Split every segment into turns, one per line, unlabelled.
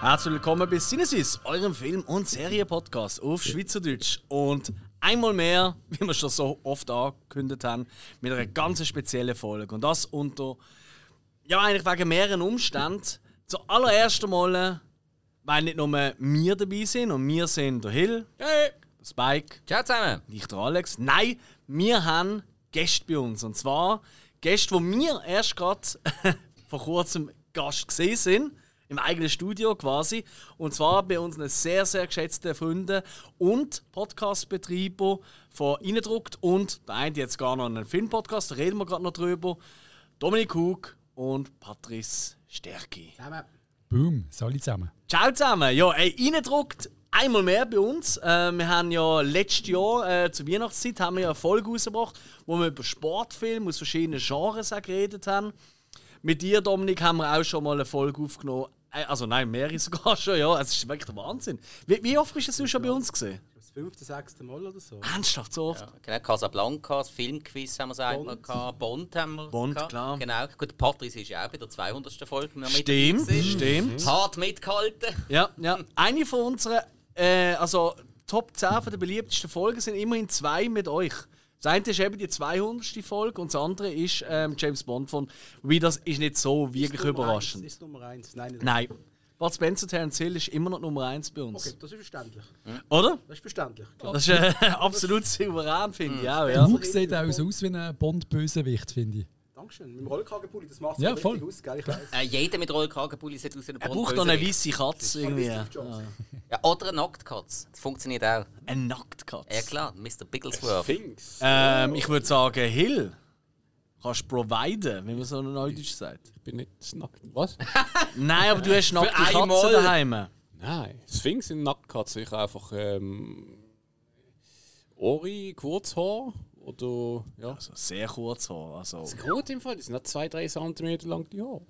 Herzlich willkommen bei Sinnesis, eurem Film- und Serie-Podcast auf Schweizerdeutsch. Und einmal mehr, wie wir schon so oft angekündigt haben, mit einer ganz speziellen Folge. Und das unter, ja, eigentlich wegen mehreren Umständen. Zuallererst einmal, äh, weil nicht nur wir dabei sind und wir sind der Hill,
Hey!
der Spike,
Ciao zusammen!
nicht der Alex. Nein, wir haben Gäste bei uns. Und zwar Gäste, die wir erst gerade vor kurzem Gast gesehen sind. Im eigenen Studio quasi. Und zwar bei unseren sehr, sehr geschätzten Freunden und Podcastbetreiber von Innendruckt und der eine jetzt gar noch einen Filmpodcast, da reden wir gerade noch drüber. Dominik Hug und Patrice Stärki.
Boom, alle zusammen.
Ciao zusammen. Ja, ey, reingedruckt. Einmal mehr bei uns. Äh, wir haben ja letztes Jahr äh, zur Weihnachtszeit haben wir ja eine Folge rausgebracht, wo wir über Sportfilme aus verschiedenen Genres auch geredet haben. Mit dir, Dominik, haben wir auch schon mal eine Folge aufgenommen. Äh, also nein, mehrere sogar schon, ja. Es ist wirklich der Wahnsinn. Wie, wie oft bist du schon bei uns gesehen?
Das fünfte, sechste Mal oder so.
Ernsthaft, so oft?
Genau, Casablanca, das Filmquiz haben wir es einmal gehabt, Bond haben wir
Bond,
gehabt.
klar.
Genau. Gut, Patrice ist ja auch bei der 200. Folge noch mit
Stimmt,
dabei gewesen.
stimmt.
Hart mitgehalten.
Ja, ja. Eine von unseren, äh, also Top 10 von der beliebtesten Folgen sind immerhin zwei mit euch. Das eine ist eben die 200. Folge und das andere ist ähm, James Bond von Wie das ist nicht so wirklich
Ist Nummer
überraschend.
Eins, ist Nummer eins. Nein, nein.
Nein. Bart Spencer Terence Hill ist immer noch Nummer 1 bei uns.
Okay, das ist verständlich.
Oder?
Das ist verständlich. Klar.
Das ist äh, absolut souverän, finde ich
Hm.
auch, ja.
Hug sieht auch so aus wie ein Bond-Bösewicht, finde ich.
Dankeschön. Mit dem Rollkragenpulli, das macht es
Ja,
ja, richtig
voll.
aus, gell? Ich weiß.
Äh, jeder mit Rollkragenpulli sieht aus wie
Er braucht noch eine weiße Katze irgendwie.
Jobs.
Ja, oder eine Nacktkatze. Das funktioniert auch.
Eine Nacktkatze.
Ja klar, Mr. Bigglesworth.
Äh,
Ähm, ich würde sagen, Hill, kannst du providen, wie man so neudeutsch sagt.
bin nicht nackt. Was?
Nein, aber du hast nackte Katzen
einmal.
daheim.
Nein, Sphinx sind Nacktkatze. Ich habe einfach ähm, Ori, Kurzhaar oder ja.
Also sehr kurz Haar. Also,
Das Rot im Fall, die sind noch 2-3 cm lang die Haare.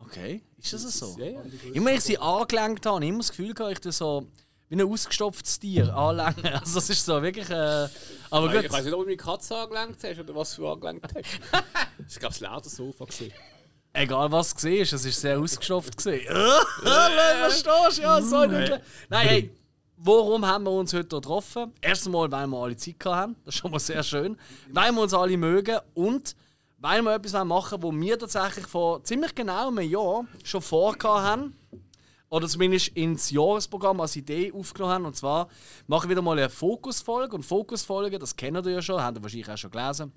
okay, ist das so?
Ja, ja.
Immer wenn ich sie angelenkt habe, habe ich immer das Gefühl gehabt, ich tue so wie ein ausgestopftes Tier anlängen. Also das ist so wirklich... Äh, aber
Ich
gut,
weiß nicht, ob du meine Katze angelenkt hast oder was du angelenkt hast. Ich glaube, das Ledersofa gesehen.
egal was du siehst, es ist sehr ausgestopft gesehen. Verstehst du? Ja, so nicht. Nein, hey, warum haben wir uns heute hier getroffen? Erstens mal, weil wir alle Zeit gehabt haben. Das ist schon mal sehr schön. Weil wir uns alle mögen und weil wir etwas machen wollen, wo wir tatsächlich vor ziemlich genau einem Jahr schon vorgehabt haben. oder zumindest ins Jahresprogramm als Idee aufgenommen haben. Und zwar mache ich wieder mal eine Fokusfolge. Und Fokusfolgen, das kennt ihr ja schon, habt ihr wahrscheinlich auch schon gelesen.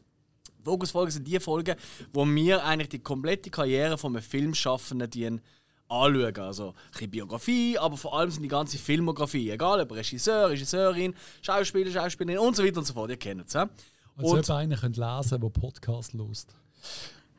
Fokusfolgen sind die Folgen, wo wir eigentlich die komplette Karriere von einem Filmschaffenden dienen, anschauen. Also ein bisschen Biografie, aber vor allem sind die ganze Filmografie. Egal ob Regisseur, Regisseurin, Schauspieler, Schauspielerin und so weiter und so fort. Ihr kennt es. Ja?
Also
Und-
ob einer könnt lesen der Podcast lost.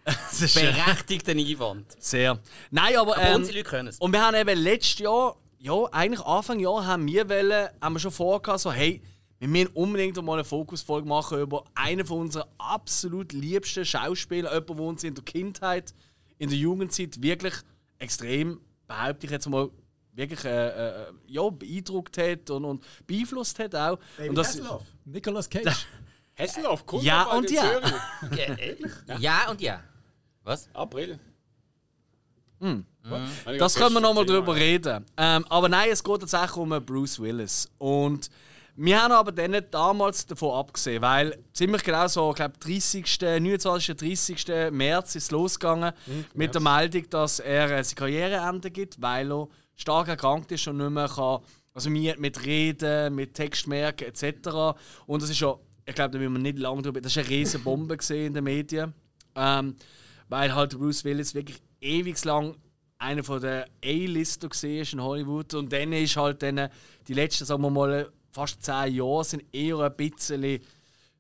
Das ist äh,
Berechtigten Einwand.
sehr. Nein, aber.
Aber
ähm,
unsere Leute können es.
Und wir haben eben letztes Jahr, ja, eigentlich Anfang Jahr haben wir, wollen, haben wir schon vorgehabt, so, hey, wir müssen unbedingt mal eine Fokusfolge machen über einen von unseren absolut liebsten Schauspieler, jemanden, der uns in der Kindheit, in der Jugendzeit wirklich extrem, behaupte ich jetzt mal, wirklich äh, äh, ja, beeindruckt hat und, und beeinflusst hat auch. und
David
das,
Hasselhoff.
Nicolas Cage.
Hesselhoff, guck
Ja
mal
und
in
ja.
Zürich.
Ja, ja und ja. Was?
April. Hm.
Das können wir nochmal drüber reden. Ähm, aber nein, es geht tatsächlich um Bruce Willis. Und wir haben aber dann nicht damals davon abgesehen, weil ziemlich genau so, ich glaube, 30., 29., 30. März ist es losgegangen mit der Meldung, dass er äh, seine Karriereende gibt, weil er stark erkrankt ist und nicht mehr kann, also mit, mit Reden, mit Textmerken etc. Und das ist ja, ich glaube, da müssen wir nicht lange drüber das war eine riesen Bombe gesehen in den Medien. Ähm, weil halt Bruce Willis wirklich ewig lang einer von der A-Lister war in Hollywood und dann ist halt dann die letzten, sagen wir mal, äh, fast zehn Jahre sind eher ein bisschen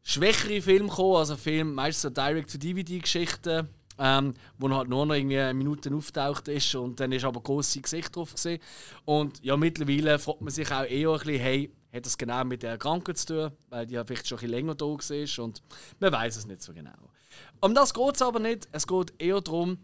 schwächere Filme gekommen, also Filme, meistens so Direct-to-DVD-Geschichten, ähm, wo er halt nur noch irgendwie Minuten auftaucht ist und dann ist aber grosse Gesicht drauf gesehen und ja, mittlerweile fragt man sich auch eher ein bisschen, hey, hat das genau mit der Erkrankung zu tun, weil die ja vielleicht schon ein bisschen länger da war und man weiß es nicht so genau. Um das geht es aber nicht, es geht eher darum,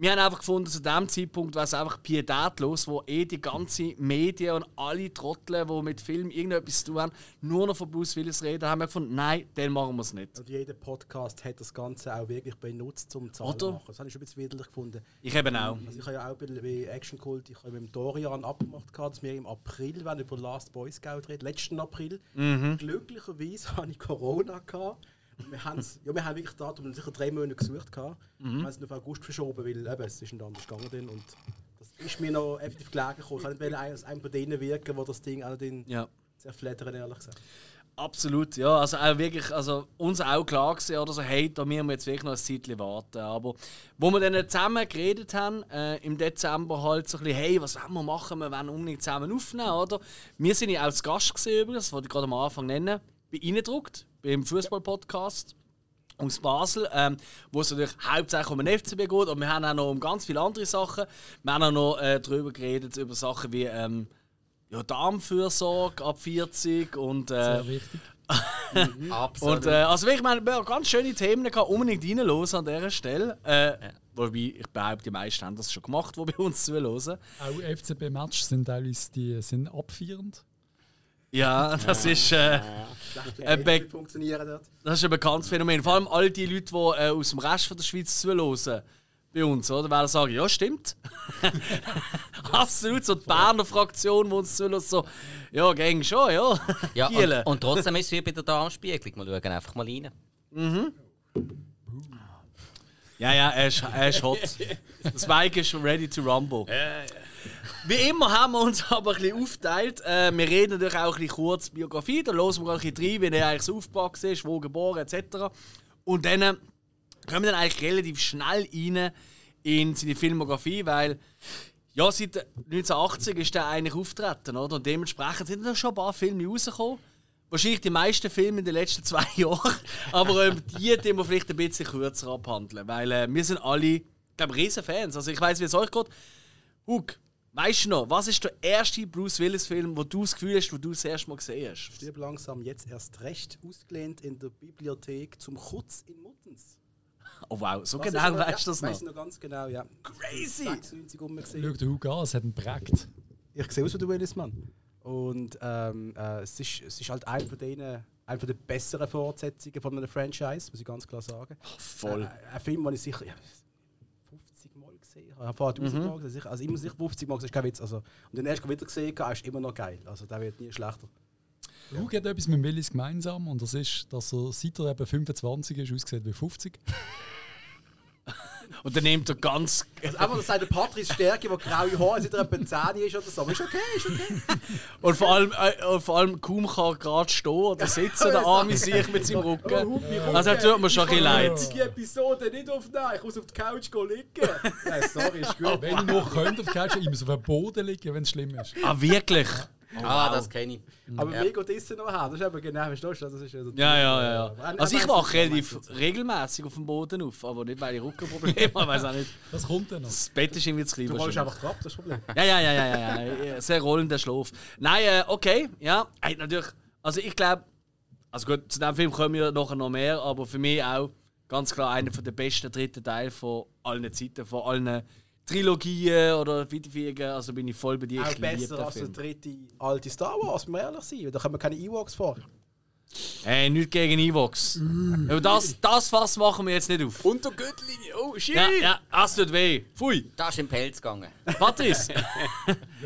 wir haben einfach gefunden, zu dem Zeitpunkt wäre es einfach pietätlos, wo eh die ganze Medien und alle Trottel, die mit Film irgendetwas zu tun haben, nur noch von Bruce Willis reden, haben wir gefunden, nein, dann machen wir es nicht.
Und jeder Podcast hat das Ganze auch wirklich benutzt, um Zahlen
Oder?
zu machen. Das habe ich schon ein bisschen widerlich gefunden.
Ich eben auch.
Also ich habe ja auch bei, bei Action Cult, ich habe mit dem Dorian abgemacht, gehabt, dass wir im April wenn über Last Boy Scout reden, letzten April. Glücklicherweise hatte ich Corona. Gehabt. Und Wir, haben's, ja, wir haben wirklich das Datum sicher drei Monate gesucht. Gehabt. Wir haben es auf August verschoben, weil eben, es ist nicht anders gegangen. Dann. Und das ist mir noch effektiv gelegen gekommen. Ich wollte nicht als einer von denen wirken, die das Ding an den
Ja.
zerflattern, ehrlich gesagt.
Absolut, ja. Also auch wirklich, also uns auch klar gewesen, oder so, hey, da müssen wir jetzt wirklich noch ein Zeitchen warten. Aber wo wir dann zusammen geredet haben, äh, im Dezember halt so ein bisschen, hey, was wollen wir machen, wir wollen unbedingt zusammen aufnehmen, oder? Wir sind ja auch zu Gast gewesen, übrigens, das wollte ich gerade am Anfang nennen, bei Eindruckt, beim Fußball-Podcast aus Basel, ähm, wo es natürlich hauptsächlich um den FCB geht, aber wir haben auch noch um ganz viele andere Sachen. Wir haben auch noch äh, darüber geredet, über Sachen wie ähm, ja, Darmfürsorge ab 40 und äh,
Sehr wichtig.
Absolut.
und äh, also wirklich, ich meine, wir haben ganz schöne Themen kann unbedingt reinhören an dieser Stelle. Äh, Wobei ich behaupte, die meisten haben das schon gemacht, die bei uns zuhören.
Auch FCB-Matches sind teilweise die sind abführend.
Ja, das ist. Äh,
Schlechte
Äh,
Medien
Beck-
funktionieren dort.
Das ist ein bekanntes Phänomen. Vor allem all die Leute, die äh, aus dem Rest von der Schweiz zuhören bei uns, oder? Werden sagen, ja, stimmt. Absolut, so die Berner Fraktion, die uns zuhört, so, ja, gäng schon, ja.
ja,
Giele.
und, und trotzdem ist es wie bei der Darmspiegelung. Wir schauen einfach mal rein.
Oh, Ja, ja, er ist, er ist hot. Das Mike ist ready to rumble. Wie immer haben wir uns aber ein bisschen aufgeteilt. Äh, wir reden natürlich auch ein bisschen kurz Biografie. Da hören wir gerade ein bisschen rein, wie er eigentlich so aufgepackt ist, wo geboren etc. Und dann äh, kommen wir dann eigentlich relativ schnell rein in seine Filmografie, weil ja, seit 1980 ist er eigentlich auftreten, oder? Und dementsprechend sind da schon ein paar Filme rausgekommen. Wahrscheinlich die meisten Filme in den letzten zwei Jahren. Aber ähm, die, die wir vielleicht ein bisschen kürzer abhandeln. Weil äh, wir sind alle, glaube ich, riesen Fans. Also ich weiß, wie es euch geht. Hug, weißt du noch, was ist der erste Bruce Willis-Film, wo du das Gefühl hast, wo du das erste Mal gesehen hast?
Stirb langsam, jetzt erst recht ausgelehnt in der Bibliothek zum Kutz in Muttens.
Oh wow, so
Das
genau
ist noch-
weißt du
ja,
das
Weiss ich
noch.
noch ganz genau, ja. um
Crazy!
96 rum
Schau
gesehen.
dir Hugo an, es hat ihn geprägt.
Ich sehe aus wie der Willis Mann. Und ähm, äh, es, ist, es ist halt einer von denen, einer von den besseren Fortsetzungen von einem Franchise, muss ich ganz klar sagen.
Voll.
Äh, ein Film, den ich sicher ja, 50 Mal gesehen habe. Ich habe vorher 1000 Mal gesehen. sicher- Also immer sicher 50 Mal gesehen, ist kein Witz. Also, und den erst wieder gesehen, er ist immer noch geil. Also der wird nie schlechter.
Hugo hat etwas mit Willis gemeinsam und das ist, dass er seit er eben 25 ist, aussieht wie 50.
Und dann nimmt er ganz.
Also einfach, das sagt der Patrice Stärke, der graue Haare seit er etwa 10 ist oder so. Aber ist okay, ist okay.
Und vor allem, äh, und vor allem kaum kann er gerade stehen oder sitzen, der arme sich mit seinem Rücken. Also, das tut mir schon ein bisschen leid.
Die Episode nicht aufnehmen, ich muss auf die Couch gehen liegen. Nein, sorry, ist gut.
Wenn ich noch könnte, auf Couch, ich muss auf dem Boden liegen, wenn es schlimm ist.
Ah, wirklich?
ah, das kenne ich.
Aber
Ja.
mir geht Essen noch haben. Das ist eben genau, verstehst du? das? Das ist also
Ja, ja, ja. ja.
Aber er- er
Also, ich
weiss,
wache
was er
relativ
meint.
regelmäßig auf dem Boden auf, aber nicht, weil ich Rückenprobleme habe, weiß auch nicht.
Das kommt dann noch.
Das Bett ist irgendwie zu klein.
Du rollst
wahrscheinlich.
einfach ab, das ist das Problem.
Ja, ja, ja, ja, ja, ja, ja. Sehr rollender Schlaf. Nein, äh, okay, ja. Ey, natürlich. Also ich glaube, also gut, zu dem Film kommen wir nachher noch mehr, aber für mich auch ganz klar einer von der besten dritten Teile von allen Zeiten, von allen Trilogien oder Weiterführungen. Also bin ich voll bei dir.
Auch
Ich liebe
besser
den
als der
Film.
dritte alte Star Wars, muss man ehrlich sein. Da kommen keine Ewoks vor.
Hey, nichts gegen Evox. Aber das, das Fass machen wir jetzt nicht auf.
Unter Gürtellinie, oh shit!
Ja, ja, das tut weh. Pfui.
Das ist im Pelz gegangen.
Patrice,
Ja,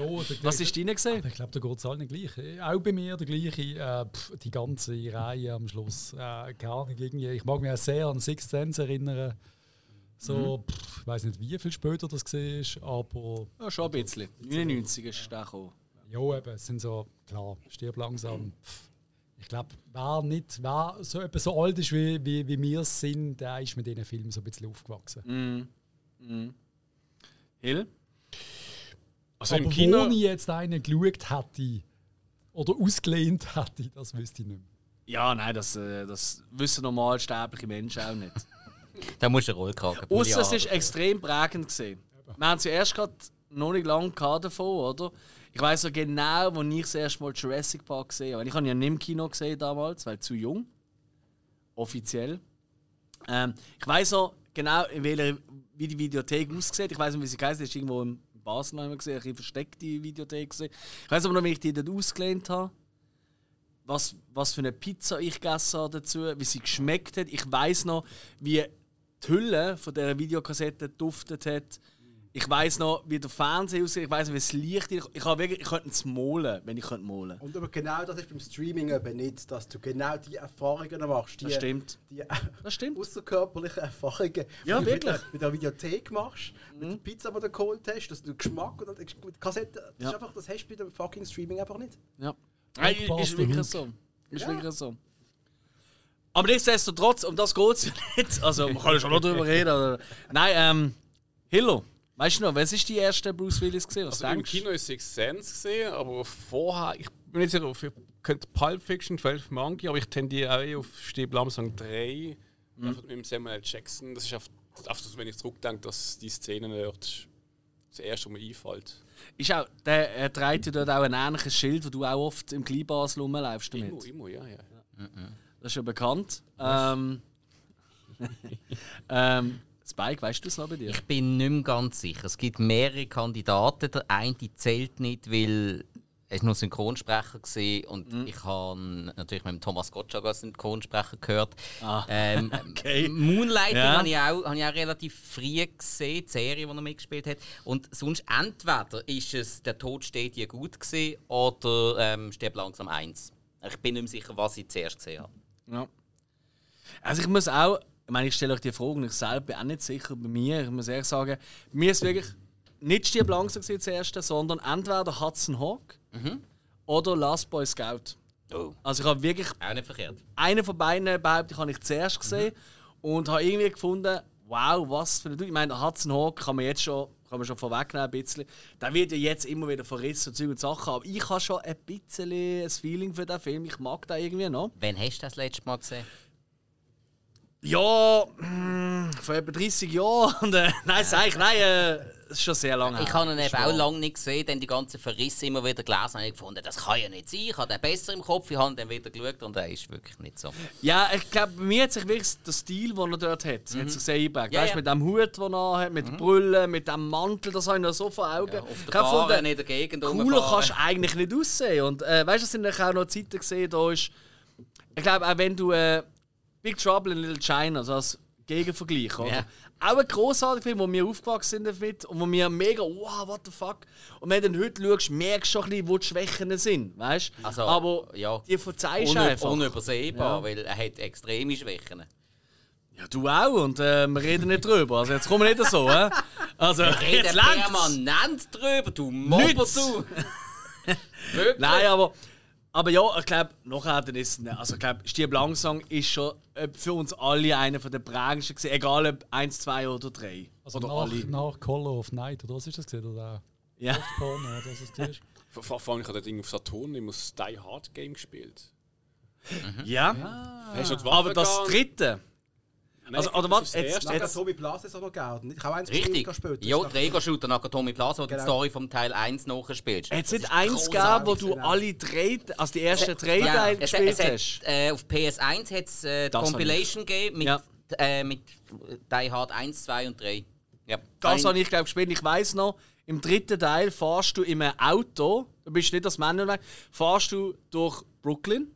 der-
was ist deine gesehen?
Ich glaube, da geht es allen gleich. Äh, Auch bei mir der gleiche. Äh, pff, die ganze Reihe am Schluss. Äh, keine Ahnung, irgendwie. Ich mag mich auch sehr an Sixth Sense erinnern. So,
Mhm.
pff, ich weiß nicht, wie viel später das war, aber
Ja, schon ein bisschen. 99 ist der gekommen.
ja, eben, es sind so, klar, stirb langsam. Pff, Ich glaube, wer nicht, wer so, etwa so alt ist wie, wie, wie wir es sind, der ist mit diesen Filmen so ein bisschen aufgewachsen.
Mhm.
Hill?
Also im
aber
Kino.
wo ich jetzt einen geschaut hätte oder ausgelehnt hätte, das wüsste ich nicht mehr.
Ja, nein, das, äh, das wissen normal sterbliche Menschen auch nicht.
Da musst du einen Rollkragen.
Außer es ist extrem prägend gesehen. Wir haben es ja erst gerade noch nicht lange gehabt davon, oder? Ich weiß ja genau, wo ich das erste Mal Jurassic Park gesehen habe. Ich habe ihn ja nicht im Kino gesehen damals, weil zu jung. Offiziell. Ähm, ich weiß auch genau, in welcher, wie die Videothek aussieht. Ich weiß nicht, wie sie heißt. Das ist irgendwo in Basel noch immer gesehen, ein bisschen versteckte Videothek. Gewesen. Ich weiß aber noch, wenn ich die dort ausgelehnt habe, was, was für eine Pizza ich gegessen habe dazu, wie sie geschmeckt hat. Ich weiß noch, wie die Hülle von dieser Videokassette duftet hat. Ich weiß noch, wie der Fernseher aussieht. Ich weiß noch, wie das Licht ist. Ich, habe wirklich, ich könnte es malen, wenn ich könnte malen
Oh,
könnte.
Und aber genau das ist beim Streaming eben nicht, dass du genau die Erfahrungen machst. Die,
Das stimmt.
Die äh,
Das stimmt.
außerkörperlichen Erfahrungen.
Ja,
die du Mit der,
wirklich. Mhm.
mit der Videothek machst, mit der Pizza, die du geholt hast, dass du den Geschmack und die Kassette. Das,
Ja.
ist einfach, das hast du bei dem fucking Streaming einfach nicht.
Ja. Nein, ist
Passt
wirklich
ruhig.
so. Ist
Ja.
wirklich so. Aber nichtsdestotrotz, um das geht es ja nicht. Also, man kann ja schon noch drüber reden. Oder? Nein, ähm, Hillo, weißt du noch, was ist die erste Bruce Willis gesehen? Was
Also im
denkst du?
Kino ist Six Sense gesehen, aber vorher, ich bin nicht sicher, ich könnte Pulp Fiction, 12 Monkey, aber ich tendiere auch eher auf Stieb Lamsang 3
Mhm.
einfach mit dem Samuel Jackson. Das ist auf, auf das, wenn ich zurückdenke, dass die Szenen dort das erste Mal einfällt.
Ist auch, der er trägt ja dort auch ein ähnliches Schild, wo du auch oft im Kleinbasel rumläufst damit.
Immer, immer, ja, ja.
Das ist ja bekannt. Ähm, ähm, Spike, weißt du es noch bei dir?
Ich bin nicht mehr ganz sicher. Es gibt mehrere Kandidaten. Der eine zählt nicht, weil er ist nur Synchronsprecher war und
Mhm.
ich habe natürlich mit dem Thomas Gottschalk als Synchronsprecher gehört.
Ah.
Ähm,
Okay.
Moonlighting
Ja.
habe ich, auch- habe ich auch relativ früh gesehen, die Serie, die er mitgespielt hat. Und sonst entweder ist es «Der Tod steht dir gut» gewesen, oder ähm, «Stirb langsam 1». Ich bin nicht mehr sicher, was ich zuerst gesehen habe.
Ja. Also ich muss auch, ich meine, ich stelle euch die Frage und ich selber bin auch nicht sicher bei mir. Ich muss ehrlich sagen, mir ist wirklich nicht Stieb langsam gewesen, das erste, sondern entweder Hudson Hawk oder Last Boy Scout.
Oh.
Also ich habe wirklich
Auch nicht verkehrt.
einen von beiden behaupte ich, habe ich zuerst gesehen und habe irgendwie gefunden, wow, was für ein Dude. Ich meine, der Hudson Hawk kann man jetzt schon, kann man schon vorwegnehmen ein bisschen. Der wird ja jetzt immer wieder verrissen und Zeug und Sachen, aber ich habe schon ein bisschen ein Feeling für den Film. Ich mag den irgendwie noch.
Wann hast du das letzte Mal gesehen?
Ja, mm, vor etwa 30 Jahren. Und, äh, nein, sag ich, nein, äh, es ist schon sehr lange
Ich
her.
habe ihn eben
Schon.
auch lange nicht gesehen, denn die ganzen Verrisse immer wieder gelesen und ich gefunden, das kann ja nicht sein. Ich habe den besser im Kopf, ich habe ihn dann wieder geschaut und er ist wirklich nicht so. äh,
Ja, ich glaube, bei mir hat sich wirklich der Stil, den er dort hat, hat sich sehr eingeprägt.
Ja,
weißt
ja.
du, mit dem Hut, den er hat, mit Brüllen, mit dem Mantel, das habe ich noch so vor Augen.
auf
Ich
der
habe
Bahn,
gefunden,
in der Gegend
cooler kannst du eigentlich nicht aussehen. Und äh, weißt du, es sind natürlich auch noch Zeiten gesehen, da ist. Ich glaube, auch wenn du äh, Big Trouble in Little China, also als Gegenvergleich, oder?
Ja.
Auch ein großartiger Film, wo wir aufgewachsen sind damit und wo wir mega, wow, what the fuck. Und wenn du dann heute schaust, merkst du schon ein bisschen, wo die Schwächen sind, weißt du?
Also,
Aber
ja.
die verzeihst du
Unü
einfach.
unübersehbar, weil er hat extreme Schwächen.
Ja, du auch und äh, wir reden nicht drüber. Also jetzt kommen wir nicht so, hä? Also
Reden
jetzt längst.
permanent drüber, du Mobber,
Nichts.
du! Wirklich?
Nein, aber, aber ja, ich glaube, nachher dann ist es nicht. Also ich glaube, Stieb langsam ist schon äh, für uns alle einer der prägendsten gewesen, egal ob eins, zwei oder drei.
Also
oder
nach,
alle.
nach Color of Night, oder was ist das gesehen? Oder
Ja.
Porno, oder was ist das? ist?
Vor, vor vor allem, ich habe das Ding auf Saturn immer das Die Hard Game gespielt.
ja.
Hast du die Waffe
Ah. Aber das
gehabt?
dritte.
Nein,
also,
ich glaub,
oder
das
warte,
ist
jetzt-
das erste.
Nachher
jetzt-
Tobi Blas ist auch noch gegeben. Ich habe eins
Richtig.
gespielt, später.
Ja,
Das ist
Trägershooter nach Tommy Plaza, wo die
Genau.
Story vom Teil 1 nachspielst.
Hat es
Das
nicht
ist
eins gegeben,
großartig.
wo du
genau.
alle drei, also die ersten drei
Ja,
Teile
es-
gespielt
es hat,
hast?
Äh, auf PS1 hat es äh, die
Das
Compilation gegeben mit,
Ja.
äh, mit Die Hard 1, 2 und 3. Ja.
Das
Nein,
habe ich glaube gespielt. Ich weiß noch, im dritten Teil fährst du in einem Auto, du bist nicht das Männlein, fährst du durch Brooklyn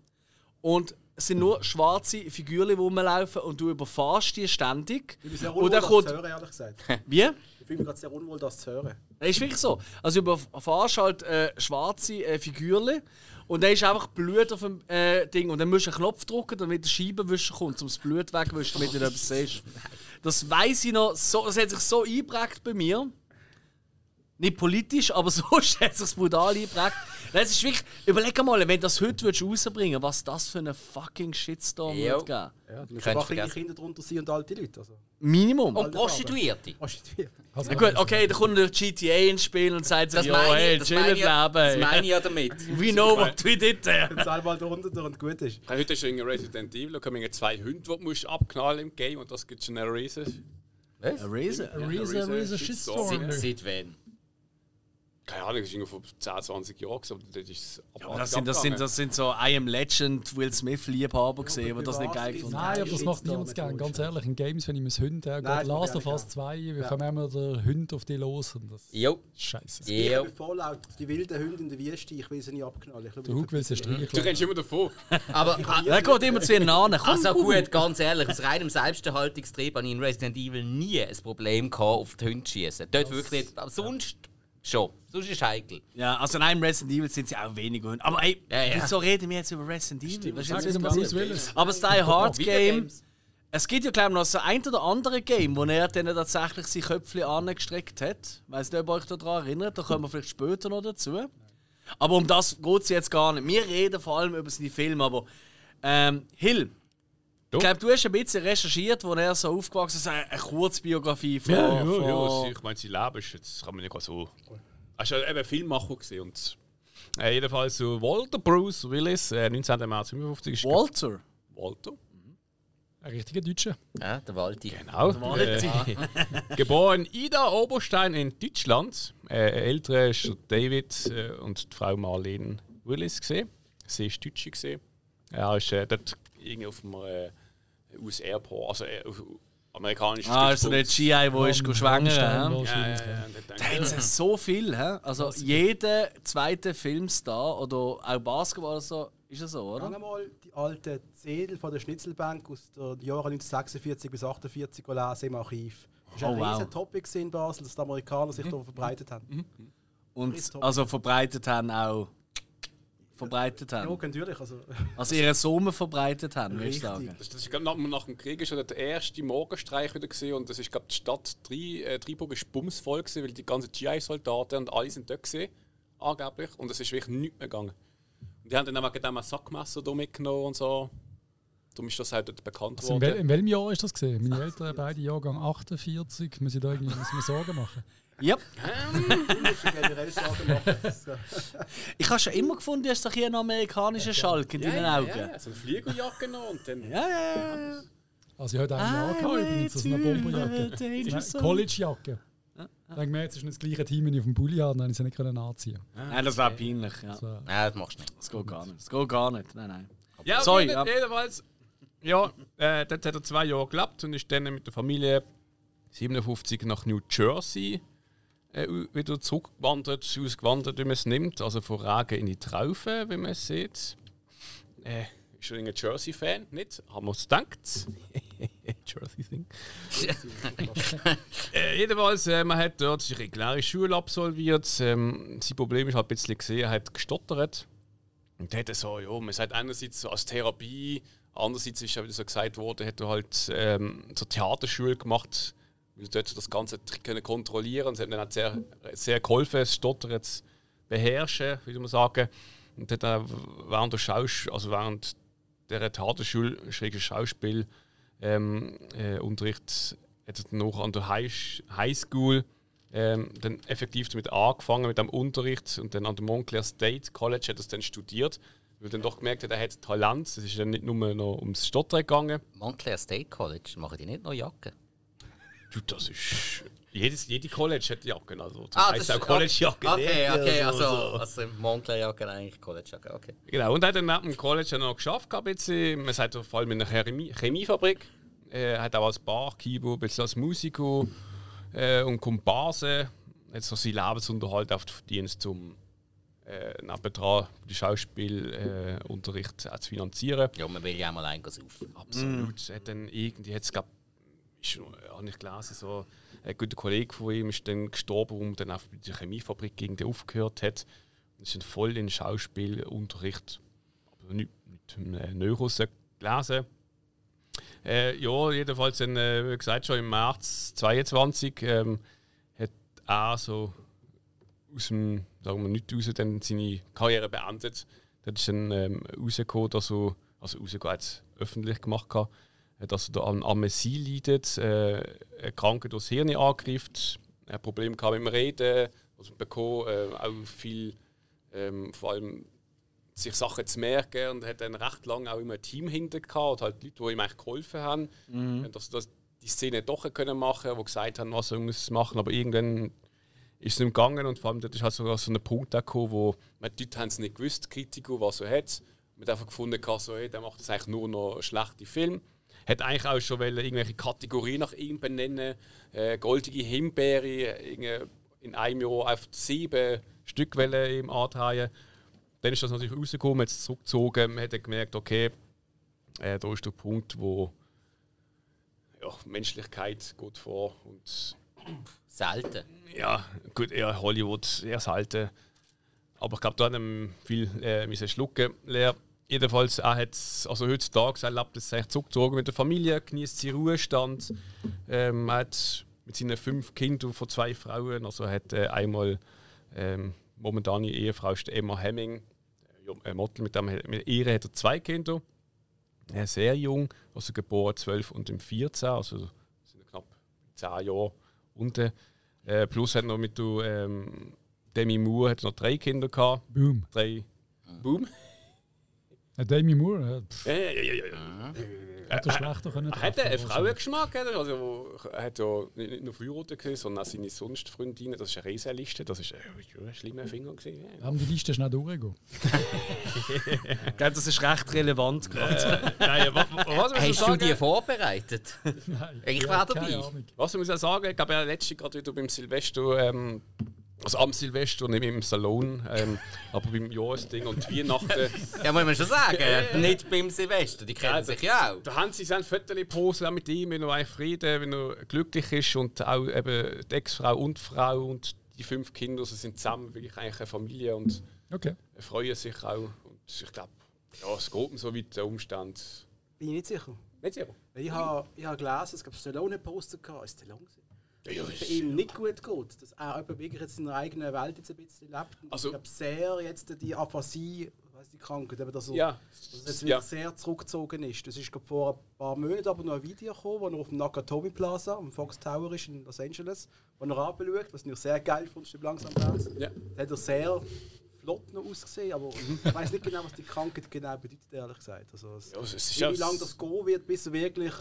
und es sind nur schwarze Figuren, die rumlaufen und du überfährst die ständig.
Ich bin sehr
Und
unwohl,
dann
das zu
kommt.
hören, ehrlich gesagt.
Wie?
Ich fühle mich gerade sehr unwohl, das zu hören.
Das ist wirklich so. Also du überfährst halt äh, schwarze äh, Figuren und dann ist einfach Blut auf dem äh, Ding. Und dann musst du einen Knopf drücken, damit der Scheibenwischer kommt, um das Blut wegzuwischen, damit du nicht etwas siehst. Das weiss ich noch, so, das hat sich so eingeprägt bei mir. Nicht politisch, aber so hat sich das brutal eingeprägt. Nein, es ist wirklich, überleg mal, wenn du das heute würdest rausbringen würdest, was das für einen fucking Shitstorm
Jo.
wird geben.
Ja, da müssen
Könntest
ein paar kleine
vergessen.
Kinder drunter sein und alte Leute. Also,
Minimum.
Und Prostituierte.
prostituiert.
Also,
Na gut, okay, da kommt der GTA ins Spiel und sagt sich,
Das
ja,
meine ich,
hey,
das
chill
meine
im
ich, ja- das
Leben.
meine ich ja damit.
We know what we did there.
Zahl mal drunter und gut ist.
Hey, Heute ist ja in Resident Evil, da kommen ja zwei Hunde, die du musst abknallen im Game und das gibt schon eine riesen
Eraser?
Riesen, riesen Shitstorm.
Seit, seit wann?
keine Ahnung, das ist irgendwo vor 10, 20 Jahren, gewesen, aber das ist
Oh,
Aber das, sind, das, sind, das sind so I am Legend, Will Smith Liebhaber
aber
gesehen, die das nicht
privat
geil
ist-
gefunden haben.
Nein,
Nein,
aber das
ist
macht
da
niemand
nicht
gern.
so
Ganz ehrlich, in Games, wenn ich mein Hund hergehe,
Nein,
Last of
ja,
Us
ja.
2, wir kommen immer der Hund auf die los und das ist
Jo,
scheiße.
Ich
jo.
habe Fallout, die wilden Hunde in der Wüste, ich will sie nicht abknallen. Ich glaube,
Der Hug will sie
Du
streicheln.
redest immer davon.
Aber ah,
Er geht immer zu ihren Namen. Komm,
also
komm.
gut, ganz ehrlich, aus reinem Selbsterhaltungstrieb habe ich in Resident Evil nie ein Problem gehabt, auf die Hunde zu schießen. Dort wirklich nicht. Aber sonst schon. Sonst ist es heikel.
Ja, also nein, im Resident Evil sind sie auch weniger Hunde. Aber ey,
Ja, ja.
wieso reden wir jetzt über Resident Evil? Was ist jetzt
Sag es mal Bruce Willis.
Aber das Die Hard Game,
Videogames.
es gibt ja glaube ich noch so ein oder andere Game, wo er dann tatsächlich sein Köpfchen angestreckt hat. Weiss nicht, ob ihr euch daran erinnert, da kommen wir vielleicht später noch dazu. Aber um das geht es jetzt gar nicht. Wir reden vor allem über seine Filme, aber ähm, Hill, ich glaube, du hast ein bisschen recherchiert, wo er so aufgewachsen ist, eine eine Kurzbiografie von...
Ja, ja,
von
ja. sie- Ich meine, sein Leben ist jetzt, kann man nicht gerade so. Er war eben Filmmacher gewesen und äh, jedenfalls so Walter Bruce Willis, äh, 19. März 1955 ist
Walter.
Walter.
Ein richtiger Deutscher.
Ja, der Waldi.
Genau. Äh, geboren Ida Oberstein in Deutschland. Äh, Ältere ist der David äh, und die Frau Marlene Willis. Gewesen. Sie ist Deutsche. Gewesen. Er ist äh, dort irgendwie auf dem äh, US Airport, also äh, auf amerikanischen
Ah, also der
Stützpunkt.
GI, wo ist schwanger.
Stein
Ja.
wahrscheinlich.
Ja, ja, dort denke
Da
ich,
hat es so viel, he? Also jeder zweite Filmstar oder auch Basketball oder so, ist es so,
Gang
oder?
mal die alten Zettel von der Schnitzelbank aus den Jahren 1946 bis 1948 lesen im Archiv. Das war
Oh,
ein
wow. Mhm.
riesen Topic gewesen in Basel, dass die Amerikaner sich da verbreitet haben.
Und also verbreitet haben auch. Verbreitet
Ja,
haben.
natürlich. Also,
Also ihre Summe verbreitet haben, würde ich
Richtig.
sagen.
Das, das ist, glaub, nach, nach dem Krieg war der erste Morgenstreich wieder gewesen, und das ist glaub, die Stadt Tri, äh, Triburg ist bumsvoll gewesen, weil die ganzen GI-Soldaten und alle sind dort gewesen, angeblich und es ist wirklich nichts mehr gegangen. Und die haben dann auch wegen dem ein Sackmesser da mitgenommen und so. Darum ist das halt dort bekannt
Also in, wel
worden.
in welchem Jahr ist das gesehen? Meine Eltern beide Jahrgang 48. Müssen da irgendwie müssen wir Sorgen machen?
Yep.
ich würde generell sagen, eh machen, dass, äh,
Ich habe schon immer gefunden, du hast doch hier einen amerikanischen Schalk in deinen
ja,
Augen.
ja, ja, so eine Fliegerjacke noch und dann...
Ja, ja,
Also ich hatte einen
ja.
angehauen übrigens, das ist eine Bomberjacke. Nein,
Bomberjacke.
Collegejacke. Ich denke mir, jetzt ist nicht das gleiche Team, wenn ich auf dem Bulli habe, dann habe ich sie nicht können anziehen.
Nein, das wäre peinlich. Ja.
So.
Nein, das machst du nicht.
Das geht gar nicht. Das geht gar nicht. Nein, nein.
Ja,
Sorry,
jeden-
ja.
jedenfalls. Ja, äh, dort hat er zwei Jahre gelebt und ist dann mit der Familie 57 nach New Jersey äh, u- wieder zurückgewandert, ausgewandert, wie man es nimmt. Also von Regen in die Traufe, wie man es sieht. Äh, ist er ein Jersey-Fan? Nicht? Haben wir es gedacht? Jersey-Thing. Äh, jedenfalls, äh, man hat dort seine reguläre Schule absolviert. Ähm, sein Problem ist halt ein bisschen gesehen, er hat gestottert. Und dann hat er so, ja, man sagt einerseits so als Therapie, andererseits ist ja wieder so gesagt worden, hat er halt ähm, so Theaterschule gemacht, weil dort das Ganze tr- können kontrollieren und es hat ihm dann auch sehr, sehr geholfen, das Stottern zu beherrschen, würde man sagen. Und hat dann auch während der Schausch also während der Theaterschule, schräge Schauspiel, ähm, äh, Unterricht hat er dann noch an der High, High School ähm, dann effektiv damit angefangen mit dem Unterricht und dann an der Montclair State College hat er es dann studiert, weil er dann doch gemerkt hat, er hat Talent. Es ist dann nicht nur noch ums Stottern gegangen.
Montclair State College machen die nicht noch Jacken.
Du, das ist... Jedes, jede College hat Jacken, also das
Ah, das
heisst auch
ist-
College-Jacken.
Okay, okay,
Ja, so,
also,
so.
also Montclair-Jacke eigentlich College-Jacke, okay.
Genau, und er hat dann neben dem College auch noch geschafft, gehabt, ein bisschen. äh, man sagt auch vor allem in der Chemie Chemiefabrik. Er hat auch als Barkeeper, ein bisschen als Musiker äh, und Komparse. Hat so seinen Lebensunterhalt auf Verdienst zum äh, nebendran den Schauspielunterricht äh, Unterricht auch zu finanzieren.
Ja, man will ja auch mal einen saufen.
Absolut. Hat dann irgendwie, hat's, glaub, ist, habe ich gelesen, so ein guter Kollege von ihm ist dann gestorben, warum dann auch bei der Chemiefabrik gegen den aufgehört hat. Das sind voll in Schauspielunterricht, aber nicht mit dem Neuros gelesen. Äh, ja, jedenfalls, dann, äh, wie gesagt, schon im März 22 ähm, hat er so aus dem, sagen wir nicht raus, dann seine Karriere beendet. Dort ist dann ähm, rausgekommen, dass er, also rausgekommen, hat es öffentlich gemacht, gehabt, äh, dass er da an Amnesie leidet, äh, eine Krankheit durchs Hirn angreift, ein Problem gehabt mit dem Reden, also bekommen, äh, auch viel, ähm, vor allem sich Sachen zu merken und hat dann recht lange auch immer ein Team hinter gehabt, und halt Leute, die ihm eigentlich geholfen haben, dass dass die Szene doch können machen, die gesagt haben, was er muss machen, aber irgendwann ist es ihm gegangen und vor allem dort ist halt sogar so ein Punkt auch gekommen, wo man, die Leute haben es nicht gewusst, Kritiker, was er hat. Man hat einfach gefunden, kann, so, hey, der macht jetzt eigentlich nur noch schlechte Filme. Hat eigentlich auch schon wollen, irgendwelche Kategorien nach ihm benennen äh, Goldige Himbeere, äh, irgende- in einem Jahr auf sieben Stück wollen ihm antreiben. Dann ist das natürlich rausgekommen, hat es zurückgezogen, man hat dann gemerkt, okay, äh, da ist der Punkt, wo ja, Menschlichkeit geht vor und
Selten.
ja, gut, eher Hollywood, eher das Alte. Aber ich glaube, da hat er viel äh, müssen schlucken leer. Jedenfalls, er hat, also heutzutage, er lebt es echt zurückgezogen mit der Familie, genießt seinen Ruhestand. Ähm, er hat mit seinen fünf Kindern von zwei Frauen, also er hat äh, einmal ähm, momentane Ehefrau ist Emma Hemming, äh, Jo- äh, Model, mit, dem, mit ihr hat er zwei Kinder. Er ist sehr jung, also geboren 12 und im 14, also sind knapp 10 Jahre unten. Äh, plus hat noch mit du, ähm, Demi Moore hat noch drei Kinder gehabt.
Boom.
Drei. Boom.
Äh, Demi Moore, äh, pff,
Äh, äh, äh, äh.
äh, hätte er schlechter können
Hat er einen
treffen,
Frauengeschmack? hat er? Also, er hat ja nicht nicht nur Verheiratet, gewesen, sondern auch seine sonst Freundinnen. Das ist eine Riesenliste. Das ist äh, ja, ein schlimmer Finger. Gewesen.
wahrscheinlich. Haben die Liste schnell durchgegangen.
Ich glaube, das ist recht relevant gerade.
Nein, was, was
Hast du die vorbereitet?
Nein.
Ich
ja,
war dabei.
Keine Ahnung.
Was muss ich auch sagen, ich glaube, er letzte gerade wieder beim Silvester, ähm, also am Silvester, nicht im Salon, ähm, aber beim Jahresding und Weihnachten.
Ja, muss man schon sagen. Nicht beim Silvester, die kennen sich ja auch.
Da haben sie sein Fotos gepostet auch mit ihm, wenn er eigentlich Frieden, wenn er glücklich ist und auch eben die Ex-Frau und die Frau und die fünf Kinder, sie sind zusammen wirklich eigentlich eine Familie und
Okay.
freuen sich auch. Und ich glaube, ja, es geht ihm so weit, der Umstand.
Bin ich nicht sicher.
Nicht sehr.
Ich habe ich habe gelesen, es gab Stallone Poster gehabt. Ist Stallone gewesen?
Ja, ja,
Dass es ihm nicht gut geht, dass er eben wirklich jetzt in einer eigenen Welt jetzt ein bisschen lebt. Und
Also-
ich glaube sehr jetzt die Aphasie, weiss die Krankheit, eben dass er,
Ja.
dass er jetzt
Ja.
wieder sehr zurückgezogen ist. Das ist glaub, vor ein paar Monaten aber noch ein Video gekommen, wo er auf dem Nakatomi Plaza, am Fox Tower ist in Los Angeles, wo er anschaut, was ich sehr geil fand, stimmt langsam Dance.
Ja.
Da hat er sehr flott noch ausgesehen, aber ich weiß nicht genau, was die Krankheit genau bedeutet, ehrlich gesagt. Also, es-
Ja, es ist
wie
ja-
lange das gehen wird, bis er wirklich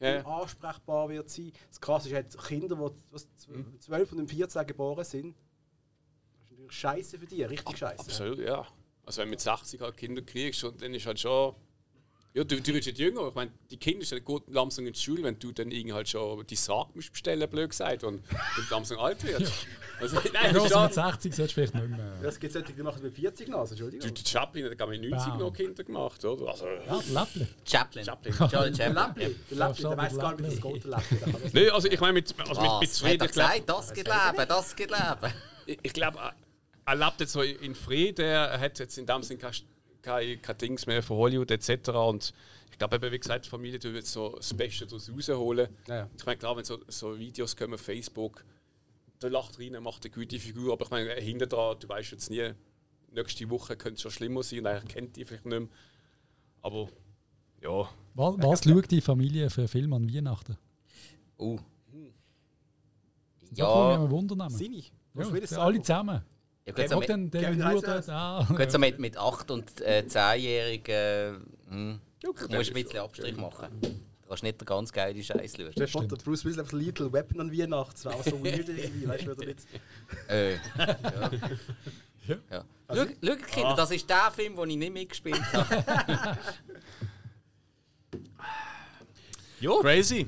Ja.
ansprechbar wird sein. Das Krasse ist, halt Kinder, die was,
Mhm.
12 und 14 geboren sind, das ist natürlich scheiße für die, richtig scheiße.
Absolut, ja. Also wenn du mit 60 halt Kinder kriegst und dann ist halt schon. Ja, du, du wirst nicht jünger. Ich meine, die Kinder sind halt gut langsam in die Schule, wenn du dann irgendwie halt schon die Sarg musst bestellen, blöd gesagt, und dann langsam alt wirst. Also, nein, das
Ja,
ist
also
schon.
mit 60 solltest du vielleicht nicht mehr.
Das gibt es die machen es mit 40 noch, also,
Du,
Entschuldigung.
die Chaplin hat glaube ich mit 90
Bam.
noch Kinder gemacht, oder? Also,
Ja, Läppchen.
Chaplin.
Chaplin.
Charlie Chaplin.
Läppli, der Läppli, der weiß gar nicht, wie das geht, der Läppli. Der kann das-
Nein, also ich meine, mit, also mit, mit
Was? Ah, Hat
Frieden,
er
ich glaube,
gesagt, das geht Leben, das geht Leben.
ich, ich glaub, er- er lebt jetzt so in Frieden, er hat jetzt in dem Sinn keine, keine, keine Dings mehr von Hollywood etc. Und ich glaube, eben, wie gesagt, die Familie tut jetzt so das Beste daraus rausholen.
Ja, ja.
Ich meine, klar, wenn so, so Videos kommen auf Facebook, da lacht rein, macht eine gute Figur, aber ich meine, hinter dran, du weißt jetzt nie, nächste Woche könnte es schon schlimmer sein und er kennt die vielleicht nicht mehr. Aber ja,
Was, was schaut die Familie für Filme an Weihnachten?
Uh.
Das würde mich
Ja,
mal wundern. nehmen.
Sini, du
Ja,
hast wieder
alle
sagen.
zusammen.
ja gut, so
Ob
mit,
denn Demi
Kevin
Moore
Heisenhaus.
dort? Ah,
gut, so mit, mit 8- und äh, 10-Jährigen hm, musst du ein bisschen Abstrich machen. Du kannst nicht den ganz geilen Scheiß schauen.
Der Vater Bruce Willis einfach Little Weapon an Weihnachten, das wäre auch so weird irgendwie, weißt du, wenn er nicht...
Äh, ja. ja. Schau, schau, Kinder, das ist der Film, den ich nicht mitgespielt habe.
Crazy.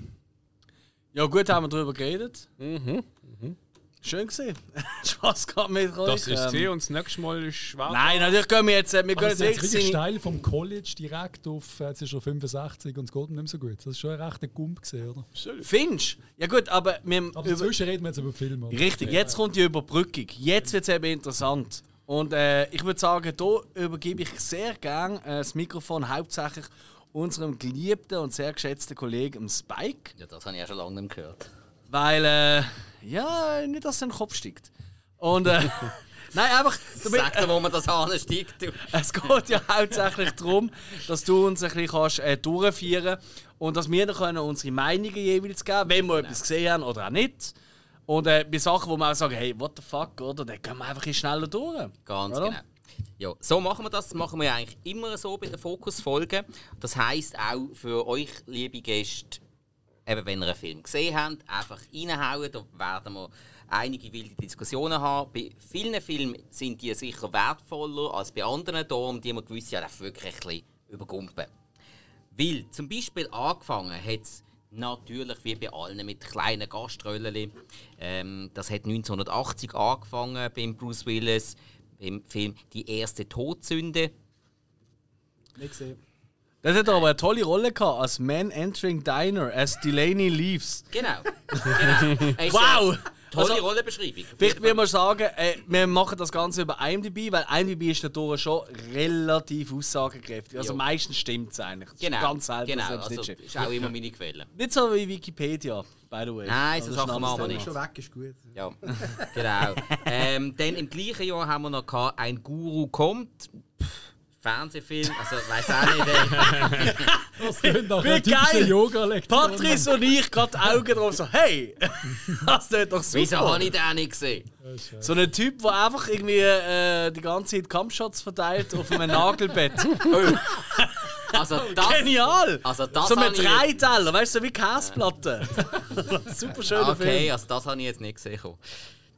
Ja, gut, haben wir darüber geredet.
Mhm.
Mhm. Schön gesehen. Spaß gehabt mit euch.
das ist es.
Ähm,
gewesen Und das nächste Mal ist schwer.
Nein, natürlich können wir jetzt, äh, wir
Aber
können
es
jetzt
ist jetzt wirklich
wirklich seine,
steil vom College direkt auf, äh, jetzt ist er 65 und es geht ihm nicht mehr so gut. Das ist schon ein rechter Gump gesehen, oder?
Findest Ja gut, aber wir
Aber
über,
dazwischen reden wir jetzt über Filme. oder?
richtig, jetzt kommt die Überbrückung. Jetzt wird es eben interessant. Und äh, ich würde sagen, da übergebe ich sehr gern äh, das Mikrofon hauptsächlich unserem geliebten und sehr geschätzten Kollegen dem Spike.
Ja, das habe ich ja schon lange nicht mehr gehört.
Weil, äh, ja, nicht, dass es in den Kopf steigt. Und, äh, nein, einfach, damit,
Sag dir, wo man das ansteigt. du.
es geht ja hauptsächlich darum, dass du uns ein bisschen kannst, äh, durchführen kannst und dass wir dann können unsere Meinungen jeweils geben wenn wir etwas gesehen haben oder auch nicht. Und äh, bei Sachen, wo wir auch sagen, hey, what the fuck, oder? Dann gehen wir einfach ein bisschen schneller durch.
Ganz
Oder?
genau. Ja, so machen wir das. Das machen wir ja eigentlich immer so bei den Fokusfolgen. Das heißt auch für euch, liebe Gäste, eben, wenn ihr einen Film gesehen habt, einfach reinhauen. Da werden wir einige wilde Diskussionen haben. Bei vielen Filmen sind die sicher wertvoller als bei anderen. Darum die man gewisse ja einfach wirklich ein bisschen übergumpen. Weil zum Beispiel angefangen hat es natürlich wie bei allen mit kleinen Gastrollen. Ähm, das hat 1980 angefangen beim Bruce Willis im Film Die erste Todsünde.
Nicht gesehen.
Das hat aber eine tolle Rolle gehabt als Man Entering Diner, as Delaney Leaves.
Genau. genau. Es ist
Wow!
eine Tolle
Also-
Rollenbeschreibung.
Vielleicht will man sagen, äh, wir machen das Ganze über IMDb, weil IMDb ist dadurch schon relativ aussagekräftig. Also
Jo.
meistens stimmt es eigentlich. Es ist
Genau.
Ganz selten,
genau.
dass es
Also,
nicht stimmt.
ist auch immer meine Quelle.
Nicht so wie Wikipedia, by the way. Also
Nein,
Aber
so
das ist
Sachen
ein anderes
machen wir
Thema.
Wenn
nicht.
schon weg ist, gut.
Ja, genau. ähm, dann im gleichen Jahr haben wir noch gehabt, ein Guru kommt. Pff, Fernsehfilm, also weiß auch nicht. Ey.
Das klingt nach
Wie
einer typischen
geil!
Yoga-Lektion.
Patrice und ich gerade die Augen drauf so, hey, das tut doch super.
Wieso habe ich den nicht gesehen?
So ein Typ, der einfach irgendwie äh, die ganze Zeit Kampfshots verteilt auf einem Nagelbett.
Also das,
Genial!
Also das
so mit
habe ich-
Dreiteller, weißt du, so wie Käseplatten. super schöner
Okay,
Film.
also das habe ich jetzt nicht gesehen. kommen.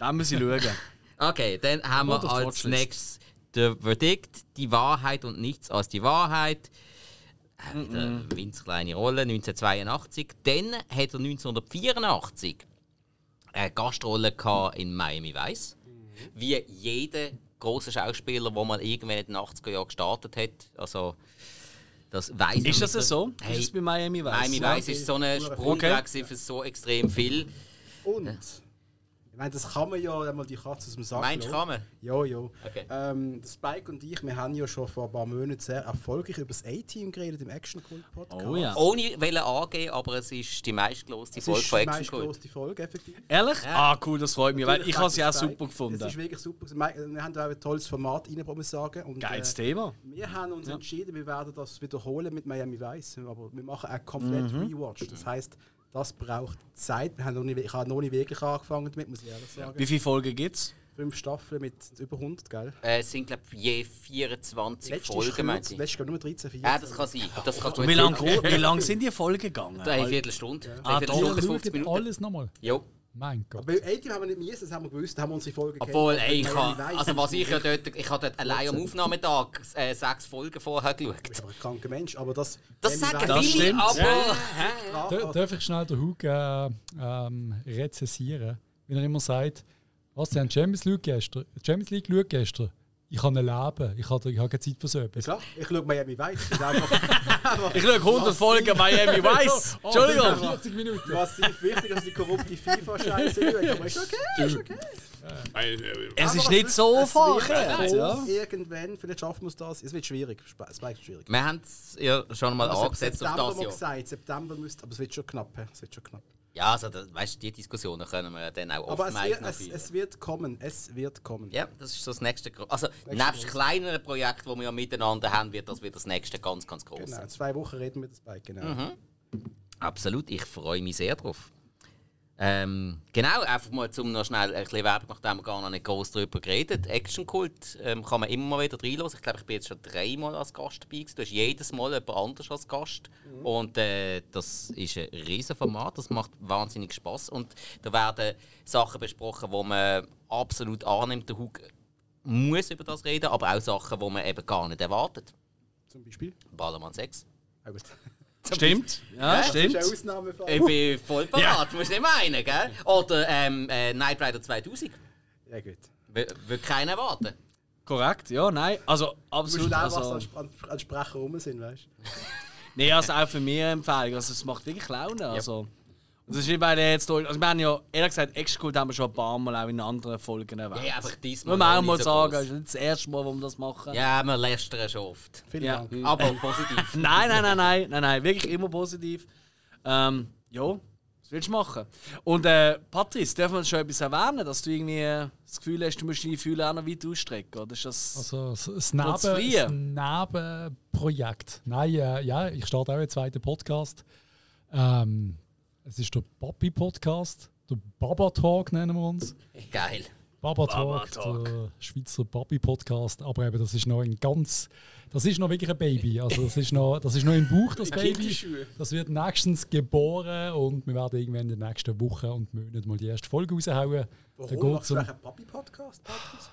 Den muss ich schauen.
Okay, dann haben
Oder auf
wir
die
als
Watchlist.
nächstes The Verdict, die Wahrheit und nichts als die Wahrheit. Äh, wieder Eine winzkleine Rolle, 1982. Dann hat er 1984 eine Gastrolle gehabt in Miami Vice.
Mhm.
Wie jeder große Schauspieler, der mal irgendwann in den 80er Jahren gestartet hat. Also, das weiß
Ist das so?
Hey,
ist das bei Miami Vice?
Miami
Ja.
Vice ist so eine Sprungweg gewesen für so extrem viel.
Und, ich meine, das kann man ja einmal die Katze aus dem Sack
Meinst du,
lassen.
kann man?
Ja, ja.
Okay.
Ähm, Spike und ich, wir haben ja schon vor ein paar Monaten sehr erfolgreich über das A-Team geredet im Action-Kult-Podcast.
Oh ja.
Ohne wollen angehen, aber es ist die meistgelosene
Das
Folge
ist
von
die
Action Code.
meistgelöste Folge, effektiv.
Ehrlich? Ah, cool, das freut mich, weil ich habe sie auch
Spike.
super
Es
gefunden.
ist wirklich super. gewesen. Wir wir haben da auch ein tolles Format rein, muss ich sagen. Und,
Geiles
äh,
Thema.
Wir haben uns entschieden, wir werden das wiederholen mit Miami Vice, aber wir machen einen komplett
Mhm.
Rewatch. Das heißt, das braucht Zeit. Wir haben noch nie, ich habe noch nie wirklich angefangen damit, muss ich ehrlich sagen.
Wie viele Folgen gibt es?
Fünf Staffeln mit über 100, gell?
Äh, es sind, glaube ich, je 24
Letztes
Folgen, meinst
Letztes
du?
glaube ich nur 13, 14.
Ja, das kann sein. Das kannst du
Wie lange wie lang sind die Folgen gegangen?
Eine Viertelstunde. Eine
Ah,
Viertelstunde,
Wir
50
schauen
Minuten.
alles nochmal.
Jo.
Mein Gott.
Bei A-Team haben wir nicht müssen, das haben wir gewusst, da haben wir unsere Folge
Obwohl,
kennt.
ey, ich
Miami
habe,
Vice
also
ist
was ich ja
wirklich
dort, ich habe dort allein am Aufnahmetag äh, sechs Folgen vorher geschaut.
ein kranker Mensch, aber das...
Das
Miami
sagen
Das
viele,
stimmt.
aber...
Vice-
Dar- Darf ich schnell den Hug äh, ähm, rezessieren? Wenn er immer sagt, was, Sie haben Champions League gestern? Champions League geschaut gestern? Ich habe ein Leben, ich habe, ich habe keine Zeit für so etwas.
Klar, ich schaue Miami Vice. Das ist einfach-
Ich schaue 100 Folgen Miami Vice.
Oh,
Entschuldigung.
40 Minuten.
massiv wichtig, dass die korrupte FIFA-Scheiße schauen. Aber ist okay, ist okay.
Weil, äh,
Es
Aber
ist nicht
wird-
so
es wird
verkehrt.
so
Ja.
Irgendwann, vielleicht schaffen wir es das. Es wird schwierig. Sp- Es bleibt schwierig.
Wir haben es ja schon mal
Also,
angesetzt auf
September haben wir
das Jahr.
gesagt, September müsste, aber es wird schon knapp. he? Es wird schon knapp.
Ja, also, das, weißt du, die Diskussionen können wir ja dann auch
Aber
oft
es
Mike
wird,
noch
es,
führen.
es wird kommen. Es wird kommen.
Ja, das ist so das nächste. Gro also, nebst kleineren Projekten, die wir ja miteinander haben, wird das wieder das nächste ganz, ganz große.
Genau, in zwei Wochen reden wir das Bike. Genau.
Mhm. Absolut, ich freue mich sehr drauf. Ähm, genau, einfach mal zum noch schnell ein bisschen Werbung, nachdem wir gar noch nicht groß darüber geredet Action Kult ähm, kann man immer mal wieder reinlassen. Ich glaube, ich bin jetzt schon dreimal als Gast dabei. gewesen. Du hast jedes Mal jemand anders als Gast. Und äh, das ist ein riesen Format, das macht wahnsinnig Spaß Und da werden Sachen besprochen, die man absolut annimmt. Der Hug muss über das reden, aber auch Sachen, die man eben gar nicht erwartet.
Zum Beispiel.
Ballermann 6.
Ah, gut.
Stimmt. Ja,
Das ist ein
stimmt.
Ausnahmefall.
Ich bin voll parat, musst nicht meinen, gell? Oder ähm, äh, Knight Rider 2000.
Ja, gut.
W würde keiner erwarten.
Korrekt, ja, nein. Also
Du musst
absolut.
auch, was
Also,
an, Sp- an, an Sprecher rum sind, weißt du?
nee, also auch für mich eine Empfehlung. Also es macht wirklich Laune. Also. Und das ist nicht, weil er jetzt durch. Also wir haben ja, ehrlich gesagt, Exkult haben wir schon ein paar Mal auch in anderen Folgen erwähnt.
Ja, ja, aber diesmal.
Muss man auch
noch
mal
nicht so
sagen, also.
gross.
das ist nicht das erste Mal, wo wir das machen.
Ja, wir lästern schon oft.
Vielen
Ja. Mhm.
Dank.
Genau. Aber positiv.
Nein, nein, nein, nein, nein, nein, wirklich immer positiv. Ähm, ja, was willst du machen? Und äh, Patrice, dürfen wir schon etwas erwähnen, dass du irgendwie äh, das Gefühl hast, du musst deine Gefühle auch noch weit ausstrecken? Oder ist das.
Also das- das
Trotz
Neben- das
Frieden.
Nebenprojekt. Nein, äh, ja, ich starte auch einen zweiten Podcast. Ähm, es ist der Papi-Podcast, der Baba-Talk nennen wir uns.
Geil.
Babatalk, der Schweizer Babi-Podcast. Aber eben, das ist noch ein ganz, das ist noch wirklich ein Baby. Also das ist noch, das ist noch im Buch, das Baby.
Kinderschuhe.
Das wird nächstens geboren und wir werden irgendwann in den nächsten Wochen und Monaten mal die erste Folge raushauen. Dann
Warum
geht's
machst du
um,
einen Papi-Podcast? Patrice?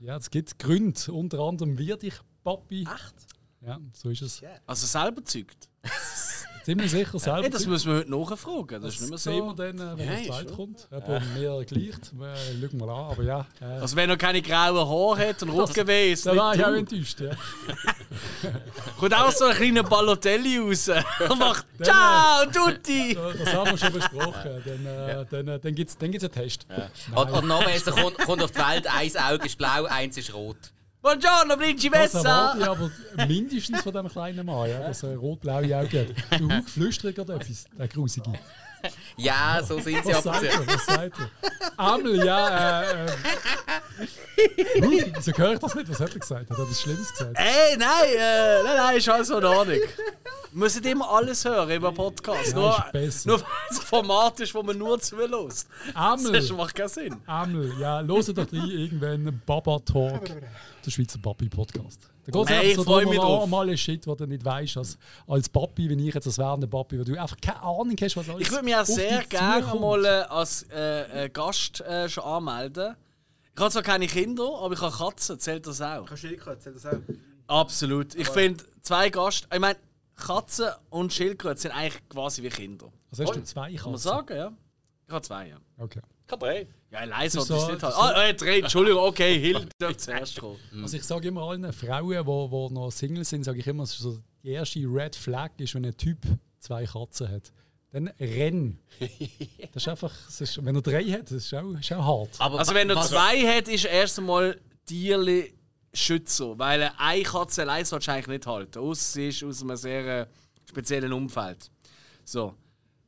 ja, es gibt Gründe. Unter anderem werde ich Papi.
Echt?
Ja, so ist es.
Also selber zeugt.
Ziemlich sicher selber.
Ja, das müssen wir heute nachfragen. Das ist nicht mehr
sehen wir
so.
dann, äh, wenn
Ja,
es
ist
Welt
schon.
kommt. Ob er mir gleicht, äh, schauen wir an. Aber ja, äh,
Also wenn er keine grauen Haare hat und Rücken weh ist,
da war
nicht
ich auch
traurig.
enttäuscht. Ja.
kommt auch so ein kleiner Ballotelli raus und macht «Ciao, tutti!»
So, Das haben wir schon besprochen. Dann, äh, dann, äh, dann gibt es dann gibt's einen Test.
Und, und noch besser kommt, kommt auf die Welt, eins Auge ist blau, eins ist rot.
«Buongiorno,
Das
Principessa!»
erwarte ich aber mindestens von diesem kleinen Mann, ja, dass er rot-blaue Augen hat. Du flüstert gerade etwas, der Grusige.
Ja,
Oh,
so sind sie
Was
ab und
sagt
zu.
er? Was sagt er? Amel, ja. Äh, äh. Huh, Wieso höre ich das nicht? Was hat er gesagt? Hat er etwas Schlimmes gesagt?
Ey, nein, äh, nein, nein, ist alles in Ordnung. Wir müssen immer alles hören über Podcast.
Ja,
nur,
ist besser.
nur wenn es ein Format ist, wo man nur zulässt. Das
Amel,
macht keinen Sinn.
Amel, ja, hört doch rein, irgendwann Baba Talk, der Schweizer Papi-Podcast. Da geht es
Hey,
einfach
ich freu
so
mich
um
drauf.
normalen Shit, den du nicht weißt, als, als Papi, wenn ich jetzt als werdender Papi, wo du einfach keine Ahnung hast, was alles
Ich würde mich auch
auf dich
sehr gerne
zukommt.
mal äh, als äh, äh, Gast äh, schon anmelden. Ich habe zwar keine Kinder, aber ich habe Katzen. Zählt das auch?
Kannst du nicht erzählen, das auch.
Absolut. Ich finde, zwei Gast. Ich meine, Katzen und Schildkröten sind eigentlich quasi wie Kinder.
Also hast du zwei Katzen?
Kann man äh, sagen, ja? Ich habe zwei, ja.
Okay.
Kabrei.
Ja, leise
Das ist
wollte ich es
so-
nicht
das
haben.
ist
Ah, äh, drei, Entschuldigung, okay, Hilde darf zuerst kommen.
Also ich sage immer allen Frauen, die die noch Single sind, sage ich immer, so die erste Red Flag ist, wenn ein Typ zwei Katzen hat. Dann renn. Das ist einfach, das ist, wenn er drei hat, das ist auch, ist auch hart.
Aber
Also
wa-
wenn er
was-
zwei hat, ist erst einmal Tierli Schützer, weil äh, eine Katze allein sollst du eigentlich nicht halten. Aus sie ist aus einem sehr äh, speziellen Umfeld. So.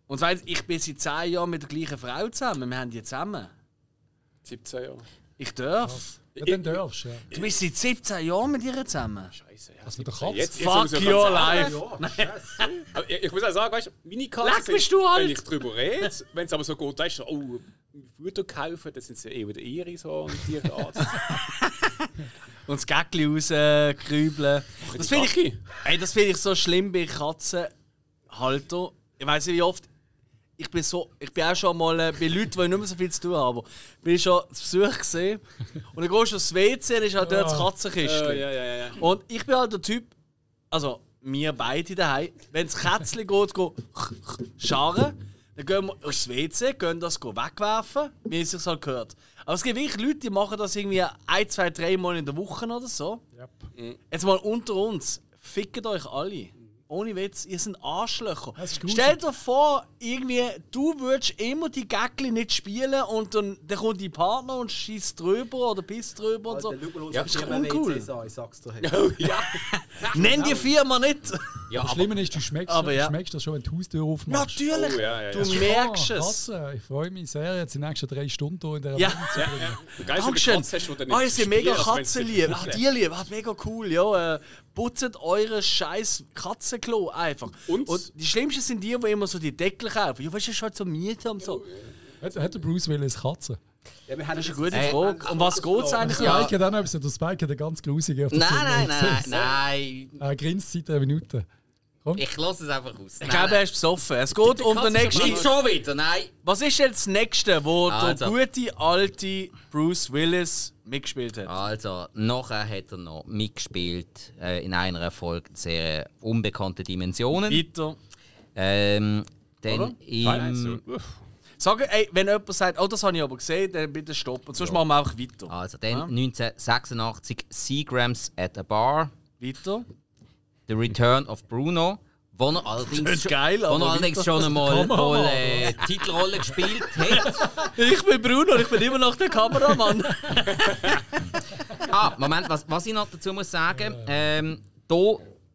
Und zweitens, ich bin seit zehn Jahren mit der gleichen Frau zusammen. Wir haben die zusammen.
17 Jahre.
Ich darf.
Ja, dann darfst du. Ja.
Du bist seit 17 Jahren mit ihr zusammen.
Scheiße, ja.
Also mit der Katze.
Jetzt, jetzt
Fuck
muss ich ganz
your
sagen.
life.
Ja, scheiße.
Aber ich, ich muss auch sagen, weißt du, meine Katzen
Leck mich du halt! alt!
wenn ich drüber rede, wenn es aber so gut ist, so, oh, Futter kaufen, dann sind sie eh wieder ihre so und Tierarzt.
Und das Gäckchen rauskrübeln. das finde ich,
Kacke.
ey, das find ich so schlimm bei Katzenhalter. Ich weiß nicht, wie oft. Ich bin, so, ich bin auch schon mal äh, bei Leuten, die nicht mehr so viel zu tun haben. Bin ich schon zu Besuch gesehen. Und dann gehst du aufs WC, dann ist halt dort das Katzenkistchen.
ja, ja, ja, ja.
Und ich bin halt der Typ, also wir beide daheim, wenn das Kätzchen geht, go scharen, dann gehen wir aufs WC, gehen das go wegwerfen, wie es sich halt gehört. Aber es gibt wirklich Leute, die machen das irgendwie ein, zwei, drei Mal in der Woche oder so. Jetzt mal unter uns, fickt euch alle. Ohne Witz, ihr seid Arschlöcher.
Das ist gruselig.
Stell dir vor, irgendwie, du würdest immer die Gäckli nicht spielen und dann, dann kommt dein Partner und schießt drüber oder pisst drüber und
Also,
so.
dann schauen wir uns
Ja,
die
ist
Firma
uncool.
WCs an, ich sag's dir. hey.
Nenn die Firma nicht!
Ja,
Das
aber,
Schlimme ist, du schmeckst,
Aber ja.
du schmeckst das schon, wenn du die Haustür aufmachst.
Natürlich!
Oh, ja, ja,
Du
ja.
merkst
Ah,
es!
Katze. Ich freue mich sehr, jetzt die nächsten drei Stunden hier in der
Ja,
Geil, wenn du
Dankeschön!
Katze hast, die du nicht
Ah, ihr seid
spürst,
mega
also wenn sie dich
Katzenlieb! Ah,
kuscheln.
die lieb! Ah, mega cool! Ja, äh, putzt eure scheiß Katzenklo einfach!
Und?
die schlimmsten sind die, die immer so die Deckel kaufen. Ja, weißt du, das ist halt so Miete und so.
Hat, hat der Bruce Willis Katze?
Ja, wir haben
Das
das
ist eine gute
Äh,
Frage. Um was geht es eigentlich?
Ja.
Spike hat auch noch etwas, der Spike hat einen ganz grusigen auf der
nein, nein,
Zunge.
nein, nein.
Er grinst seit einer Minute.
Ich lasse es einfach aus.
Ich glaube, er ist besoffen. Es geht um den
Nicht
nächsten.
schon wieder, nein.
Was ist jetzt das nächste, wo der
Also.
gute alte Bruce Willis mitgespielt hat?
Also, nachher hat er noch mitgespielt äh, in einer Folge der Serie Unbekannte Dimensionen.
Weiter.
Ähm,
Oder?
dann
Nein, so.
im,
Uff.
Sag, ey, wenn jemand sagt, oh, das habe ich aber gesehen, dann bitte stoppen. Sonst machen wir einfach weiter.
also, dann 1986 Seagrams at a Bar.
Weiter.
The Return of Bruno, wo er
Tönt
allerdings, schon-
geil,
wo
aber
er allerdings schon einmal mal, äh, Titelrolle gespielt hat.
Ich bin Bruno, ich bin immer noch der Kameramann.
Ah, Moment, was, was ich noch dazu muss sagen, ähm, da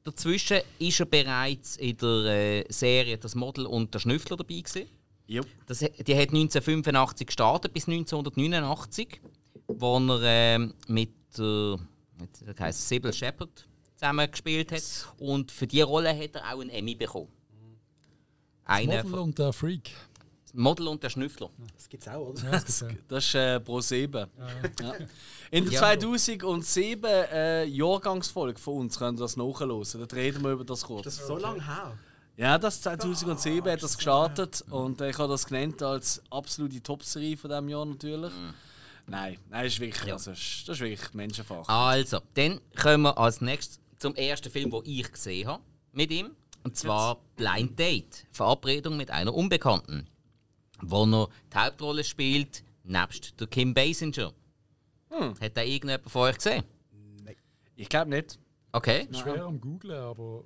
dazwischen ist er bereits in der äh, Serie «Das Model und der Schnüffler» dabei gewesen.
Jupp.
Das, die hat 1985 gestartet bis 1989, wo er ähm, mit der äh, heißt Sybil Shepherd zusammen gespielt hat und für die Rolle hat er auch einen Emmy bekommen. Einer
Model
von,
und der Freak.
Model und der Schnüffler.
Das gibt's auch, oder?
Ja, das gibt's ja.
Das ist äh, Pro 7. Ja. In der 2007 äh, Jahrgangsfolge von uns könnt ihr das nachhören. Dort reden wir über das kurz.
Das ist so lange her.
Ja, das 2007 hat das gestartet und äh, ich habe das genannt als absolute Top-Serie von diesem Jahr natürlich. Nein, nein, das ist wirklich, also, das ist das ist wirklich Menschenfach.
Also, dann kommen wir als nächstes zum ersten Film, den ich gesehen habe mit ihm. Und zwar Blind Date. Verabredung mit einer Unbekannten. Wo er die Hauptrolle spielt, nebst der Kim Basinger. Hat da irgendjemand von euch gesehen?
Ich glaube nicht.
Okay.
Schwer am Googlen, aber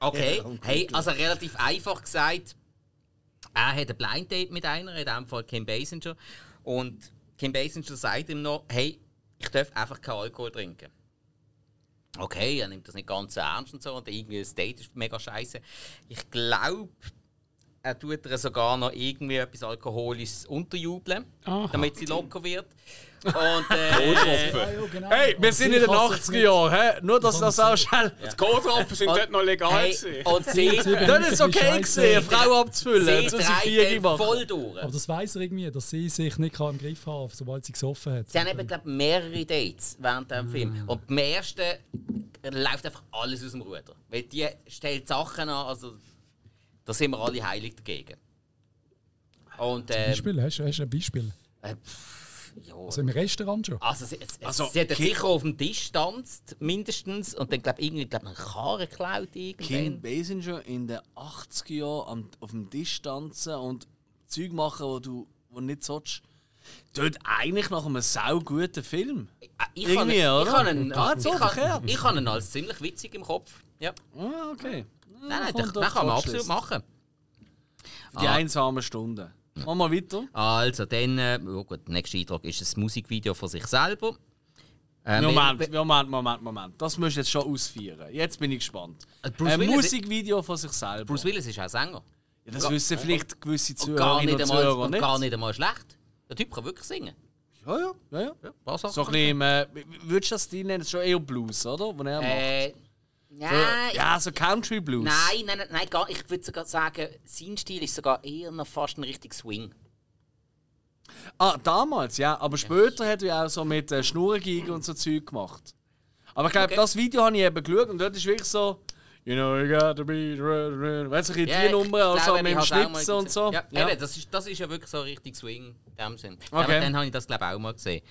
Okay, hey, also relativ einfach gesagt, er hat ein Blind Date mit einer, in dem Fall Kim Basinger. Und Kim Basinger sagt ihm noch, hey, ich darf einfach keinen Alkohol trinken. Okay, er nimmt das nicht ganz so ernst und so und irgendwie das Date ist mega scheiße. Ich glaube, er tut ihr sogar noch irgendwie etwas Alkoholisches unterjubeln, damit sie locker wird. Und äh,
Hey, wir sind in den 80er Jahren, hä? nur dass das auch schnell.
Kohltropfen sind
Und-
dort noch legal.
hey,
gewesen.
und sie,
Das ist okay
Scheiße.
gewesen, eine Frau abzufüllen.
sie
Das ist vier
dreht dann
gemacht.
voll durch.
Aber das weiß er irgendwie, dass sie sich nicht kann im Griff haben kann, sobald sie gesoffen hat.
Sie haben eben, glaube mehrere Dates während dem
Mm.
Film. Und beim ersten läuft einfach alles aus dem Ruder. Weil die stellt Sachen an, also da sind wir alle heilig dagegen. Und ähm,
Beispiel, hast, hast du ein Beispiel?
äh, pff, ja.
Also im Restaurant schon.
Also, sie, sie-
Also,
sie hat
Kim-
sicher auf dem Tisch tanzt, mindestens. Und dann, glaube ich, irgendwie glaub, einen Karren geklaut.
Kim
Irgendwann. Äh,
Basinger in den 80er Jahren am- auf dem Tisch tanzen und Zeug machen, wo du wo du nicht sollst. Tönt eigentlich nach einem sauguten Film.
Ah, Ich
Irgendwie,
habe ihn, ich
oder?
habe ihn,
Gar nicht so
ich habe,
verkehrt.
ich habe ihn als ziemlich witzig im Kopf. Ja.
Ah, okay.
Nein, nein, den, den kann man absolut machen.
Die
Ah.
einsame Stunde. Machen wir weiter.
Also, dann, äh, oh gut, der nächste Eintrag ist ein Musikvideo von sich selber. Äh,
Moment,
wenn-
Moment, Moment, Moment. Das musst du jetzt schon ausführen. Jetzt bin ich gespannt.
Äh, Bruce
Ein
Willis-
Musikvideo von sich selber.
Bruce Willis ist auch Sänger.
ja, das wissen vielleicht gewisse
Und gar,
Zuhörerinnen
nicht
und
einmal,
Zuhörer
und
nicht.
gar nicht einmal schlecht. Der Typ kann wirklich singen.
Ja, ja, ja. ja.
Ja, paar Sachen
So ein
kann
bisschen, im, äh, würdest du das Stil nennen? Das ist schon eher Blues, oder? Wo er
er.
macht.
Äh,
So-
nein,
ja, so Country Blues.
Äh, nein, nein, nein, nein, gar, ich würde sogar sagen, sein Stil ist sogar eher noch fast ein richtig Swing.
Ah, damals, ja. Aber später hat er auch so mit äh, Schnurrgigen und so Zeug gemacht. Aber ich glaube,
Okay.
das Video habe ich eben geschaut und dort ist wirklich so. You know, you gotta be. Weißt du,
Ja,
die
ich
Nummer, also
glaube,
mit
ich
dem
hab's auch mal
Schnips und
gesehen.
so.
Ja,
Ja.
Eben, das, ist, das ist ja wirklich so richtig Swing in dem Sinn. Aber
Okay.
dann habe ich das, glaube ich, auch mal gesehen.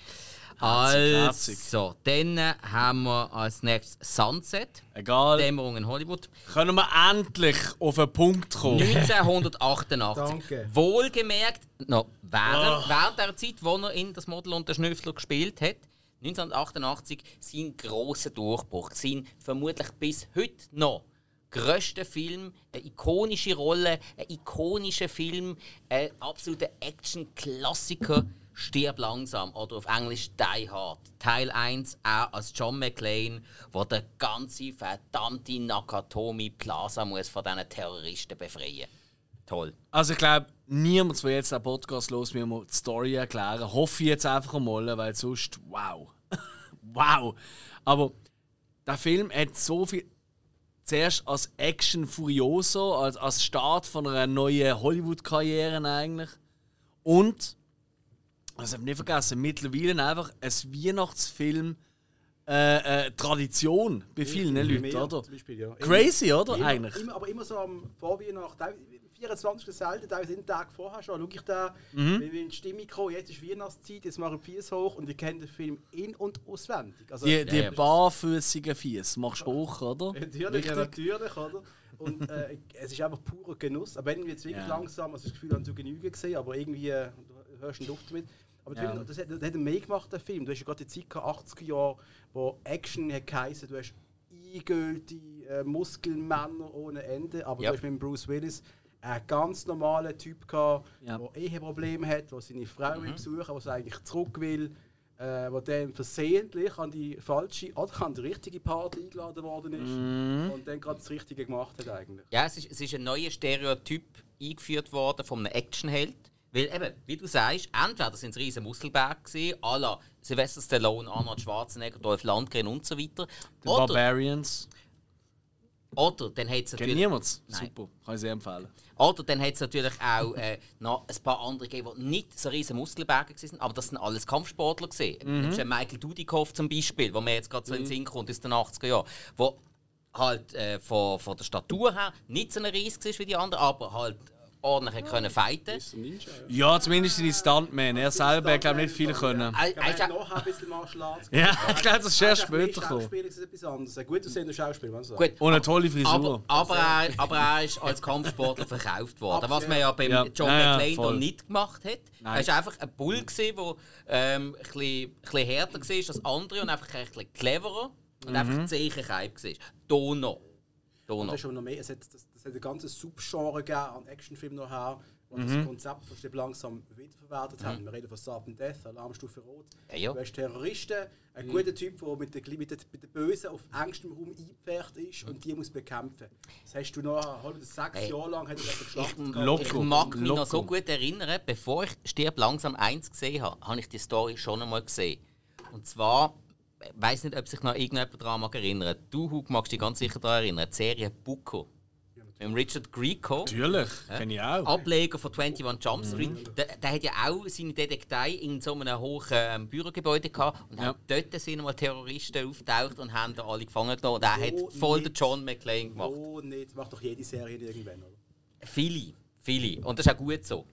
Herzig,
Also, dann äh, haben wir als nächstes Sunset.
Egal.
Dämmerung in Hollywood.
Können wir endlich auf einen Punkt kommen?
1988.
Danke.
Wohlgemerkt, noch während, während der Zeit, wo er in das Model und der Schnüffler gespielt hat, 1988 sein grosser Durchbruch, sein vermutlich bis heute noch grösster Film, eine ikonische Rolle, ein ikonischer Film, ein absoluter Action-Klassiker, Stirb langsam oder auf Englisch Die Hard. Teil 1, auch als John McClane, wo der ganze verdammte Nakatomi Plaza muss von diesen Terroristen befreien. Toll.
Also, ich glaube, niemand, der jetzt den Podcast los, mir mal die Story erklären. Hoffe ich jetzt einfach mal, weil sonst, wow. wow. Aber der Film hat so viel. Zuerst als Action Furioso, als, als Start von einer neuen Hollywood-Karriere eigentlich. Und, das habe ich nicht vergessen, mittlerweile einfach ein Weihnachtsfilm. Äh, äh, Tradition bei vielen
Immer
Leuten,
mehr,
oder?
Zum Beispiel, ja.
Crazy, oder?
Immer,
Eigentlich.
Immer, aber immer so am Vorweihnachten, teil- 24. selten, teilweise einen Tag vorher schon, schaue ich da,
Mhm.
wenn wir in die Stimmung kommen, jetzt ist Weihnachtszeit, jetzt machen wir es hoch und ich kenne den Film in- und auswendig. Also,
Die, die
ja.
barfüßigen Fies machst du hoch, oder?
Natürlich, ja, natürlich, oder? Und äh, es ist einfach purer Genuss. Aber wenn wir jetzt wirklich
Ja.
langsam, also das Gefühl haben zu genügen gesehen, aber irgendwie äh, du hörst einen Duft mit. Aber der
Ja.
Film, das, hat, das hat mehr gemacht, der Film. Du hast ja gerade die ca. 80er Jahre, wo Action hat geheißen, du hast eingölte äh, Muskelmänner ohne Ende, aber
Ja.
du hast mit dem Bruce Willis einen ganz normalen Typ gehabt,
Ja.
der Eheprobleme hat, der seine Frau
Mhm.
will besuchen, was eigentlich zurück will, äh, wo dann versehentlich an die falsche oder an die richtige Party eingeladen worden ist und dann gerade das Richtige gemacht hat eigentlich.
Ja, es ist, es ist ein neuer Stereotyp eingeführt worden von einem Actionheld. Weil eben, wie du sagst, entweder sind es riesen Muskelberge gewesen, à la Sylvester Stallone, Arnold Schwarzenegger, Dolph Lundgren und so weiter.
Barbarians.
Oder dann hat es
Kennt
natürlich,
niemand?
Nein.
Super, kann ich sehr empfehlen.
oder dann hat's natürlich auch äh, noch ein paar andere gegeben, die nicht so riesen Muskelberger gewesen sind, aber das sind alles Kampfsportler. gewesen. Du hast den Michael Dudikoff zum Beispiel, wo mir jetzt gerade so in den Sinn kommt, aus den 80er Jahren, wo halt äh, von, von der Statur her nicht so ein Riese war wie die anderen, aber halt ordentlich hat können fighten
Ist ein Ninja.
Ja, zumindest seine Stuntman. Er selber glaube nicht viel können.
Äh,
Er
er ist
hat
auch-
noch ein bisschen Martial Arts
Ja, ich glaube, das ist erst
Er mehr
später gekommen.
Schauspieler als etwas anderes. Ein gut aussehender Schauspieler, wenn man so sagt.
Gut,
Und eine tolle
Aber,
Frisur.
aber, er, aber er ist als Kampfsportler verkauft worden. Was man ja beim
Ja.
John
Ja, ja,
McClane
voll.
nicht gemacht hat.
Nein.
Er war einfach ein Bull, gewesen, der ähm, ein, bisschen, ein bisschen härter war als andere und einfach ein bisschen cleverer und
Mhm.
einfach zeichenreib war. Dono. Dono.
Das ist aber noch mehr. Es hat, das, das hat ein ganzes Subgenre gegeben an Actionfilmen nachher, wo
Mhm.
das Konzept von Stipp langsam wiederverwertet haben. Wir reden von Sudden Death, Alarmstufe Rot.
Ja, ja.
Du hast Terroristen, ein guter Typ, der mit den, mit den, mit den Bösen auf engstem Raum eingepfercht ist und die muss bekämpfen. Das hast du noch halb bis sechs
Mhm. Hey.
Jahre lang hat er das geschlagen.
Ich,
Loco.
ich mag mich
Loco.
noch so gut erinnern, bevor ich Stirb langsam 1 gesehen habe, habe ich die Story schon einmal gesehen. Und zwar, ich weiß nicht, ob sich noch irgendjemand daran mag erinnern. Du, Hug, magst dich ganz sicher daran erinnern. Die Serie Bucco. Mit Richard Grieco.
Natürlich, kenne ich auch.
Ableger von 21 Jump Street, der, der hat ja auch seine Detektei in so einem hohen ähm, Bürogebäude gehabt und
Ja.
auch dort sind mal Terroristen auftaucht und haben da alle gefangen genommen. Der
So
hat voll den
nicht.
John McClane gemacht.
Oh nicht, macht doch jede Serie irgendwann, oder?
Viele, viele. Und das ist auch gut so.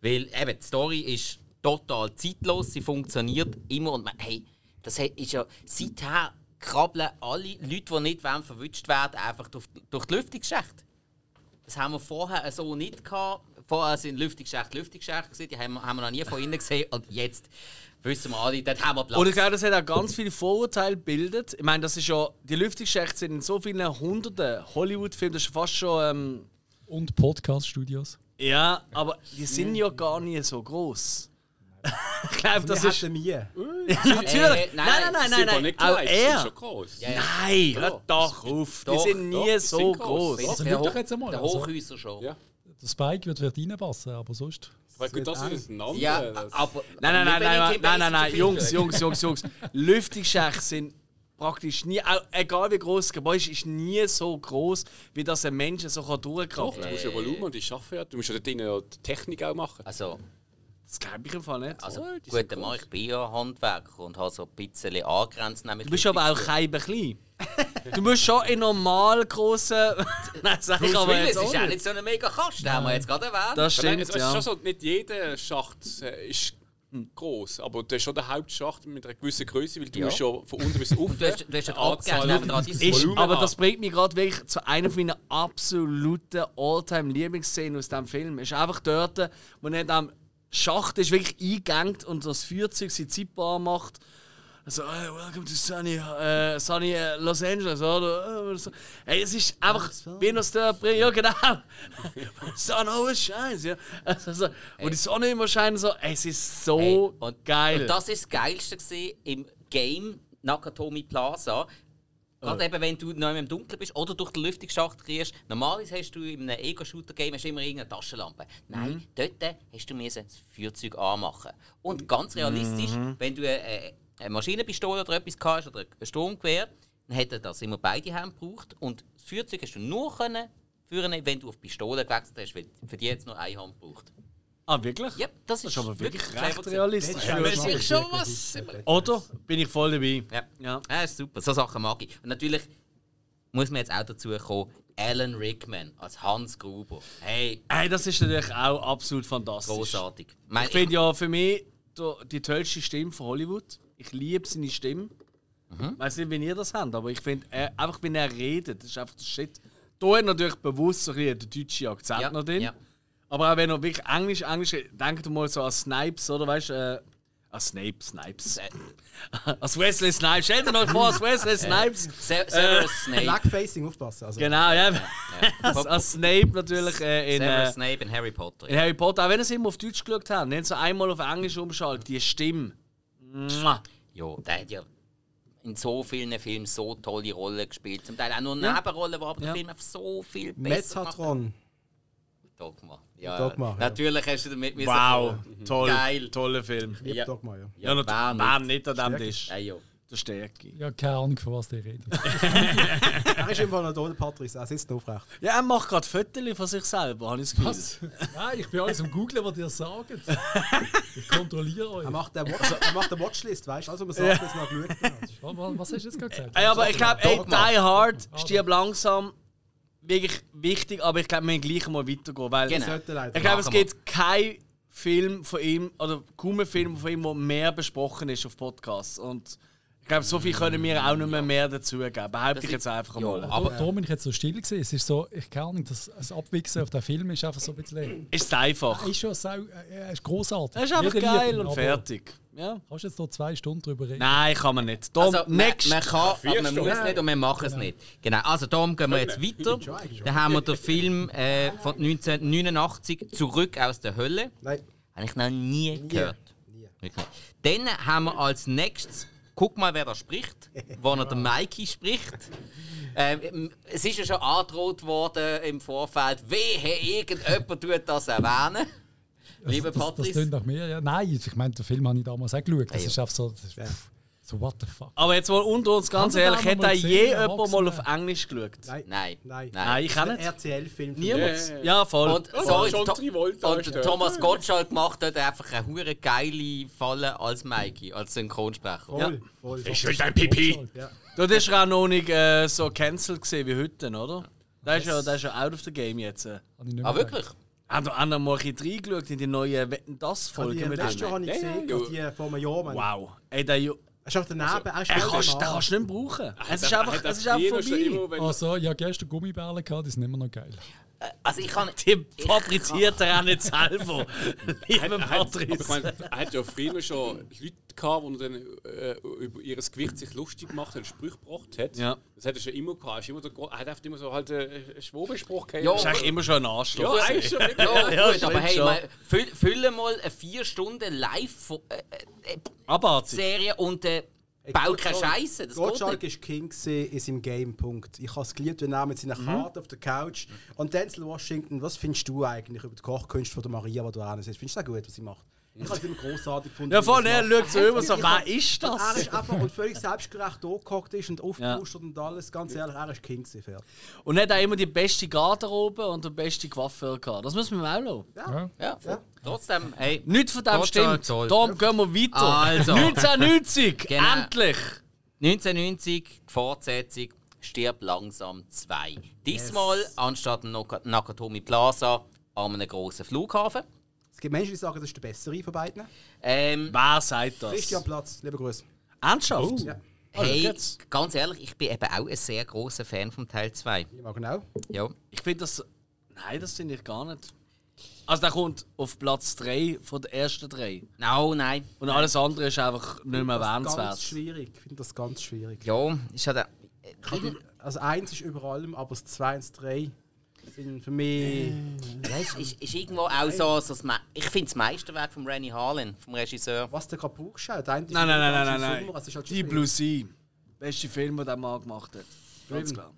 Weil eben, die Story ist total zeitlos, sie funktioniert immer und man, hey, das he- ist ja seither krabbeln alle Leute, die nicht wollen, verwünscht werden, einfach durch, durch die Lüftungsschächte. Das haben wir vorher so nicht gehabt. Vorher sind Lüftungsschächte Lüftungsschächte, gewesen, die haben, wir- haben wir noch nie von innen gesehen und jetzt wissen wir alle, dort haben wir Platz.
Und ich glaube, Oh, das hat auch ganz viele Vorurteile gebildet. Ich meine, das ist ja, die Lüftungsschächte sind in so vielen hunderten Hollywood-Filmen, das ist fast schon. Ähm,
Und Podcast-Studios.
ja, aber die sind ja gar nie so groß. ich glaube, das
Wir
ist.
hätten Mie.
Ja, natürlich.
Äh,
Nein, nein, nein, nein. nein,
nicht
Auch
gleich, die sind
er.
schon groß.
Ja, ja.
Nein, hör doch auf. Die
Doch,
sind
doch,
nie
die
so
sind
groß.
groß.
Bei
Also
den
schau doch
Hoch-
jetzt einmal,
den
also.
Hochhäuser schon.
Ja.
Der Spike wird, wird reinpassen, aber sonst.
Weil gut, das ist ein anderer.
Ja,
das-
aber.
Nein, nein, nein,
aber nicht, wenn
nein,
ich
nein, nein,
im
nein,
Basic
Jungs,
bin.
Jungs, Jungs, Jungs. Lüftungsschächte sind praktisch nie, auch, egal wie groß das Gebäude ist, ist nie so groß, wie das ein Mensch so kann
Doch,
durchkrabbeln
du
kann.
musst ja Volumen und ich arbeite ja. Du musst ja dort drinnen ja die Technik auch machen.
Also.
Das glaube ich im Fall nicht.
Also,
Oh, die sind
gut, Mann, ich bin ja Handwerker und habe so ein bisschen angrenzt.
du bist aber auch kein klein. Du musst schon in normal grossen. Nein, sag ich aber
Aber es
jetzt
ist
auch
auch
nicht.
nicht so ein mega Kasten, haben wir jetzt gerade erwähnt.
Das
Nein,
stimmt,
es ist
ja.
schon so, nicht jeder Schacht äh, ist groß, aber du hast schon den Hauptschacht mit einer gewissen Größe, weil du
Ja.
musst ja von unten bis auf.
du hast, du hast ja abgegeben, neben dran dein
Ist,
Volumen
aber
an.
das bringt mich gerade wirklich zu einer meiner absoluten Alltime Lieblingsszenen aus diesem Film. Ist einfach dort, wo er in diesem Schacht ist, wirklich eingegangen und das Feuerzeug seine Zeitbar macht. Also, hey, welcome to sunny, äh, sunny äh, Los Angeles, oder? Äh, so. Hey, es ist einfach Venus der April, ja genau. Sun always shines, ja. Also, so, wo die Sonne immer scheint, so. Ey, es ist so
Hey,
geil.
Und das war das Geilste gewesen im Game Nakatomi Plaza. Gerade eben, wenn du noch im Dunkeln bist oder durch den Lüftungsschacht kriegst. Normalerweise hast du in einem Ego-Shooter-Game hast du immer irgendeine Taschenlampe. Nein,
Mhm.
dort hast du müssen das Feuerzeug anmachen. Und ganz realistisch,
Mhm.
wenn du eine, eine Maschinenpistole oder etwas gehabt hast oder ein Sturmgewehr, dann hätte das immer beide Hände gebraucht. Und das Feuerzeug hast du nur können führen, wenn du auf die Pistole gewechselt hast, weil für die jetzt nur eine Hand braucht.
ah, wirklich?
Ja, das ist,
Das ist aber wirklich
clever
recht
gewesen.
realistisch.
Das
Das ist schon was.
Oder? Bin ich voll dabei.
Ja.
Ja.
ja. ist super. So Sachen mag ich. Und natürlich muss man jetzt auch dazu kommen, Alan Rickman als Hans Gruber. Hey,
Hey, das ist natürlich auch absolut fantastisch.
großartig.
Ich finde ja für mich der- die tollste Stimme von Hollywood. Ich liebe seine Stimme.
Mhm.
Ich weiß nicht, wie ihr das habt, aber ich finde, er- einfach wenn er redet, das ist einfach der Shit. Da hat natürlich bewusst so ein bisschen den deutschen Akzent
Ja,
noch drin.
ja.
Aber auch wenn er wirklich Englisch, Englisch redet, denkt mal so an Snipes, oder weißt du? Äh, an Snape, Snipes.
Äh.
als Wesley Snipes. Stellt euch vor, als Wesley Snipes.
Se-
Äh,
Severus Snape.
Blackfacing, aufpassen. Also,
Genau, ja. als, als Snape natürlich äh, in.
Severus
Äh,
Snape in Harry Potter.
in Harry Potter, auch wenn ihr es immer auf Deutsch geschaut habt, nicht so einmal auf Englisch umschaltet, die Stimme. Mua.
Ja, der hat ja in so vielen Filmen so tolle Rollen gespielt. Zum Teil auch nur
Ja.
Nebenrollen, die aber
Ja.
den Film auf so viel besser gemacht haben.
Metatron.
Dogma. Ja,
Dogma,
Dogma.
ja.
Natürlich hast du damit müssen
Wow,
kommen.
toll,
Geil.
toller Film.
Lieb
Ja.
Dogma, ja.
Mhm. Ja,
wer
natürlich,
nicht?
Mann, nicht an dem Tisch.
Hey, ja.
der Stärke.
Ja, keine Ahnung, von was der redet.
Er ist im Fall noch da, der Patrice. Er sitzt noch aufrecht.
Ja, er macht gerade Fotos von sich selber, habe ich das Gefühl.
Was? Nein, ich bin alles am Googlen, was ihr sagt. Ich kontrolliere euch.
Er macht eine, Wa- also, er macht eine Watchlist, weißt du? Also, man sagt, dass man geschaut hat.
Was, was- was hast du jetzt gerade gesagt?
Ey, aber ich glaube, ey,
Dogma.
Die Hard, stirb langsam, wirklich wichtig, aber ich glaube, wir müssen gleich mal weitergehen, weil
Genau.
Sollte leider.
ich glaube, es
Machen wir.
gibt keinen Film von ihm, oder kaum einen Film von ihm, der mehr besprochen ist auf Podcasts. Und ich glaube, so viel können wir auch nicht mehr, mehr dazugeben. Behaupte ich jetzt einfach mal.
Aber darum bin ich jetzt so still gewesen. Es ist so, ich kann nicht, das, das Abwichsen auf den Film ist einfach so ein bisschen.
Ist es einfach.
Ist schon sau, äh, ist großartig.
Das ist einfach geil und
fertig.
fertig. Ja.
Kannst du jetzt noch zwei Stunden drüber reden?
Nein, kann man nicht. Tom,
Also, man,
next.
man kann, aber man
Stunden.
muss nicht und wir machen es nicht. Genau, also darum gehen wir jetzt weiter. Dann haben wir den Film äh, von 1989, «Zurück aus der Hölle».
Nein,
Habe ich noch nie gehört.
nie.
Wirklich nicht. Dann haben wir als nächstes, guck mal, wer da spricht, wo er der Mikey spricht. Ähm, es ist ja schon angedroht worden im Vorfeld, wehe, irgendjemand tut das erwähnen. Lieber
das, das
Patrice.
tönt nach mir. Ja, nein, ich meine, den Film habe ich damals auch geschaut. Das
Ja.
ist einfach so, das ist, pff, so what the fuck.
Aber jetzt mal unter uns ganz
Haben wir
ehrlich,
da
hätte
mal
da je
gesehen,
jemand mal auf
Erwachsene?
Englisch geschaut?
nein,
Nein.
Nein.
Nein, ich kann
ein
nicht.
RTL-Film.
Niemand.
Yeah.
Ja, voll.
Und,
Oh,
sorry,
John
To-
Travolta
und
ist
der
der.
Thomas Gottschalk macht dort einfach eine hure geile Falle als Mikey, als Synchronsprecher.
Voll, voll.
will dein Pipi!
Ja.
Dort ist er auch noch nicht äh, so cancelled gewesen wie heute, oder? Der ist, ja, der ist ja out of the game jetzt. Äh.
Habe ich nicht
Ah,
mehr gedacht.
wirklich?
Haben wir haben wir mal ein bisschen reingeschaut in die neue Wetten das
Die
Folge mit
letzte
ihm?
habe ich
Nein,
gesehen,
ja.
dass die vor einem Jahr. Wow.
Wow. Ey, der, Ju-
Er ist auf daneben, er ist
ey,
voll
kannst, den
normal.
kannst du nicht mehr brauchen. Es ist einfach, es ist einfach vorbei.
Wenn
Oh,
Ah, so, ja, gestern Gummibärle gehabt, die sind immer noch geil.
Also ich kann.
Die fabriziert er auch nicht selber. Lieber
Er hat- aber ich
Patrice.
meine, er hat ja früher schon Leute gehabt, die dann äh, über ihr Gewicht sich lustig gemacht haben, Sprüche gebracht hat.
Ja.
Das hat er schon immer gehabt. Er, ist immer der, Gro- er hat einfach immer so halt äh, einen Schwobenspruch gehabt.
Ja.
Ist eigentlich immer schon ein
ja,
Arschloch.
eigentlich schon wirklich.
Ja,
Ja,
gut, aber
stimmt
hey,
schon.
mal, füll, fülle mal eine 4 Stunden Live-Serie
Abartig.
äh, und äh,
Ey,
bau
Gottschalk-
keine Scheiße. Das geht
Gottschalk
nicht.
ist King gewesen, ist im Game. Punkt. Ich habe es geliebt, wenn er mit seiner
Mhm.
Karte auf der Couch. Und Denzel Washington, was findest du eigentlich über die Kochkünste von der Maria, die du auch sitzt? Findest du das gut, was sie macht? Ich habe es immer großartig gefunden.
Ja,
wie sie das
voll, er
macht.
schaut so über, so,
Ich-
wer ist
Und er
das?
ist einfach und völlig selbstgerecht angehockt ist und aufgepustet und alles. Ganz ehrlich, er ist King gewesen. Fer.
Und er hat auch immer die beste Garderobe und die beste Coiffeur gehabt. Das müssen wir ihm auch lassen.
Ja.
Ja, trotzdem, hey.
Nichts von dem
Gott sei
stimmt.
Dank.
Darum gehen wir weiter.
Also.
1990,
Genau.
endlich.
1990, die Fortsetzung, stirb langsam 2. Diesmal anstatt Nok- Nakatomi Plaza an einem grossen Flughafen.
Es gibt Menschen, die sagen, das ist der bessere von beiden.
Ähm,
Wer sagt das?
Christian Platz, lieber Grüße.
Ernsthaft?
Ja,
hey,
geht's?
ganz ehrlich, ich bin eben auch ein sehr großer Fan vom Teil 2.
ich mag genau.
Ja.
Ich finde das. Nein, das finde ich gar nicht. Also der kommt auf Platz 3 von den ersten drei.
No, nein.
Und alles andere ist einfach nicht mehr
Ganz
erwähnenswert.
schwierig. Ich finde das ganz schwierig.
Ja, ist halt.
Also eins ist über allem, aber das zwei und das drei sind für mich.
Äh.
Weißt, ist, ist irgendwo auch so, so das Me ich finde das Meisterwerk von Rennie Harlan, vom Regisseur.
Was der gerade brauchst, halt. Nein,
Nein, nein, nein, nein, nein.
also
nein.
halt
Die Blue Sea. Beste Film, den der Mann gemacht hat. Ganz
Driven.
klar.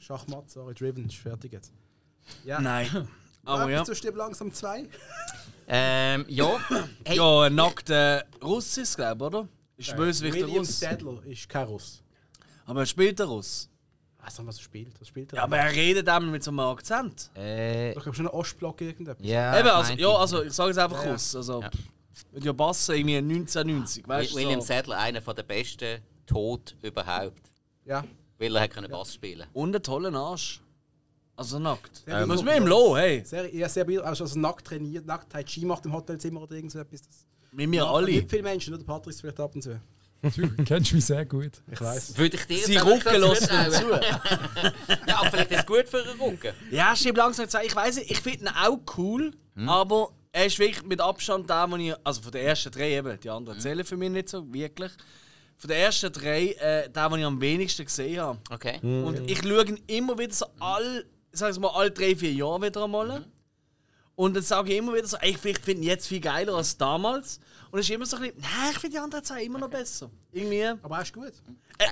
Schachmatt, sorry, Driven, ist fertig jetzt. Ja.
Nein. Aber
Aber
ja.
Du stirbst langsam zwei.
Ähm, ja. Hey,
Ja, ein nackter Russ ist, glaube ich, oder? Ist der Bösewicht der
William
Russ.
Stadler ist kein Russ.
Aber er spielt der Russ.
Ah, sag mal, was er spielt. Was spielt er?
Ja, aber er redet einmal mit so einem Akzent.
Äh,
ich glaube schon einen Ostblock irgendetwas.
ja.
Eben, also,
meinte
ja,
ich.
also ich sage es einfach
ja.
aus. Also,
Ja.
ja. Würde ja passen, irgendwie 1990. Weißt,
Wi- William
so.
Sadler, einer der besten Tod überhaupt.
Ja.
Weil er hat können Bass spielen
Und einen tollen Arsch. Also nackt.
Ja,
Muss
so.
man ihm lassen, hey.
Sehr, ja, sehr billig. Also, also nackt trainiert, nackt Tai Chi macht im Hotelzimmer oder irgend so etwas. Das
Mit mir alle.
Nicht viele Menschen, oder? Patrice vielleicht ab und zu.
Du kennst mich sehr gut.
Ich weiß.
Würde ich dir jetzt
Sie
aber
rucken
gerade
los
zutrauen.
zu.
Ja, vielleicht ist es gut für einen Rucken.
Ja, stimmt langsam gesagt. Ich weiß ich finde ihn auch cool,
Hm?
aber er ist wirklich mit Abstand der, wo ich. Also von den ersten drei eben, die
Hm?
anderen zählen für mich nicht so wirklich. Von den ersten drei, äh, der, den ich am wenigsten gesehen habe.
Okay.
Und ich schaue ihn immer wieder so all, sag ich mal, alle drei, vier Jahre wieder
Hm?
einmal. Und dann sage ich immer wieder so, ey, ich finde find ihn jetzt viel geiler als damals. Und es ist immer so ein bisschen, nein, ich finde die anderen zwei immer noch besser. Irgendwie. Äh,
Aber er ist gut.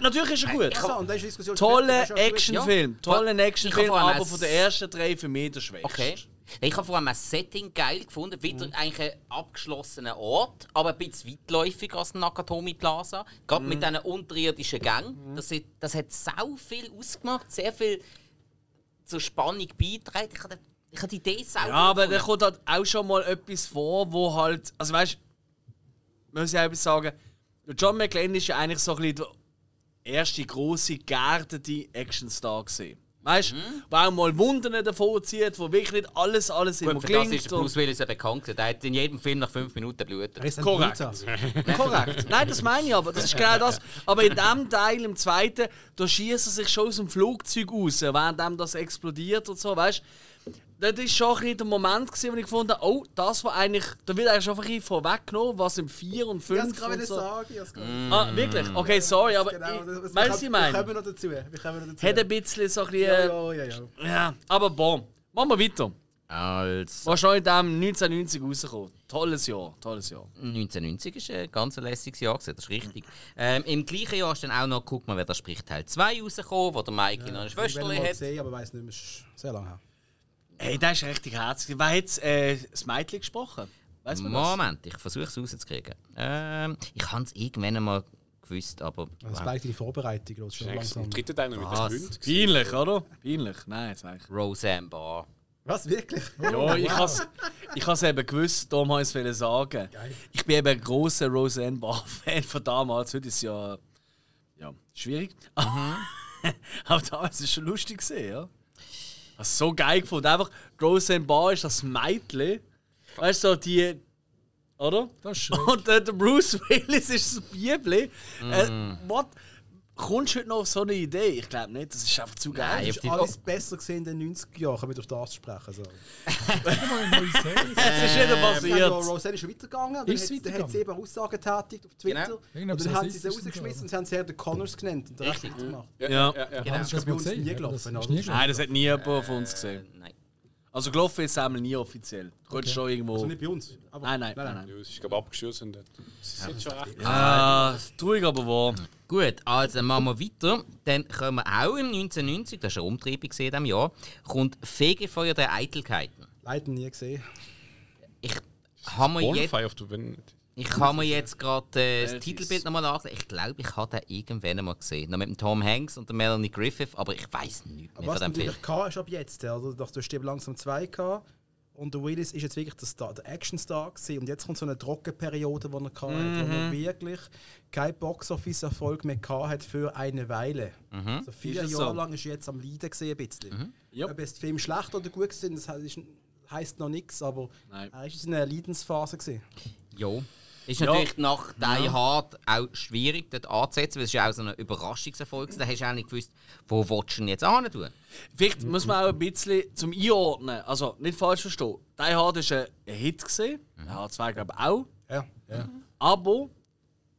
natürlich ist er gut.
ich
So, und dann ist die Diskussion
Toller
später, er ist auch gut.
Actionfilm, toller
Ich kann
Actionfilm,
vor allem
aber
auch
von den ersten drei für mich der schwächste.
Okay. Ich habe vor allem ein Setting geil gefunden. Wieder eigentlich ein abgeschlossener Ort, aber ein bisschen weitläufig als die Nakatomi Plaza. Gerade mit diesen unterirdischen Gängen. Das, hat- das hat sau viel ausgemacht, sehr viel zur Spannung beigetragen. Ich habe ich habe die Idee selber.
Ja, aber da kommt halt auch schon mal etwas vor, wo halt. Also weißt du, muss ich auch etwas sagen. John McClane ist ja eigentlich so ein bisschen der erste große geerdete Actionstar gesehen. Weißt du,
Mhm.
wo auch mal Wunden davon zieht, wo wirklich nicht alles, alles immer
Gut, für das ist
klingt.
der
und-
Bruce Willis ja bekannt. gewesen. Der hat in jedem Film nach fünf Minuten blutet.
Resident
Korrekt.
Evil.
Korrekt. Nein, das meine ich aber. Das ist genau das. Aber in dem Teil, im zweiten, da schießt er sich schon aus dem Flugzeug raus, während dem das explodiert und so, weißt Das war schon ein bisschen der Moment, gewesen, wo ich gefunden habe, oh, das war eigentlich, da wird eigentlich schon ein bisschen vorweggenommen, was im 4 und
Ich
5
kann es gerade
und
nicht
so.
sagen. Ich hab's gerade nicht-
Ah, wirklich? Okay, sorry, aber
Genau, das-
ich, weißt
das-
du, was ich
Wir
meine?
kommen noch dazu. Wir kommen noch dazu.
Hat ein bisschen so ein bisschen...
ja,
äh,
ja, ja, ja.
Ja, aber bon. Machen wir weiter.
Als
Was schon in dem 1990 rausgekommen. Tolles Jahr, tolles Jahr.
1990 ist ein ganz lässiges Jahr, gewesen, das ist richtig. Ähm, Im gleichen Jahr ist dann auch noch «Guck mal, wer da spricht» Teil 2 rausgekommen, wo der Mike noch eine
Ich habe
Schwesterli
mal
hat.
gesehen, aber weiß nicht mehr. Ist Sehr lange her.
Hey, das ist richtig herzig. Wer hat äh, das Mädchen gesprochen? Weißt du das?
Moment, ich versuche es rauszukriegen. Ähm, ich habe es irgendwann mal gewusst, aber...
Das
Wow.
zeigt die Vorbereitung los schon
Nächstes,
langsam.
Im dritten Teil noch mit
Was?
dem Hund.
Peinlich, oder? Peinlich. Nein, jetzt eigentlich.
Roseanne Barr.
Was, wirklich? Oh,
Ja, ich has, ich has eben gewusst, darum wollte ich es wollen sagen. Ich bin eben ein grosser Roseanne Barr-Fan von damals. Heute ist ja, ja schwierig.
Mhm.
Aber damals war es schon lustig, gewesen, ja. Ich habe so geil gefunden. Einfach, die Roseanne Barr ist das Mädchen. Weißt du, so die. Oder?
Das ist schräg.
Und äh, der Bruce Willis ist das Bibli. Äh,
Mhm.
what? Kommst du heute noch auf so eine Idee? Ich glaube nicht, das ist einfach zu geil.
Nein, Oh,
Ist alles besser gesehen in den 90er Jahren, können wir durch das sprechen. So.
Es ist wieder
Dann ja,
passiert.
Roseanne ist schon weitergegangen. Dann
Ist
hat,
sie
dann hat sie eben Aussagen getätigt auf Twitter.
Genau.
Und
Irgendetwas
dann haben sie sie
Rassistisches
rausgeschmissen
oder?
und sie haben sie Herr den Connors genannt. Und den Rest
Richtig.
nicht gemacht.
Ja.
ja.
Genau.
Das ist bei uns
gesehen,
nie
aber das
gelaufen.
ist nie
oder? Also
gelaufen.
Nein, das hat nie jemand von uns gesehen.
Nein.
Also gelaufen ist es einmal nie offiziell. Du okay. schon irgendwo.
Also nicht bei uns. aber-
Nein, nein, nein, nein.
Ja, es ist glaube abgeschossen. und Sie sind schon recht.
Ah, traurig aber wahr.
Gut, also machen wir weiter. Dann kommen wir auch im 1990, das war eine Umtreibung in diesem Jahr, kommt «Fegefeuer der Eitelkeiten».
Leider nie gesehen.
Ich habe mir jetzt...
Bonfire of the Wind.
Ich habe mir jetzt gerade äh, das
Elvis.
Titelbild nochmal angesehen. Ich glaube, ich habe den irgendwann mal gesehen. Noch mit dem Tom Hanks und der Melanie Griffith, aber ich weiß nichts
Aber
mehr
was
von dem Film.
natürlich kann, ist ab jetzt. ja. Also, doch, du hast eben langsam zwei gehabt. Und der Willis ist jetzt wirklich der, Star, der Actionstar gewesen. Und jetzt kommt so eine Trockenperiode, die er hatte, wo
Mhm.
er wirklich keinen Boxoffice-Erfolg mehr gehabt hat für eine Weile. Also vier
Mhm. Ist es
Jahre
so? Mhm.
lang ist er jetzt am Leiden gesehen ein bisschen.
Ja.
Ob jetzt die Filme schlecht oder gut sind, das heißt noch nichts, aber
Nein.
er ist in einer Leidensphase gesehen.
Ja. Ist
Ja.
natürlich nach Die Hard auch schwierig, dort anzusetzen, weil es ist ja auch so ein Überraschungserfolg. ist. Da hast du auch nicht gewusst, wo willst du ihn jetzt hin tun?
Vielleicht muss man auch ein bisschen zum Einordnen, also nicht falsch verstehen. Die Hard war ein ein Hit, gewesen. Die Hard 2 glaube ich auch.
Ja. ja.
Mhm. Aber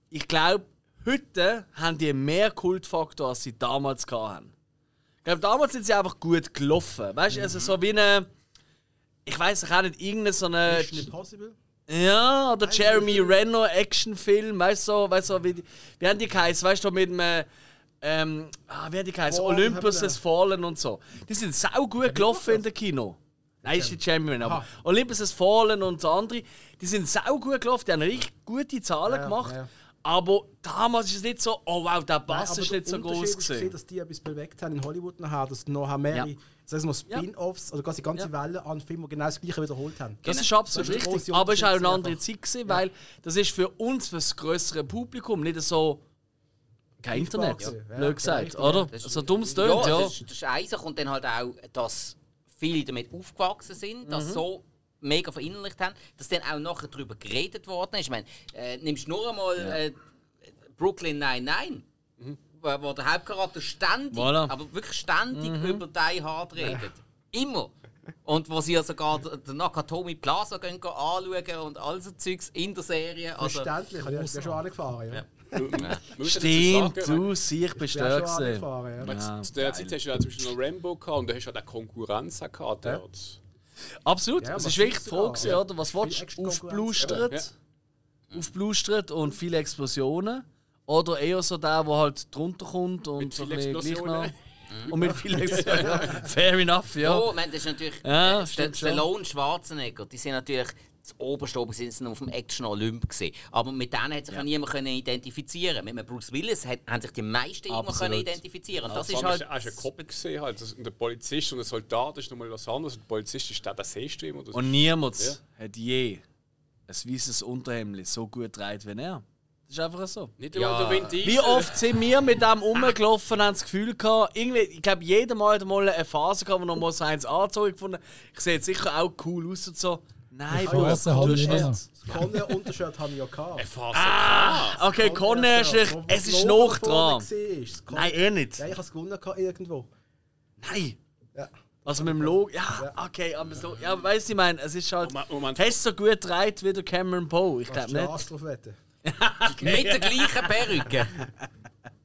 ich glaube, heute haben die mehr Kultfaktor, als sie damals hatten. Ich glaube, damals sind sie einfach gut gelaufen. Weißt du, also so wie eine. Ich weiß auch nicht, irgendeine so eine.
Mission Impossible?
Ja, oder
Nein,
Jeremy
wirklich.
Renner Actionfilm, weißt du, so, weißt du, wie, die- wie haben die geheißen, weißt du, mit dem, äh, ähm, ah, wie haben die geheißen,
Fallen
Olympus
haben wir
has Fallen und so. Die sind sau gut gelaufen in der Kino. Nein, ist nicht Jeremy Renner, aber Olympus has Fallen und so andere, die sind sau gut gelaufen, die haben richtig gute Zahlen
Ja,
gemacht,
ja.
aber damals ist es nicht so, oh wow, der Bass
Nein,
ist
aber
nicht so
der Unterschied
groß
ist gewesen,
gewesen.
dass die etwas bewegt haben in Hollywood nachher, dass noch mehrere,
Ja.
sagen wir mal Spin-Offs oder quasi ganze
Ja.
Welle an Filmen, die genau das gleiche wiederholt haben.
Das ist
Genau.
absolut
Das ist der
richtig.
große
Aber es war auch eine
Unterschied
andere
einfach.
Zeit, gewesen, weil das ist für uns, für das größere Publikum, nicht so. Kein
Greifbar
Internet,
gewesen. Ja,
blöd gesagt,
richtig,
oder?
Das ist-
so dumm es tönt, ja.
Das, ist, das ist eine Sache. Und dann halt auch, dass viele damit aufgewachsen sind,
Mhm.
dass so mega verinnerlicht haben, dass dann auch nachher darüber geredet worden ist. Ich meine, äh, nimmst du nur einmal äh, Brooklyn 99, wo, wo der Hauptcharakter ständig,
Mhm. Voilà. Mhm.
aber wirklich ständig über Die Hard redet. Immer. Und wo sie ja sogar den den Nakatomi Plaza gehen, gehen anschauen und all so Zeugs in der
Genau
Serie. Also,
Verständlich, also, ich bin schon angefahren. Ja.
Ja.
Stimmt, du, sich
Ich bin auch schon
bestärkt.
angefahren, ja.
Zu der Zeit hast du ja zum Beispiel noch Rambo gehabt und da hast du ja auch Konkurrenz auch gehabt.
Ja.
dort.
Absolut,
Ja,
es
was
ist wirklich
gibt's
die
sogar?
Frage, gewesen,
Ja.
oder? Was
Viel
willst du?
Extra-Konkurrenz.
Aufblustert, aufblustert und viele Explosionen. Oder eher so der, der halt drunter kommt und
Mit
so ein bisschen
vielen
gleich
Explosionen.
noch. und mit viel Lektionen. Ja, Fair enough, ja.
Oh, ich meine, das ist natürlich.
Ja,
äh,
stimmt
St-
schon.
Stallone, Schwarzenegger, die sind natürlich das oberste oben sind sie auf dem Action Olymp gesehen. Aber mit denen hat sich ja. niemand können identifizieren. Mit einem Bruce Willis hat, haben sich die meisten immer
Absolut.
können identifizieren. Und das
Vor
ist
allem
halt.
hast du einen Kopf gesehen, halt. Das- und der Polizist und der Soldat ist nochmal was anderes. Der Polizist ist der, der siehst du immer. Das-
Und niemand hat je ein weißes Unterhemd so gut getragen wie er. Das ist einfach so.
Nicht immer der Vin Diesel.
Wie oft sind wir mit dem rumgelaufen und haben das Gefühl gehabt, irgendwie, ich glaube, jeder Mal hat mal eine Phase gehabt, wo noch mal so eins angezogen gefunden Ich sehe jetzt sicher auch cool aus und so. Nein,
Frau
Bro.
Wasser habe ich immer.
Das Conner-Unterschied habe ich ja gehabt.
Ah!
Okay, Conne Äh, ist nicht,
Wo- wo
es
das
ist
Logo
noch
vorne
dran.
war, das Conner-
Nein, eh nicht.
Ja, ich habe es gewonnen gehabt irgendwo.
Nein.
Ja.
Also mit dem Logo. Ja, okay, aber so. Ja, weißt du, ich meine, es ist
Oh
halt.
Moment, Moment.
Hast du so gut getragen wie der Cameron Poe? Ich glaube
Kannst du
nicht.
den Ast drauf wetten?
Mit der gleichen Perücke.
Da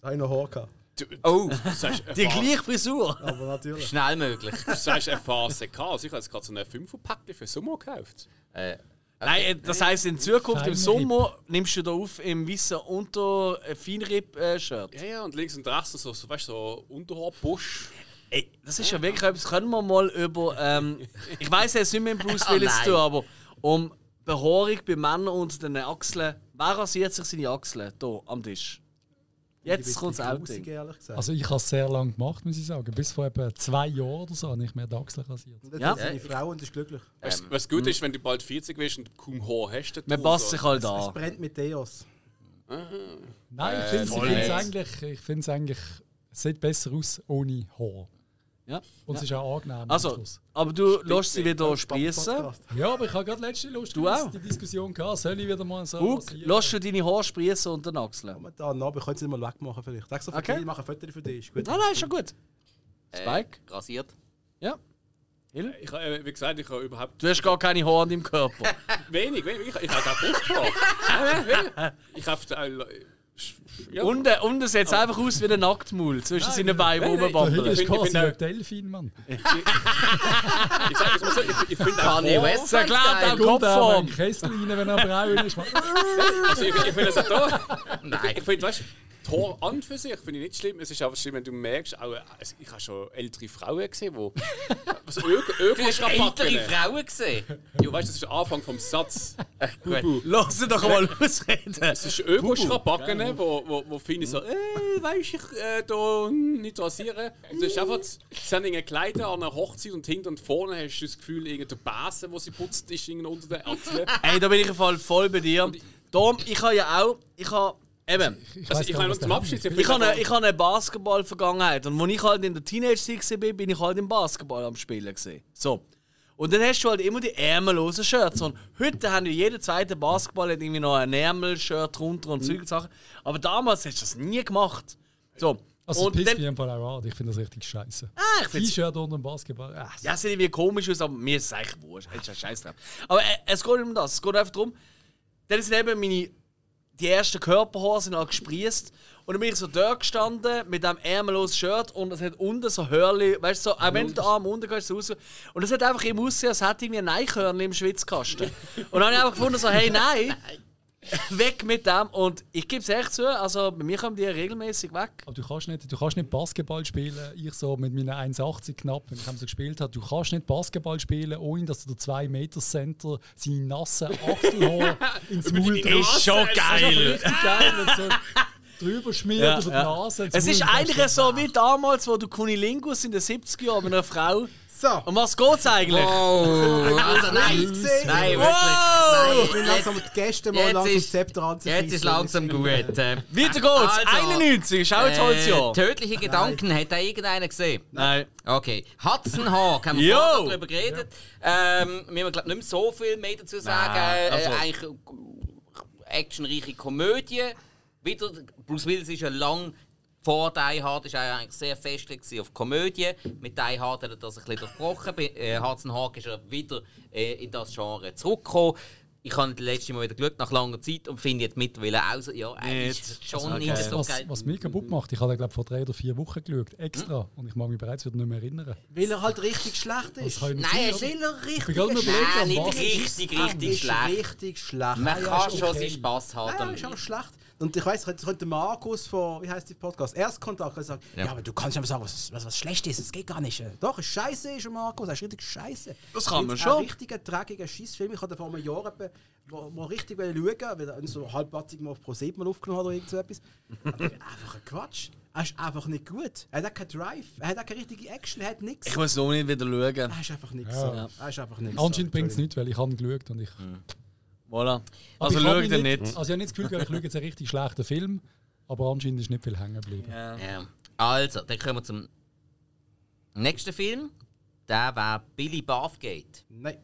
habe ich noch Haar gehabt.
Du, du
Oh,
sagst, eine
Die
Phase-
gleiche Frisur.
Aber natürlich.
schnell möglich.
du sagst eine Phase K. Also ich habe jetzt gerade so einen 5er-Pack für Sommer gekauft.
Äh,
Nein, äh, das heisst, in Zukunft im
Feinripp.
Sommer nimmst du da auf im weißen unter äh, Feinripp-Shirt.
Ja, ja, und links und rechts so, so weißt du, so Unterhaarbusch.
Ey, das ist ja wirklich etwas, können wir mal über. Ähm, ich weiß, es ist nicht mit dem Bruce
Oh
Willis zu tun,
nein.
aber um Behaarung bei Männern unter den Achseln. Wer rasiert sich seine Achseln hier am Tisch? Jetzt kommt das
Grusig,
Outing.
ehrlich gesagt.
Also ich habe es sehr lange gemacht, muss ich sagen. Bis vor etwa zwei Jahren oder so habe ich mir die Achsel rasiert.
Und jetzt
Ja.
ja. sind die Frau und ist glücklich.
Weißt du, was gut ist, wenn du bald 40 bist und kaum Haar hast. dann
Man
du
passt
so.
sich halt
Es
an.
brennt mit Deos.
Nein,
Äh,
ich finde es ich find's eigentlich, ich find's eigentlich, es sieht besser aus ohne Haar.
Ja.
Und es ist auch angenehm. am
Also,
Schluss.
aber du lässt sie wieder sprießen.
Podcast.
Ja, aber ich habe gerade letzte Lust
Du auch?
die Diskussion gehabt, soll ich wieder mal so
Hug,
rasieren?
lässt du deine Haare sprießen unter den
Oh
Achseln?
Momentan, aber ich könnte es nicht mal wegmachen vielleicht. Sag so,
Okay.
okay. ich mache ein Foto für dich. Ist gut.
Nein, nein, ist schon gut. Spike?
rasiert.
Ja.
Ich, habe, äh, wie gesagt, ich habe überhaupt
Du hast gar keine Haare an deinem Körper.
wenig, wenig. Ich, ich habe auch Brusthaar. ich habe auch... Ja.
Und, äh, und es sieht einfach aus wie ein Nacktmaul zwischen seinen Beinen
nein, nein.
Der Hill
rumwandelt.
ist
Ich bin- ich
quasi
bin
ein
auch-
Delfin, Mann.
Ich sage jetzt mal so, ich, ich finde auch
Kanye
Haar...
West.
Das erklärt auch
Oh, Geil.
die
Kommt auch
Kopfform.
ein Kessel rein, wenn er braun ist. Mann.
Also ich, ich finde es auch da... Ich
Nein.
finde, weißt du, Tor an und für sich finde ich nicht schlimm. Es ist einfach schlimm, wenn du merkst, auch, äh, also ich habe schon ältere Frauen gesehen, die. Was
Ältere
Ökoschrapatten.
Frauen gesehen.
Ja, weißt du, das ist der Anfang vom Satz.
Gut.
Lass sie doch mal ausreden.
Es ist Ökoschrapacken, wo, wo, wo finde ich so, äh, weißt du, ich äh, da nicht rasieren. Und das ist einfach, sie haben irgendeine Kleider an einer Hochzeit und hinten und vorne hast du das Gefühl, irgendeine Base, die sie putzt, ist irgendwo unter den Achseln.
Ey, da bin ich im Fall voll bei dir. Tom, ich habe ja auch. Ich habe. Eben.
Ich
Also
weiss
ich
gar
meine,
nicht, was
zum
der
Abschied,
hat.
Ich habe eine, ich habe eine Basketball-Vergangenheit. Und als ich halt in der Teenager-Zeit war, bin ich halt im Basketball am Spielen. Gewesen. So. Und dann hast du halt immer die ärmellosen Shirts. Und heute haben ja jeder zweite Basketball hat irgendwie noch ein Ärmel-Shirt drunter und Zeug und Sachen. Aber damals hast du das nie gemacht. So.
Also,
und
das pisst mich
dann,
im Fall auch an. Ich finde das richtig scheiße.
ah, ich find's
T-Shirt unter dem Basketball. Ah,
Ja, es sieht irgendwie komisch aus, aber mir ist es eigentlich wurscht. Es ist ein Scheiß drauf. Aber äh, es geht nicht um das. Es geht einfach darum, dann sind eben meine. Die ersten Körperhaare sind halt gesprießt. Und dann bin ich so dort gestanden mit diesem ärmellosen Shirt und es hat unten so Hörli, weißt du, so, auch wenn du den Arm unten gehst, so raus. Und es hat einfach immer ausgesehen, als hätte irgendwie ein Eichhörnchen im Schwitzkasten. und dann habe ich einfach gefunden, so, hey, nein, weg mit dem. Und ich gebe es echt zu, also bei mir kommen die regelmäßig weg.
Aber du kannst, nicht, du kannst nicht Basketball spielen, ich so mit meinen 1,80 knapp, wenn ich so gespielt habe, du kannst nicht Basketball spielen, ohne dass du der 2 Meter Center seine nassen Achselhaare ins Maul drückst.
schon
Das ist aber richtig geil, wenn du so drüber schmiert
Ja,
über die
ja.
Nase. ins
Es ist
Maul drückst.
eigentlich so wie damals, wo du Kunilingus in den 70er Jahren mit einer Frau.
So,
Um was geht's eigentlich?
Oh, also nein.
gesehen.
Nein,
Wow.
wirklich.
ich will
Nein,
langsam die Gäste mal
jetzt
langsam
ist-
das Zepter anzuschießen.
Jetzt ist langsam gut. Ähm,
Weiter geht's.
Also,
91 ist auch ein tolles Jahr.
Äh, tödliche Gedanken, hat da irgendeiner gesehen?
Nein.
Okay, Hudson Hawk, haben
Jo!
wir vorher darüber geredet. Ähm, wir haben glaub, nicht mehr so viel mehr dazu sagen.
Nein, also-
Äh, eigentlich äh, actionreiche Komödie. Wieder, Bruce Willis ist ja lang vor Die Hard ist er eigentlich sehr fest gewesen auf Komödie. Mit Die Hard hat er das ein bisschen durchbrochen. Bei äh, Hudson Hawk ist er wieder äh, in das Genre zurückgekommen. Ich habe das letzte Mal wieder Glück nach langer Zeit und finde jetzt mittlerweile auch so, ja, er ist
Nicht.
schon nicht
Was,
so
was,
geil.
was mich kaputt macht, ich habe glaube vor drei oder vier Wochen geschaut, extra, und ich mag mich bereits wieder nicht mehr erinnern.
Weil er halt richtig schlecht ist.
kann ich nicht
Nein,
sehen,
er ist
oder?
nicht richtig.
bin gerade noch überlegt,
Nein,
am
nicht
Wasser.
richtig,
Er
richtig
ist
schlecht.
Richtig schlecht.
Man
Ah Ja,
kann
ist
schon
okay.
seinen Spass haben
Nein, er
damit.
ist aber schlecht. Und ich weiß, könnte könnte Markus von, wie heißt der Podcast, Erstkontakt könnte sagen, ja. aber du kannst ja mal sagen, was, was, was schlecht ist, das geht gar nicht. Doch, ist scheiße ist er, Markus, er ist richtig scheiße.
Das kann man
Jetzt
schon.
Ein richtiger, tragiger Scheißfilm. Ich hatte vor einem Jahr jemanden, wo, wo richtig schauen wollte, weil er so halbpatzig mal auf Pro 7 mal aufgenommen hat oder irgend so etwas. Aber das ist einfach ein Quatsch. Er ist einfach nicht gut. Er hat auch keinen Drive, er hat auch keine richtige Action, er hat nichts.
Ich muss so nicht wieder schauen.
Er ist einfach nichts.
Ja.
So. Er ist einfach nichts.
Anscheinend bringt es nichts, weil ich habe geschaut und ich...
Voilà.
Aber
Also
ich hab
schau
mich
dir Also nicht.
Also ich habe nicht das Gefühl, gehabt, ich schaue jetzt einen richtig schlechten Film, aber anscheinend ist nicht viel hängen geblieben.
Ja. Also, dann kommen wir zum nächsten Film. Der wäre Billy Bathgate.
Nein.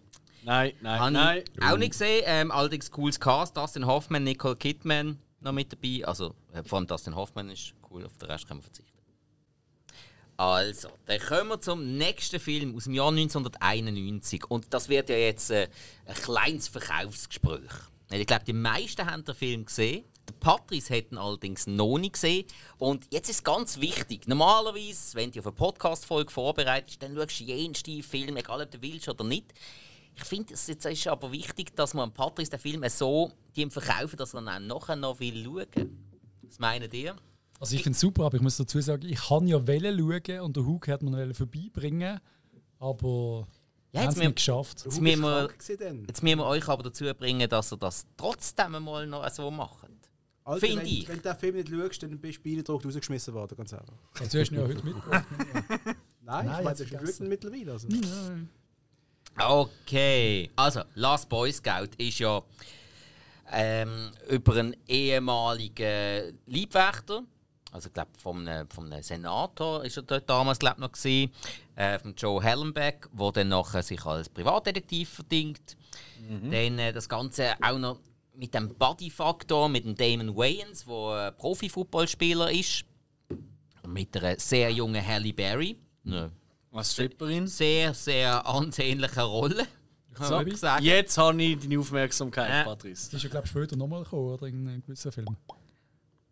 Nein, nein,
Habe
nein.
ich auch nicht gesehen. Ähm, allerdings cooles Cast. Dustin Hoffman, Nicole Kidman noch mit dabei. Also, äh, vor allem Dustin Hoffman ist cool. Auf den Rest können wir verzichten. Also, dann kommen wir zum nächsten Film aus dem Jahr 1991. Und das wird ja jetzt äh, ein kleines Verkaufsgespräch. Weil Ich glaube, die meisten haben den Film gesehen. Der Patrice hat ihn allerdings noch nicht gesehen. Und jetzt ist ganz wichtig. Normalerweise, wenn du dich auf eine Podcast-Folge vorbereitest, dann schaust du jeden Film, egal ob du willst oder nicht. Ich finde, es jetzt ist aber wichtig, dass man Patrice den Film so die ihm verkaufen, dass er ihn auch nachher noch will schauen. Was meinen ihr?
Also ich finde es super, aber ich muss dazu sagen, ich kann ja Welle schauen und der Hug hat mir noch vorbeibringen aber
Ja,
wir haben
jetzt
es
wir-
nicht geschafft. Also,
Jetzt
Du
müssen,
bist
wir,
krank gewesen dann.
jetzt müssen wir euch aber dazu bringen, dass ihr das trotzdem mal noch so macht.
Alter,
Find
wenn,
ich.
wenn du den Film nicht schaust, dann bist du beeindruckt rausgeschmissen worden, ganz einfach.
Also, du hast ihn ja heute mitgebracht.
Nein,
Nein,
ich
jetzt
meine, das ist
vergessen.
Rücken mittlerweile. Also.
Okay. Also, Last Boy Scout ist ja ähm, über einen ehemaligen Leibwächter, also ich glaube vom, vom Senator ist er dort damals glaub, noch gewesen, äh, von Joe Hellenbeck, wo dann nachher sich als Privatdetektiv verdingt. Dann äh, das Ganze auch noch mit dem Buddy-Faktor, mit dem Damon Wayans, wo äh, Profi-Footballspieler ist, mit einer sehr jungen Halle Berry. Ne
Als Stripperin.
sehr, sehr ansehnlichen Rolle.
So.
So, gesagt.
Jetzt habe ich deine Aufmerksamkeit,
Ja.
Patrice.
Die ist ja, glaube ich, später nochmal gekommen, oder? In einem gewissen Film.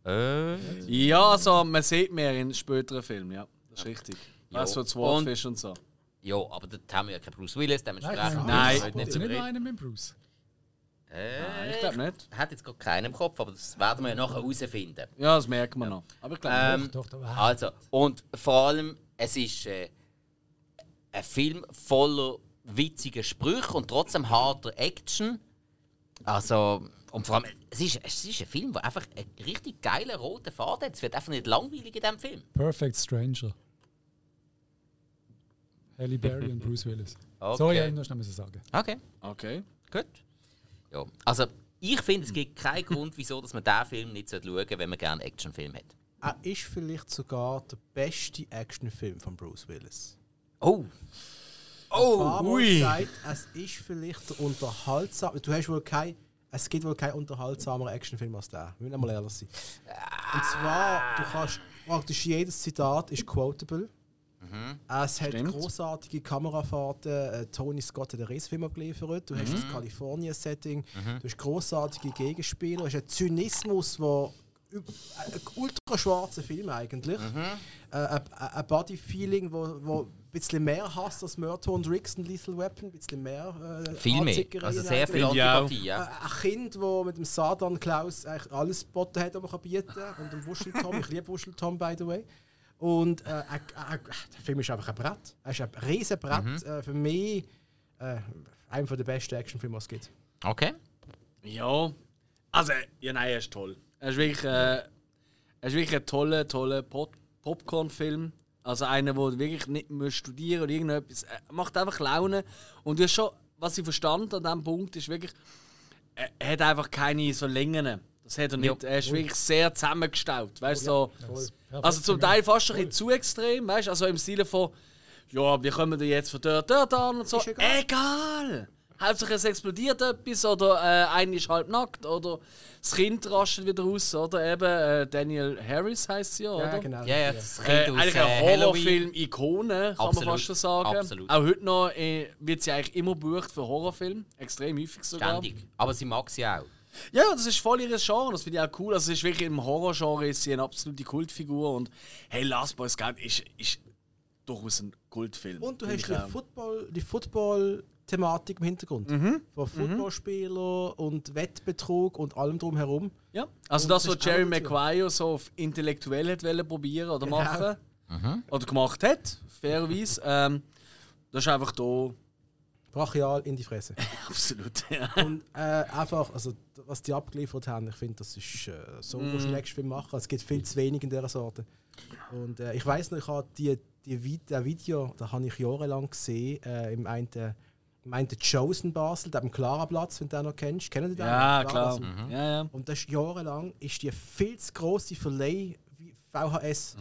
Äh.
Ja, also man sieht mehr in späteren Filmen, ja. Das ist richtig.
Ja.
Also das
Und-
Wortfisch und, so.
Ja, aber dort haben wir ja keinen Bruce Willis, dementsprechend.
Nein,
Nein.
Das wird
Gibt
nicht
es nicht noch
überreden.
einen mit Bruce?
Nein,
Äh,
ich glaube nicht.
Hat jetzt gerade keinen im Kopf, aber das werden wir ja nachher herausfinden.
Ja, das merkt man noch. Aber ich glaube
Ähm,
Doch, doch, ah.
also, und vor allem, es ist äh, ein Film voller witziger Sprüche und trotzdem harter Action. Also, und vor allem, es ist, es ist ein Film, der einfach einen richtig geilen roten Faden hat. Es wird einfach nicht langweilig in diesem Film.
Perfect Stranger. Halle Berry und Bruce Willis.
Okay.
Sorry, ich muss noch schnell sagen.
Okay.
Okay.
Gut. Ja, also ich finde, es gibt keinen Grund, wieso dass man diesen Film nicht schauen sollte, wenn man gerne einen Actionfilm hat.
Er ist vielleicht sogar der beste Actionfilm von Bruce Willis.
Oh! Oh!
Aber
ui.
ich sage, es ist vielleicht der unterhaltsame. Du hast wohl kein, es gibt wohl keinen unterhaltsameren Actionfilm als der. Wir müssen mal ehrlich sein. Und zwar, du kannst praktisch jedes Zitat ist quotable. Es hat
Stimmt.
großartige Kamerafahrten. Äh, Tony Scott hat den Rissfilm abgeliefert. Du hast das Kalifornien-Setting. Du hast großartige Gegenspieler. Du hast einen Zynismus, der. Ein ultraschwarzer Film eigentlich. Äh, ein- ein ein Body-Feeling, wo, wo ein bisschen mehr Hass als Murto und Riggs und Lethal Weapon. Ein bisschen mehr. Äh,
Viel mehr.
Anzickereien
Also sehr viel
eigentlich.
Finde ich auch.
Antipathie, ja.
Ein Kind, das mit dem Satan Klaus eigentlich alles geboten hat, was man kann bieten kann. Und dem Wuscheltom. ich liebe Wuscheltom, by the way. Und äh, äh, äh, äh, der Film ist einfach ein Brett. Er ist ein riesen Brett. Äh, für mich äh, einer der besten Actionfilme, die es gibt.
Okay.
Ja. Also, ja, nein, er ist toll. Er ist wirklich, äh, er ist wirklich ein toller, toller Pop Popcorn-Film. Also einer, der wirklich nicht mehr studieren oder irgendetwas. Er macht einfach Laune. Und du hast schon, was ich verstand an diesem Punkt, ist wirklich, er, er hat einfach keine so Längen. Das hat er nicht. Er ist wirklich sehr zusammengestaut. Weißt du, so.
Das ist perfekt.
Also zum Teil fast ein bisschen zu extrem, weißt du? Also im Stile von, ja, wir kommen da jetzt von dort, dort an und so.
Ist
Egal!
egal.
Hauptsache es explodiert etwas oder äh, einer ist halb nackt oder das Kind rastet wieder raus, oder eben äh, Daniel Harris heißt sie ja, oder?
Ja, genau.
Ja, ja, das Kind
Äh,
aus
eigentlich
äh,
ein
Halloween.
Horrorfilm-Ikone, kann man
Absolut.
fast schon sagen.
Absolut.
Auch heute noch äh, wird sie eigentlich immer gebucht für Horrorfilme, extrem häufig sogar.
Ständig. Aber sie mag sie auch.
Ja, das ist voll ihr Genre, das finde ich auch cool. Also, es ist wirklich im Horrorgenre ist sie eine absolute Kultfigur und hey, Last Boy Scout ist, ist durchaus ein Kultfilm.
Und du
Finde
hast
ich
die
auch.
Football, die Football Thematik im Hintergrund.
Mhm.
Von Footballspielern und Wettbetrug und allem drumherum.
Ja. Also
Und
das,
das
was
ist
Jerry
auch dazu. Genau.
Maguire so auf intellektuell hat wollen probieren oder machen oder gemacht hat, fairerweise, ähm, das ist einfach da
Brachial in die Fresse.
absolut. Ja.
und äh, einfach, also was die abgeliefert haben, ich finde, das ist äh, so mm. schlecht viel machen. Es gibt viel zu wenig in dieser Sorte. Und äh, ich weiß noch, ich habe die, die Vi- der Video, da habe ich jahrelang gesehen, äh, im einen, im einen Chosen Basel, da am Clara-Platz, wenn du den noch kennst. Kennen die den?
ja,
Clara
klar.
Basel.
Ja, ja.
Und das ist jahrelang ist die viel zu grosse Verleih wie VHS.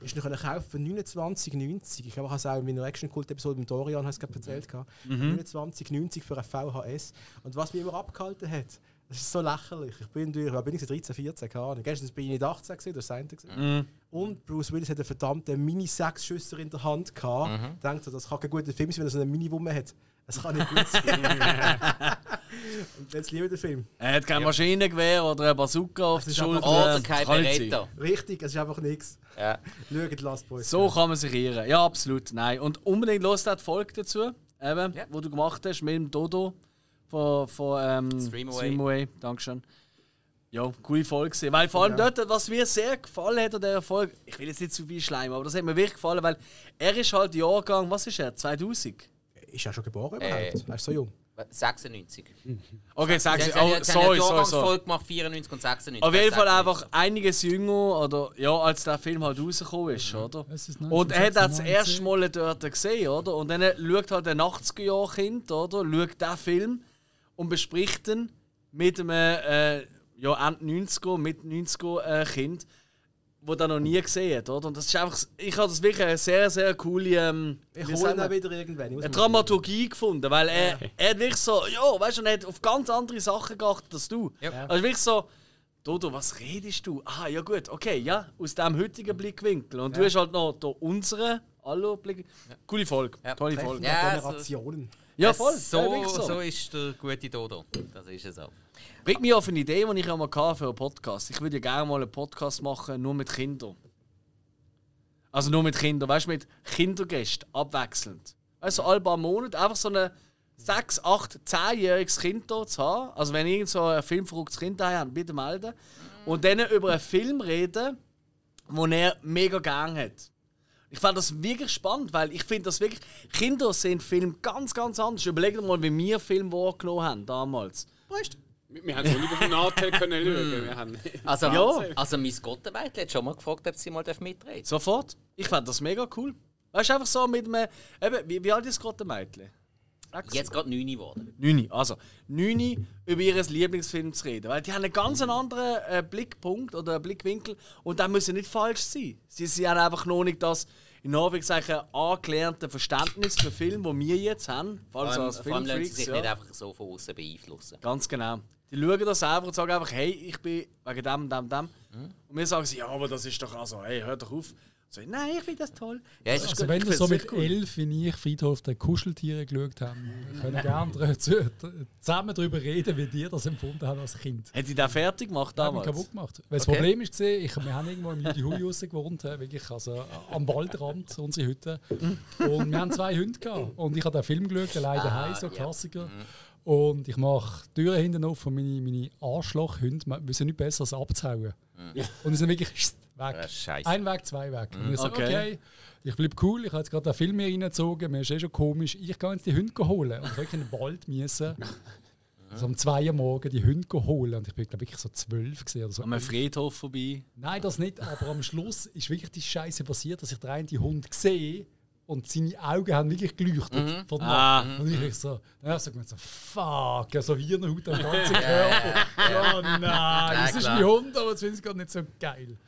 Ist noch können kaufen für 29,90. Ich glaube, ich habe es auch in meiner Action-Kult-Episode mit Dorian habe ich es gerade erzählt. gehabt. 29,90 für eine VHS. Und was mich immer abgehalten hat, das ist so lächerlich. Ich bin durch, wann bin ich so 13, 14, keine Ahnung. Gestern bin ich nicht 18 gewesen, das war das eine gewesen. Und Bruce Willis hat einen verdammten Mini-Sechsschüsser in der Hand gehabt. Denkt so, das kann kein guter Film sein, wenn er so eine Mini-Wumme hat. Das kann nicht gut sein. Und jetzt liebe ich den Film.
Er hat kein Maschinengewehr oder eine Bazooka auf der
ist
Schulter.
einfach-
Oder
Das
kein
kann nicht sein.
Beretta.
Richtig, es ist einfach nichts.
Ja.
Schaut Last Boys.
So kann man sich irren. Ja, absolut. Nein. Und unbedingt los die Folge dazu, eben,
Ja.
wo du gemacht hast mit dem Dodo von, von ähm,
Streamaway.
Streamaway. Dankeschön. Ja, coole Folge. gewesen. Weil vor allem dort, was mir sehr gefallen hat an dieser Folge, ich will jetzt nicht zu viel schleimen, aber das hat mir wirklich gefallen, weil er ist halt Jahrgang, was ist er? 2000?
Ist ja schon geboren
Äh.
überhaupt? Er ist so jung.
96.
Okay, sag
Sie
ich.
haben
Oh,
ja- sie haben ja
sorry, sorry, sorry.
die Jahrgangsfolge gemacht, 94 und 96.
Auf jeden Fall
96.
einfach einiges jünger, oder, ja, als der Film halt rausgekommen ist, oder?
Es ist
Und er hat auch das
1996.
erste Mal dort gesehen, oder? Und dann schaut halt ein 80er-Jahr-Kind, oder? Schaut diesen Film und bespricht ihn mit einem äh, ja, Ende 90er, mit 90er-Kind, äh, wo das noch nie gesehen hat, oder? Und das ist einfach, ich habe das wirklich eine sehr, sehr coole ähm,
Ich
wie
hole
sagen
ihn
wir,
auch wieder irgendwann. ich muss
eine
mal-
Dramaturgie gefunden, weil er, er hat wirklich so, ja, weißt du, und er hat auf ganz andere Sachen geachtet als du.
Ja.
Also wirklich so, Dodo, was redest du? Ah, ja gut, okay, ja, aus dem heutigen Blickwinkel. Und du hast halt noch da unseren Allo-Blick. Coole Folge,
Ja.
tolle
Treffen
Folge.
der
Ja, so-
Generationen.
Ja, voll, ja,
So,
wirklich so.
so ist der gute Dodo. Das ist es auch.
Bringt mich auf eine Idee, die ich ja mal hatte für einen Podcast. Ich würde ja gerne mal einen Podcast machen, nur mit Kindern. Also nur mit Kindern, weißt du, mit Kindergästen, abwechselnd. Also alle paar Monate einfach so ein 6, 8, 10-jähriges Kind dort zu haben. Also wenn irgend so ein filmverrücktes Kind daheim hat, bitte melden. Und dann über einen Film reden, den er mega gern hat. Ich fand das wirklich spannend, weil ich finde das wirklich... Kinder sehen Film ganz, ganz anders. Überleg dir mal, wie wir Film wahrgenommen haben damals.
Weißt
Wir, wir haben so nicht auf den Nachteil können schauen. Wir haben
Also,
Ja.
also mein Gottenweitel hat schon mal gefragt, ob sie mal mitreden darf.
Sofort. Ich fand das mega cool. Weißt du, einfach so mit einem. Eben, wie, wie alt ist gerade der Mädchen?
Jetzt gerade 9 geworden.
Neuni. Also, neuni über ihren Lieblingsfilm zu reden. Weil die haben einen ganz anderen äh, Blickpunkt oder Blickwinkel und das müssen nicht falsch sein. Sie, sie haben einfach noch nicht das, in Norwegen sagen, angelernte Verständnis für Film, das wir jetzt haben. Vor allem,
Vor allem,
so Also als
vor allem lassen sie
Filmfreaks.
sich
Ja.
nicht einfach so von außen beeinflussen.
Ganz genau. Die schauen das selber und sagen einfach, hey, ich bin wegen dem, dem, dem. Und wir sagen sie, ja, aber das ist doch also, hey, hör doch auf. So, nein, ich finde das toll.
Ja, es ist
Also
gut,
wenn
ich
ihr so
find's
mit
wirklich cool.
elf, wie ich, Friedhof der Kuscheltiere geschaut haben, können gerne dr- zu- zusammen darüber reden, wie ihr das empfunden habt als Kind.
Hätte ich den fertig gemacht
Ich habe mich
damals?
kaputt gemacht. Weil das
Okay.
Problem ist, gesehen, ich, wir haben irgendwo im Judihui raus gewohnt, äh, wirklich, also äh, am Waldrand, unsere Hütte. Und wir haben zwei Hunde gehabt. Und ich habe den Film geschaut, der leider
Ah,
heiß, so ein
ja. Mhm.
Klassiker. Und ich mache die Türen hinten auf und meine, meine Arschlochhunde ma- wissen nicht besser als abzuhauen. Und die sind wirklich weg.
Mhm. Ja, scheisse. Mhm.
Ein Weg, zwei Weg. Und ich so,
Okay.
okay. ich bleibe cool, ich habe jetzt gerade den Film hier reingezogen, mir ist eh schon komisch. Ich gehe jetzt die Hunde holen. Und ich wirklich in den Wald müssen.
Mhm.
So um zwei Uhr morgen die Hunde holen. Und ich bin, glaube ich, so zwölf gewesen oder so.
Am Friedhof vorbei.
Nein, das nicht, aber am Schluss ist wirklich die Scheiße passiert, dass ich den einen Hund sehe und seine Augen haben wirklich geleuchtet. Von
Ah.
Nacht. Und ich so, dann habe ich so gemeint, so, fuck, ja, so Hirnhaut am ganzen Körper. Ja, nein, das ist
klar.
mein Hund, aber das finde ich gerade nicht so geil.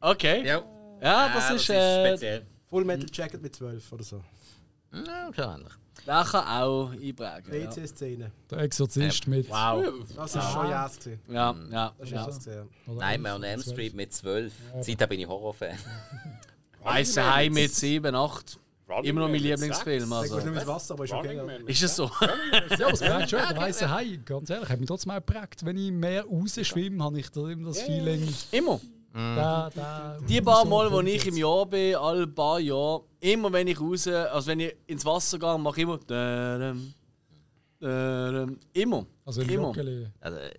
Okay. Ja,
Ja.
das,
Ah,
ist. Äh,
speziell.
Full Metal Jacket mit 12 oder so.
Ja, schon ähnlich.
der kann auch einprägen. Ja,
DC-Szene.
Der Exorzist mit.
wow.
Das ist schon yes gewesen.
ja, ja.
Das ist
ja.
yes gewesen, ja.
oder
Nein, on
elf,
Elm
zwölf.
Street mit 12. Seitdem bin ich Horrorfan.
Weiße Hai mit 7, 8.
Running
Immer noch mein
Man mit
Lieblingsfilm.
Ich
Also.
nicht mit Wasser, aber ist okay.
Running
ja.
Man.
Ist es so?
Ja, aber es prägt schon, der weiße Hai, ganz ehrlich, hat mich trotzdem auch geprägt. Wenn ich mehr rausschwimme, habe ich da immer das Feeling,
Immer.
da, da.
Mhm. Die paar Mal, wo ich im Jahr bin, alle paar Jahre, immer wenn ich raus, also wenn ich ins Wasser gehe, mache ich immer. Äh, immer.
Also im
immer.
Joggeli.
Also, äh,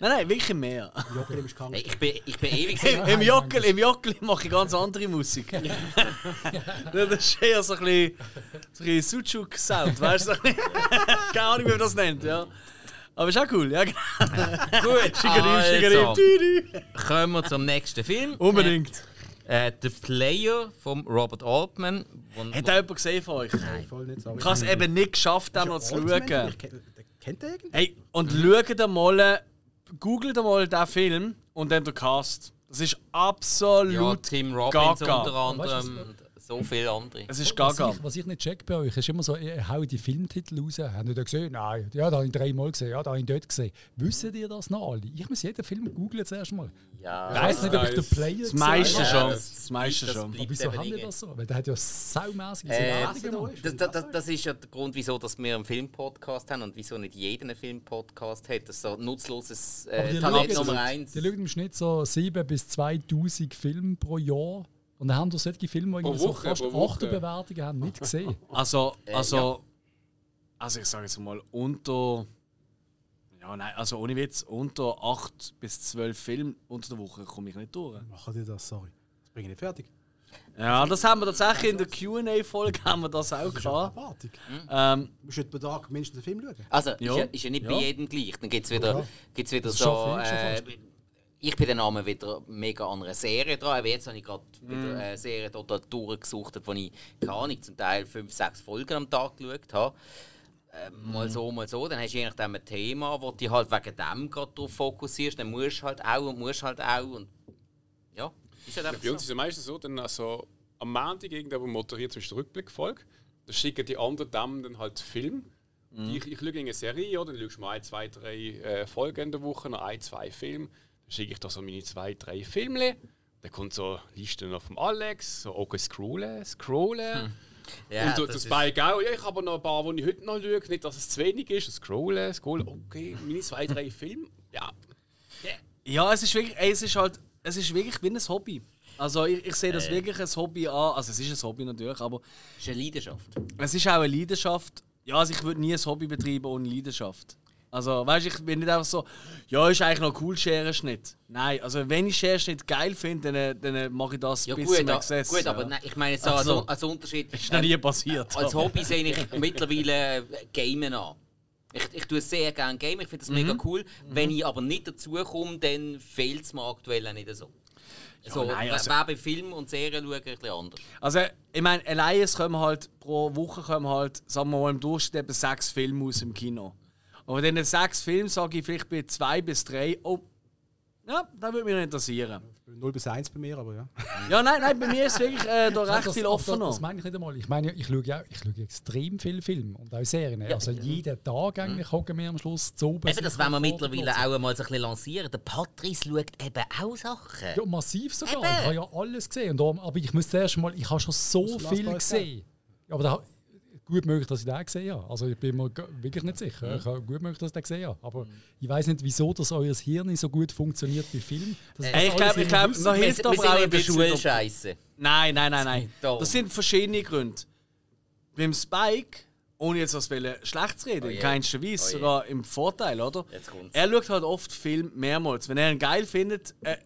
Nein, nein, wirklich mehr.
Joggeli ist krank.
ich bin, ich bin ewig.
Im, im Jockel, im Jockel mache ich ganz andere Musik. das ist eher so ein bisschen, so ein bisschen Sucuk-Sound, weißt du? so ein bisschen- Keine Ahnung, wie man das nennt, ja. Aber ist auch cool, ja.
Ah,
genau.
Gut,
Schickerim, schickerim,
also,
tü, tü.
kommen wir zum nächsten Film.
Unbedingt.
Äh, The Player von Robert Altman. Wo-
Hat auch jemand gesehen von euch? Ich
Voll nicht
habe es eben nicht geschafft, da noch zu schauen.
Kennt ihr irgend?
Hey, und schaut einmal, äh, googelt einmal diesen Film und dann den Cast. Das ist
ja,
absolut.
Tim Robbins
Gaga.
unter
Weißt
anderem und
du,
so viele andere.
Es ist
Was
Gaga.
ich, was ich nicht check bei euch, ist immer so, ihr haut die Filmtitel raus. Habt ihr den gesehen? Nein. Ja, da habe ich dreimal gesehen. Ja, da habe ich dort gesehen. Wissen ihr das noch alle? Ich muss jeden Film googeln zuerst mal. Ich
Ja,
weiss nicht, ob ich den
Nice.
Player
Das meiste
Ja,
schon.
das-
Das meiste
das
schon.
bleibt-
Aber wieso
eben
haben wir
liegen.
das so? Weil der hat ja saumässig
Äh,
gemacht.
das, das, das, das ist ja der Grund, wieso dass wir einen Filmpodcast haben und wieso nicht jeder einen Filmpodcast hat. Das ist so ein nutzloses
Aber
äh,
die
Talent
schauen-
Nummer 1.
Die schauen im Schnitt so 7 bis 2000 Filme pro Jahr. Und dann haben wir solche Filme, die
Pro
irgendwie so
Woche,
fast
pro Woche.
8 Bewertungen haben, nicht gesehen.
Also,
Äh, ja.
also, also ich sage jetzt mal unter, ja nein, also ohne Witz, unter 8 bis 12 Filme unter der Woche komme ich nicht durch.
Machen die das, sorry. Das bringe ich nicht fertig.
Ja, das haben wir tatsächlich in der Q&A-Folge haben wir das auch gehabt.
Abartig.
Ähm,
Du musst jeden Tag mindestens einen Film schauen.
Also,
Ja.
ist, ja, ist ja nicht bei
Ja.
jedem gleich. Dann gibt es wieder,
Ja.
gibt's wieder
ist schon
so.
viel, schon
Äh,
fast.
ich bin dann Namen wieder mega an einer Serie dran. Aber jetzt habe ich gerade
Mhm.
wieder eine Serie total durchgesucht, wo ich, keine Ahnung, zum Teil fünf, sechs Folgen am Tag geschaut habe. Äh,
Mhm.
Mal so, mal so. Dann hast du je nachdem ein Thema, wo du dich halt wegen dem gerade drauf fokussierst. Dann musst du halt auch und musst halt auch. Und ja, ist halt einfach
Bei uns ist
so.
es meistens so, dann also am Montag irgendwer moderiert zum Beispiel die Rückblickfolge, dann schicken die anderen dem dann halt Film.
Mhm.
Ich, ich schaue eine Serie, oder? dann schaust du mal ein, zwei, drei äh, Folgen in der Woche, noch ein, zwei Filme. Dann schicke ich da so meine zwei, drei Filme. Dann kommt so Listen noch vom Alex, so okay, scrollen, scrollen.
Hm. Ja,
und so
das
das
ist-
Bike auch. Ja, ich habe noch ein paar, die ich heute noch schaue. Nicht, dass es zu wenig ist. Scrollen, scrollen. Okay, meine zwei, drei Filme. Ja.
Ja, es ist wirklich, ey, es ist halt, es ist wirklich wie ein Hobby. Also ich, ich sehe
Äh.
das wirklich als Hobby an. Also es ist ein Hobby natürlich, aber
ist eine Leidenschaft.
es ist auch eine Leidenschaft. Ja, also ich würde nie ein Hobby betreiben ohne Leidenschaft. Also weißt du, ich bin nicht einfach so, ja, ist eigentlich noch cool Scherenschnitt. Nein, also wenn ich Scherenschnitt geil finde, dann, dann mache ich das
Ja,
bis
gut,
zum
a-
Exzess.
gut
ja.
aber nein, ich meine, so
Ach so.
als, als Unterschied.
Ist noch nie passiert.
Als Hobby sehe ich mittlerweile äh, Gamen an. Ich, ich tue sehr gerne Game, ich finde das mega cool. Wenn ich aber nicht dazu komme, dann fehlt es mir aktuell auch nicht so. so
nein,
wer-
also-
wer bei Filmen und Serien schaut, ein bisschen anders.
Also, ich meine, allein es kommen halt pro Woche kommen halt, sagen wir mal im Durchschnitt eben sechs Filme aus im Kino. Und von diesen sechs Filmen sage ich vielleicht bei zwei bis drei, oh, ja, das würde mich noch interessieren.
0 bis 1 bei mir, aber ja.
Ja, nein, nein, bei mir ist es wirklich äh, da recht
das,
viel
aber das-
offener.
Also, Das meine ich nicht einmal. Ich meine, ich schaue, ja- ich schaue extrem viele Filme und auch Serien. Also jeden Tag eigentlich hocken wir am Schluss zu oben.
Mhm. Eben, das
sicher
wollen wir
vor der
mittlerweile auch mal so ein bisschen lancieren. Der Patrice schaut eben auch Sachen.
Ja, massiv sogar.
Eben.
Ich habe ja alles gesehen. Und darum, aber ich muss zuerst mal, ich habe schon so
Last
viel
Boy
gesehen. Aber da, gut möglich, dass ich den gesehen habe. Also ich bin mir g- wirklich nicht sicher.
Mhm.
Ich habe gut möglich, dass ich den gesehen habe. Aber ich weiß nicht, wieso das euer Hirn so gut funktioniert bei Filmen. Das
Ey, ich glaube, ich glaube, da
Äh, wir,
hilft
wir
aber auch
sind ja
ein
in der
bisschen.
Schule
der-
scheiße.
Nein, nein, nein, nein.
Darum.
Das sind verschiedene Gründe. Beim Spike, ohne jetzt was wollen, schlecht zu reden,
Oh je.
in keinster Weise,
Oh je.
sogar im Vorteil, oder?
Jetzt kommt's.
Er schaut halt oft Film mehrmals. Wenn er einen geil findet, äh,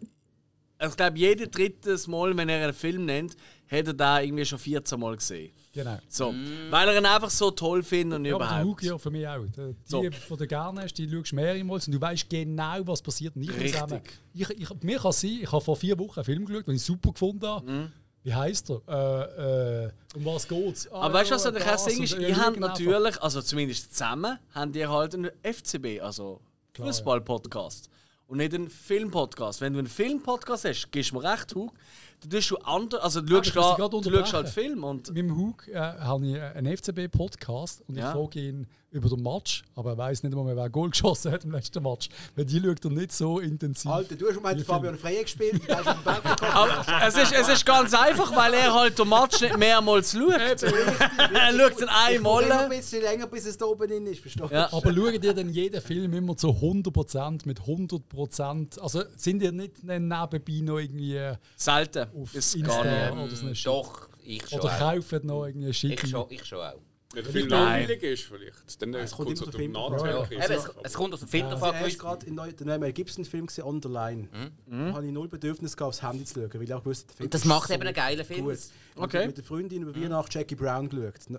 ich glaube, jedes drittes Mal, wenn er einen Film nennt, hat er da irgendwie schon 14 Mal gesehen.
Genau.
So.
Mhm.
Weil er ihn einfach so toll findet und
Ja, aber der
überhaupt.
Hugi ja für mich auch. Die,
So.
die du gerne hast, die schaust du mehrmals und du weißt genau, was passiert. Und ich muss
Richtig.
zusammen. Ich, ich, mir kann sein, ich habe vor vier Wochen einen Film geschaut, den ich super gefunden habe.
Mhm.
Wie heißt er? Äh, äh, um was geht's? Ah,
Aber weißt du,
ja,
was natürlich auch
das
Ding ist?
und-
Ihr
ja, genau,
habt
schau einfach.
natürlich, also zumindest zusammen, habt ihr halt einen FCB, also
ja.
Fußball-Podcast. Und nicht einen Film-Podcast. Wenn du einen Film-Podcast hast, gibst du mir recht, Hug, dann tust du andere, also du
Ah,
schaust,
ich muss dich
da,
gerade
du schaust
unterbrechen.
halt Film und.
Mit dem Hug äh, habe ich einen FCB-Podcast und
Ja.
ich frage ihn über den Match, aber er weiß nicht einmal, wer Goal geschossen hat im letzten Match. Weil die schaut er nicht so intensiv.
Alter, du hast schon mal den
Wie viel?
Fabian Frey gespielt, du hast auf den Bank gekommen.
Aber es ist, es ist ganz einfach, weil er halt den Match nicht mehrmals schaut. er schaut ihn einmal
Noch ein
an.
bisschen länger, bis es da oben drin ist, verstehst du?
Ja.
Aber schaut ihr denn jeden Film immer zu 100% mit 100%? Also sind ihr nicht nebenbei noch irgendwie
Selten.
auf
Ist
Insta
gar nicht.
oder so eine Shit?
Doch, ich schon
Oder
auch.
kauft noch irgendwie
Ich
Shit?
schon, ich schon auch.
Wenn der Film
Nein.
langweilig ist, vielleicht. Dann äh,
Es kommt
kommt es
immer
auf
auf den
den
Film
Nachteil.
drauf
ein
Eben, es,
bisschen.
es kommt aus dem Filter
Also, er ist
ja,
gerade in neu- den neuen Gibson-Film gesehen, On the Line.
Mhm.
Da habe ich null Bedürfnis gehabt, aufs Handy zu schauen, weil ich auch wusste, der Film
Und das
ist
macht
so
eben einen geilen Film.
Gut. Und
Okay.
ich hab mit der Freundin über Weihnachten Jackie Brown geschaut. Na,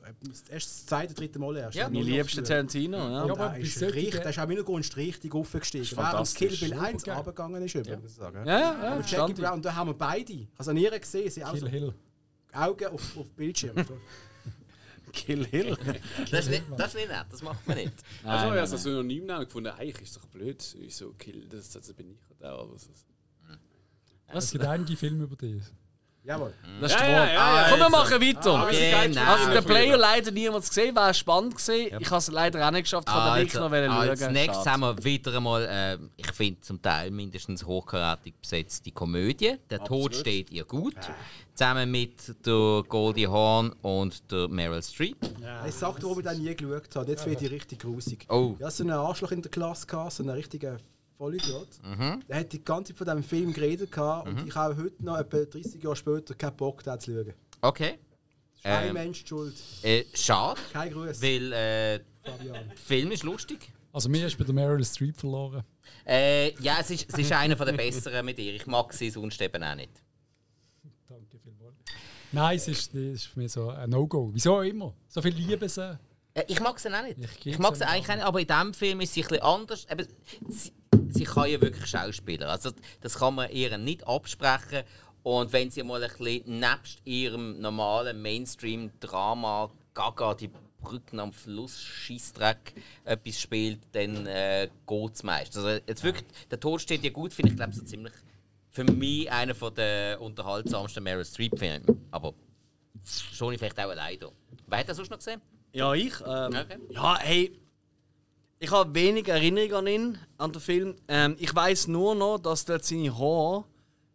Erst das zweite, dritte Mal erst.
Ja.
Ich hab
Mein
null
liebster
aufgeschaut.
Tarantino, ja.
Und
Ja, aber
er
bis
ist
solche-
richtig, er ist auch im Hintergrund richtig aufgestiegen. Während
fantastisch.
Kill Bill 1
Supergeil.
runtergegangen ist, übrigens. muss ich Sagen.
Ja, ja,
Aber Jackie
verstanden.
Brown, da haben wir beide. Ich habe es an ihr gesehen, sie haben auch so
Kill Hill.
Augen auf, auf Bildschirm.
Kill Hill.
Das ist, nicht, das ist nicht nett, das macht man nicht.
Also, ich habe es als Synonym nehmen und gefunden, eigentlich ist doch blöd. Ich so, kill, das, das bin ich. halt Auch, also. aber es
Äh,
ist-
Also,
Es gibt einige Filme über das.
Jawohl.
Das ist
Ja,
ja,
ja, ja, ja.
Komm, wir machen weiter.
Genau.
Also, der Player leider niemand gesehen, wäre spannend gewesen. Ich habe es leider auch nicht geschafft, ich
Ah,
habe den Link noch wollen
als
schauen.
nächstes
Schade.
haben wir wieder einmal, ähm, ich finde zum Teil mindestens hochkarätig besetzte Komödie. Der Tod steht ihr gut. Zusammen mit der Goldie Hawn und der Meryl Streep.
Ah, Ich sagte, wo wir dann nie geschaut haben. Jetzt wird die richtig grusig.
Oh.
Ich hatte so einen Arschloch in der Klasse, gehabt, so einen richtigen Vollidiot. Der hat die ganze Zeit von diesem Film geredet gehabt, und ich habe heute noch etwa 30 Jahre später keinen Bock, den zu schauen.
Okay.
Kein
Ähm.
Mensch die schuld.
Äh, schade,
Kein Grüß,
weil äh, der
Fabian.
Film ist lustig.
Also mir ist bei der Meryl Streep verloren.
Äh, ja, es ist, es ist einer von der besseren mit ihr. Ich mag sie sonst eben auch nicht.
Danke vielmals. Nein, es ist, das ist für mich so ein No-Go. Wieso auch immer? So viel Liebes. Äh,
Äh, Ich mag sie auch nicht.
Ich
Ich,
gebe
mag
sie
sie
einem
eigentlich auch nicht, aber in diesem Film ist sie ein bisschen anders. Eben, sie, sie kann ja wirklich Schauspieler. Also, das kann man ihr nicht absprechen. Und wenn sie mal ein bisschen nebst ihrem normalen Mainstream-Drama Gaga, die Brücken am Fluss, Schießtrack etwas spielt, dann äh, geht es meist. Also, jetzt wirklich, der Tod steht ja gut, finde ich, glaube so ziemlich für mich einer von der unterhaltsamsten Meryl Streep-Filme. Aber schon vielleicht auch allein da. Wer hat das sonst noch gesehen?
Ja, ich. Ähm,
Okay.
Ja, hey. Ich habe wenig Erinnerung an ihn, an den Film. Ähm, ich weiß nur noch, dass dort seine Haare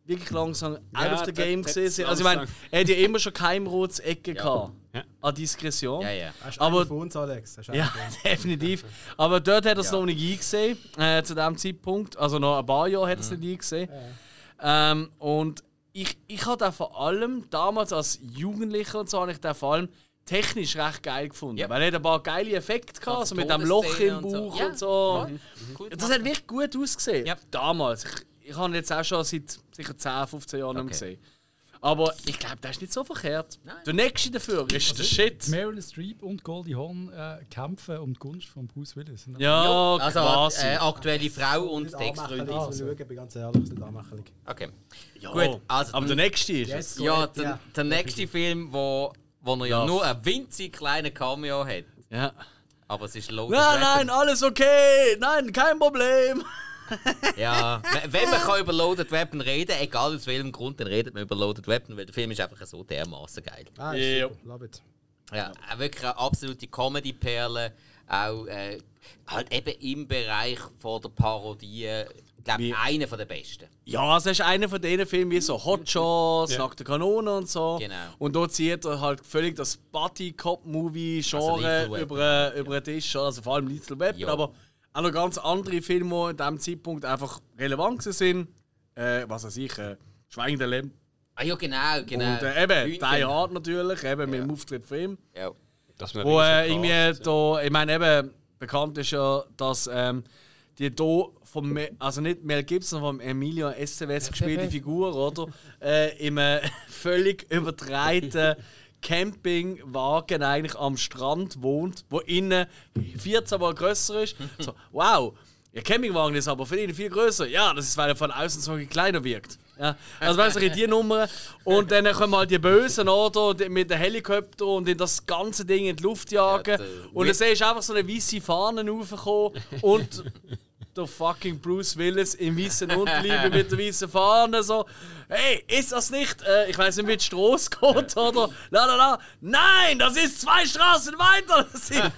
wirklich langsam out of the
dort-
game
dort
gesehen sind. Also, ich meine,
langsam.
er hat ja immer schon keimrotes Ecke
Ja.
gehabt.
Ja.
An Diskretion.
Ja, ja.
Hast du
Aber-
einen von uns, Alex? Hast du einen
Ja,
von uns?
definitiv. Aber dort hat er es
Ja.
noch nicht eingesehen, äh, zu dem Zeitpunkt. Also noch ein paar Jahre hat er
Mhm.
es nicht eingesehen. Ähm, und ich, ich habe den vor allem damals als Jugendlicher und so, habe ich den vor allem technisch recht geil gefunden.
Ja.
Weil er hat ein paar geile Effekte gehabt, also mit dem Loch
Todesszenen
im
und so.
Bauch
Ja,
und so.
voll. Cool
Das hat wirklich gut ausgesehen.
Ja.
Damals. Ich, ich habe ihn jetzt auch schon seit sicher 10, 15 Jahren nicht mehr
Okay.
gesehen. Aber ich glaube, das ist nicht so verkehrt.
Nein.
Der nächste dafür ist der Shit.
Meryl Streep und Goldie Hawn äh, kämpfen um die Gunst von Bruce Willis.
Ja,
also
quasi.
äh, aktuelle Frau und
Nicht
Textrunde.
anmächelig zu schauen, bin ganz ehrlich, ist nicht anmächelig.
Okay.
Ja,
Gut, also-
Oh. aber der nächste ist es.
Yes,
Ja,
correct,
der, der nächste Film, wo, wo er ja,
Ja.
nur einen winzig kleinen Cameo hat.
Ja.
Ah, Aber es ist Lotus
Nein,
Weapon.
nein, alles okay. Nein, kein Problem.
Ja, w- wenn man kann über Loaded Weapon reden egal aus welchem Grund, dann redet man über Loaded Weapon, weil der Film ist einfach so dermaßen geil.
Ah, ist
Ja.
super. Love it.
Ja, auch wirklich eine absolute Comedy-Perle. Auch äh, halt eben im Bereich von der Parodie, glaube
Wie-
ich, einer der besten.
Ja, es ist einer von diesen Filmen wie so Hot Shots,
Ja.
Nackte Kanone und so.
Genau.
Und dort zieht er halt völlig das
Also
Buddy-Cop-Movie-Genre
Lethal Weapon.
über, über den Tisch. Also vor allem Little Weapon,
Ja.
aber auch noch ganz andere Filme, die in diesem Zeitpunkt einfach relevant gewesen sind. Äh, was weiß ich, äh, Schweigende Leben.
Ah ja, genau, genau.
Und äh, eben, Die
Hühnchen.
Hard natürlich, eben mit dem Auftritt von ihm.
Ja.
Dass man
Wo äh,
wenigstens
irgendwie
Spaß-
da, ich meine eben, bekannt ist ja, dass ähm, die hier vom, Me- also nicht Mel Gibson, von Emilio Estevez gespielte Figur, oder? Äh, Im äh, völlig übertreiten Campingwagen eigentlich am Strand wohnt, wo innen 14 Mal grösser ist. So, wow, ihr Campingwagen ist aber für ihn viel größer. Ja, das ist, weil er von außen so viel kleiner wirkt. Ja, also weißt du, die Nummer und dann kommen halt die Bösen oder die mit dem Helikopter und in das ganze Ding in die Luft jagen
Ja, der-
und dann siehst du einfach so eine weiße Fahne raufkommen und der fucking Bruce Willis im weißen Unterliebe mit der weißen Fahne so hey ist das nicht äh, ich weiß nicht mit Stroß geht oder la la la nein das ist zwei Straßen weiter das sind-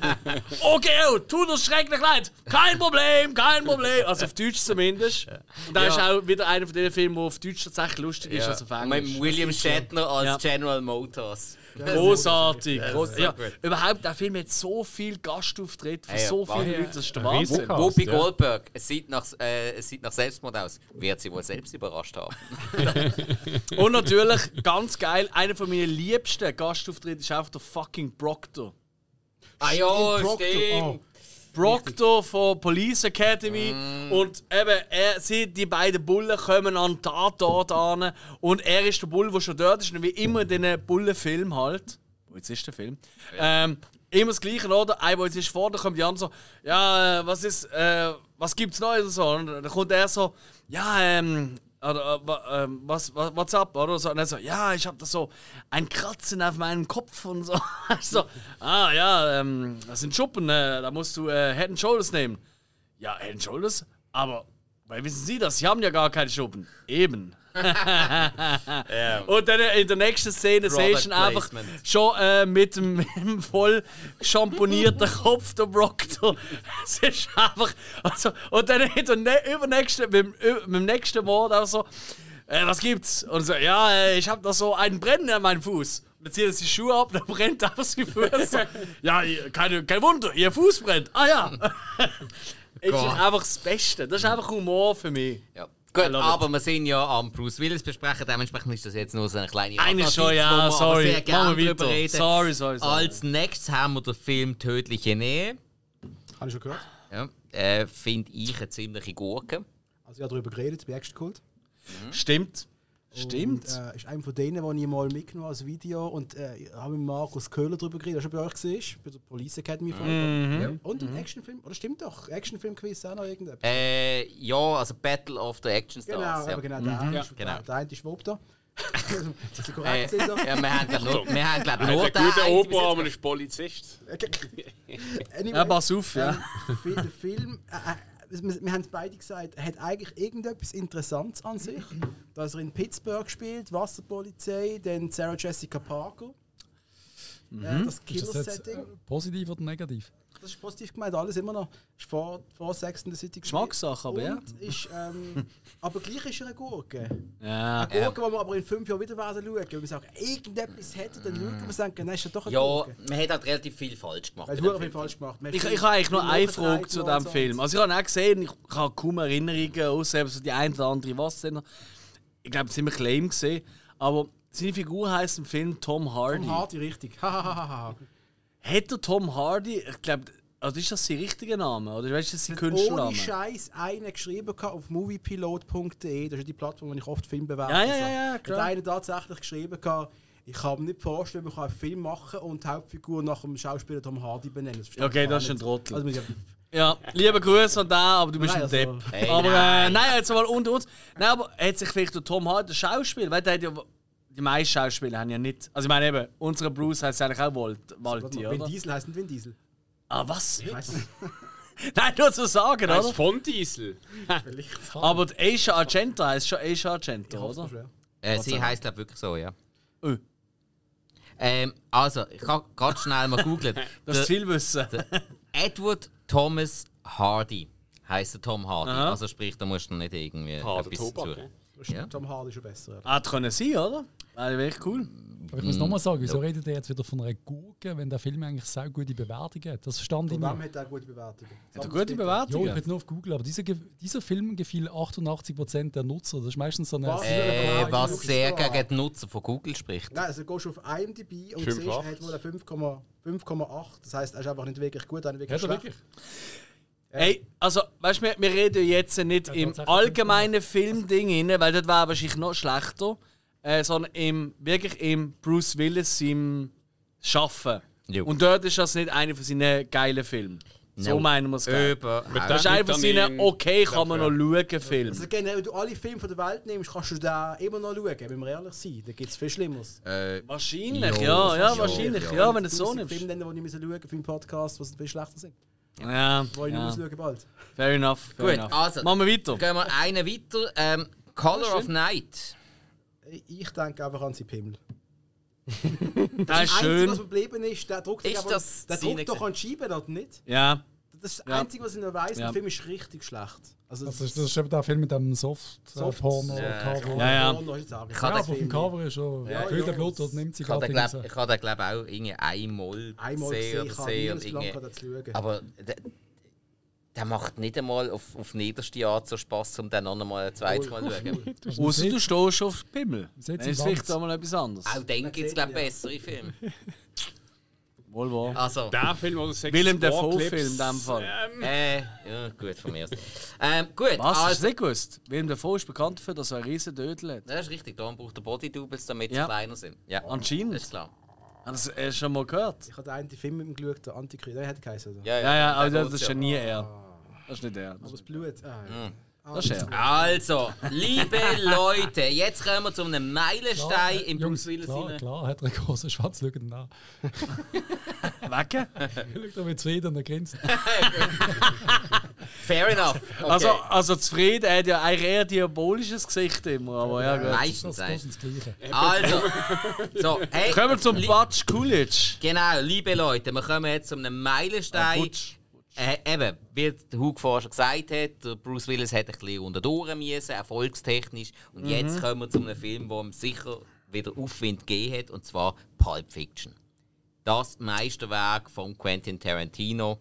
okay oh, tut uns schrecklich leid kein Problem kein Problem also auf Deutsch zumindest und da ist auch wieder einer von den Filmen wo auf Deutsch tatsächlich lustig ist
Ja.
als auf Englisch
Mit William Shatner als
Ja.
General Motors.
großartig
ist
groß
so
ja,
gut.
überhaupt der Film hat so viel Gastauftritt für
Ja, ja,
so viele
Wahnsinn.
Leute das ist der Wahnsinn
Riesen-
Whoopi
ja.
Goldberg, es sieht, nach, äh, es sieht nach Selbstmord aus. Wird sie wohl selbst überrascht haben.
Und natürlich, ganz geil, einer von meinen liebsten Gastauftritte ist einfach der fucking Proctor.
Ah ja,
Proctor,
oh.
stimmt.
Proctor von Police Academy und eben er, sie, die beiden Bullen kommen an den Tatort an und er ist der Bull, der schon dort ist und wie immer in diesen Bullenfilm halt. Oh, Jetzt ist der Film. Ähm, immer das Gleiche, oder? Einer, der jetzt ist vor, dann kommt die andere so, ja, äh, was ist, äh, was gibt's Neues und so. Und dann kommt er so, ja, ähm, oder, äh, wa- ähm, was, was, what's up, oder? So, und er so, ja, ich habe da so ein Kratzen auf meinem Kopf und so. so ah, ja, ähm, das sind Schuppen, äh, da musst du äh, Head and Shoulders nehmen. Ja, Head and Shoulders? Aber, weil wissen Sie das? Sie haben ja gar keine Schuppen. Eben. Und dann äh, in der nächsten Szene
Product
siehst du ihn einfach
Placement.
schon äh, mit dem mit dem voll champonierten Kopf der Proctor. Es ist einfach. Also, und dann in der ne übernächsten, mit, dem- ü- mit dem nächsten Mord auch so: äh, Was gibt's? Und so: Ja, äh, ich hab da so einen Brennen an meinem Fuß. Und Dann zieht er die Schuhe ab, dann brennt er aus die Füße. ja, ihr- keine, kein Wunder, ihr Fuß brennt. Ah ja. Es ist
Gott.
einfach das Beste. Das ist einfach Humor für mich.
Ja.
I
Gut,
love
aber wir sind ja am Bruce Willis besprechen, dementsprechend ist das jetzt nur so eine kleine
Eigentlich schon,
Randnotiz,
ja,
wo wir aber
sorry.
sehr gerne
Machen wir
drüber
weiter.
reden.
Sorry, sorry, sorry.
Als nächstes haben wir den Film Tödliche Nähe.
Habe ich schon gehört?
Ja, äh, Finde ich eine ziemliche Gurke.
Also ich habe darüber geredet, bei Action Cult.
Stimmt. Mhm. Oh, Stimmt.
Und, äh, ist einer von denen, den ich mal mitgenommen habe als Video und äh, ich habe mit Markus Köhler darüber geredet, hast du bei euch gesehen, bei der Police Academy Folge.
Mhm.
Und ein Actionfilm, oder stimmt doch, Actionfilm-Quiz auch noch irgendetwas.
Äh, ja, also Battle of the Action
Genau,
Stars. ja.
aber genau, der eine ist,
genau.
der eine ist Wobda. Dass sie
Äh,
korrekt sind.
ja, wir haben, glaub, nur, wir haben glaub, nur den
Ein guter
einen bis
Opa,
jetzt-
aber ist Polizist.
Anyway,
Ja, pass auf, ja.
ähm, Fi- der Film, äh, äh, wir, wir haben es beide gesagt, er hat eigentlich irgendetwas Interessantes an sich. Dass er in Pittsburgh spielt, Wasserpolizei, dann Sarah Jessica Parker.
Mhm.
Äh, das
Ist das jetzt äh,
Killer-Setting.
positiv oder negativ?
Das ist positiv gemeint, alles immer noch. Ist vor, vor Sex in the City gespielt.
Geschmackssache, aber ja.
Und Ist, ähm, aber gleich ist er eine Gurke.
Ja.
Eine Gurke, die wir aber in fünf Jahren wieder werden schauen. Wenn wir sagen, irgendetwas hätte, dann schauen wir und sagen, nein, ist ja doch eine
Ja,
Gurke.
man hat halt relativ viel falsch gemacht.
Weil
bei
du
dem
hast viel
Film.
falsch gemacht. Man
Ich,
hat
ich habe eigentlich nur
viel
eine
nachgetragen
Frage zu
und
diesem
so.
Film. Also ich habe ihn auch gesehen, ich habe kaum Erinnerungen, außer eben so die ein oder andere Wasser. Ich glaube, ziemlich lame gesehen. Aber seine Figur heißt im Film Tom Hardy.
Tom Hardy, richtig. Hahaha.
Hat der Tom Hardy, ich glaube, also ist das sein richtiger Name? Oder weißt du, das ist sein
Ohne
Künstlername?
Scheiß einen geschrieben gehabt auf moviepilot.de. Das ist ja die Plattform, wo ich oft Filme bewerte.
Ja, ja, ja, ja,
Hat
klar.
einer tatsächlich geschrieben gehabt, ich kann mir nicht vorstellen, man kann einen Film machen und die Hauptfigur nach dem Schauspieler Tom Hardy benennen. Das verstehe
Okay,
ich gar
das ist ein
nicht.
Trottel.
Also, muss ich-
Ja, liebe Grüße an den, aber du bist ein
Nein, also-
Depp.
Hey,
aber
nein.
Äh, nein, jetzt mal unter uns. Nein, aber hat sich vielleicht der Tom Hardy, der Schauspieler, weil der hat ja, die meisten Schauspieler haben ja nicht. Also ich meine eben, unser Bruce heißt eigentlich auch Walt,
Warte
Walti,
mal, Vin
oder?
Diesel heißt nicht Vin Diesel.
Ah, was?
Ich weiß nicht.
Nein, nur zu sagen,
Er ist
oder?
von Diesel.
Aber die Asia Argento heißt schon Asia Argento, oder?
Schwer.
Äh, sie heisst, glaube wirklich so, ja.
Äh.
Öh.
Ähm, also, ich habe gerade schnell mal gegoogelt.
Das ist
Der-
viel Wissen.
Edward Thomas Hardy heißt der Tom Hardy.
Aha.
Also sprich, da musst du nicht irgendwie
Harder
etwas
Tobak,
zu-
ne?
Ja.
Tom Hardy ist schon besser.
Ah, das können sein, oder? Ah, Wäre wirklich cool.
Aber ich muss nochmal sagen, wieso redet ihr jetzt wieder von einer Gurke, wenn der Film eigentlich sehr gute Bewertungen hat? Das verstand ich
Und wem
nicht.
hat er gute Bewertungen?
Hat er
Sag
gute
bitte.
Ja, ich
Bewertungen?
bin nur auf Google, aber dieser, ge- dieser Film gefiel 88% der Nutzer. Das ist meistens so eine.
Was?
Äh, was sehr
Ja.
gegen den Nutzer von Google spricht.
Nein, also gehst du auf IMDb und
Fünf,
siehst, er
acht.
hat wohl eine 5,8. 5,8. Das heisst, er ist einfach nicht wirklich gut, er ist wirklich
Hat er
schlecht.
wirklich?
Ey, also, weißt du, wir, wir reden ja jetzt nicht im
tatsächlich
allgemeinen Filmding rein, weil das wäre wahrscheinlich noch schlechter, äh, sondern im, wirklich im Bruce Willis im Schaffen.
Jo.
Und dort ist das nicht einer von seinen geilen Filmen. So
No.
meinen wir es. gell?
Über.
Das ist
Mit
einer von seinen
Vitamin-
okay, kann man noch schauen
Also
Filmen.
generell, wenn du alle Filme von der Welt nimmst, kannst du da immer noch schauen, wenn wir ehrlich sind. Da gibt es viel Schlimmeres.
Äh,
Wahrscheinlich,
Jo,
ja, ja,
jo,
wahrscheinlich,
jo.
ja, wenn du es so
Filme
nimmst.
nennen, die ich müssen schauen für einen Podcast, was viel schlechter sind.
Ja,
Wo ich ja.
ja.
muss schauen bald.
fair enough. Fair
Gut,
enough.
also-
Machen wir weiter.
gehen wir einen weiter. Ähm, Color of Night.
Ich denke einfach an seinen Pimmel.
Das ist
Einzige, was
schön.
geblieben ist, der druckt,
Ist
aber,
das
der
seine
druckt doch an die Scheibe, oder nicht?
Ja.
Das ist das
Ja.
Einzige, was ich noch weiss.
Ja.
Der Film ist richtig schlecht. Also,
Das ist, das ist eben der Film mit dem äh,
Soft-
Soft-Porno-Cover.
Ja, ja.
Ich
Ich
hab
Ja,
den
aber auf dem Cover ist schon
Ja,
viel
ja.
der Blut und nimmt sie
Ich habe
gerade
den,
raus.
glaub, ich hab den glaub auch irgendwie einmal,
Einmal gesehen, ich habe nie
gesehen
einen
oder irgendwie.
Plan gehabt, das zu schauen.
Aber der, der macht nicht einmal auf, auf niederste Art so Spass, um den noch einmal ein zweites Mal zu schauen.
Außer du stehst auf Pimmel.
sitzt
Dann ist
im
vielleicht
Wanz.
einmal etwas anderes.
Auch dann gibt es, glaube
Ja.
bessere Filme.
Wohl wahr.
Also,
Der Film oder sechs
Willem
Vorclips,
Dafoe-Film in dem Fall.
Ähm,
äh, ja, gut von mir aus. ähm, gut,
Was? Hast du das
also,
nicht gewusst? Willem Dafoe ist bekannt dafür, dass er einen riesen Dödel hat.
das ist richtig, darum braucht der Body Doubles, damit sie
Ja.
kleiner sind. Ja, das ist
Anscheinend.
klar.
Hast du das schon mal gehört?
Ich habe den einen Film mit ihm geschaut, der Antichrist. Nein, hat geheißen. oder?
Ja, ja, aber
der
das ist
geht's
ja nie er. Das ist nicht er.
Aber das Blut. Ah,
Mhm.
ja.
Das ist er.
Also, liebe Leute, jetzt kommen wir zu einem Meilenstein im
Jungs,
Bruce Willis
klar,
rein.
klar, hat er einen großen Schwanz, schaut ihn an.
Wecken?
Schaut er mit zufrieden und er grinst.
Fair enough. Okay.
Also, also zufrieden, er hat ja eigentlich eher diabolisches Gesicht immer, aber ja gut.
Meistens
Das
eins.
ist das Gleiche.
Also, so, hey,
Kommen wir zum Batsch Coolidge.
genau, liebe Leute, wir kommen jetzt zu einem
Ah,
Meilenstein.
Butch.
Äh, eben, wie der Hug vorher schon gesagt hat, der Bruce Willis hat ein bisschen unter die Ohren müssen, erfolgstechnisch. Und jetzt kommen wir zu einem Film, der ihm sicher wieder Aufwind gegeben hat, und zwar Pulp Fiction. Das Meisterwerk von Quentin Tarantino,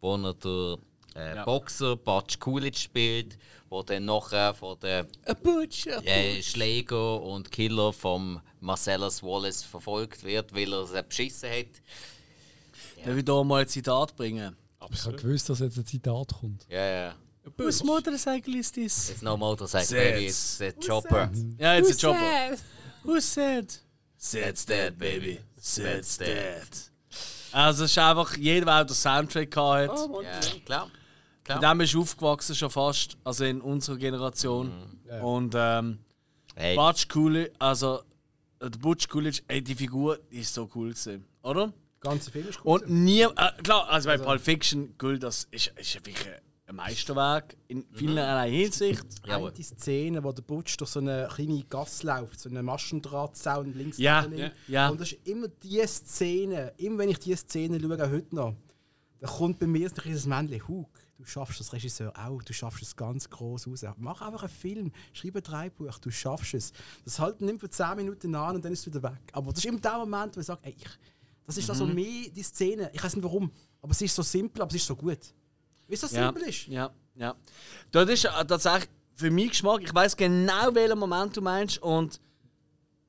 wo er den äh,
Ja.
Boxer Butch Coolidge spielt, wo dann nachher von den äh, Schläger und Killer vom Marcellus Wallace verfolgt wird, weil er sie beschissen hat.
Darf ich da mal ein Zitat bringen?
Ich habe gewusst, dass jetzt ein Zitat kommt.
Ja, ja.
Was Motorcyclist ist?
It's no motorcycle,
Sets.
baby, it's a eh, chopper.
Ja, jetzt ein Jobber. Who said? Said's dead, baby. Said's
dead.
dead. Also es ist einfach, jeder, der auch den Soundtrack hatte,
Ja, klar.
mit dem ist aufgewachsen schon fast, also in unserer Generation. Und ähm,
Hey,
Butch Coolidge, also äh, der Butch Coolidge, ey, die Figur die ist so cool gewesen, oder?
Der ganze Film ist gut.
Und nie, äh, klar, also bei Pulp Fiction, cool, das ist, ist ja wirklich ein Meisterwerk in vielerlei Hinsicht.
jawohl.
die Szene, wo der Butch durch so eine kleine Gasse läuft, so einen Maschendrahtzaun links
Ja,
neben ihm.
ja.
Und das ist immer die Szene, immer wenn ich diese Szene schaue, auch heute noch, da kommt bei mir so ein kleines Männchen, Hug, du schaffst das Regisseur auch, du schaffst es ganz groß raus. Mach einfach einen Film, schreib ein Drehbuch, du schaffst es. Das halt nimmt für 10 Minuten an und dann ist es wieder weg. Aber das ist immer der Moment, wo ich sage, ey, ich, das ist
Mhm.
also mehr die Szene. Ich weiß nicht warum, aber es ist so simpel, aber es ist so gut. Weißt du, was
Ja,
simpel ist?
ja, ja. Dort ist äh, tatsächlich für meinen Geschmack, ich weiß genau, welchen Moment du meinst und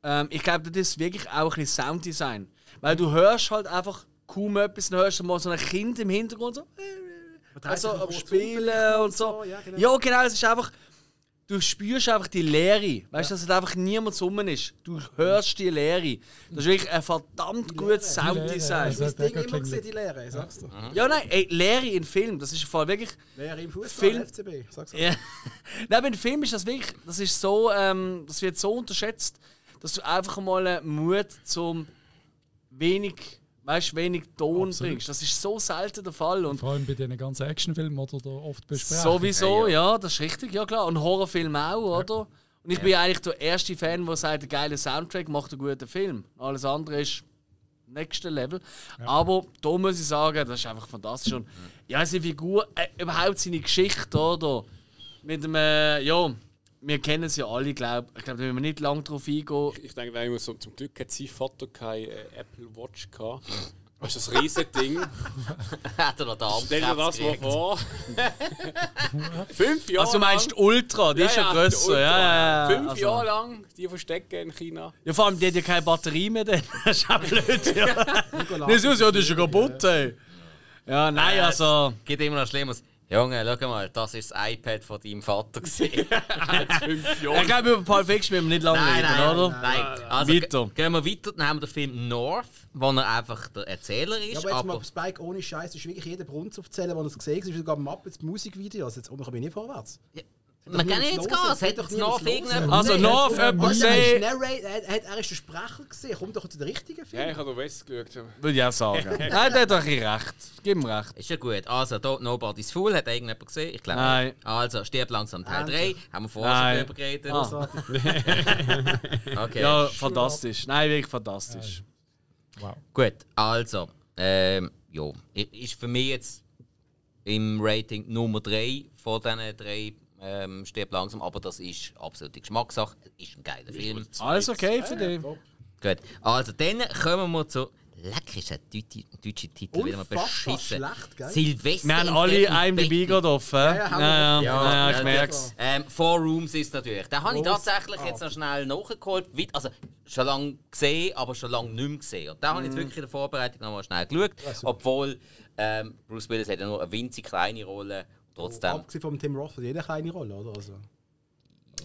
ähm, ich glaube, das ist wirklich auch ein bisschen Sounddesign. Weil du hörst halt einfach kaum etwas, dann hörst du mal so ein Kind im Hintergrund so.
dreht
Also
sich noch
am
kurz um
Spielen und so.
so, ja, genau.
Ja, genau, es ist einfach. Du spürst einfach die Leere. Weißt du, dass halt einfach niemand zusammen ist. Du hörst die Leere. Das ist wirklich ein verdammt gutes
Die Leere,
Sounddesign.
also-
Das
Der
Ding immer
Glöckchen
gesehen,
mit.
die Lehre, sagst du?
Ja, nein, ey, Leere in Film, das ist im Fall wirklich.
Lehre im Fußball,
Film-
FCB, sagst du?
Ja. Nein, beim Film ist das wirklich, das ist so, ähm, das wird so unterschätzt, dass du einfach mal äh, Mut zum wenig, weißt, wenig Ton bringst. Das ist so selten der Fall und
Vor allem bei diesen ganzen Actionfilmen, die du da oft besprechen.
sowieso, ja, das ist richtig, ja klar. Und Horrorfilm auch, oder? Und ich bin eigentlich der erste Fan, der sagt, ein geiler Soundtrack macht einen guten Film. Alles andere ist nächste Level. Aber da muss ich sagen, das ist einfach fantastisch. Und
Mhm.
ja, seine Figur, äh, überhaupt seine Geschichte, oder? Mit dem, äh, ja, wir kennen es ja alle, glaub. ich glaube, da müssen wir nicht lange drauf eingehen.
Ich denke, wenn ich so, zum Glück hat sein Vater keine äh, Apple Watch gehabt. Das ist das Riesending.
Hat er noch den Arm
Stell dir das mal vor. Fünf Jahre
Also, du meinst die Ultra, die ist ja, grösser.
Ultra.
Ja, ja, ja.
Fünf
also,
Jahre lang die verstecken in China.
ja, vor allem, die hat ja keine Batterie mehr, dann. das ist auch blöd. Ja.
Nicolas.
Das ist ja, das ist ja kaputt, ey. Ja, nein, also.
Geht immer noch Schlimmes. Junge, schau mal, das ist das iPad von deinem Vater. gewesen.
Fünf
Ich
Jahre.
glaube, über Pulp Fiction müssen wir nicht lange
nein,
reden,
nein,
oder?
nein. Also,
Weiter.
ge- Gehen wir weiter, dann haben wir den nou, Film North, wo er einfach der Erzähler
Ja,
ist.
aber jetzt
aber
mal Spike ohne Scheiß, ist wirklich jeder Brunz aufzählen, wo er es gesehen hat. Es ist sogar Muppets Musikvideos. Jetzt oh, komme ich nicht vorwärts.
man kann
niemand
jetzt
los,
gehen, es
es hat
hat
doch
jetzt
niemand
North
los.
irgendeinen.
Also, North, jemand
Was, er, ist
gesehen?
Narrate, er, er, er ist der Sprecher gesehen. Kommt doch zu den richtigen Film.
Ja, ich habe den West geschaut.
Würde ich auch sagen. nein, der hat doch ein bisschen recht. Gib ihm recht.
Ist ja gut. Also, dort Nobody's Fool, hat irgendjemand gesehen? Ich glaube
Nein.
nicht. Also, stirb langsam Teil 3, haben wir vorher
Nein.
schon drüber geredet.
Ah.
Okay.
Ja, fantastisch. Nein, wirklich fantastisch.
Gut, also, ähm, ja, I- ist für mich jetzt im Rating Nummer 3 von diesen drei ähm, steht langsam, aber das ist absolute
Ah.
Geschmackssache. Ist ein geiler Film.
Alles okay für dich.
Gut, also dann kommen wir zu Leck, ist ein deutsche, deutscher Titel wieder mal
Unfassbar
beschissen.
schlecht, gell?
Silvester.
Wir haben
im
alle
Bett- im
IMDb
Bett-
gerade offen. Ja,
haben wir.
ja, ja, ja, ich
ja,
merk's.
Ähm, Four Rooms ist natürlich. Den habe ich
Gross.
tatsächlich jetzt noch schnell nachgeholt. Weit- Also schon lange gesehen, aber schon lange nicht mehr gesehen. Und da habe ich jetzt wirklich in der Vorbereitung noch mal schnell geschaut. obwohl ähm, Bruce Willis hat ja nur eine winzig kleine Rolle. Trotzdem.
Abgesehen vom Tim Roth hat jeder kleine Rolle, oder? Also,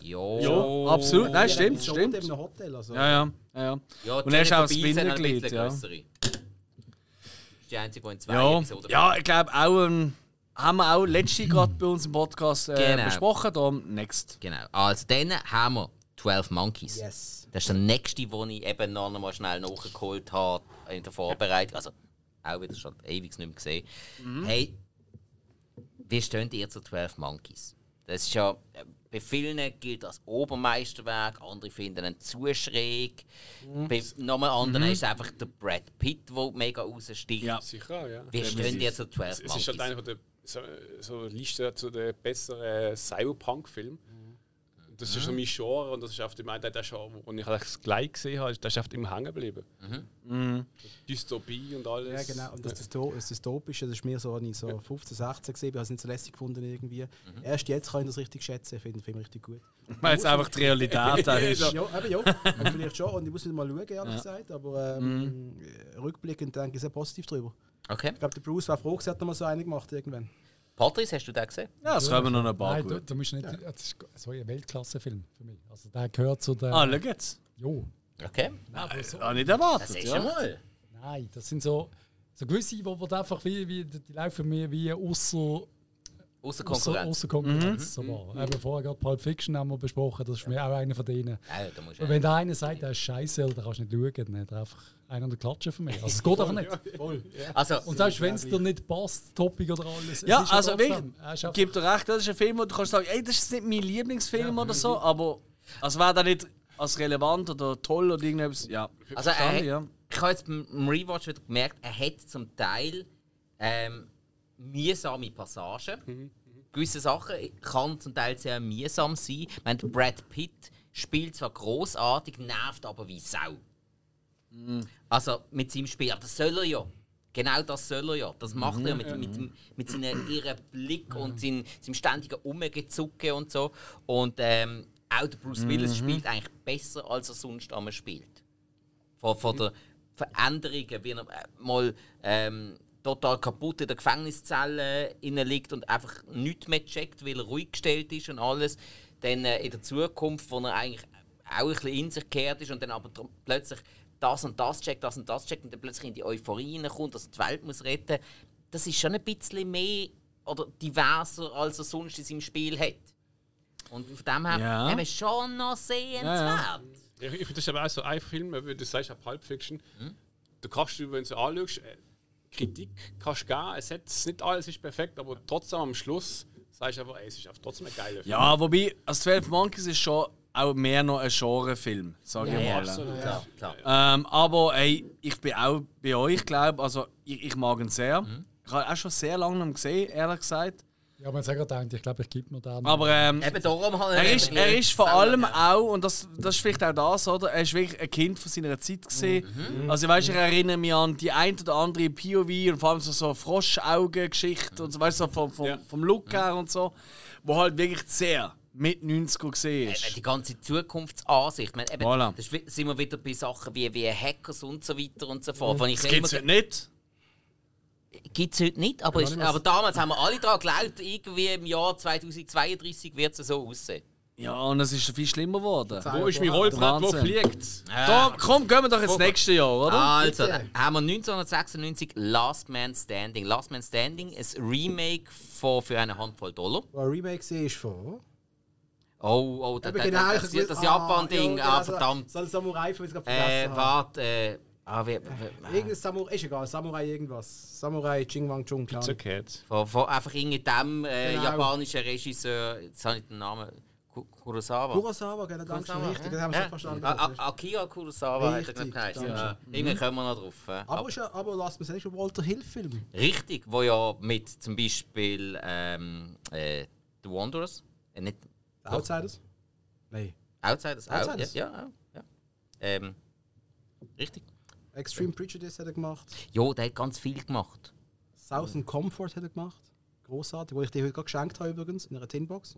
Jo.
Ja, absolut. Nein, stimmt,
Schon
stimmt.
in einem Hotel, also.
Ja, ja, ja, ja.
Ja,
Und er ist auch das
Jennifer Beals hat noch ein
Bindeglied,
bisschen
ja.
grössere. Ist die einzige, die in zwei
Ja,
Episoden
ja ich glaube auch, ähm, haben wir auch letzte gerade bei uns im Podcast äh,
Genau.
besprochen, darum next.
Genau. Also dann haben wir 12 Monkeys.
Yes.
Das ist der nächste, den ich eben noch mal schnell nachgeholt habe in der Vorbereitung. Also auch wieder schon ewig nicht mehr gesehen. Hey, wie steht ihr zu 12 Monkeys? Das ist ja, äh, bei vielen gilt als Obermeisterwerk, andere finden ihn zu schräg. Bei nochmal anderen ist es einfach der Brad Pitt, der mega raussticht.
Ja.
Sicher, ja.
Wie steht ihr zu
Es
12
es ist halt
Monkeys?
einer von der so, so Liste zu den besseren Cyberpunk-Filmen. Das ist so
Mhm.
mein Genre und das ist auf dem einen der Genre, wo ich eigentlich das gleich gesehen habe, ist- das ist auf dem hängen geblieben.
Mhm.
Mhm. Dystopie und
Ja,
alles.
genau. Und das, Dysto das Dystopische, das ist mir so, als ich so 15, 16 gesehen, habe ich es nicht so lässig gefunden irgendwie. Erst jetzt kann ich das richtig schätzen, ich finde den Film richtig gut.
Weil es einfach die Realität auch ist.
Ja, eben ja. Und Also vielleicht schon. Und ich muss nicht mal schauen, ehrlich gesagt. Aber ähm, rückblickend denke ich sehr positiv drüber.
Okay.
Ich glaube, der Bruce war froh, gewesen, hat er mal so einen gemacht irgendwann.
Patrice, hast du den gesehen?
Ja, es kommen noch ein paar
Nein, du,
gut.
du musst nicht. Das ist so ein Weltklassefilm für mich. Also der gehört zu den.
Ah, schau jetzt.
Jo.
Okay.
Habe nicht
Das
erwartet,
ist schon
ja.
mal.
Nein, das sind so, so gewisse, die, die einfach wie, wie die laufen mir wie außer
Außer
außer
Konkurrenz.
außer Konkurrenz. Mhm. So Eben vorher gerade Pulp Fiction haben wir besprochen, das ist mir auch einer von denen.
Ja, Äh, da musst du
Und wenn der eine sagt, der ist scheiße, dann kannst du nicht schauen, dann hat er einfach einen an der Klatsche von mir. Also, es geht einfach nicht.
Also,
Und selbst wenn es dir nicht passt, das Topic oder alles. es
Ja,
ist
also
trotzdem-
wirklich,
er ist einfach-
gib dir recht, das ist ein Film, wo du kannst sagen, ey, das ist nicht mein Lieblingsfilm oder so, aber als wäre der nicht als relevant oder toll oder irgendetwas. Ja,
also er,
Verstanden, ja.
ich habe jetzt beim Rewatch wieder gemerkt, er hat zum Teil ähm, mühsame Passagen. Gewisse Sachen kann zum Teil sehr mühsam sein. Ich meine, der Brad Pitt spielt zwar großartig, nervt aber wie Sau. Also mit seinem Spiel, aber das soll er ja. Genau das soll er ja. Das macht er Mhm. ja Mhm. mit, mit, dem- mit seinem irren Blick und seinem, seinem ständigen Umgezucke und so. Und ähm, auch der Bruce Willis spielt eigentlich besser, als er sonst einmal spielt. Von, von der Veränderung, wie er äh, mal ähm, total kaputt in der Gefängniszelle innen liegt und einfach nichts mehr checkt, weil er ruhig gestellt ist und alles. Dann äh, in der Zukunft, wo er eigentlich auch ein bisschen in sich gekehrt ist und dann aber dr- plötzlich das und das checkt, das und das checkt und dann plötzlich in die Euphorie reinkommt, dass er die Welt muss retten Das ist schon ein bisschen mehr oder diverser, als er sonst in seinem Spiel hat. Und von dem her
Ja.
eben schon noch sehenswert.
Ich, ich finde das ist aber auch so ein Film, wie du sagst, auch Pulp Fiction.
Mhm.
Da kannst du, wenn du es anschaust, äh, Kritik kannst du geben. Es hat, nicht alles ist perfekt, aber trotzdem am Schluss sagst du aber, ey, es ist einfach trotzdem ein geiler Film.
Ja, wobei, als 12 Monkeys ist schon auch mehr noch ein Genrefilm, sage ich mal.
absolut.
Klar, klar.
Ähm, aber hey, ich bin auch bei euch, glaube also ich, ich mag ihn sehr.
Mhm.
Ich habe ihn auch schon sehr lange nicht mehr gesehen, ehrlich gesagt.
Ja, man sagt gerade, ich glaube, ich gebe mir den.
Aber ähm,
Eben darum hat
er, ist, er ist vor
Sauer,
allem
ja.
auch, und das, das ist vielleicht auch das, oder? Er ist wirklich ein Kind von seiner Zeit gesehen. Also weißt, ich erinnere mich an die ein oder andere POV und vor allem so, so Froschaugen-Geschichte und so, weißt du, so vom, vom,
Ja.
vom Look her und so, wo halt wirklich sehr mit 90 gesehen
Eben
ist.
Die ganze Zukunftsansicht. Ich meine, eben,
Voilà.
Das ist wie- sind wir wieder bei Sachen wie, wie Hackers und so weiter und so fort. Wenn ich
Das gibt es
immer-
heute nicht.
Gibt's Mhm. heute nicht, aber, ist, aber damals haben wir alle daran geglaubt, irgendwie im Jahr 2032 wird es so aussehen.
Ja, und es ist viel schlimmer geworden.
Wo ist mein Rollbrett, wo
Wahnsinn.
fliegt?
Da, komm, gehen wir doch ins nächste Jahr, oder?
Also,
Bitte.
dann haben wir 1996 Last Man Standing. Last Man Standing, ein Remake von für eine Handvoll Dollar.
Wo ein Remake war, ist von.
Oh, oh, da,
Eben,
da,
genau,
das,
ich-
das, das
ah,
Japan-Ding,
ja,
ah,
genau, so-
verdammt.
So ein Samurai-Film, ich gerade
Äh,
vergessen habe.
warte, äh, ah, wie, wie,
Irgendein Samurai, ist egal, Samurai irgendwas. Samurai Ching Wang Chung, klar.
Zuckerhead.
Von, von einfach irgendeinem äh,
Genau.
japanischen Regisseur, jetzt habe ich den Namen, Ku- Kurosawa.
Kurosawa, genau, danke schön,
Kurosawa,
richtig,
ja.
das haben wir
Ja. Ah,
schon verstanden.
A- A- Akira Kurosawa hat er
Richtig,
nicht geheißen.
danke
Ja. Irgendwie kommen wir noch drauf. äh.
aber, ist ja, aber lasst mich sagen, ist ein Walter Hill-Film.
Richtig, wo ja mit zum Beispiel ähm, äh, The Wanderers, äh, nicht
Outsiders? Nein.
Outsiders, auch,
Outsiders?
Ja, ja, auch, ja. Ähm, richtig.
Extreme Prejudice hat er gemacht.
Ja, der hat ganz viel gemacht.
Southern Comfort hat er gemacht. Großartig, wo ich dir heute gerade geschenkt habe übrigens, in einer Tinbox.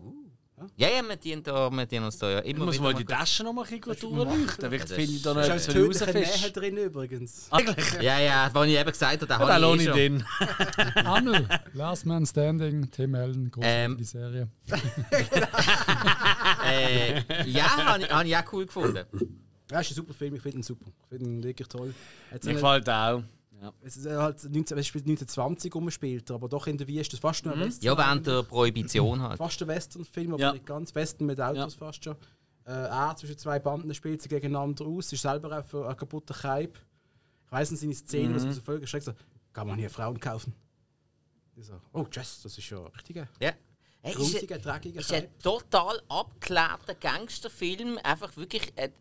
Ja, ja, wir dienen, da, wir dienen uns da ja
Ich
immer
muss
wieder
mal
mal-
die Taschen noch mal ein bisschen durchleuchten. Vielleicht
Das
finde ich da noch
Da
etwas
ist auch
was
tödliche
du
Nähe
rausfischst.
drin übrigens.
Eigentlich.
Ja, ja, was ich eben gesagt habe, da
Ja, dann
habe
lohne
ich
ich
eh schon.
den.
Annel, Last Man Standing, Tim Allen, großartige
Ähm.
Serie.
Äh, ja, habe ich, habe ich auch cool gefunden.
Ja, ist ein super Film, ich finde ihn super. Ich finde ihn wirklich toll. Jetzt
Mir gefällt auch.
Es ist halt 19, es spielt 1920 umspielt, aber doch in der Wüste. ist fast nur ein Western.
Ja, während der Prohibition halt.
Fast ein Western-Film, aber
Ja.
nicht ganz. Western mit Autos fast schon. Äh, er zwischen zwei Banden spielt sie gegeneinander aus, ist selber auf einer kaputten Keibe. Ich weiss nicht, seine Szene, was man so völlig erschreckt so, kann man hier Frauen kaufen? Ich so, oh, Jess, das ist ja ein richtiger,
Ja. Hey, ist,
grusiger,
ein-
dreckiger
ist ein
Keibe.
total abgeklärter Gangsterfilm, einfach wirklich ein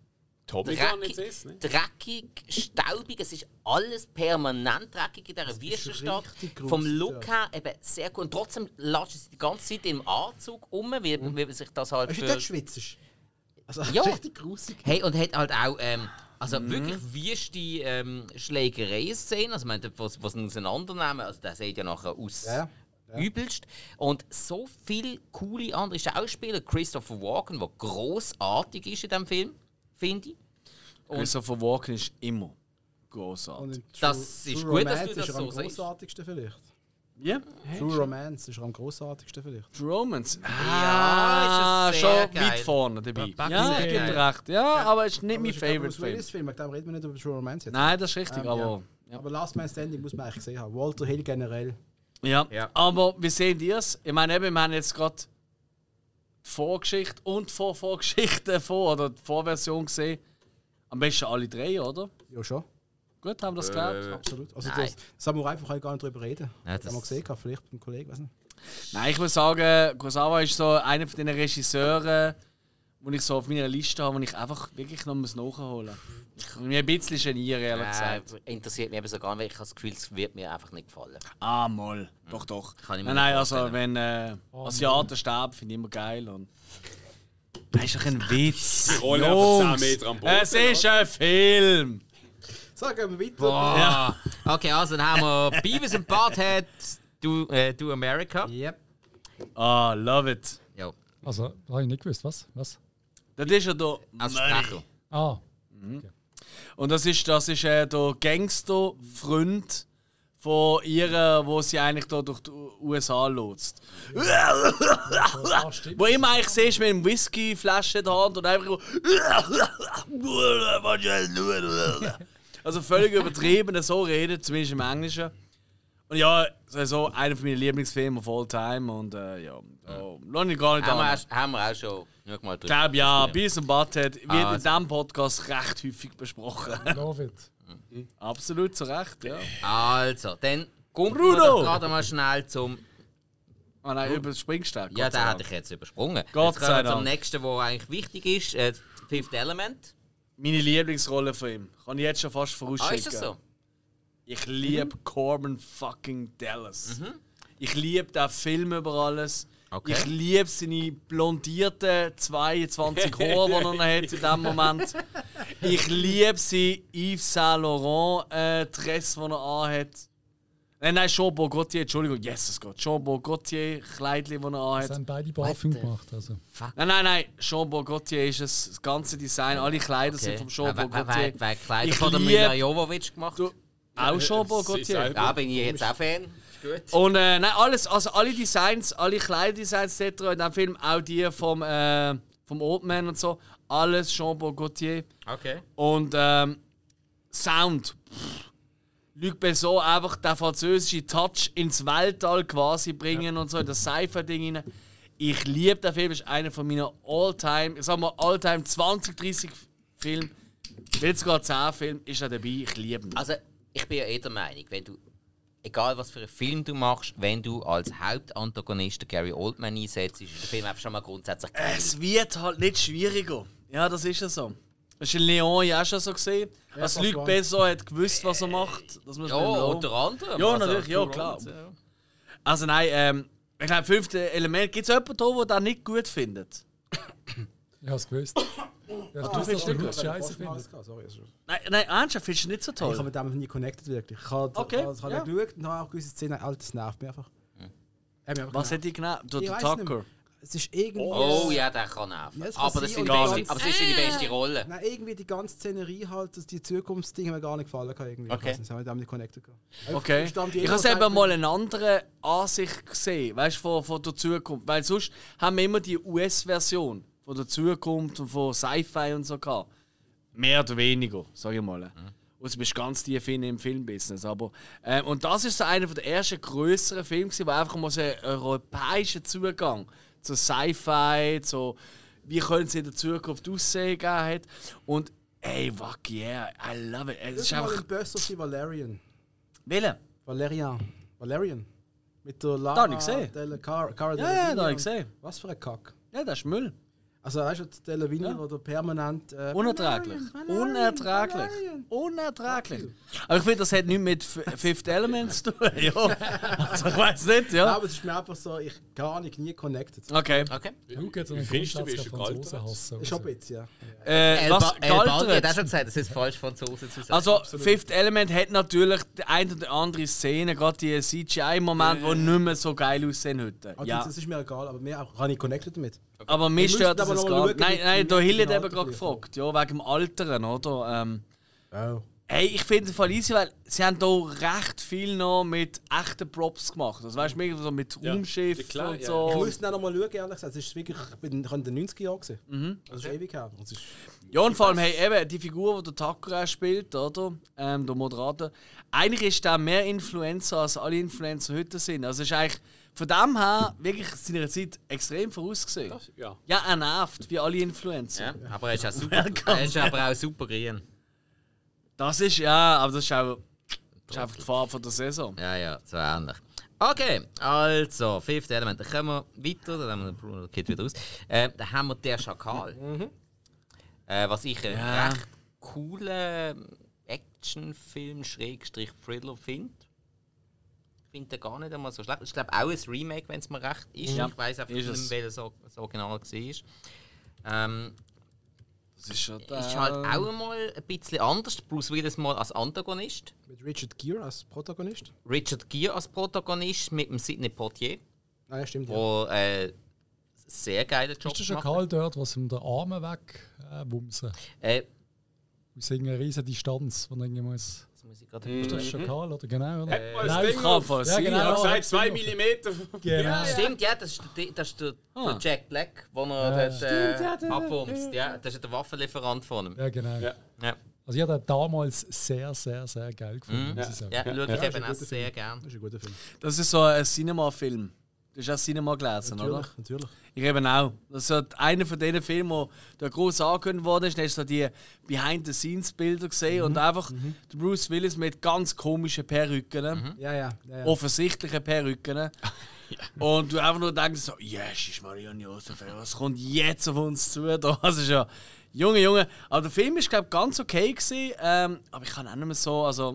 Tommy kann
dreckig,
nicht essen. ne?
dreckig, staubig. Es ist alles permanent dreckig in dieser Wüstenstadt.
richtig
Vom
gruselig,
Look her eben sehr gut. Und trotzdem latschen sie die ganze Zeit im Anzug um, wie, wie sich das halt
Hast du
für-
dort schwitzig? Also,
Ja.
richtig grusig.
Hey, und hat halt auch, ähm, also wirklich wüste ähm, Schlägerei-Szenen, also man, was, was sie auseinandernehmen, also das sieht ja nachher aus.
Ja,
Übelst. Und so viele coole andere Schauspieler. Christopher Walken, der großartig ist in diesem Film, finde ich.
Christopher Walken ist immer
Und
großartig.
in
Das
True-
ist
True
gut, dass
Romance
du das
ist er am
so siehst.
großartigsten vielleicht.
Ja.
True Romance ist er am großartigsten vielleicht.
True Romance.
Ja,
Ah,
ist es sehr
schon weit
geil.
vorne dabei.
Back
Ja,
in
ich
the
gebe
game.
dir recht. Ja, aber es ist nicht
Aber
mein
das ist kein Also, Bruce
Favorite-Film.
Willis-Film, wegen dem reden wir nicht über True Romance jetzt.
Nein, das ist richtig,
Ähm,
aber.
ja. Aber Last Man Standing muss man eigentlich gesehen haben. Walter Hill generell.
Ja.
Ja.
aber wie seht ihr es? Ich meine, eben, wir haben jetzt gerade die Vorgeschichte und die Vorvorgeschichte davon oder die Vorversion gesehen. Am besten alle drei, oder?
Ja, schon.
Gut, haben wir
Äh,
das geglaubt?
Absolut. Also
Nein.
das, das haben wir einfach gar nicht drüber reden.
Ja,
das haben wir
das-
gesehen, gehabt, vielleicht beim Kollegen, weiß nicht.
Nein, ich muss sagen, Kurosawa ist so einer von den Regisseuren, den ich so auf meiner Liste habe, den ich einfach wirklich noch muss nachholen muss. Mir ein bisschen genieren, ehrlich
Äh,
gesagt.
interessiert mich eben so gar nicht, weil ich habe das Gefühl, es wird mir einfach nicht gefallen.
Ah, moll. Doch, doch.
Kann ich mir
nein, nein,
nicht
also wenn
vorstellen.
äh, Asiaten sterben, finde ich immer geil. Und das ist doch ein Witz. Die
rollen einfach 10 Meter am Boden,
Es ist ein Film.
So, gehen wir weiter.
Ja. Okay, also dann haben wir Beavis and Butthead, Do, äh, Do America.
Yep.
Ah, love it.
Ja,
Also, das habe ich nicht gewusst. Was? Was?
Das ist ja der
als
Murray.
Sprecher.
Ah,
Und das ist, das ist äh, der Gangster-Freund von ihr, wo sie eigentlich da durch die U- USA lotzt.
ah stimmt.
Wo immer eigentlich siehst, mit einem Whisky-Flasche in der Hand und einfach nur- Also völlig übertrieben, so redet, zumindest im Englischen. Und ja, so einer meiner Lieblingsfilme of all time und äh, ja, oh, lass ich gar nicht
Haben wir,
an.
auch- haben wir auch schon genug mal
Ich
drüber.
glaube ja, Beavis and Butthead wird
Ah,
in diesem Podcast recht häufig besprochen.
Love it.
Absolut zu Recht, ja.
Also, dann kommt
Bruno!
Bruno gerade mal schnell zum.
Ah nein, überspringst du den,
Ja,
Gott sei
den
Dank.
hatte ich jetzt übersprungen.
Gott
jetzt kommen
sei
wir zum
Dank.
nächsten, der eigentlich wichtig ist: äh, Fifth Element.
Meine Lieblingsrolle von ihm. Kann ich jetzt schon fast
Ah,
vorausschicken.
ist das so? Mhm.
Ich liebe Corbin fucking Dallas. Ich liebe den Film über alles.
Okay.
Ich liebe seine blondierten 22 Haare, die er noch hat in dem Moment. Ich liebe sie Yves Saint Laurent äh, Dress, die er anhat. Nein, nein, Jean Bourgotier, Entschuldigung, Jesus Gott. Jean Bourgotier, Kleidli, das er
Das
anhat.
haben beide Parfüm gemacht. Also.
Nein, nein, nein, Jean Bourgotier ist es. Das ganze Design, alle Kleider sind vom Jean Bourgotier.
Wer Kleider
Ich
von der
lieb-
Mila Jovovich gemacht?
Du, auch Jean
Sie
Bourgotier.
selber.
Da bin ich jetzt auch Fan. Ist gut.
Und äh, nein, alles, also alle Designs, alle Kleiderdesigns etc. in dem Film, auch die vom, äh, vom Old Man und so, alles Jean Paul Gaultier.
Okay.
Und ähm, Sound. Pff. Luc Besson einfach den französischen Touch ins Weltall quasi bringen und so, in das Sci-Fi-Ding rein. Ich liebe den Film, ist einer von meiner All-Time, ich sag mal All-Time 20, 30 Filme, will sogar 10 Filme, ist er dabei, ich liebe ihn.
Also, ich bin ja eh der Meinung, wenn du, egal was für einen Film du machst, wenn du als Hauptantagonisten Gary Oldman einsetzt, ist der Film einfach schon mal grundsätzlich geil.
Es wird halt nicht schwieriger. Ja, das ist ja so. Das ist in Lyon ja auch schon so gesehen. also
fast
Luc
wahr.
Besson hat gewusst, was er macht. Das muss
Ja,
man ihm lassen.
unter
genau.
anderem.
Ja,
Also,
natürlich, ja, klar.
äh,
Also nein, ähm, ich glaube, fünfte Element. Gibt es jemanden hier, der das nicht gut findet?
Ah,
Ich habe es gewusst. Ja, du bist doch der Hut scheiße findet.
Ich
Nein, nein ernsthaft, findest du nicht so
habe
toll?
mit dem nie connected wirklich. Ich habe
Okay,
okay, hab
ja.
ja. geschaut und habe auch gewisse Szenen, Alter, das nervt mich
Hm.
einfach. Hat mich einfach
Was
genervt.
hätte ich genau? Der
Ich
der
weiss
Tucker.
nicht mehr. Es ist irgendwie.
Oh ja, der kann nerven.
Ja, es kann
aber das
sein,
sind
und
beste,
ganz-
aber das ist seine
Äh.
beste Rolle.
Nein, irgendwie die ganze Szenerie halt, dass die Zukunftsdinge mir gar nicht gefallen kann. Irgendwie.
Okay.
Das haben wir damit connected. gehabt.
Okay.
Ich verstand die
Ich habe
Inhalte
selber
nicht.
mal eine andere Ansicht gesehen, weißt du, von, von der Zukunft. Weil sonst haben wir immer die US-Version von der Zukunft und von Sci-Fi und so gehabt. Mehr oder weniger, sage ich mal. Und du bist ganz tief in im Filmbusiness. Aber, ähm, und das ist so einer der ersten größeren Filme, gewesen, wo einfach mal so einen europäischen Zugang zu Sci-Fi, zu wie könnte es in der Zukunft aussehen, gegeben hat. Und ey, fuck yeah, I love it. Es
Das
ist
ist mal
einfach.
ein besser als Valerian.
Wählen.
Valerian. Valerian. Mit der
Da
Lara.
hab ich gesehen.
Della Car Cara
Ja, ja, da hab ich gesehen.
Was für ein Kack.
Ja, das ist Müll.
Also weißt du, die Televini, ja. der permanent. Äh,
Unerträglich.
Valerian,
Unerträglich.
Valerian.
Unerträglich. Aber ich finde, das hat nichts mit F- Fifth Element zu tun. ja. Also, ich weiß nicht, ja.
Aber es ist mir einfach so, ich gar nicht nie connected.
Okay.
Okay.
Luke hat so einen
findest du,
Grundsatz,
wie
der
ist er gealtert?
Franzosen hasst.
Ich hab jetzt, ja.
Äh, was
Baldi hat auch
gealtert?
schon gesagt, es ist falsch, Franzosen zu sagen.
Also, Fifth Element hat natürlich die eine oder andere Szene, gerade die CGI-Momente, die nicht mehr so geil aussehen heute.
Also,
Ja.
Das ist mir egal, aber mir auch, habe ich connected damit.
Aber mir
Wir
stört
müssen
das
aber
jetzt
noch
gar
mal
nicht.
schauen,
Nein,
wie-
nein,
wie
der Hill
die
hat eben
Alter
gerade
vielleicht kommt.
gefragt, ja, wegen dem Alteren, oder? Ähm,
Oh.
Hey, ich finde voll easy, weil sie haben da recht viel noch mit echten Props gemacht. Also weißt du, mega so mit
Ja,
Raumschiff
ja, klar,
und
ja.
so.
Ich müsste dann noch mal schauen, ehrlich gesagt. Es ist wirklich, ich bin ich habe in den 90er Jahren gesehen.
Mhm.
Das ist ewig her. Das ist,
Ja, und vor allem, hey, eben, die Figur, die der Tucker auch spielt, oder? Ähm, der Moderator. Eigentlich ist der mehr Influencer, als alle Influencer heute sind. Also ist eigentlich von dem her wirklich seiner Zeit extrem vorausgesehen.
Das, ja.
Ja, er nervt, wie alle Influencer.
ja, aber er ist, auch super, er ist aber auch super grün.
Das ist, ja, aber das ist auch, das ist einfach die Farbe von der Saison.
Ja, ja, so ähnlich. Okay, also, Fifth Element. Dann kommen wir weiter, dann haben wir den Bruno Kid wieder raus. Äh, dann haben wir den Schakal. Äh, was ich einen
Mhm. Ja.
recht coolen Actionfilm, Schrägstrich Thriller finde. Ich finde den gar nicht einmal so schlecht. Ich glaube auch ein Remake, wenn es mir recht ist.
Ja,
Ich weiß einfach
ist
nicht mehr,
es.
welches O- das Original war. genau Ähm,
Das ist schon
Ist halt auch mal ein bisschen anders. Bruce Willis mal als Antagonist.
mit Richard Gere als Protagonist.
Richard Gere als Protagonist mit dem Sidney Poitier,
Nein, Ah, ja, stimmt. Ja.
Oh.
der äh, sehr geilen Job
Ist der
gemacht hat.
Schakal dort, was ihm den Armen wegwumsen?
Äh,
Aus irgendeiner riesen Distanz, wo er irgendwie muss.
jetzt muss ich gerade mhm.
Hm.
Ist das Schakal, oder? Genau, oder?
Äh, das
Lauf-
Ding
Kann fast
Ja,
sein,
genau.
Ich habe gesagt,
Hat's
2
Ding
mm.
Genau.
Stimmt, ja, das ist der, das ist der,
Ah.
der Jack Black, den er dort, äh, abwumst. Ja, das ist der Waffenlieferant von ihm.
Ja, genau.
Ja.
Ja,
Also ich habe den damals sehr, sehr, sehr geil gefunden,
Mhm.
muss ich sagen.
ja, schaue ich eben auch
guter
sehr gern.
Das ist ein guter Film.
Das ist so ein Cinema-Film. Du hast auch Cinema gelesen, oder?
Natürlich, natürlich.
Ich eben auch. Das ist so einer von diesen Filmen, der groß angekündigt worden ist. Dann hast du so die Behind-the-Scenes-Bilder gesehen
Mhm.
und einfach der Bruce Willis mit ganz komischen Perücken,
Ja, ja. Mhm. ja, ja.
offensichtlichen Perücken. Und du einfach nur denkst so, yes, ist Marianne Josef, ey, was kommt jetzt auf uns zu? Das ist ja, Junge, Junge. Aber der Film ist glaube ganz okay gewesen, ähm, aber ich kann auch nicht mehr so, also,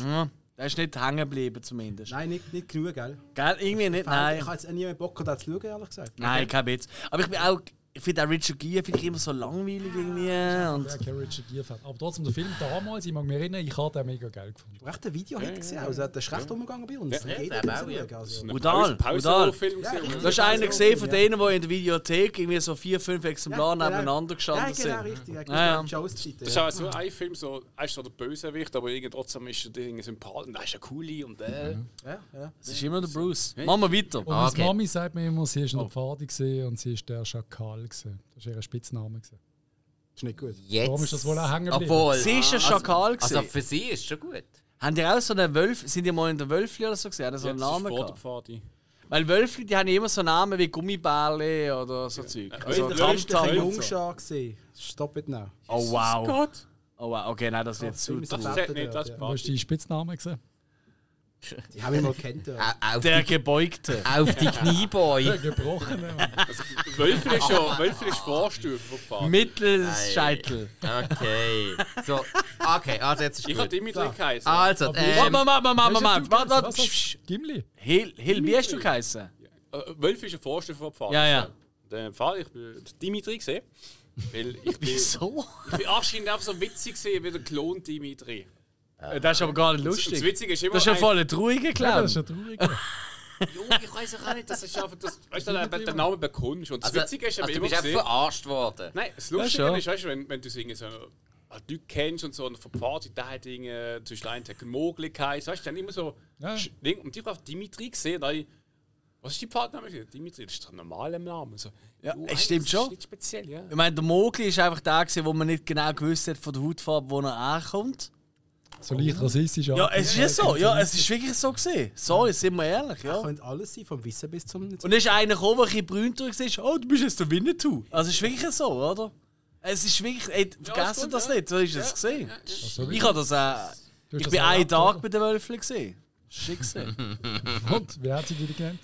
mm, der ist nicht hängen geblieben zumindest.
Nein, nicht, nicht genug, gell?
Gell? Irgendwie nicht, nein.
Ich habe jetzt auch nie mehr Bock, gehabt, das zu schauen, ehrlich gesagt.
Nein, kein Witz. Aber ich bin auch, ich finde auch Richard Gere finde ich immer so langweilig irgendwie.
Ja,
Und
kein Richard Gere-Fan. Aber trotzdem, der Film damals, ich mag mich erinnern, ich habe den mega geil gefunden.
Recht ein Video hat gesehen, also das ist recht umgegangen bei uns.
Ja,
Jeder
ja,
kann
ja.
es schauen. Also.
Brutal, brutal.
Film
das ist einer gesehen von denen, die in der Videothek irgendwie so vier, fünf Exemplare
Ja, genau.
nebeneinander
Ja,
gestanden
genau,
sind.
richtig.
Ja, ja.
Ja, Joe's-Zeiten.
Das ist auch so ein Film, so, er ist so der Bösewicht, aber irgendwie trotzdem ist er irgendwie sympathisch. und Er ist ja cool und äh.
Ja, ja.
Das ist immer der Bruce. Machen wir weiter.
Und
Ah, okay.
meine Mami sagt mir immer, sie war in der Pfade gewesen und sie war der Schakal. Gewesen. Das war ihr Spitzname. Gewesen.
ist nicht gut.
Jetzt.
Warum ist das wohl auch hängen geblieben?
Obwohl.
Sie ist ein Schakal
Also
gewesen.
für sie ist schon gut.
Haben die auch so einen Wölf? Sind die mal in der Wölfli oder so gesehen? Hat er so einen Namen gehabt?
Pfadi.
Weil Wölfli, die haben ja immer so Namen wie Gummibärle oder so Zeug. Also
Wölfli-
Ich war
Tamtam.
Wölfli-
und so.
Jungschar. gewesen. Stop it now.
Oh wow. Oh wow, okay, nein, das wird zu.
Film ist
Das ist
verlautet
nicht
dort,
das
ja.
Was war
Pfadi.
dein Spitzname? Gewesen?
Die haben mich mal kennt. ja.
Au- Auf
Der
die,
Gebeugte.
auf die Knieboy.
genau. Gebrochene.
Wölfel ist ja Wölfel ist Vorstufe von Pfadi.
Mittelscheitel.
Okay. So, okay, also jetzt ist
Ich
gut.
habe Dimitri geheißen.
Also,
Warte,
ähm,
Moment, Moment, Ah, Moment, Moment. Warte, warte.
Was hast
Psch,
du? Gimli?
Hill, Hill, wie hast du geheißen?
Äh, Wölfel ist ein Vorstufe von Pfadi.
Ja, ja.
Der Pfadi, ich bin Dimitri gesehen. Weil ich bin,
Wieso?
ich bin anscheinend einfach so witzig gesehen wie der Klon Dimitri.
Das ist aber gar nicht
Das
lustig.
Witzige ist immer,
Das ist ja
ein-
voll ein trauriger
Ja,
Clown.
das ist ja traurig.
also,
Junge, ich weiß auch nicht, das ist einfach, das, weißt du, wenn du den Namen bekommst. Und das Witzige ist aber
also, du
immer
bist einfach
gesehen,
verarscht worden.
Nein, das
Ja,
Lustige
schon.
ist, weißt du, wenn, wenn du so irgendwie so halt Leute kennst und so und verpfad in diesen Dingen, zum Beispiel einen Tag Mogli geheißen, weißt du, dann immer so.
Ja.
Sch- Ding. Und ich habe Dimitri gesehen, da ich, was ist die Pfadname? Dimitri, das ist doch ein normaler Name. So,
Ja,
du,
es
ey,
stimmt
das
schon.
Ist nicht speziell, ja.
Ich meine, der Mogli war einfach der, gewesen, wo man nicht genau gewusst hat von der Hautfarbe, wo er herkommt.
So leicht rassistisch.
Ja, es ist ja so. Ja, es ist wirklich so gesehen. Sorry, sind wir ehrlich. Ja.
Das könnte alles sein, vom Wissen bis zum.
Und dann ist einer gekommen, der ein bisschen brünter war. Oh, du bist jetzt der Winnetou. Also es ist wirklich so, oder? Es ist wirklich... Ey, vergessen
stimmt,
das
ja.
nicht, so ist es gesehen.
so wie-
Ich habe das auch...
Also Du hast
Ich
das
bin
auch
einen
abgeholt.
Tag bei den Wölfeln. gewesen. Schick gesehen.
Und, wie hat sie dich genannt?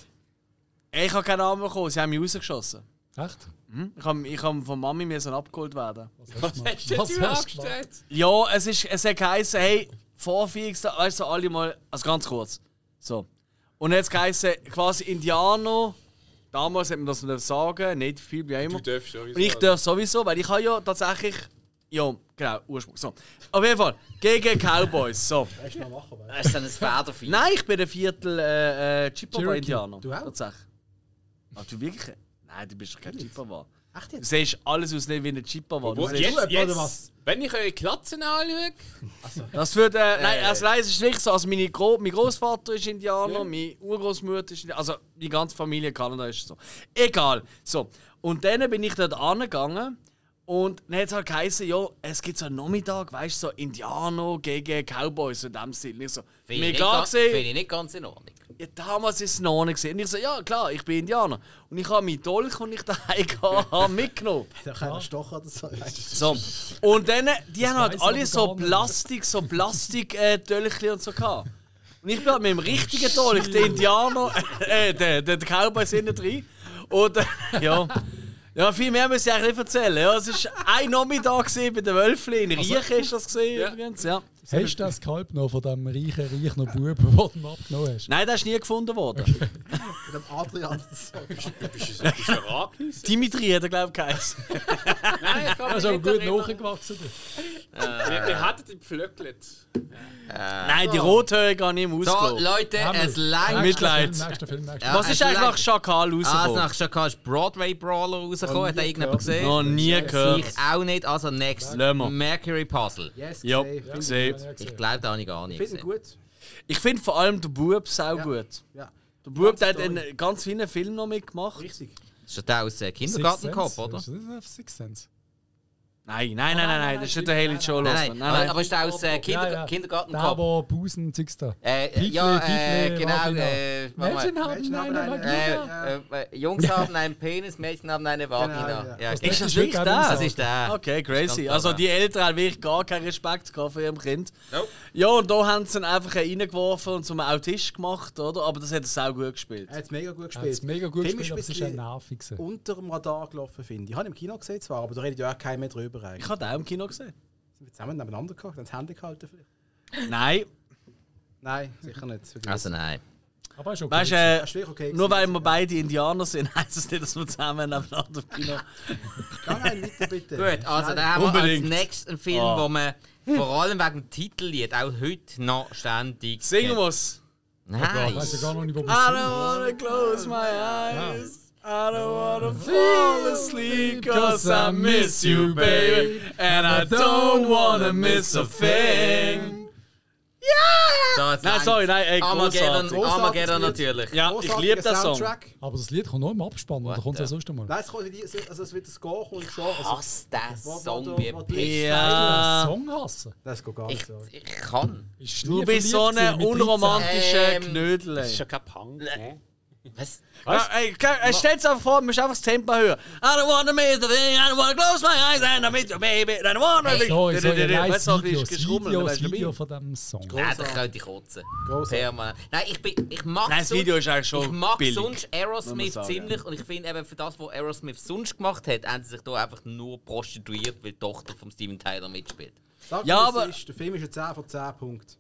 Ey, Ich habe keinen Namen bekommen, sie haben mich rausgeschossen.
Echt?
Hm? Ich habe ich hab von Mami mir so abgeholt werden.
Was hast du
Was
denn
hast du
angestellt?
Ja, es, ist, es hat geheißen, hey, Vorführungstag, weißt du, alle mal, also ganz kurz. So. Und jetzt geheißen, quasi Indianer, damals hat man das nicht sagen, nicht viel, wie auch immer.
Du darfst schon.
Und ich darf sowieso, weil ich habe ja tatsächlich. Ja, genau, Ursprung. So. Auf jeden Fall, gegen Cowboys. So.
Weißt du noch machen, weißt
Das ist dann ein Federvieh.
Nein, ich bin ein Viertel äh, äh, Chippewa-Indianer.
Du auch?
Tatsächlich. Ach, du wirklich? Nein, du bist doch kein Chippewa.
du? Echt
Du
jetzt?
siehst alles aus nicht wie ein Chippewa. Du
Wo,
siehst-
jetzt,
oder
jetzt,
was?
wenn ich eure Klatzen anschaue,
Das würde. Äh, nein,
Äh.
also, nein, es ist nicht so. Also meine Gro mein Großvater ist Indianer,
Ja.
meine Urgroßmutter ist Indianer. Also die ganze Familie in Kanada ist so. Egal. So. Und dann bin ich dort angegangen und dann hat es halt geheißen, ja, es gibt so einen Nachmittag, weißt du, so Indianer gegen Cowboys in dem Stil. Und Ich so,
Finde
mir
ich
klar
nicht, ga-
gesehen.
Finde ich nicht ganz in Ordnung.
Ja, damals war es noch nicht. gewesen. Und ich so, ja klar, ich bin Indianer. Und ich habe meinen Dolch, den ich daheim hatte, habe mitgenommen.
Da kann er stochen oder so. Weißt
So. Und dann, die haben halt
weiss
alle
aber
so
gar nicht.
Plastik, so plastik äh, Dölchli und so gehabt. Und ich bin halt mit dem richtigen Dolch, den Indianer, äh, den, den Cowboy ist innen drin. Und äh, ja. Ja, viel mehr muss ich eigentlich nicht erzählen. Ja, es war ein Nachmittag gewesen bei den Wölfli. In Riechen ist das gesehen,
Ja.
übrigens. Ja.
Hast du das Kalb noch von dem reichen, reichen Buben, den du ihm abgenommen hast?
Nein, der ist nie gefunden worden.
du, mit dem Adrian oder so.
du bist ein Arachnis.
Dimitri hat er, glaube ich, geheißen.
Nein, ich kann
Er
mich
ist
Also,
auch
nicht
also gut
erinnern.
nachgewachsen.
Wir wir hatten die Pflöcklet.
Nein, die Rothöhe habe ich ihm
So,
ausgelassen.
Leute,
Äh,
es
Hammer.
langt.
Mitleid.
Nächster Film, nächster Film.
Ja,
Was ist
es
eigentlich
langt.
nach Schakal
Ah, also
rausgekommen?
nach Chaka ist Broadway Brawler rausgekommen, hat da irgendjemand gesehen?
Noch nie gehört.
Ich auch nicht, also next.
Lassen wir.
Mercury Puzzle.
Yes,
Ja,
gesehen, finde ich.
seht.
Ich glaube, da habe ich gar nicht
Ich finde ihn
gesehen.
gut.
Ich finde vor allem den Bub sau
Ja.
gut.
Ja,
Der Bub der
Ganz
hat
toll.
in ganz vielen Filmen noch mitgemacht.
richtig.
Das ist ja der aus äh,
Sixth
Kindergartenkopf,
Sense.
oder?
Ist das auf Sixth Sense?
Nein, nein, nein, nein, nein, das ist nicht der Haley Joel
Nein,
Osment.
nein, aber- aber ist der aus äh, Kinder
Ja, ja. Der,
Kindergartenkopf?
der Busen, Zigster.
Äh, äh, ja, äh, genau. Äh, warte mal.
Menschen haben
Menschen haben
eine
eine-
Vagina.
Äh,
Ja.
äh, äh, Jungs haben einen Penis, Mädchen haben eine Vagina.
Genau, ja.
ja.
Was
genau.
Ist das
ist
wirklich
wirklich
das?
Das ist der.
Okay, crazy.
Stand
Also
da,
die Eltern haben wirklich gar keinen Respekt gehabt für ihrem Kind.
Nope.
Ja, und da haben sie ihn einfach reingeworfen und zum Autist gemacht, oder? Aber das hat er sau gut gespielt.
Er hat es mega gut
Er hat
gespielt.
es mega gut
Film
gespielt, aber es ist
bisschen
ein nervig. gewesen.
unter dem Radar gelaufen, finde ich. Ich habe ihn im Kino gesehen zwar, aber da redet ja auch keiner mehr drüber
Ich
eigentlich.
habe den auch im Kino gesehen.
Sind wir zusammen nebeneinander gekocht, dann das Handy gehalten vielleicht?
Nein,
Nein, sicher nicht. Vergiss.
Also nein.
Oh.
Aber ist okay.
weißt
Das ist
du, äh,
wirklich okay.
nur weil
gewesen.
wir beide Indianer sind, heisst das nicht, dass wir zusammen nebeneinander im Kino.
Gang einen weiter, bitte.
Gut, also
Schnell.
dann haben wir als
Unbedingt.
nächstes einen Film,
Ah.
wo man vor allem wegen dem Titellied auch heute noch ständig.
Singen wir's.
ich weiß ja
Nice.
gar noch nicht, wo
I
wir
don't wanna close my eyes. I don't wanna fall asleep cause I miss you, baby. And I don't wanna miss a thing.
So, jetzt
Nein,
langt's.
sorry, nein, ey,
Armageddon,
großartig.
Armageddon
Großartiges Lied.
natürlich.
Ja, ich liebe den Song.
Soundtrack.
Aber das Lied kommt noch im Abspann, und da
Ah.
kommt es ja sonst einmal.
Nein, es kommt wieder, also es wird ein Score und schon.
Ich
Also,
hasse den
wo- wo-
Song
wo-
wie
wo-
Pest.
Das
Ja.
Song hassen.
das geht gar nicht
Ich,
so.
ich kann.
Ist
Ah. Du
nie
bist so
verliebt
ein
gewesen mit 13.
unromantischer
Ähm,
Knödel.
Das ist
ey.
ja kein Punk. ne?
Was?
Ja, ey, ke- ey, Stell's einfach vor, du musst einfach das Tempo hören. I don't wanna miss a thing, I don't wanna close my eyes, and I miss you, baby, I don't wanna miss
So, so ein
Weißt du, so ein bisschen
Video, das
geschrummelt,
Video,
weißt
das
du,
Video
dabei.
von diesem Song.
Nein, da könnte ich kotzen.
Großartig.
Permanent. Nein, ich, bin, ich mag
Nein, das
sonst-
Video ist eigentlich schon
Ich mag
billig,
sonst
muss
Aerosmith
man sagen.
ziemlich und ich finde eben für das, was Aerosmith sonst gemacht hat, haben sie sich da einfach nur prostituiert, weil die Tochter von Steven Tyler mitspielt.
Sag
Ja,
ja,
aber-
aber ist, der Film ist ein 10 von 10 Punkten.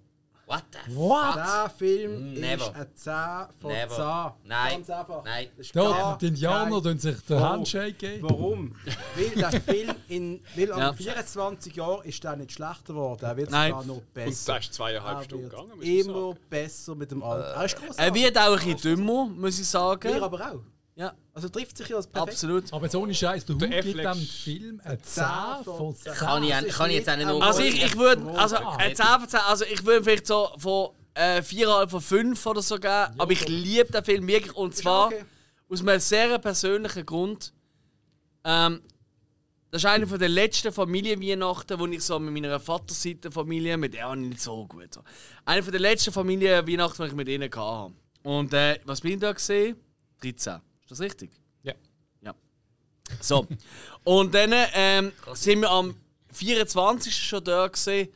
What the
What?
fuck?
Der Film
Never.
ist ein 10 von 10.
Never. Nein.
Ganz einfach.
Nein.
Das ist gar
Ah.
Dort, die Indianer
kein-
tun sich den
Warum?
Handshake geben.
Oh. Warum? Weil der Film in weil
Ja.
an 24 Jahren ist der nicht schlechter geworden. Er wird
Nein.
sogar noch
Und das
besser.
ist zweieinhalb
Er
Stunden
wird
gegangen, muss ich
immer
sagen.
besser mit dem Alter. Er ist großartig.
Äh, Er wird auch ein bisschen dümmer, muss ich
Wir
sagen.
aber auch.
Ja,
Also trifft sich ja als perfekt.
absolut.
Aber jetzt ohne Scheiß, der Hut
Der
gibt
Affleck-
dem Film eine 10 von 10.
Kann ich, auch- kann ich jetzt auch nicht noch.
Also ich, ich würde, also ein 10 von 10, also ich würde vielleicht so von äh, 4,5 von 5 oder so geben, aber ich liebe den Film wirklich und zwar
okay.
aus einem sehr persönlichen Grund. Ähm, das ist eine von der letzten Familienweihnachten, wo ich so mit meiner Vaterseitenfamilie, mit der habe ich nicht so gut. So. Eine von der letzten Familienweihnachten, die ich mit ihnen hatte. Und äh, was bin ich da gesehen? 13. Ist das richtig?
Ja.
Ja. So. Und dann ähm, sind wir am 24. schon da gewesen.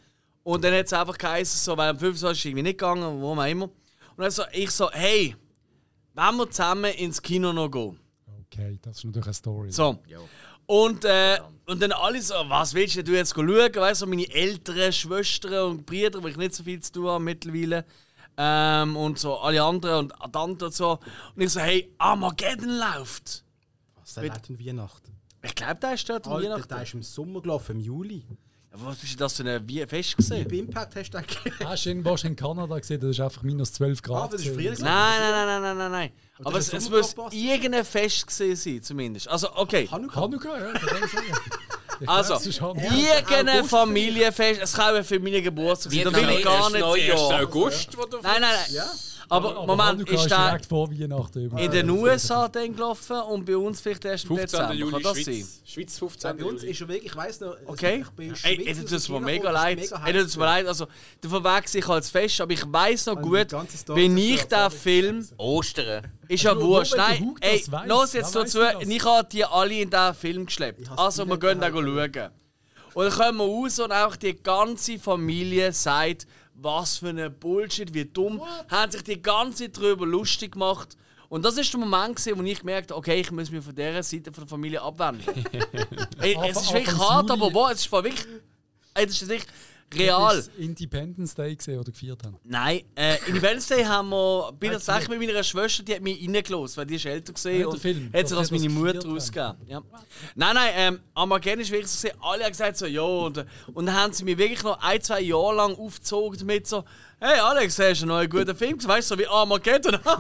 Und dann hat es einfach geheißen, so, weil am 25. ist irgendwie nicht gegangen, wo auch immer. Und dann so, ich so, hey, wollen wir zusammen ins Kino noch gehen?
Okay, das ist natürlich eine Story.
So. Und, äh, und dann alle so, was willst du denn jetzt schauen? Weißt du, so meine Eltern, Schwestern und Brüder, wo ich nicht so viel zu tun habe mittlerweile. Ähm, und so alle anderen und Tante und so. Und ich so, hey, Armageddon läuft.
Was denn hat denn Weihnachten?
Ich glaube, der ist dort am
Alter,
Weihnachten.
der ist im Sommer gelaufen, im Juli.
Aber was ist das für ein Wie- Fest gesehen?
Bei Impact hast du den gesehen?
Hast du ihn warst du in Kanada gesehen? Das ist einfach minus 12 Grad.
Ah, das ist
gewesen.
früher. gewesen.
Nein, nein, nein, nein, nein, nein, nein. Aber, es,
das ist ein
es muss
Sommerpropast.
irgendein Fest gesehen sein, zumindest. Also, okay.
Hanukkah.
Hanukkah, ja, das kann ich sagen. Ich
Also,
glaub, es ist halt Hanukkah.
irgendein
August
Familienfest. Es kann auch für meine Geburtstag sein. Da
Vietnam
will ich gar
ist
nicht.
Neujahr.
zuerst-
August, wo du
Oh Nein, nein, nein.
Ja.
Aber,
Aber
Moment,
Hanukkah
ist der
direkt vor Weihnachten äh,
in den USA dann gelaufen und bei uns vielleicht erst im
15.
Dezember? Kann
Juli,
das sein?
Schweiz. Schweiz
Ja,
15.
bei uns
Juli.
ist er wirklich, ich weiß noch, also
Okay.
ich bin in
Ey, es
Schweiz aus
tut mir
China
mega
gekommen,
leid.
es ist mega
Ey,
heiß Also,
Es tut mir leid. Also, der verwechsel ich als fest, aber ich weiß noch gut,
die ganze Story
wenn
zerstört,
ich den
sorry.
Film.
Ostern.
Ist ja
Nur
wurscht.
wenn der
Nein,
Hug das
ey,
weiss,
los jetzt
wer
dazu.
weiss denn das?
Ich habe die alle in diesen Film geschleppt.
Ich hasse
Also,
die
wir
nicht
gehen da
gehabt.
schauen. Und dann kommen wir raus und auch die ganze Familie sagt, was für ein Bullshit, wie dumm. Haben sich die ganze Zeit darüber lustig gemacht. Und das ist der Moment, gewesen, wo ich gemerkt habe, okay, ich muss mich von dieser Seite von der Familie abwenden. ey, es ist
Anfang-
wirklich
Anfang
hart,
Juli.
aber wo? Es ist voll wirklich. Ey, das ist wirklich
Das
real.
ist Independence Day gesehen, oder gefeiert haben.
Nein, äh, in Wednesday haben wir, bin ich tatsächlich mit meiner Schwester, die hat mich reingelassen, weil die ist älter gesehen
Ja,
und
der Film,
hat
dass
sich
wir
als
das
meine Mutter
gefeiert
ausgegeben. Ja. Nein, nein, ähm, Armageddon ist wirklich so, gewesen, alle haben gesagt so, ja, und, und dann haben sie mich wirklich noch ein, zwei Jahre lang aufgezogen mit so, hey Alex, hast du noch einen guten Film gesehen? Weißt du, so wie Armageddon. und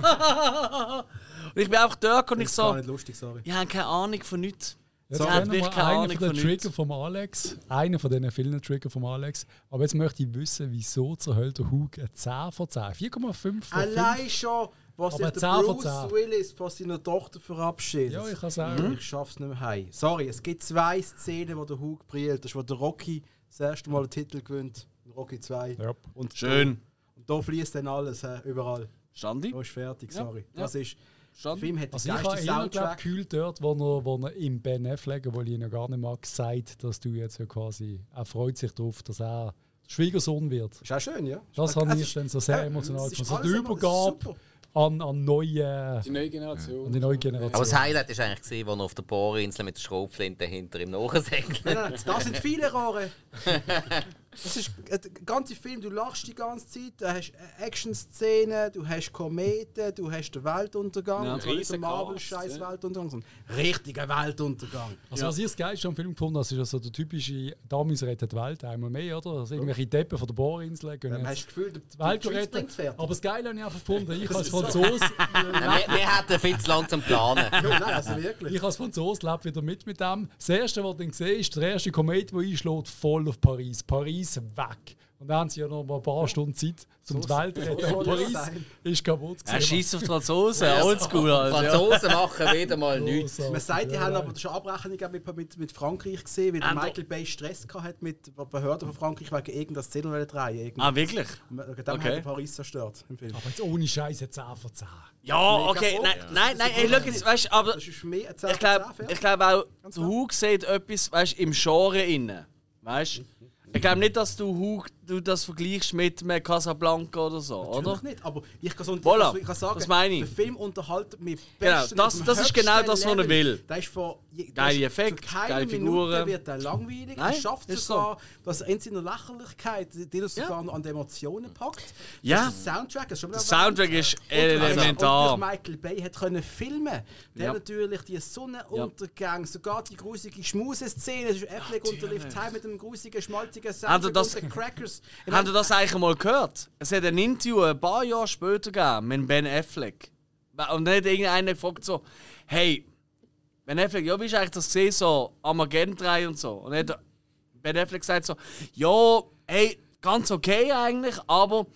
ich bin einfach dort und ich
Das ist gar
so,
nicht lustig, sorry.
ich habe keine Ahnung von nichts.
Jetzt
Sie
so,
haben
kennen
wirklich
wir
keine
einen
Ahnung von
von den
nichts.
Trigger vom Alex. Einen von diesen vielen Trigger vom Alex. Aber jetzt möchte ich wissen, wieso zur Hölle der Hug eine 10 von 10, 4,5 von 5.
Allein schon, was
Aber
sich der
10 von
Bruce
10.
Willis von seiner Tochter verabschiedet. Mhm.
Ja, ich kann sagen.
Ich schaff's nicht mehr heim. Sorry, es gibt zwei Szenen, wo der Hug brillt. Das ist, wo der Rocky das erste Mal den Titel gewinnt. Rocky 2.
Ja.
Und
Schön.
Und da fließt dann alles, hä, überall.
Standi?
Da ist fertig,
Ja,
sorry.
ja.
Das ist. Der
Standi?
Film hat
Also
den
ich habe
geilsten
immer glaub,
Soundtrack.
gefühlt dort, wo er, wo er im Ben Affleck, obwohl ich ihn ja gar nicht mag, sagt, dass du jetzt ja quasi, er freut sich darauf, dass er Schwiegersohn wird.
Ist auch schön, ja?
Das
Also,
habe
es
ich
ist-
dann so sehr
äh,
emotional
es ist
gefunden. So
alles
die
immer-
Übergabe
super.
an, an neue,
Die neue Generation.
an die neue Generation.
Aber das Highlight war eigentlich, gewesen, als er auf der Bohrinsel mit der Schrotflinte hinter ihm nachsäckelt.
Nein, nein, da sind viele Rohre. Das ist äh, der ganze Film, du lachst die ganze Zeit, du hast äh, Action-Szenen, du hast Kometen, du hast den Weltuntergang,
Ja,
und zwar nicht
riesen
den
Chaos,
Marvel-Scheiß
ja.
Weltuntergang, sondern richtiger Weltuntergang.
Also, was ich das Geilste am Film gefunden habe, ist also der typische Damals rettet die Welt einmal mehr, oder? Also irgendwelche Deppen von der Bohrinsel gehen
Dann hast du
jetzt
das Gefühl, der
die Welt
Tschüss
retten.
bringt's fertig.
Aber das Geile habe ich einfach gefunden. Ich als Franzose,
wir, wir hatten viel zu lang zum Planen.
Ja, nein, also wirklich.
ich als Franzose lebe wieder mit mit dem. Das Erste, was ich dann sehe, ist der erste Komet, der einschlägt, voll auf Paris. Paris weg. Und dann haben sie ja noch mal ein paar Stunden Zeit, um die Welt zu retten. Und
soll es
Paris
sein.
ist kaputt
Er
gewesen.
schießt auf die Franzosen, oldschool halt. Ja.
Franzosen machen wieder mal nichts.
Man
Grossartig.
sagt, die haben aber schon Abrechnungen mit, mit, mit Frankreich gesehen, weil
Ah,
Michael Bay Stress gehabt hat mit der Behörde von Frankreich wegen irgendeiner Szene 3.
Ah, wirklich?
Dann
okay. Ah.
hat er Paris zerstört im Film.
Aber jetzt ohne Scheiße 10 von 10.
Ja, okay,
voll.
nein, nein, nein, ey, schau jetzt, weißt du, aber
Das ist mehr als 10
ich glaube
von 10
ich glaub auch, der Hug sieht etwas weißt, im Genre inne. Weißt du? Ich glaube nicht, dass du Hug du das vergleichst mit einem Casablanca oder so, oder?
Natürlich nicht, aber ich kann, so,
Voilà,
ich kann sagen,
das meine ich.
der Film unterhaltet mich
Genau,
bestens
das-
auf dem
das ist genau
höchsten
das, was er
Level.
will.
Der ist von, je- der
Geile
ist-
Effekte,
zu keiner
geile
Minute
Figuren.
wird er langweilig.
Nein,
er schafft
ist
sogar, dass er in seiner Lächerlichkeit die das sogar noch an die Emotionen packt.
Ja.
Das ist der Soundtrack, das ist schon mal
Der
erwähnt.
Soundtrack ist
Und
elementar.
dass Michael Bay hat können filmen Der
Ja.
natürlich die Sonnenuntergang, sogar die grusige Schmuseszene, das ist Affleck unter Lift High mit dem grusigen, schmalzigen
Habt ihr
Soundtrack
Also das-
und den Crackers. Ich
Habt
meine,
ihr das eigentlich mal gehört? Es hat ein Interview ein paar Jahre später gegeben mit Ben Affleck. Und dann hat irgendeiner gefragt so, hey, Ben Affleck, ja, wie ist eigentlich das gesehen, so Armageddon 3 und so? Und dann hat Ben Affleck gesagt so, ja, hey, ganz okay eigentlich, aber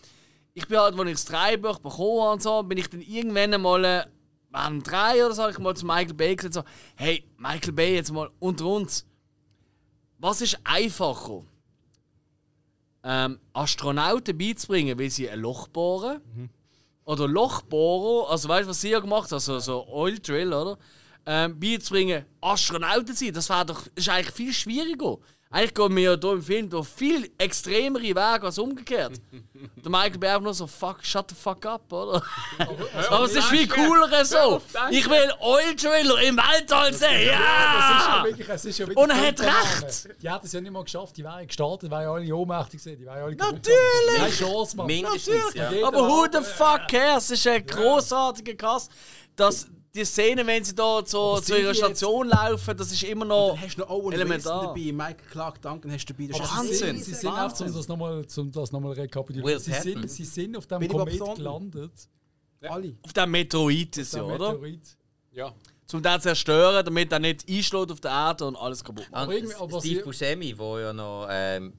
ich bin halt, als ich das Dreibuch bekommen habe und so, bin ich dann irgendwann einmal, äh, während drei oder so, habe ich mal zu Michael Bay gesagt so, hey, Michael Bay, jetzt mal unter uns, was ist einfacher? ähm, Astronauten beizubringen, weil sie ein Loch bohren. Oder Lochbohrer, also weißt du, was sie ja gemacht haben, also so Oil Drill, oder? Ähm, beizubringen, Astronauten zu sein, das war doch, ist eigentlich viel schwieriger. Eigentlich gehen wir ja hier im Film durch viel extremere Wege als umgekehrt. Der Michael Bay einfach nur so, fuck, shut the fuck up, oder? Aber es ist viel cooler so. Ich will Oil Driller im Weltall sehen, ja!
Es ist ja wirklich- es ist ja wirklich
Ah! Und er hat
Weltklasse.
recht.
Die hätten es ja nicht mal geschafft, die wären gestartet, wären ja alle ohnmächtig gewesen, die wären ja alle kaputt.
Natürlich!
Keine Chance, Mann.
Mindestens, ja.
Jeder
Aber who
Mann-
the fuck cares? Es ist ein großartiger Cast. Dass die Szene, wenn sie da zu, zu
sind
ihrer
die
Station laufen, das ist immer noch.
Dann hast du noch Owen
Elementar.
Wilson dabei, Michael Clark Duncan hast du dabei. Das ist
Wahnsinn.
eine
Sie
riesige
sind
Wahnsinn.
auf, zum das nochmal zum das noch mal rekapitulieren.
Will
Sie
Patton.
sind, sie sind auf dem
Billy Bob
Komet
Thornton.
gelandet.
Alle.
Auf dem Meteorit ist ja,
der
oder?
Meteorit.
Ja.
Zum den zu zerstören, damit er nicht einschlägt auf der Erde und alles kaputt macht.
Und
irgendwie- aber
Steve
sie-
Buscemi, der ja noch ähm,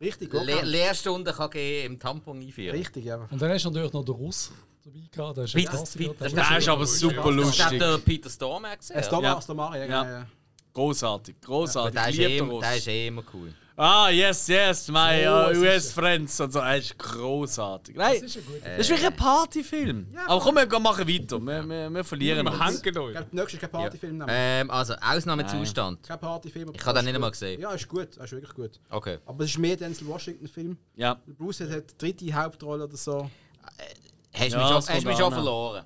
Richtig,
Le
okay.
Lehrstunden kann geben, im Tampon einführen
Richtig, ja.
Und dann hast du natürlich noch den Russ dabei gehabt. Der ist ein
Peter-
Klassiker,
Peter-
der ist-
Der ist aber super
Das hat
lustig.
der Peter Stormer gesehen.
Es ist Thomas,
Ja.
der Mario.
Ja.
Ja. genau, ja.
Großartig,
Aber
großartig.
der, ist
Ich liebe
eh,
den
der ist
Russ.
eh immer cool.
Ah, yes, yes, my
So,
uh,
es ist
US Friends. Und so. Er ist großartig. Nein,
Das ist ein guter
das ist wirklich ein Partyfilm. Aber komm, wir gehen- machen weiter. Wir, wir, wir verlieren
Wir
uns.
hängen
Ich
euch.
glaube, der nächste ist kein Partyfilm. nehmen.
Ähm, also, Ausnahmezustand.
Kein Partyfilm. aber
Ich habe den
ist
nicht
gut.
einmal gesehen.
Ja, ist gut. Er ist wirklich gut.
Okay.
Aber es ist mehr Denzel Washington-Film.
Ja.
Bruce hat- hat die dritte Hauptrolle oder
Hast du
so.
Ja, das
mich schon, hast
kommt
mich schon
an.
verloren?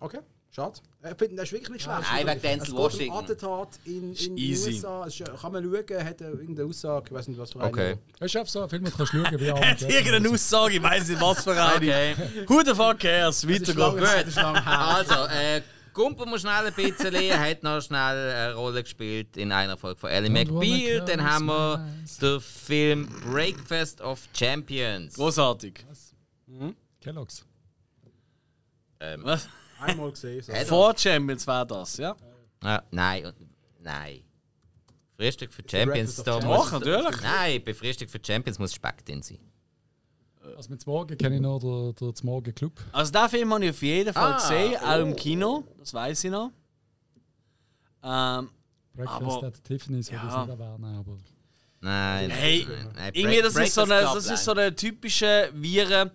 Okay, schade. Ich finde, das ist wirklich nicht schlecht.
Nein, wegen Denzel
Es geht
Washington.
um Attentat in, in den
easy.
USA. Es ist, kann man schauen, hat er irgendeine Aussage, ich weiß nicht, was für eine.
Okay.
Hast du auf so einen Film, den kannst du schauen, wie er
Hat irgendeine Aussage, ich weiß nicht, was für eine.
Okay.
Who the fuck cares? Weiter
Das ist lange,
geht's.
das ist lange her.
Also, äh, Gumper muss schnell ein bisschen, er hat noch schnell eine Rolle gespielt in einer Folge von Ellie
Und
McBeal.
Wanna
Dann
Close
haben wir
My Eyes.
den Film Breakfast of Champions.
Großartig.
Kellogg's.
Was?
Einmal gesehen. So.
Vor Champions wäre das, ja?
Ah, nein, und- nein. Frühstück für Champions,
Breakfast of
da
Doch,
muss...
natürlich.
Nein, bei Frühstück für Champions muss Speck drin sein.
Also mit Morgen kenne ich noch den, den Morgen Club.
Also den Film habe ich auf jeden Fall
Ah,
gesehen, auch im Kino, das weiß ich noch. Ähm,
Breakfast
Aber-
at Tiffany's würde ich
Ja.
es nicht erwähnen, aber...
Nein.
hey,
nein, nein.
irgendwie das
Break-
ist, so eine,
Breakfast
das
Club,
ist so eine typische Viren.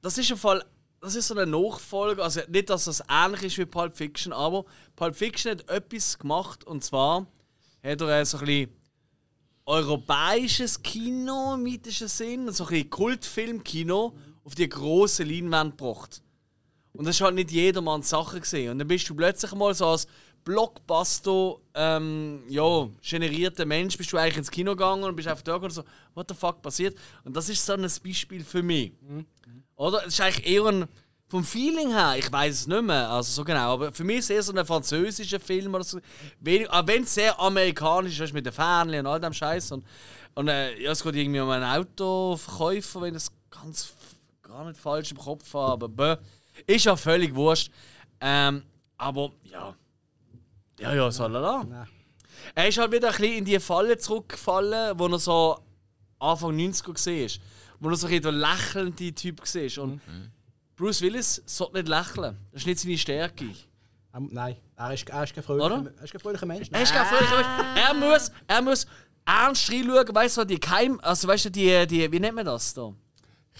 Das ist im Fall, das ist so eine Nachfolge, also nicht, dass das ähnlich ist wie Pulp Fiction, aber Pulp Fiction hat etwas gemacht und zwar hat er äh, so ein bisschen europäisches Kino im weitesten Sinn, so ein bisschen Kultfilmkino auf die große Leinwand gebracht. Und das ist halt nicht jedermanns Sache gesehen. Und dann bist du plötzlich mal so als Blockbuster, ähm, ja, generierter Mensch, bist du eigentlich ins Kino gegangen und bist einfach da und so, what the fuck passiert? Und das ist so ein Beispiel für mich. Oder? Es ist eigentlich eher ein, vom Feeling her, ich weiß es nicht mehr, also so genau, aber für mich ist es eher so ein französischer Film oder so. Wenig, auch wenn es sehr amerikanisch ist, mit den Fähnchen und all dem Scheiß und, und äh, ja, es geht irgendwie um einen Autoverkäufer, wenn ich das ganz f- gar nicht falsch im Kopf habe, aber bäh, ist ja völlig wurscht. Ähm, aber ja. Ja, ja, soll er da.
Nein.
Er ist halt wieder ein bisschen in die Falle zurückgefallen, wo er so Anfang 90er war. Wo er so ein bisschen der lächelnde Typ war. Und
Mhm.
Bruce Willis sollte nicht lächeln. Das ist nicht seine Stärke.
Ähm, nein, er ist, er ist kein fröhlicher,
Oder?
er ist kein fröhlicher Mensch.
Ah.
Er, ist gar völlig, er muss, er muss ernst reinschauen, weißt du, so die Keim, also weißt du, die, die, wie nennt man das da?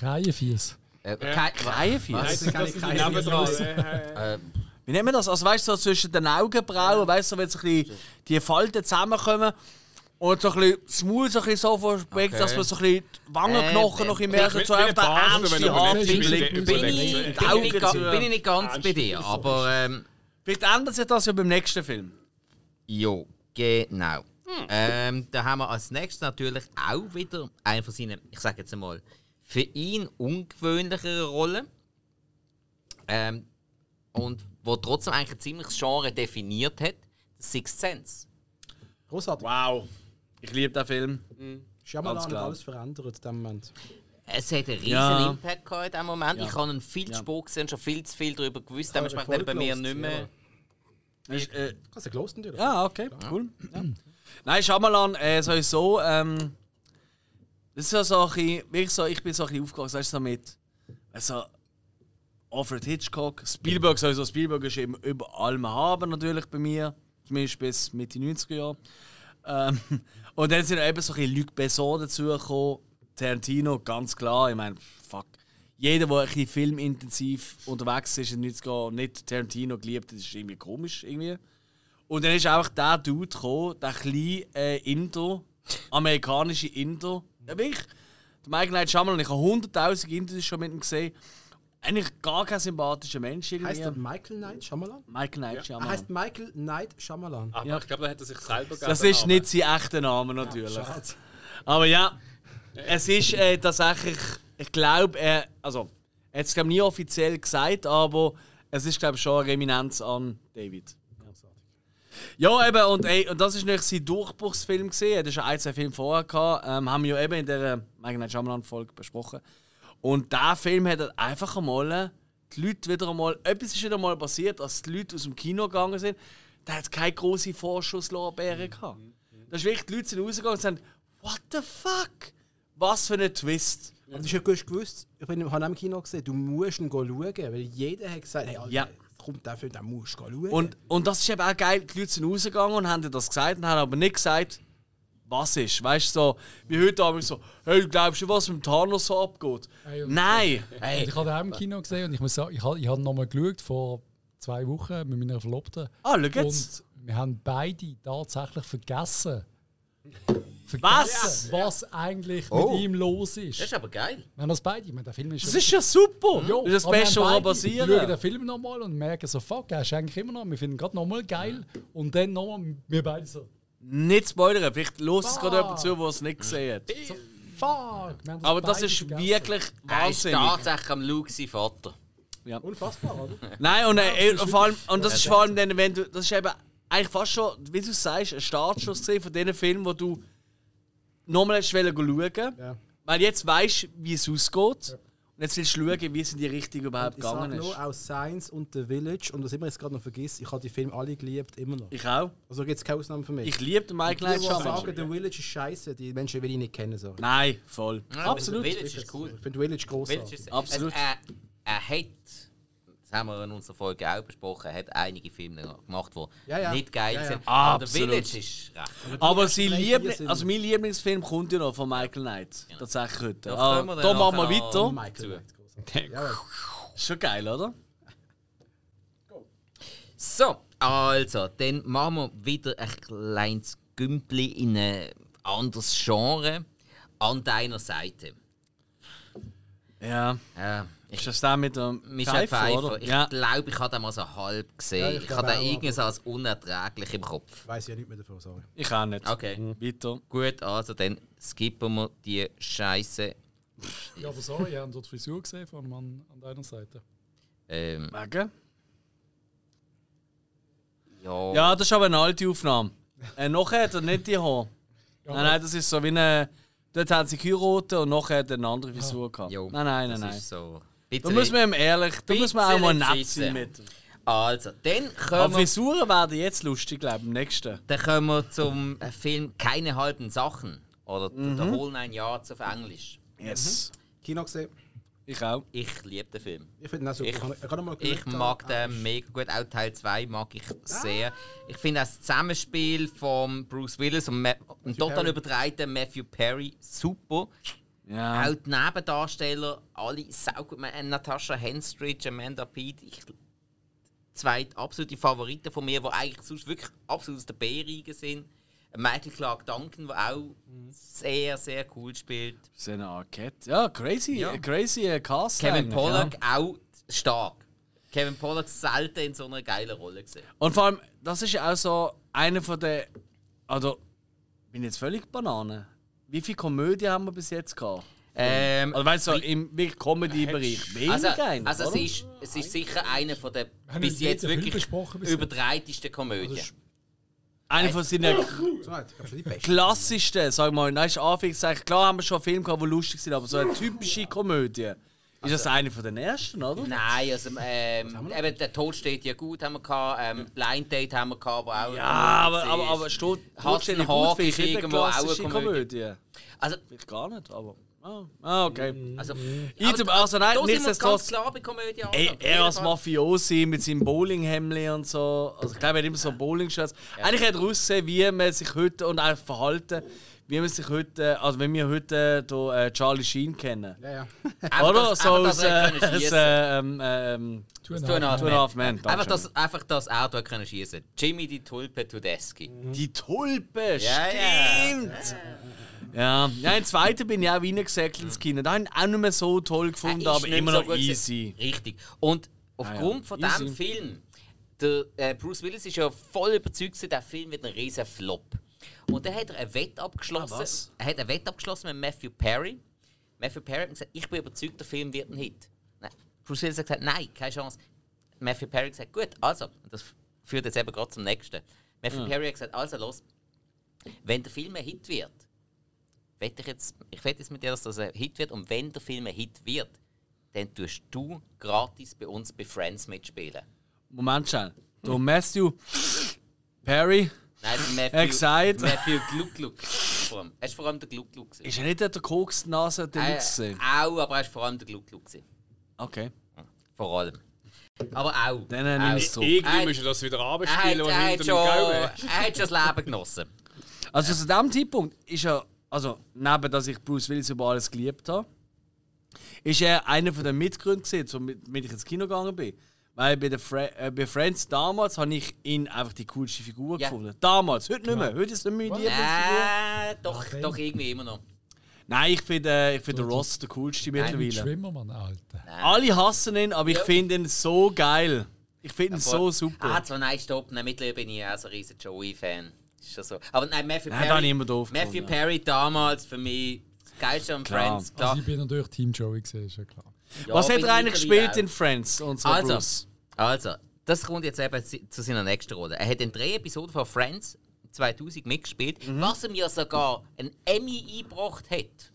Reihenfies.
Äh, kein-
Reihenfies.
kann ich keine
Nehmen wir dran.
Wie nennt man das? Also weißt du, so zwischen den Augenbrauen, weißt du, so, wenn so ein bisschen die Falten zusammenkommen. Und so ein bisschen smooth, so ein bisschen so verspeckt, dass man so ein bisschen die Wangenknochen
Äh,
noch im Meer so
bin-
zu
bin
auf den
Basler, wenn
ernsten
du
Hand
überlegst,
blicken.
bin-
Bin
Überlegst
ich,
du,
bin,
äh,
Augen
ich nicht ganz,
zu.
bin ich nicht ganz bei dir, aber ähm,
Vielleicht ändert sich das ja beim nächsten Film.
jo, genau. Ähm, da haben wir als nächstes natürlich auch wieder einen von seinen, ich sage jetzt einmal, für ihn ungewöhnlicheren Rollen. Ähm, und wo trotzdem eigentlich ein ziemliches Genre definiert hat, Sixth Sense.
Großartig.
Wow. Ich liebe den Film. Ganz
Shyamalan hat
klar.
alles verändert in dem Moment.
Es hat einen riesen
Ja.
Impact gehabt in dem Moment. Ich habe ihn viel zu
Ja.
spät gesehen, schon viel zu viel darüber gewusst.
habe
Dementsprechend hat er bei mir
voll
nicht mehr.
gelost,
Das ist, äh,
Hast du gelost natürlich?
Ja, okay, cool. Ja. Nein, Schamalan, äh, sowieso, ähm, das ist ja so ein bisschen, wirklich so, ich bin so ein bisschen aufgewachsen, weißt du, so mit, also, Alfred Hitchcock, Spielberg sowieso, Spielberg ist eben überall mal haben natürlich bei mir, zumindest bis Mitte 90er Jahre. Ähm, und dann sind eben so ein bisschen Luc Besson dazugekommen, Tarantino, ganz klar, ich meine, fuck. Jeder, der ein bisschen filmintensiv unterwegs ist in den 90er Jahren und nicht Tarantino geliebt, hat, das ist irgendwie komisch, irgendwie. Und dann ist auch der Dude gekommen, der kleine äh, Indo, amerikanische Indo. Ja, wirklich. Der Michael Knight Shyamalan, ich habe 100.000 Indos schon mit ihm gesehen. Eigentlich gar kein sympathischer Mensch irgendwie.
Heißt er Michael Knight Shyamalan?
Michael Knight
Er
Shyamalan.
heißt Michael Knight Shyamalan.
Aber
Ja.
ich glaube, da hat er sich selber
Das
gegeben,
ist
genau, aber-
nicht sein echter Name natürlich.
Schade.
Aber ja, es ist äh, tatsächlich, ich glaube, er, also, er hat es glaub, nie offiziell gesagt, aber es ist, glaube ich, schon eine Reminiszenz an David. Ja, eben, und, ey, und das war natürlich sein Durchbruchsfilm. Gewesen. Er hatte schon ein, zwei Filme vorher, gehabt, ähm, haben wir ja eben in der Magnet Shyamalan-Folge besprochen. Und dieser Film hat halt einfach einmal die Leute wieder einmal, etwas ist wieder mal passiert, als die Leute aus dem Kino gegangen sind, da hat es keine grossen
Mhm.
Vorschusslorbeeren gehabt. Da ist wirklich, die Leute sind rausgegangen und sagen, what the fuck? Was für ein Twist.
Aber das ist ja gut gewusst, ich bin im Hanem Kino gesehen, du musst ihn schauen, weil jeder hat gesagt, hey, Alter,
Ja.
es kommt der Film, den musst du schauen.
Und, und das ist eben auch geil, die Leute sind rausgegangen und haben dir das gesagt und haben aber nicht gesagt, was ist. Weißt du, so, wie heute Abend so, hey, glaubst du, was mit dem Thanos so abgeht?
Hey, und-
Nein!
Und ich habe den auch
äh,
im Kino gesehen und ich muss sagen, ich habe, ich habe nochmal geschaut vor zwei Wochen mit meiner Verlobten.
Ah, schau jetzt.
Und wir haben beide tatsächlich vergessen,
Was?
vergessen was eigentlich
Oh.
mit ihm los ist.
Das ist aber geil.
Wir haben das beide. Ich meine, der Film ist
Das
schon-
ist ja super!
Jo,
das ist das
aber wir
Beste, was
haben beide- Wir schauen
passieren
den Film nochmal und merken so, fuck, er ist eigentlich immer noch, wir finden ihn gerade nochmal geil. Und dann nochmal, wir beide so,
Nicht spoilern, vielleicht los es gerade
Ah.
jemand zu, der es nicht gesehen hat.
fuck. wir haben
Aber das
beide
ist
vergessen.
wirklich
Er ist
wahnsinnig.
tatsächlich am Luke sein Vater.
Unfassbar, oder?
Nein, und, äh, und vor allem, und das ist vor allem dann, wenn du, das ist eben eigentlich fast schon, wie du sagst, ein Startschuss gewesen von diesen Filmen, wo du nochmal hast wollen schauen.
Ja.
Weil jetzt weißt du, wie es ausgeht. Und jetzt willst du schauen, wie es in die Richtung überhaupt
Ich sage
gegangen ist.
nur aus Science und The Village, und was immer ich jetzt gerade noch vergesse, ich habe die Filme alle geliebt, immer noch.
Ich auch.
Also gibt es keine Ausnahme für mich.
Ich liebe den Michael
Die,
Knight
die
Shyamalan.
sagen, The Village ist scheiße, die Menschen will ich nicht kennen. So.
Nein, voll.
Absolut. Village
Ich
ist cool.
finde
Village
Village großartig.
ist,
Absolut.
Also, er, er hat, das haben wir in unserer Folge auch besprochen, er hat einige Filme gemacht, die
Ja, ja.
nicht geil
Ja, ja.
sind.
Absolut.
Aber der Village ist recht.
Aber sein Liebli
sind-
also mein Lieblingsfilm kommt ja noch von Michael Knight. Tatsächlich heute.
Da
Ah,
können wir dann
da machen wir
nachher
weiter.
noch-
Michael
Zu.
Knight, großartig. Ja, ja.
Ist schon geil, oder?
So, also, dann machen wir wieder ein kleines Gümpli in ein anderes Genre. An deiner Seite.
Ja.
Äh, ich
Ist das der mit dem
Michel Pfeiffer,
oder?
ich
Ja.
glaube, ich habe den mal so halb gesehen.
Ja, ich
ich
glaube
habe den
auch,
irgendwie so als unerträglich im Kopf.
Ich weiß ja nichts mehr davon, sorry.
Ich auch nicht. Mhm.
Okay.
Weiter.
Gut, also dann skippen wir die Scheiße.
Ja, aber sorry, ihr habt dort die Frisur gesehen von einem Mann an deiner Seite.
Ähm,
Wegen?
ja.
Ja, das ist aber eine alte Aufnahme. Äh, nachher hat er nicht die Haare. nein, nein, das ist so wie eine. Dort hat sie geheiratet und nachher hat er eine andere Frisur gehabt.
Jo,
nein, nein,
das
nein. nein.
Ist so.
Da muss man ihm ehrlich, da muss man auch mal
Bisschen
nett sein mit. ihm.
also, dann
Aber
kommen, wir,
Frisuren werden jetzt lustig, glaube ich, im nächsten.
dann kommen wir zum äh, Film Keine halben Sachen. Oder
Mhm.
The Whole Nine Yards auf Englisch.
Yes.
Kino gesehen,
Mhm. Ich auch.
Ich liebe den Film.
ich finde ihn auch super.
Ich-
Ich, habe- ich, habe mal
Ich
geschaut,
mag
aber-
den mega gut. Auch Teil 2 mag ich sehr. Ich finde auch das Zusammenspiel von Bruce Willis und, Ma und total
Perry.
übertreiten Matthew Perry super.
Ja.
Auch die Nebendarsteller, alle saugut. Natasha Henstridge, Amanda Peet, ich, zwei absolute Favoriten von mir, die eigentlich sonst wirklich absolut aus der B-Reihe sind. Michael Clark Duncan, der auch sehr, sehr cool spielt.
So eine Arquette. Ja, crazy,
Ja.
crazy äh, Cast.
Kevin
eigentlich,
Pollack
Ja.
auch stark. Kevin Pollack selten in so einer geilen Rolle gesehen.
Und vor allem, das ist ja auch so einer von den. Also, ich bin jetzt völlig Banane. Wie viele Komödien haben wir bis jetzt gehabt?
Ähm,
Also, weißt du, so im wirklich Comedy-Bereich. Wenig
also,
eigentlich,
also es,
oder?
ist, es ist sicher einer von der
haben
bis
nicht
jetzt
so viel
wirklich
besprochen bis
übertreitesten Komödien.
Einer von seinen
So, jetzt kommst du die Beste.
klassischsten, sag mal, nein, ist Anführungszeichen. Klar haben wir schon Filme gehabt, die lustig sind, aber so eine typische Komödie. Ist das einer von den ersten, oder?
Also- Nein, also ähm, eben, der Tod steht ja gut, haben wir gehabt, ähm, Blind Date haben wir gehabt, wo auch
Ja, aber, aber, aber steht
Hudson
steht ja
Hawk
finde
ist
ich, nicht eine
irgendwo auch eine
klassische
Komödie.
Komödie.
also,
Vielleicht gar nicht, aber. Ah, ah okay.
also,
Ich zum- also nein,
da sind wir
nichtsdestotrotz-
ganz klar bei Komödie. Alter.
Ey,
Auf jeden
er als
Fall.
Mafiosi mit seinem Bowlinghemdli und so. Also, ich glaube, er hat immer so Bowling-Shirts. Eigentlich hat er ausgesehen, wie man sich heute und auch verhalten, wie man sich heute, also wenn wir heute hier, äh, Charlie Sheen kennen.
Ja, ja.
Einfach,
Oder?
dass-
So
einfach,
aus,
dass
äh,
er können
aus,
schiessen.
äh, ähm, ähm,
Two
Das
and
Two
a
and a
half
Half
Two and a Half
Men.
Men,
Einfach,
Dankeschön.
dass, einfach, dass er dort können schiessen konnte. Jimmy die Tulpe Tedeschi.
die Tulpe,
Ja, ja.
stimmt! Ja, ja, im zweiten bin ich auch reingesäckelt ins Kino. Da habe ich ihn auch nicht mehr so toll gefunden,
Er Äh, ist
aber
nicht
immer
so
noch
gut gewesen.
easy.
Richtig. Und
Ah ja,
aufgrund von diesem
easy.
Film, der äh, Bruce Willis ist ja voll überzeugt, gewesen, der Film wird ein riesen Flop. Und dann hat er eine Wette abgeschlossen.
Ah, was?
er hat eine Wette abgeschlossen mit Matthew Perry. Matthew Perry hat gesagt, ich bin überzeugt, der Film wird ein Hit. Nein. Bruce Willis hat gesagt, nein, keine Chance. Matthew Perry hat gesagt, gut, also, und das führt jetzt eben gerade zum nächsten.
Ah.
Matthew Perry hat gesagt, also los, wenn der Film ein Hit wird, wette ich jetzt, ich wette jetzt mit dir, dass das ein Hit wird, und wenn der Film ein Hit wird, dann tust du gratis bei uns bei Friends mitspielen.
Moment schnell. Du Matthew Perry.
Nein, der Matthew,
Er hat gesagt-
Matthew Gluck Gluck. Vor allem. Er ist vor allem der Gluck Gluck. gewesen.
Ist er nicht der Koks-Nase Deluxe?
Äh, auch, aber er ist vor allem der Gluck Gluck. gewesen.
Okay.
Vor allem. Aber auch.
Dann äh,
auch.
nimm es zurück.
Ein-
Irgendwie müssen wir das wieder
Er hat,
abspielen, was
er, hat
hinter
schon,
dem
er
Gaumen
hat schon das Leben genossen.
Also zu diesem Zeitpunkt ist er, also neben dass ich Bruce Willis über alles geliebt habe, ist er einer der Mitgründe, gewesen, womit womit ich ins Kino gegangen bin. Weil bei, der Fre äh, bei Friends damals habe ich ihn einfach die coolste Figur
Ja.
gefunden. Damals, heute nicht mehr. Heute ist er meine Lieblingsfigur.
Äh, doch,
Okay.
doch irgendwie immer noch.
Nein, ich finde äh, ich find Ross der coolste
Mit
mittlerweile.
Schwimmermann, Alter.
Alle hassen ihn, aber ich
Ja.
finde ihn so geil. Ich finde ihn so
Ah,
super.
zwar nein, stopp, nein, mittlerweile bin ich auch so ein riesen Joey-Fan. Ist schon so. Aber nein, Matthew
Nein,
Perry.
da habe ich immer doof
Matthew
gefunden.
Perry damals für mich das geilste an
Klar.
Friends. Klar.
Also ich bin natürlich Team Joey gesehen, ist ja klar.
Ja,
Was hat
bin
er eigentlich
ich
gespielt
auch.
in Friends? Unser
Also.
Bruce.
Also, das kommt jetzt eben si- zu seiner nächsten Rolle. Er hat in drei Episoden von Friends 2000 mitgespielt, was ihm ja sogar einen Emmy eingebracht hat.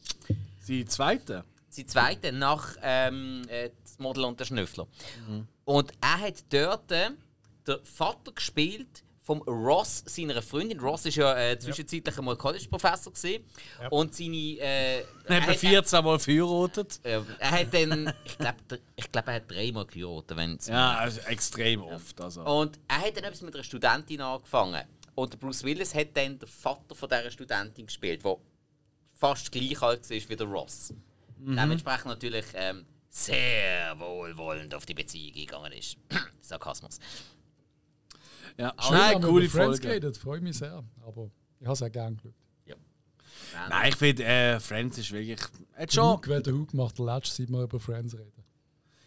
Die zweite.
Sein zweiter nach ähm, äh, das Model und der Schnüffler. Und er hat dort äh, den Vater gespielt vom Ross, seiner Freundin. Ross war ja äh, zwischenzeitlich einmal College-Professor. gewesen. Und seine. Äh,
Dann hat
er
er
hat-
14 Mal verheiratet.
Ja, er hat dann, ich glaube, ich glaub, er hat dreimal geheiratet, wenn es
Ja, also extrem oft. Also.
Oh,
Und er hat dann etwas mit einer Studentin angefangen. Und der Bruce Willis hat dann den Vater von dieser Studentin gespielt, der fast gleich alt war wie der Ross.
Mhm.
Dementsprechend natürlich ähm, sehr wohlwollend auf die Beziehung eingegangen ist. Sarkasmus.
Ja,
Schön,
schnell,
haben wir
coole
über Friends
Folge.
geredet, freue mich sehr. Aber ich habe es auch gerne geschaut.
Nein, ich finde, äh, Friends ist wirklich. Hat
Der
schon.
Hug, weil der Hug macht den letzten, seit wir über Friends reden.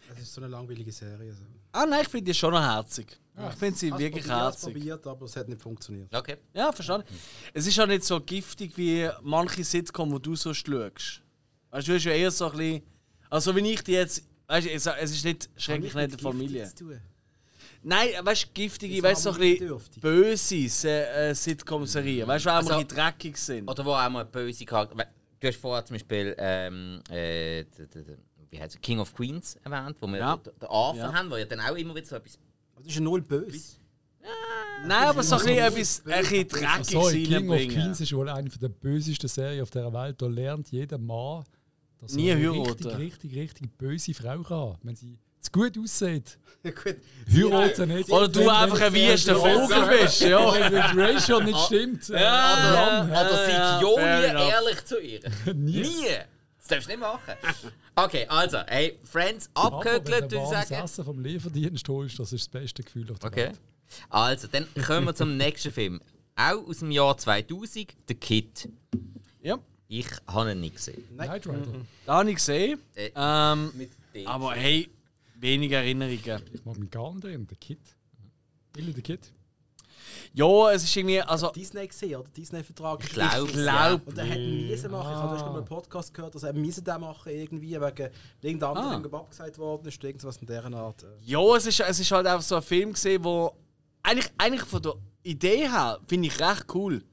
Das ist so eine langweilige Serie. Also.
Ah, nein, ich finde die schon noch herzig. Ich finde sie
Hast
wirklich
probiert, hast
herzig.
probiert, aber es hat nicht funktioniert.
Okay.
Ja, verstanden. Es ist ja nicht so giftig wie manche Sitcom, die du so schaust. Weißt du, es ist ja eher so ein bisschen. Also, wenn ich die jetzt. Weißt du, es es ist nicht schrecklich
Hat
nette
mit
Familie.
Gift zu tun.
Nein, weißt du, giftige,
Das
weißt du, so
haben
ein
wir nicht
bisschen
dürftig.
böse äh, äh, Sitcom-Serien. Weißt du, wo auch mal
Also-
ein bisschen dreckig sind.
Oder wo auch mal böse Charakter. weil Du hast vorher zum Beispiel ähm, äh, d- d- d- wie heißt King of Queens erwähnt, wo wir
Ja.
den den Arthur
Ja.
haben, wo ja dann auch immer wieder so etwas
Aber das ist ja null böse.
Nein, aber so ein bisschen etwas ein bisschen
Sorry,
dreckig
King of
reinbringen.
Queens ist wohl eine der bösesten Serien auf der Welt. Da lernt jeder Mann, dass
Nie
er eine
heiraten.
richtig, richtig, richtig böse Frau kann. Wenn sie zu gut aussieht,
Ja, gut.
heiratet sie nicht.
Oder du
Wenn-
einfach ein wüster
wenn-
Vogel bist. Ja. Ah.
Wenn wenn die Ratio nicht stimmt. äh, Ja,
Oder seid
ja,
Joni
fair enough.
ehrlich zu ihr? Nie. Das darfst du nicht machen. Okay, also, hey, Friends, abgehökelt, würde ich sagen.
Essen vom Lieferdienst holst, das ist das beste Gefühl auf der
Okay.
Welt.
Also, dann kommen wir zum nächsten Film. auch aus dem Jahr 2000, The Kid.
Ja.
Ich habe ihn nicht gesehen.
Knight Rider.
Da habe ich gesehen.
Äh,
Ähm,
Mit dem.
aber hey, wenig Erinnerungen.
Ich mag mich gar nicht erinnern. Der Kid. Billy the Kid.
Ja, es ist irgendwie. Also,
Disney gesehen, oder? Disney-Vertrag.
ich glaube,
glaub- Ah.
Und er hätte miesen machen. Ich habe erst mal einen Podcast gehört, dass er miesen den machen irgendwie, wegen irgendeinem
Ah.
anderen ah. abgesagt worden ist, oder irgendwas in dieser Art. äh.
ja, es ist, es ist halt einfach so ein Film gesehen, wo eigentlich, eigentlich von der Idee her finde ich recht cool.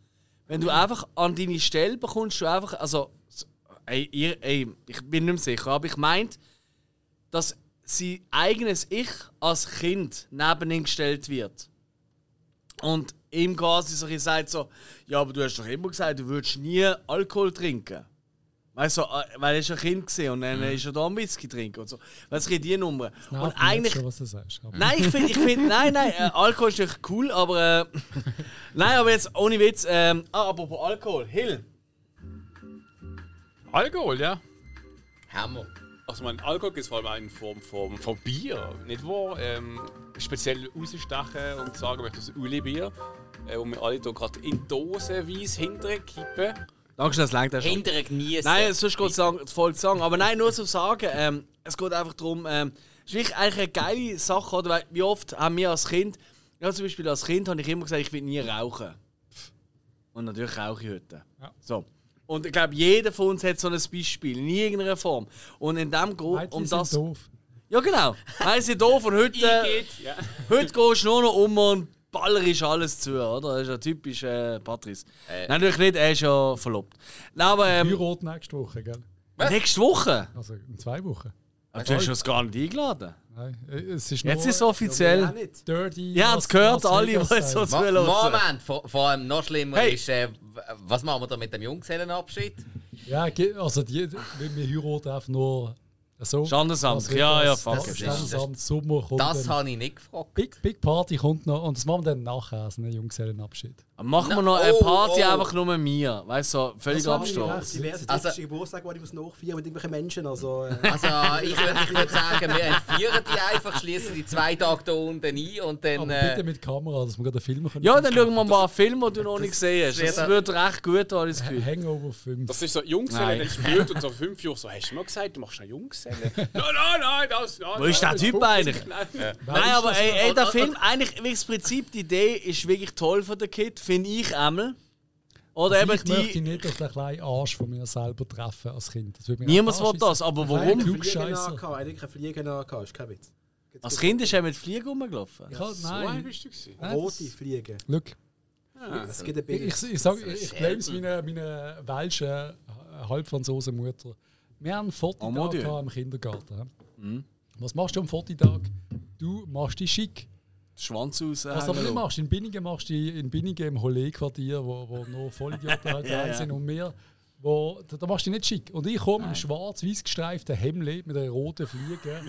Wenn du einfach an deine Stelle bekommst, du einfach, also, s- ey, ihr, ey, ich bin nicht mehr sicher, aber ich meint, dass sein eigenes Ich als Kind neben ihn gestellt wird. Und ihm quasi so ein bisschen sagt so, ja, aber du hast doch immer gesagt, du würdest nie Alkohol trinken. Weißt du, so, äh, weil er ist ein Kind gesehen und dann ist er da einen Whisky trinken und so. Weißt du, die Nummer. Und
nervt mich jetzt
eigentlich
Schon, was du sagst. Aber
Nein, ich finde, ich find, nein, nein, äh, Alkohol ist natürlich cool, aber. Äh, nein, aber jetzt ohne Witz. Ähm, ah, apropos Alkohol, Hill.
Alkohol, ja.
Hammer.
Also mein Alkohol ist vor allem in Form vom, vom Bier, nicht wahr? Ähm, speziell rausstechen und sagen, ich möchte das Uli-Bier, äh, wo wir alle hier gerade in Dosenweise hinterkippen.
Dankeschön, das lenkt er
Hinterher genießen.
Nein, sonst geht es voll zu sagen. Aber nein, nur so sagen. Ähm, es geht einfach darum, ähm, es ist wirklich eigentlich eine geile Sache, oder? Weil, wie oft haben wir als Kind, ja, zum Beispiel als Kind, habe ich immer gesagt, ich will nie rauchen. Und natürlich rauche ich heute.
Ja.
So. Und ich glaube, jeder von uns hat so ein Beispiel, in irgendeiner Form. Und in dem geht
Mädchen
um
sind
das.
doof.
Ja, genau. Nein, sie sind doof und heute. äh,
Ja.
Heute gehst du nur noch um und ballerisch alles zu, oder? Das ist ja typisch äh, Patrice.
Äh.
Nein, natürlich nicht, er ist ja verlobt. Nein, aber ähm, Äh,
Bürot nächste Woche, gell?
nächste Woche.
Also in zwei Wochen.
Aber Ah, du hast uns gar nicht eingeladen.
Nein, äh, es ist
Jetzt ist
nur
es
Ja,
offiziell.
wir auch nicht.
dirty.
Ihr habt es gehört,
Las
alle, die
Vegas
jetzt so
Style.
Mo-
zuhören.
Moment, vor, vor allem noch schlimmer
Hey.
ist, äh, w- was machen wir da mit dem Junggesellenabschied?
Ja, ge- also die, wenn wir heiraten einfach nur so.
Standesamt.
Also,
Ja, ja,
das-
fuck
das
it.
Standesamt, Sommer kommt
Das
dann.
habe ich nicht gefragt.
Big, Big Party kommt noch und das machen wir dann nachher, so einen Junggesellenabschied.
Machen wir
Na-
noch eine
oh,
Party
oh.
einfach nur mir. Weißt du, so völlig
Das war
Ich habe
abstoßen.
nicht
diverse
Also-
also, Geburtstage, die ich muss nachfeiern mit irgendwelchen Menschen. Also, äh,
Also, ich würde ich würd sagen, wir entführen die einfach, schließen die zwei Tage da unten ein und dann.
Aber
Äh,
bitte mit Kamera, dass wir gerade einen Film können.
Ja, dann schauen wir mal einen Film, den du noch nicht gesehen hast.
das
Das
wird-
wird recht gut, habe ich das Gefühl.
Hangover 5.
Das ist so Junggeselle, der spürt und so fünf Jahre so, hast du mal gesagt, du machst eine Junggeselle? nein, nein, nein, das, nein.
Wo ist der
nein,
Typ
das-
eigentlich?
Nein.
Nein, aber ey, ey, der
Und-
Film, eigentlich, wirklich das Prinzip, die Idee ist wirklich toll von der Kid, finde ich einmal. Oder Also
Also ich
eben
möchte
die.
nicht auf den kleinen Arsch von mir selber treffen als Kind. Das würde mich
Niemand
einfach
will das,
anschissen.
aber
Nein,
warum?
klug.
Fliegen
Scheisse.
nachgehauen. Er hat wirklich einen Fliegen nachgehauen, ist kein Witz.
Als Kind ist er mit Fliegen rumgelaufen.
Ich hab,
So ein
nein,
bist du gewesen.
nein,
Rote
das-
Fliegen.
Glück.
Ah,
Es gibt ein
Ich,
Bild.
ich, ich, sag-
Das ist
ich, ich
schön.
blame es meiner meine welschen äh, Halbfranzosen-Mutter. Wir haben einen
Oh, mon
Fototag
Dieu.
gehabt im Kindergarten. hä? Was machst du am Fototag? Du machst dich schick.
Schwanz raus.
Was du aber nicht
hängen lassen.
machst, in Binningen machst du dich- in Binningen im Holé-Quartier, wo, wo nur Vollidioten halt
Ja,
dran
ja.
sind und wir, wo, da, da machst du dich nicht schick. Und ich komme im schwarz-weiß gestreiften Hemdli mit einer roten Fliege.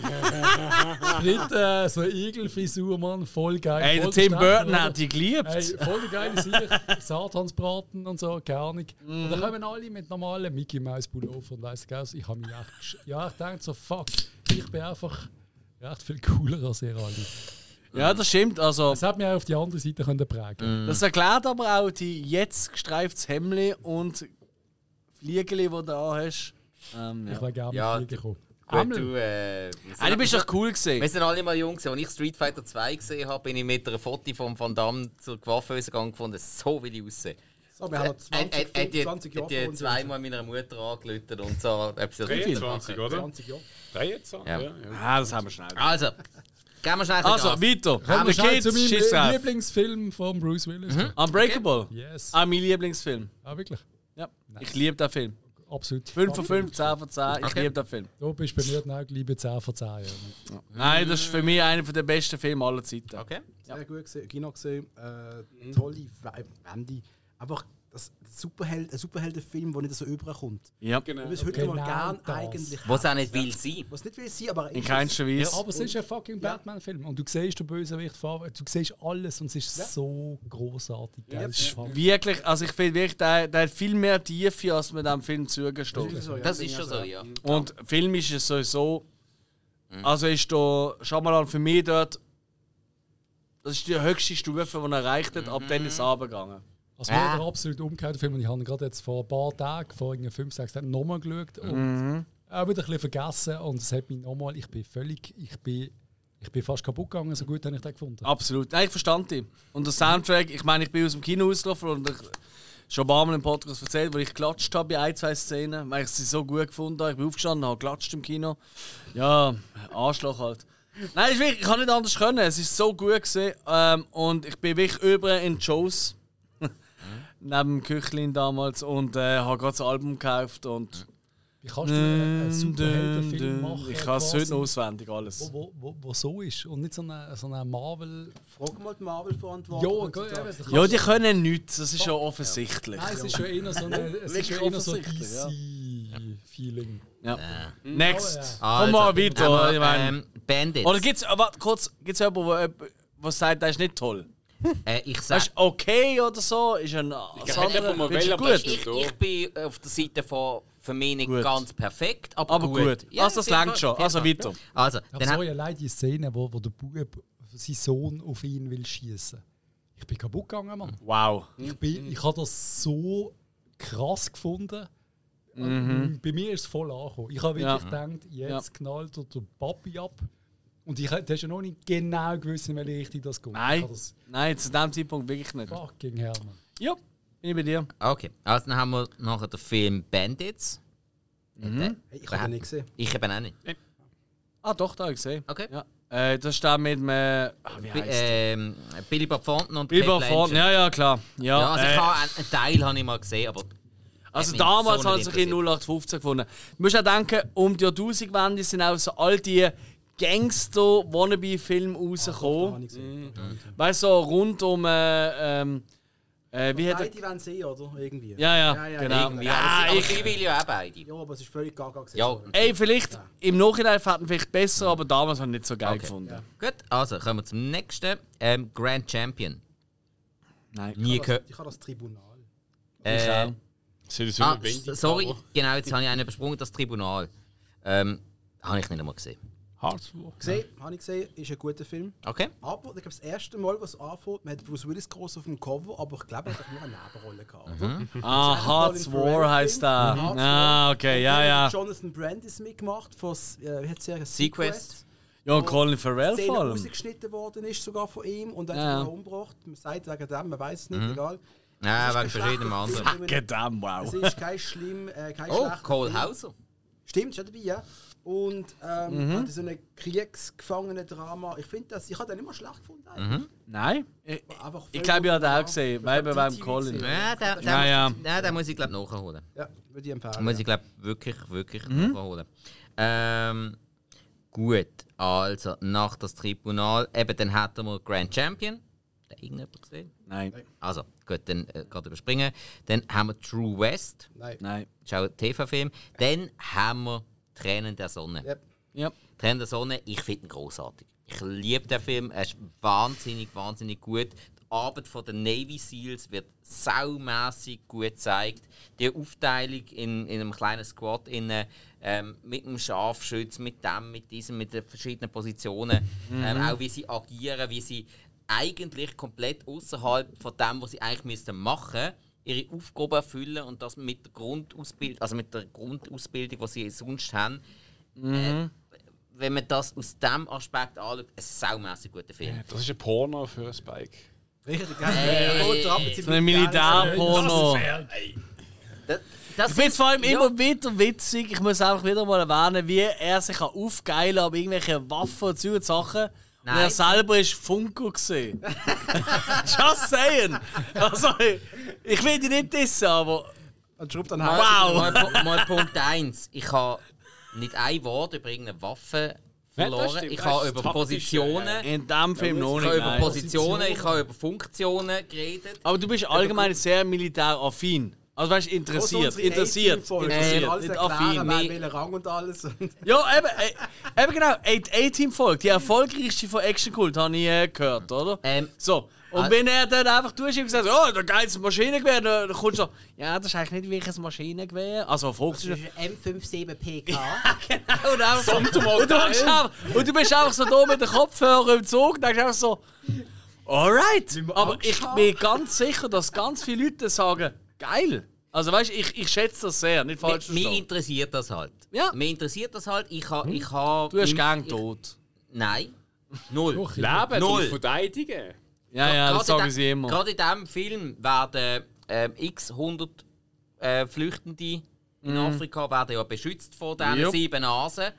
Mit äh, so einer Igelfrisur, Mann, voll geil.
Ey, der
voll
Tim
gestempelt,
Burton
oder?
hat dich geliebt.
Hey, voll die geile Sache. Satansbraten und so, keine Ahnung. Und
Mhm.
dann kommen alle mit normalen Mickey Mouse Pullover und weiss gar Ich habe mich echt. gesch- Ja, ich denke so, fuck, ich bin einfach echt viel cooler als ihr alle.
Ja, das stimmt. Also,
Das hat mich auch auf die andere Seite können prägen
das erklärt aber auch die jetzt gestreiftes Hemmli und Fliegeli, die du da hast. Ähm,
Ich
ja.
wäre gerne
Ja,
ja, gekommen.
gut,
Einmal-
du, äh, wir sind-
Ey, Ah, du bist doch cool
Wir
gesehen.
sind alle mal jung gewesen. Als ich Street Fighter 2 gesehen habe, bin ich mit einer Foto von Van Damme zur Coiffeuse gegangen und gefunden, so will ich aussehen.
So, wir haben noch 20,
Äh, äh, äh, die-
20
die-
Jahre
die
vor uns.
zweimal meiner Mutter angelötet und so. ob sie das machen.
23, oder?
20 Jahre.
23,
Ja.
ja. ja.
Ah, das haben wir schnell.
Also, gehen wir schnell
Also,
Gas.
weiter.
Kommen
The
wir schnell zu
Kids, schieß
meinem
drauf.
Lieblingsfilm von Bruce Willis.
Unbreakable.
Yes.
Ah, mein Lieblingsfilm.
Ah, wirklich.
Ja. Ich liebe den Film.
Absolut.
5 von 5, 10 von 10. Ich liebe den Film.
Du bist bei mir dann auch lieber 10 von 10 Jahren.
Nein, das ist für mich einer der besten Filme aller Zeiten.
Okay.
Sehr gut gesehen, Kino gesehen. Äh,
Mhm.
Tolle We- Wende. Einfach das Superheld, ein Superheldenfilm, der nicht so überkommt.
Ja.
Genau.
Ich würde heute
Genau
mal gern
das.
eigentlich.
Was auch nicht will sein.
Was nicht will sein, aber
In
ist
keinster Weise.
Aber es ist ein fucking Batman-Film und du siehst den Bösewicht, fahren, du siehst alles und es ist so großartig. Ja.
Wirklich, also ich finde wirklich, der, der hat viel mehr Tiefe, als man dem Film
es.
zugesteht.
So, ja,
Das
Ding
ist schon
also.
so, ja.
Und filmisch ist es sowieso. Also ist da Shyamalan für
Mhm.
mich dort. Das ist die höchste Stufe, die er erreicht hat. Ab dann ist es runtergegangen.
Also mir hat er absolut umgekehrt den Film und ich habe ihn gerade jetzt vor ein paar Tagen, vor irgendwie fünf, sechs Tagen nochmal geschaut und auch wieder ein bisschen vergessen und es hat mich nochmal, ich bin völlig, ich bin, ich bin fast kaputt gegangen, so gut habe ich den gefunden.
Absolut. Nein, ich verstand dich. Und der Soundtrack, ich meine, ich bin aus dem Kino ausgelaufen und ich schon ein paar Mal im Podcast erzählt, wo ich geklatscht habe bei ein, zwei Szenen, weil ich sie so gut gefunden habe. Ich bin aufgestanden, habe geklatscht im Kino. Ja, Arschloch halt. Nein, ist wirklich, ich kann nicht anders können. Es ist so gut gewesen. Ähm, und ich bin wirklich über in die Shows. Neben dem Küchlein damals und äh, habe gerade das Album gekauft und äh,
Wie kannst du einen einen Superheldenfilm machen?
ich kann es heute
quasi,
noch auswendig alles.
wo, wo, wo, wo so ist und nicht so eine, so eine Marvel...
Frag mal die Marvel-Verantwortung.
Ja, gut, eben, du
Ja,
kannst-
die können nichts, das ist ja offensichtlich.
Nein, es ist ja eher so eine, es ist ja
Wirklich
eher so
offensichtlich, ja. Ah,
DC-Feeling.
Ja. Next.
Oh,
Ah,
Komm mal weiter.
aber,
ich meine.
also, ähm, Bandits.
Oder gibt's, äh, warte, kurz, gibt's jemanden, der was sagt, der ist nicht toll?
äh, ich
Das
sag,
ist okay oder so, ist ein äh,
Ich kann nicht mal
findest
wählen,
du
aber das
gut.
ist-
ich, ich bin auf der Seite von für mich nicht
Gut.
ganz perfekt, aber,
Aber gut.
Ja,
also das
auf jeden
langt
Fall,
schon.
auf jeden
Also
Fall.
weiter.
Also,
Aber
dann
sorry, allein die Szene, wo, wo der Bub seinen Sohn auf ihn will schießen. Ich bin kaputt gegangen, Mann.
Wow.
Ich, bin, ich habe das so krass gefunden.
Mhm.
Bei mir ist es voll angekommen. Ich habe wirklich gedacht, jetzt knallt der der Papi ab. Und ich du hast ja noch nicht genau gewusst, in welche Richtung das geht. Ich
Nein.
habe das
Nein, zu dem Zeitpunkt wirklich nicht.
fucking Hermann.
Ja, bin ich bei dir.
Okay, also dann haben wir nachher den Film Bandits.
Mhm.
Den-
Hey, ich habe den nicht gesehen.
Ich eben auch nicht.
Ah, doch, da habe ich gesehen.
Okay.
Ja. Äh, das steht mit dem. Äh, ah, wie
Bi-
heißt der?
Ähm, Billy Bob Thornton und Kate
Bilbo
Blanchett.
Ford. Ja, ja, klar. Ja,
Ja, also
äh,
ich habe einen- einen Teil habe ich mal gesehen, aber
Also
mich
damals
so
hat
nicht
sich in
interessiert.
0815 gefunden. Du musst auch denken, um die Jahrtausendwende sind auch so all die Gangster-Wannabe-Filme
Den habe
rausgekommen.
ich gesehen.
Weißt du, so rund um. Äh, ähm, äh, wie hat er.
Beide wollen sehen, oder? Irgendwie.
Ja, ja, genau.
irgendwie.
Ja,
aber, sie- aber
ich-
sie will ja auch beide.
Ja, aber es ist völlig gaga gesehen.
Ja,
worden.
Ey, vielleicht im Nachhinein fand man vielleicht besser, aber damals habe ich nicht so geil
Okay.
gefunden.
gut, also kommen wir zum nächsten. Ähm, Grand Champion.
Nein.
Nie
Ich habe
gehört.
das- ich habe das Tribunal.
Äh,
Das ist
ah,
ah, windig,
sorry, genau, jetzt habe ich einen übersprungen, das Tribunal. Ähm, habe ich nicht einmal gesehen.
Hardware.
Gesehen, habe ich gesehen, ist ein guter Film.
Okay.
Aber ich glaube, das erste Mal, was es anfängt, man hat Bruce Willis groß auf dem Cover, aber ich glaube, er hat doch nur eine Nebenrolle gehabt. oder?
Ah, Hearts
Colin Farrell
War heißt da.
Film. Hearts
Ah,
War.
okay,
Und
ja,
dann
ja.
hat Jonathan Brandis mitgemacht von, S- äh, wie hat sie
Sequest.
Ja, und Colin Farrell
Szene
vor allem.
rausgeschnitten worden ist sogar von ihm und dann
Ja.
ja. umgebracht. Man sagt wegen dem, man weiß es
Mhm.
nicht, egal.
Nein, wegen
Es ist kein
verschiedenem
schlechter
anderen.
Film.
Gedammt,
Es
wow.
ist kein schlimm, äh, kein
Oh,
schlechter
Cole
Film.
Hauser.
Stimmt, schon dabei, ja. Und
Mhm.
ähm, hatte so ein Kriegsgefangenen-Drama. Ich finde das, ich habe den immer schlecht gefunden. eigentlich.
Mhm.
Nein? Ich,
Einfach
ich
völlig
glaube, ich habe
wunderbar.
auch gesehen, weil wir
die
beim
TV
Colin.
gesehen.
Ja, den, den,
Ja, ja.
Nein, den muss ich glaube nachholen.
Ja, würde ich empfehlen.
Den muss ich glaube wirklich, wirklich
Mhm.
nachholen. Ähm, gut, also nach das Tribunal, eben dann hätten wir Grand Champion. Hat den irgendjemand gesehen?
Nein,
Also, gut, dann äh, gerade überspringen. Dann haben wir True West,
Nein.
nein.
das ist auch ein TV-Film. Dann haben wir Tränen der Sonne.
Yep.
Ja.
Tränen der Sonne, ich finde ihn großartig. Ich liebe den Film, er ist wahnsinnig, wahnsinnig gut. Die Arbeit von den Navy Seals wird saumässig gut gezeigt. Die Aufteilung in, in einem kleinen Squad innen, ähm, mit dem Scharfschütz, mit dem, mit diesem, mit den verschiedenen Positionen, ähm, auch wie sie agieren, wie sie eigentlich komplett außerhalb von dem, was sie eigentlich müssten machen ihre Aufgaben erfüllen und das mit der Grundausbildung, also mit der Grundausbildung, die sie sonst haben, wenn man das aus diesem Aspekt anschaut, ein saumässig guter Film.
Das ist ein Porno für ein Spike.
Richtig, gell? Hey. Roter Rappen,
So ein Militärporno.
Das, das
Ich finde es vor allem
ja,
immer wieder witzig, ich muss einfach wieder mal erwähnen, wie er sich kann aufgeilen an irgendwelche Waffen und solche Sachen. Und
Nein.
er selber ist Funko gesehen. Just saying! Also, ich- ich will dich nicht dissen, aber.
Und schraubt dann
Mal,
halt.
Wow.
mal, Pu- mal Punkt 1. Ich habe nicht ein Wort über irgendeine Waffe
Ja, das
verloren.
stimmt,
ich
das
habe
ist
über
taktisch, ja,
Positionen,
In diesem Film noch
ich
nicht.
habe über
Nein.
Positionen, ich habe über Funktionen geredet.
Aber du bist allgemein sehr militäraffin. Also, weißt du, interessiert. Interessiert.
Interessiert.
Interessiert.
Alles
Nicht
erklären,
affin.
mehr-
wer welchen Rang und alles. Und
Ja, eben, äh, eben genau. A-Team-Folge, die erfolgreichste von Action Cult, habe ich äh, gehört, oder?
Ähm,
So. Und
Al-
wenn er dann einfach durchschiebt und sagt, oh, da geiles Maschinengewehr, dann, dann kommst du so, ja, das ist eigentlich nicht wirklich ein Maschinengewehr. Also auf Hochdeutsch.
M57PK.
Genau, und einfach so. Und du, machst einfach, und du bist einfach so da mit dem Kopfhörer im Zug und denkst einfach so, Alright!
Müssen wir
Aber
Angst
ich
haben?
bin ganz sicher, dass ganz viele Leute sagen, geil. Also weißt du, ich, ich schätze das sehr, nicht falsch
Mich
verstehen.
interessiert das halt.
Ja.
Mir interessiert das halt. Ich
Hm?
ha, ich ha,
Du hast
ich-
gern tot.
Nein. Null.
Doch, ich-
Leben
Null.
und verteidigen.
Ja, ja, das
Gerade
sagen
in
sie
dem-
immer.
Gerade in diesem Film werden ähm, x 100 äh, Flüchtende in Afrika werden ja beschützt von diesen
Mhm. Jupp.
sieben Nasen.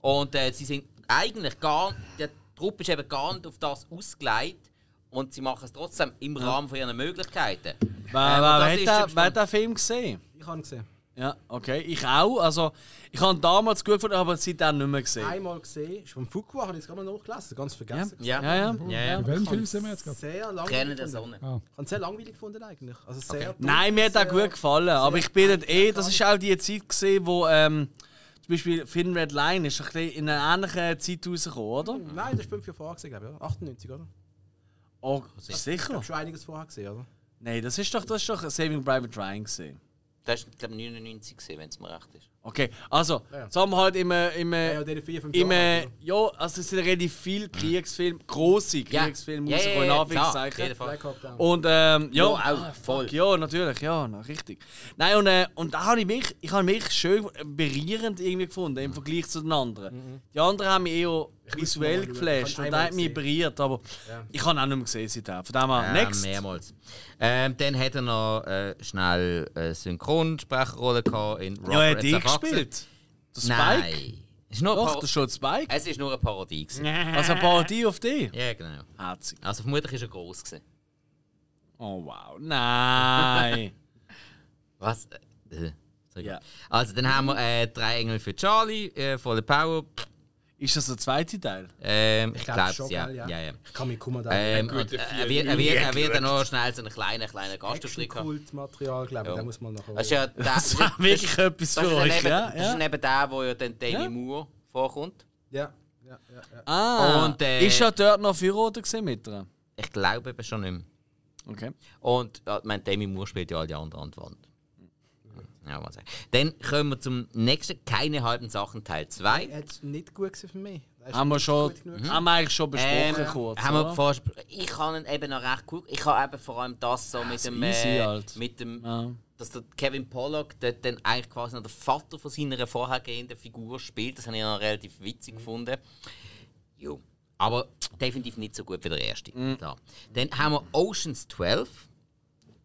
Und äh, sie sind eigentlich gar der Trupp ist eben gar nicht auf das ausgelegt. Und sie machen es trotzdem im Rahmen von ihren Möglichkeiten.
Wer, Ah, wer,
Ähm, das
wer, hat den-
ist schon
wer hat den Film gesehen?
Ich habe ihn gesehen.
Ja, okay. Ich auch. Also, ich habe ihn damals gut gefunden, aber seitdem nicht mehr gesehen.
Einmal gesehen, ist von Fukua, habe ich es gerade mal nachgelesen, ganz vergessen.
Ja.
Ja, ja.
Ja, ja.
Bei welchem Film sind wir jetzt gerade?
Sehr
Tränen
langweilig.
der
gefunden.
Sonne.
Ich habe ihn sehr langweilig gefunden eigentlich. Also sehr
Nein, mir hat
sehr-
auch gut gefallen. Aber ich bin dort eh, das ist auch die Zeit gesehen, wo ähm, zum Beispiel Finn Red Line ist ein bisschen in einer ähnlichen Zeit rausgekommen, oder?
Nein, das ist fünf Jahre vorher gesehen, glaube ich, oder? 98, oder?
Oh,
Ich
sicher?
habe schon einiges vorher gesehen, oder?
Nein, das ist doch, das ist doch Saving Private Ryan gesehen.
Das war, glaube ich, 99, gewesen, wenn es mir recht ist.
Okay, also,
Ja.
jetzt haben wir halt immer,
Ja, ja,
immer,
diese vier, fünf
immer,
Jahre.
ja, also es sind relativ viele Kriegsfilme, große
Ja.
Kriegsfilme,
Ja, ja,
rausgekommen,
ja,
in
ja, klar,
Anführungszeichen.
jeden Fall.
Black Hawk Down.
Und ähm, ja,
Ja, auch,
ah, fuck,
voll.
Ja, natürlich, ja, na, richtig. Nein, und, äh, und da habe ich mich, ich habe mich schön äh, berührend irgendwie gefunden
Mhm.
im Vergleich zu den anderen. Die anderen haben mich eher visuell
mal schauen. Ich
geflasht
habe
und
einmal
da hat mich
gesehen.
berührt, aber ich habe auch nicht mehr gesehen seitdem. Von dem her,
Ja,
Ah, next.
mehrmals. Ähm, dann hat er noch äh, schnell äh, Synchronsprecherrolle gehabt in Robert
Ja, er hat
the
die
Fox.
gespielt. Der Spike?
Nein. Ist nur
Doch,
Paro-
das ist schon der Spike.
es ist nur eine Parodie. gewesen.
Also eine Parodie auf dich.
Ja, genau.
Herzig.
Also vermutlich ist er groß gewesen.
Oh wow, nein.
Was? Äh, sorry.
Ja.
Also dann haben wir äh, drei Engel für Charlie, äh, volle Power.
ist das der zweite Teil?
Ähm, ich
glaub
glaube es,
schon,
ja.
gell, ja.
ja. ja,
Ich kann mich kaum da.
Ähm,
Gut,
und, äh,
der
er
vier-
wird, er wird, er wird dann
Gut.
noch schnell so einen kleinen, kleinen Gastauftritt haben.
Kultmaterial, glaube ich,
Ja. Also,
da muss man nachher.
Das ist ja der, das
war wirklich
ist-
etwas
das
für
ist dann
euch,
eben,
ja,
Das
ja.
ist eben der, wo ja dann Demi
Ja.
Moore vorkommt.
ja, ja, ja, ja.
Ah,
Und, äh,
ist ja dort noch Führer gesehen mit dran?
Ich glaube eben schon nicht mehr.
Okay.
Und ja, ich meine, Demi Moore spielt ja alle anderen an die Wand. Ja, mal sagen. Dann kommen wir zum nächsten Keine halben Sachen Teil 2.
Er ist nicht gut gewesen für mich. Er ist
Haben wir
nicht
schon, Mhm. Ähm,
gut genug.
haben wir eigentlich schon besprochen kurz.
Ähm, haben wir
oder?
vorher bespro- ich habe ihn eben noch recht cool. Ich habe eben vor allem das so mit dem,
Ah, easy
äh,
halt.
mit dem
Ja.
dass der Kevin Pollock dort dann eigentlich quasi noch der Vater von seiner vorhergehenden Figur spielt. Das habe ich noch relativ witzig gefunden. Jo. Aber definitiv nicht so gut wie der erste. Klar. Dann haben wir Oceans 12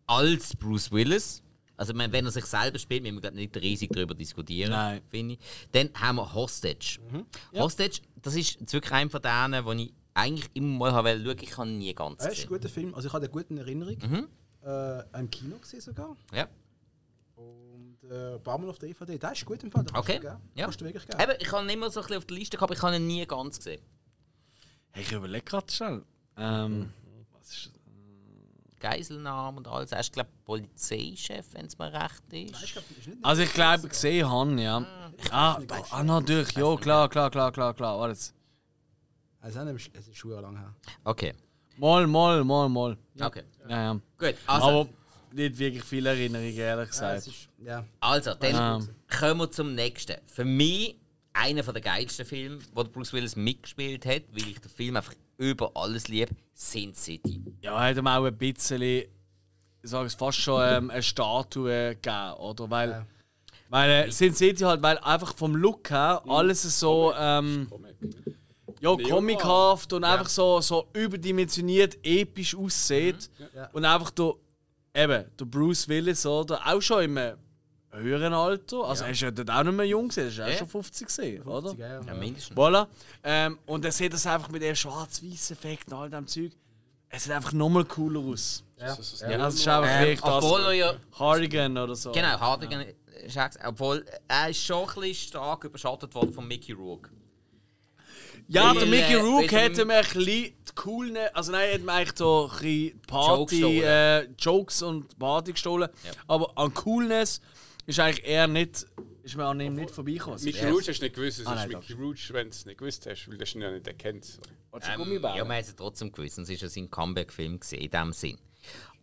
als Bruce Willis. Also ich meine, wenn er sich selber spielt, müssen wir glaub, nicht riesig darüber diskutieren.
Nein.
Finde ich. Dann haben wir Hostage. Hostage, das ist jetzt wirklich einer von denen, wo ich eigentlich immer mal habe wollen schauen, ich kann ihn nie ganz
Er ist ein
sehen.
guter Film. Also ich habe eine gute Erinnerung. Äh, Im Kino gesehen sogar.
Ja.
Und äh, ein paar Mal auf der DVD. Das ist gut im Fall. den kannst
Okay.
du geben.
Ja.
Kannst du wirklich geben.
Eben, ich habe ihn immer so ein bisschen auf der Liste gehabt, aber ich habe ihn nie ganz gesehen.
Hey, ich überlege gerade schnell. Ähm, was ist das?
Geiselnahmen und alles. Er ist, glaube ich, Polizeichef, wenn es mir recht ist.
Das ist nicht
Also ich glaube, gesehen habe, ja. Ah, oh, ah, natürlich, ja, klar, klar, klar, klar, klar. Warte jetzt.
Also, es ist- es ist schon lang her.
Okay.
Mal, mal, mal, mal.
okay.
Ja, ja.
Gut, also,
Aber nicht wirklich viele Erinnerungen, ehrlich
Ja, es
gesagt.
ist, ja.
also dann
Ähm.
kommen wir zum nächsten. Für mich einer der geilsten Filme, wo Bruce Willis mitgespielt hat, weil ich den Film einfach über alles liebe, Sin City.
Ja, hat ihm auch ein bisschen, ich sage es fast schon, ähm, eine Statue gegeben, oder? Weil,
Ja.
weil äh, Sin City halt, weil einfach vom Look her
Mhm.
alles so, ähm, ja,
Neobar.
comichaft und einfach so, so überdimensioniert, episch aussieht.
Ja.
Und einfach der, eben, der Bruce Willis, oder? Auch schon im äh, höheren Alter. Also, er ist ja dort auch nicht mehr jung, gewesen, er ist ja auch
Ja.
schon 50 gesehen, oder?
50, ja, ja.
Ja, mindestens.
Voilà. Ähm, und er sieht das einfach mit dem schwarz-weißen Effekt und all dem Zeug. Es sieht einfach nochmal cooler aus.
Ja.
Das ist
Ja, das ist einfach
Ähm, Oh.
wirklich
obwohl er
das.
ja.
Hardigan oder so.
Genau, Hardigan äh, ist auch gesagt, obwohl äh, er ist schon ein bisschen stark überschattet worden von Mickey Rourke.
Ja,
Weil,
der Mickey
äh,
Rourke
weil
hat ihm ein bisschen die coolen, also nein, er hat ihm eigentlich so ein bisschen Party,
Jokes gestohlen.
äh, Jokes und Party gestohlen.
Ja.
Aber an Coolness ist eigentlich eher nicht, ist mir an ihm nicht vorbeigekommen.
Mickey
Ja.
Roach hast du nicht gewusst, es
Ah, nein,
ist Mickey Roach, wenn du es nicht gewusst hast, weil du ihn ja nicht erkennst.
Willst du
Ähm,
Gummibären?
ja, man hat es ja trotzdem gewusst. Es war ja sein Comeback-Film gewesen, in dem Sinn.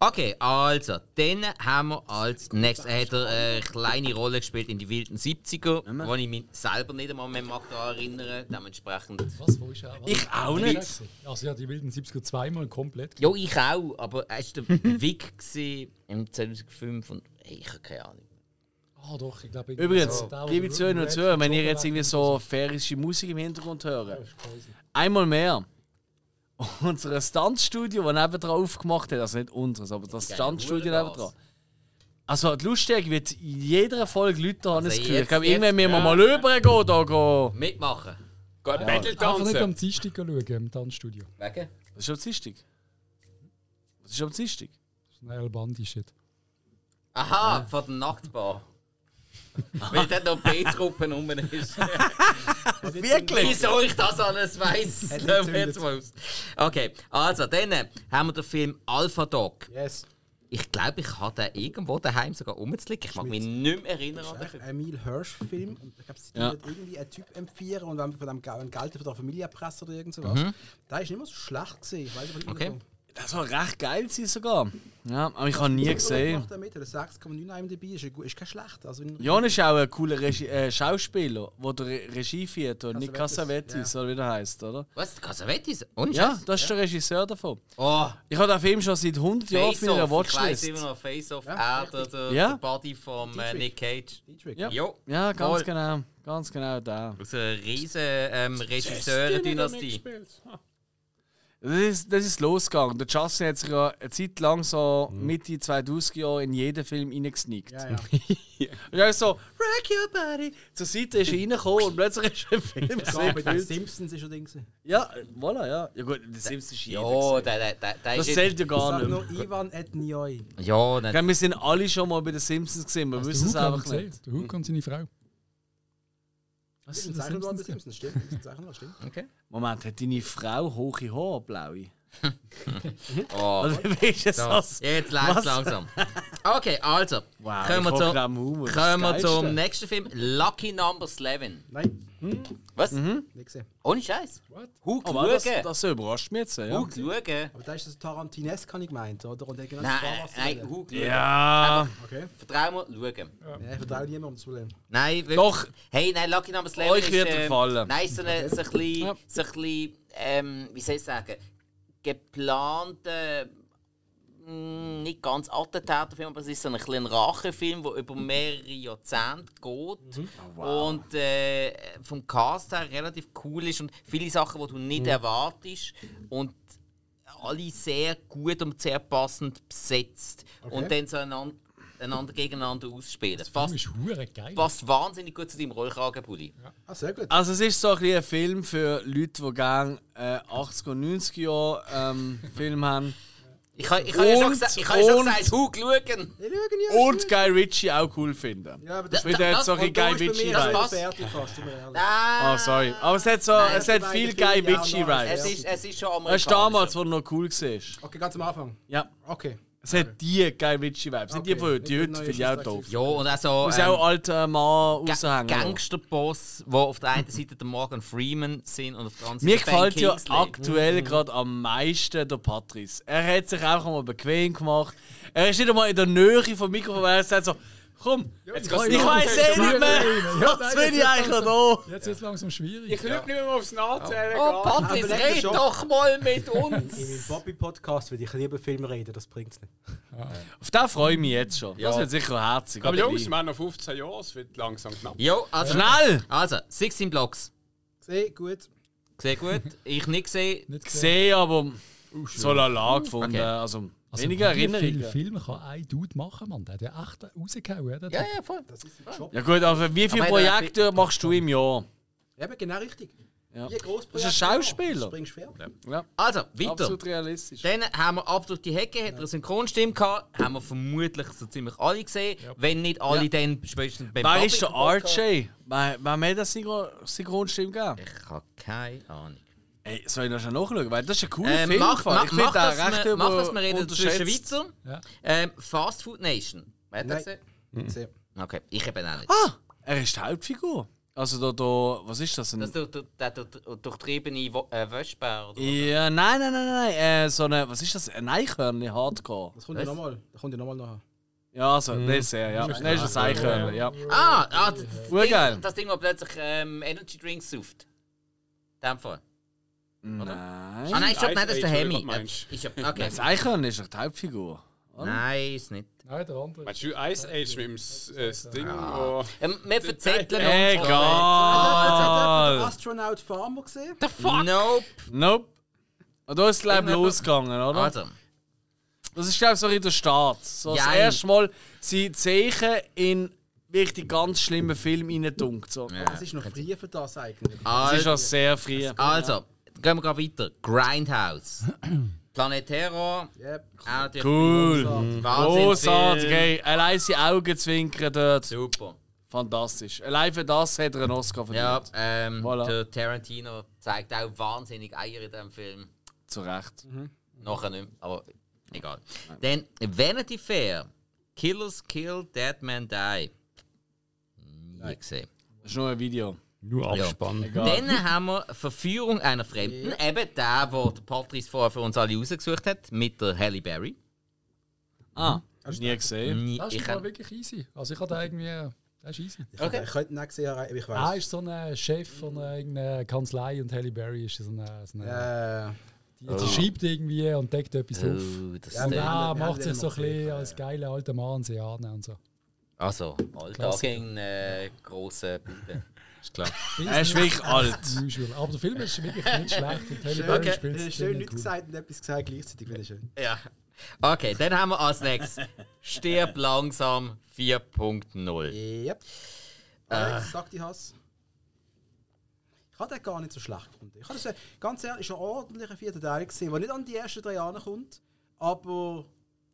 Okay, also, dann haben wir als nächstes er hat er eine kleine Rolle gespielt in die wilden 70er, wo ich mich selber nicht einmal mehr mag daran erinnere. Dementsprechend.
Was? Wo ist er? Was?
Ich auch nicht.
Also ja, die wilden 70er zweimal komplett.
Ja, ich auch, aber es war der Wick gewesen im 2005 und ey, ich habe keine Ahnung.
Ah doch, ich glaube...
Übrigens, liebe Zuhörer und Zuhörer, wenn ihr jetzt irgendwie so ferische Musik im Hintergrund hört, einmal mehr. Unser Stuntstudio, das nebendran aufgemacht hat, also nicht unseres, aber das
Geil,
Stuntstudio
Ruhe,
nebendran. Also, die Lustig wird in jeder Folge Leute haben es
Also jetzt-
gehört. Ich glaube, irgendwann
jetzt-
müssen wir mal übergehen. Da gehen.
Mitmachen.
Geht Battle
Ah,
Einfach nicht
tanzen.
am Dienstag schauen, im Tanzstudio.
Wegen?
Das ist am Dienstag. Das ist am Dienstag.
Das ist ein El Bandi-Shit.
Aha, von der Nachtbar. Weil dort noch B-Truppen rum ist.
Also Wirklich?
Wieso ich das alles weiss? Lassen wir jetzt mal aus. Okay, also dann haben wir den Film Alpha Dog.
Yes.
Ich glaube, ich habe den irgendwo daheim sogar rumzulegen. Ich mag mich nicht mehr erinnern an den
Echt
Film.
ein Emil Hirsch-Film. Und da gab es
Ja.
irgendwie einen Typ empfehlen und dann von dem Ga- einen Geld von der Familienpresse oder irgend sowas. Da ist nicht mehr so schlecht gesehen. Ich weiß aber nicht mehr
Okay.
so.
Das war recht geil sein sogar. Ja, aber ich habe nie
Super
gesehen.
gemacht damit, hat er 6,9 einem dabei, ist, ein gu- ist kein schlecht. Also, wenn-
Jon ist auch ein cooler Regie äh, Schauspieler, wo der Re- Regie führt, und Nick
Cassavetes,
Cassavetes, oder wie der heißt, oder?
Was? Der Cassavetes? Und
Ja, das ist der Regisseur davon.
Oh,
Ich habe den Film schon seit 100 Jahren auf
Face
meiner
Off. Ich weiss
Watchlist.
immer noch, Face Off,
Ja,
er, der, der,
Ja.
der Body von äh,
Dietrich.
Nick Cage.
Dietrich.
Ja.
Jo.
Ja, ganz
Voll.
genau. Ganz genau da.
Aus einer riesen ähm, Regisseure-Dynastie.
Das ist, das ist losgegangen. Der Justin hat sich ja eine Zeit lang so Mitte 2000 Jahre in jeden Film reingesneakt.
Ja, ja.
Und er ist so, Wreck your body! Zur Seite ist er reingekommen und plötzlich ist ein Film.
Sogar bei den Simpsons ist er Ding. gewesen.
ja, voilà, ja. Ja gut, der Sims ist jeder.
Ja,
gewesen.
der, der, der, der
Das
ist.
zählt ja gar
Sag
Ah, nicht.
nur Ivan et Nioi.
Ja, der,
Gell, Wir sind alle schon mal bei den Simpsons gesehen, wir
Der
wissen es
Hulk haben wir
einfach
gesehen.
nicht.
Der Hulk und seine Frau.
Das ist ein Zeichen bei den Simpsons, stimmt. Das ist ein Zeichen, stimmt.
okay.
Moment, hat deine Frau hohe Haare, blaue?
Oh,
Oder wie ist das?
das. Jetzt läuft
Was?
langsam. Okay, also.
Wow,
kommen
ich
wir,
hocke
zu,
am Humor, das ist
kommen wir
das
zum
Geilste. Oh,
nächsten Film: Lucky Number 11.
Nein,
Was?
nicht gesehen.
Ohne Scheiß. Hug
Mhm. Oh, Mann, das,
schauen.
das überrascht mich jetzt, ja.
Hug schauen.
Aber da ist das Tarantinesk, kann ich gemeint, oder? Und der genau das
Nein,
Fahrwasser
nein,
redet.
Hug schauen.
Ja.
Okay.
Vertrauen wir, schauen.
Ja, ich vertraue niemandem das Problem.
Nein, wirklich.
Doch.
Hey, nein, Lucky Number 11
Euch wird gefallen.
Nein, so ein so ein bisschen,
Ja.
so ein bisschen ähm, wie soll ich sagen, geplante, mh, mm, nicht ganz Attentatenfilm, aber es ist so ein bisschen ein Rachefilm, der über mehrere Jahrzehnte geht
Mhm. Oh,
und äh, vom Cast her relativ cool ist und viele Sachen, die du nicht erwartest und alle sehr gut und sehr passend besetzt und dann so einander, einander gegeneinander ausspielen.
Das
Fast
ist hure geil.
passt wahnsinnig gut zu deinem Rollkragenpulli.
Ah, sehr gut.
Also es ist so ein, bisschen ein Film für Leute, die gerne äh, 80 und 90 Jahre ähm, Film haben.
Ich kann, ich kann ja schon
Und-
gesagt, ich kann ja schon
und-
gesagt, Hug schauen.
Ich schaue ja.
Und Guy Ritchie auch cool finden.
Ja, aber das
Weil der
Das-
hat so ein
Und
Guy
da ist bei mir
Ritchie
das
rein.
Vibes.
Pass fertig fast, sind wir ehrlich.
Ah,
Ah, sorry. Aber es hat so, es
die
hat
beiden
viel
Filme
Guy
ja auch
Ritchie
noch.
Vibes.
es ist, es ist schon
Das
amerikanisch.
ist damals, wo er noch cool war.
Okay, ganz am Anfang.
Ja.
Okay.
Es hat die Guy Ritchie Vibes, nicht die von heute. Die
Okay,
heute
nicht
finde ich
der
auch
neue
doof.
Scheiß-
Ja, und auch
Muss
so ähm,
auch alter Mann
Ga-
raushängen.
Gangsterboss, wo auf der einen Seite der Morgan Freeman sind und auf der anderen
Mir
Seite Ben
gefällt ja
Kingsley.
aktuell gerade am meisten der Patrice. Er hat sich einfach mal bequem gemacht. Er ist nicht einmal in der Nähe vom Mikrofon, weil er sagt so, komm,
Jetzt
ich
kannst du noch-
weiß eh nicht mehr, was bin ich eigentlich noch da?
Jetzt wird es langsam schwierig.
Ich schaue nicht mehr aufs Nachzählen.
Oh,
gar nicht.
Patrice,
Aber lecker
red
schon.
doch mal mit
In
uns!
meinem Bobby-Podcast würde ich lieber Film reden, das bringt es nicht.
Auf den freue ich mich jetzt schon. Das wird sicher herzig.
Aber Jungs, wir
Schnell!
haben noch 15 Jahre, es wird langsam knapp.
jo, also, also 16 Blocks.
Sehr gut.
Sehr gut. Ich nicht gesehen.
Nicht gesehen.
Gesehen, aber so lala gefunden.
Okay.
Oh, Also,
Also
weniger
wie viele
Erinnerungen.
Filme kann ein Dude machen, Mann? Der hat ja echt rausgehauen. Der
Ja,
Typ.
ja, voll.
Das ist ein Job.
Ja gut, aber wie viele
Aber er hat-
Projekte machst du im Jahr?
Eben, genau richtig.
Ja.
Wie groß
Das ist ein Schauspieler.
Das bringst du schwer.
Ja,
Also, weiter.
absolut realistisch.
Dann haben wir ab durch die Hecke, hat er eine Synchronstimme gehabt, haben wir vermutlich so ziemlich alle gesehen. Wenn nicht alle, dann spätestens beim
Wer
Bobby.
ist der RJ? Wer, wer hat das Synchro- Synchronstimme gegeben?
Ich habe keine Ahnung.
Ey, soll ich noch schnell nachschauen? Weil das ist ein cooler
Ähm,
Film.
mach,
Fall.
mach,
ich
mach,
finde
das,
den recht
wir, mach
über-
das, wir reden zwischen
unterschätzt.
weiter.
Ja.
Ähm, Fast Food Nation. Wer hat das
Nein.
gesehen?
Sehr.
Okay, ich eben auch nicht.
Ah, er ist die Hauptfigur. Also da, da was ist das? Ein,
Das ist der, der, der, der, der durchtriebene Wo äh, Wäschbär. Oder?
ja, nein, nein, nein, nein, nein. Äh, so eine, was ist das? Ein Eichhörnchen Hardcore.
Das kommt ja nochmal. Das kommt ja nochmal nachher.
Ja, also, das ist er, ja. Nein, ist das Eichhörnchen, ja.
Ah, ah das, das,
Urgeil.
Ding, das Ding, wo plötzlich ähm, Energy Drinks sauft. In dem Fall.
Nein.
Ah nein, stopp, nein, das ist der
Ice Age,
Hemi.
oder was meinst
Äh, Ist ja, okay.
Das Eichhörnchen ist doch die Hauptfigur.
Nein, ist nicht.
Nein, der andere.
Meinst du Ice Age mit dem S- äh, Sting? wo-
Ähm, wir verzetteln uns.
Hat jemand den
Egal.
Astronaut Farmer gesehen?
Nope.
Nope. Und da ist das Leben losgegangen, oder?
Also,
Das ist, glaube ich, so in der Start. So das
Jein.
erste Mal sind die Zeichen in wirklich die ganz schlimmen Film reindunkt. So.
Das ist noch früh für das
Das
eigentlich.
ist
also,
schon sehr früh.
also gehen wir gerade weiter. Grindhouse. Planet Terror.
Yep.
Auch durch-
Cool.
Wahnsinnsfilm.
Großartig. Hey, allein seine Augen zwinkern dort.
Super.
Fantastisch. Allein für das hat er einen Oscar verdient.
Ja, ähm,
Voilà.
der Tarantino zeigt auch wahnsinnig Eier in diesem Film.
Zu Recht.
Nachher nicht mehr, aber Oh, egal. Dann Vanity Fair. Killers Kill, Dead Man Die. Nie gesehen.
Das ist nur ein Video.
Nur Abspann.
Dann haben wir Verführung einer Fremden. Eben der, wo der Patrice vorher für uns alle rausgesucht hat, mit der Halle Berry.
Ah, hast du nie gesehen.
Nie,
Das
ich
ist war
hab,
wirklich easy. Also ich habe da irgendwie... Das ist easy.
okay. Ah,
Ich könnte ihn auch gesehen haben, aber ich
Er
weiß.
ist so ein äh, Chef von irgendeiner Kanzlei und Halle Berry ist so eine... So
Äh,
eine die, die schreibt irgendwie und deckt etwas auf.
Oh, das
Und
ist
Ja. genau.
ja.
er
wir haben
macht sich
den
so ein
noch gesehen,
bisschen
ja.
als geiler alter Mann sie an und so.
Also, Alter, gegen äh, große Bude. Ist klar.
Er ist wirklich alt.
Usual. Aber der Film ist wirklich nicht schlecht und Halle Berry
Okay.
äh,
spielt es
schön
ziemlich
nichts
cool.
gesagt und etwas gesagt gleichzeitig, finde ich schön.
Ja. Okay, dann haben wir als nächstes Stirb langsam 4.0.
Yep.
Äh.
Alex, Äh, sag die Hass. Ich habe den gar nicht so schlecht gefunden. Ich habe das, äh, ganz ehrlich, ist ein ordentlicher vierter Teil gesehen, der nicht an die ersten drei Jahre kommt, aber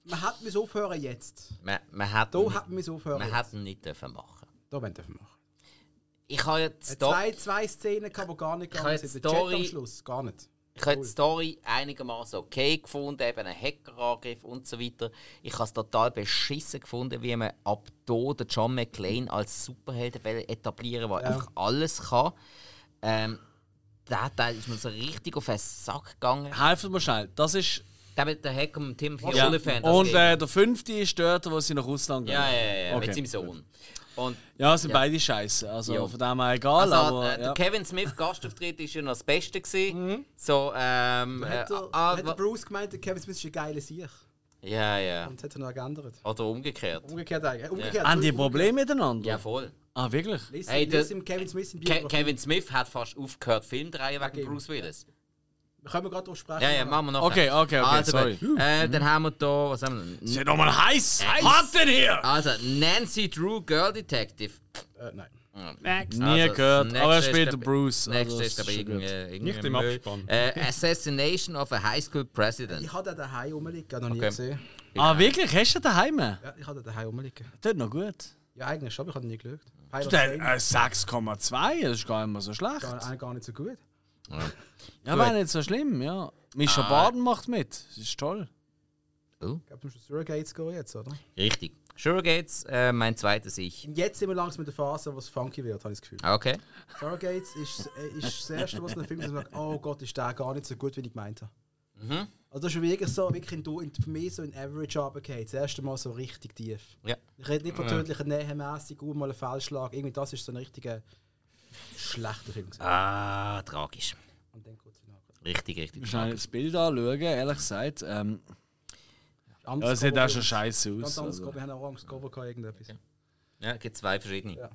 man hat mich aufhören jetzt.
Man, man hat
Da hat man mich aufhören.
Mhm. man hat ihn nicht dürfen machen.
da wollen wir machen.
Ich habe ja die
Es hat
Sto-
Zwei, zwei Szenen, gehabt, die gar nicht
habe
gegangen
jetzt
sind. Der
Story-
Chat am Schluss, gar nicht.
ich habe die Story einigermaßen okay gefunden, eben einen Hackerangriff und so weiter. Ich habe es total beschissen gefunden, wie man ab da den John McClane als Superhelden will etablieren will, der einfach alles kann. Ähm, der Teil ist mir so richtig auf den Sack gegangen.
Helfen wir schnell. Das ist.
Der mit dem Hacker mit Tim
Ja.
Fan.
Und äh, der fünfte ist dort, wo sie nach Russland gehen.
Ja, ja, ja, ja
Okay.
mit seinem Sohn. Und
Ja, es sind beide scheiße. Also
Ja.
von dem her egal,
also,
aber.
äh, der
ja.
Kevin Smith Gastauftritt ist ja noch das Beste gewesen. So ähm, äh,
Mhm. Hat, der,
ah,
hat der
wa-
Bruce gemeint, der Kevin Smith ist ein geiler Sieg.
ja ja.
Und das hat er noch geändert.
Oder umgekehrt.
Umgekehrt eigentlich. Äh, Umgekehrt.
Haben die Probleme miteinander?
Ja voll.
Ah, wirklich?
Lies,
Hey,
lies
der-
im Kevin Smith in
Ke
Biografie.
Kevin Smith hat fast aufgehört Filmdrehen wegen Bruce Willis.
Wir können gerade drauf sprechen.
Ja ja, machen wir noch.
Okay, okay, okay, sorry.
Äh, dann haben wir da, was haben wir?
Ist ja nochmal heiß! Hart denn hier!
Also Nancy Drew Girl Detective.
Äh, nein.
Nie
Also,
gehört,
das
aber er
nächste
spielt
ist
den
der-
Bruce.
Nächstes
also, das
ist aber
schon
irgendwie,
gut.
irgendwie
Nicht im
Müll.
Abspann.
Äh, Assassination of a High School President.
Ich habe den daheim rumliegen, habe noch nie
Okay.
gesehen.
Ah, wirklich? Hast du den daheim?
Ja, ich habe den daheim rumliegen.
Das ist noch gut.
Ja, eigentlich schon, aber ich habe ihn nie geschaut. Pirate
Der,
Bay
äh, 6,2, das ist gar nicht mal so schlecht.
gar, eigentlich gar nicht so gut.
Ja, wäre nicht so schlimm, ja. Mischa Baden macht mit, das ist toll.
Ich glaube, du musst Surrogates gehen jetzt, oder?
Richtig. Surrogates, äh, mein zweites Ich.
Und jetzt sind wir langsam in der Phase, wo es funky wird, habe ich das Gefühl.
Okay.
Surrogates ist, äh, ist das Erste, was in einem Film ist, wo man sagt, oh Gott, ist der gar nicht so gut, wie ich gemeint habe.
Mhm.
Also das ist wirklich so, wirklich in, du- in, für mich so ein Average runtergefallen. Das erste Mal so richtig tief.
Ja.
Ich rede nicht von tödlichen Nähemässig, gut mal einen Fehlschlag. Irgendwie das ist so ein richtiger schlechter Film. gewesen.
Ah, tragisch.
Und dann kurz nachher.
Richtig, richtig.
Ich muss das Bild anschauen, ehrlich gesagt. Ähm, ja,
Anderes
es sieht
Cover
auch schon
übrigens.
scheiße
Ganz
aus.
anderes
Also.
Cover. Wir haben auch anderes Cover gehabt, irgendetwas.
Ja, es gibt zwei verschiedene.
Ja.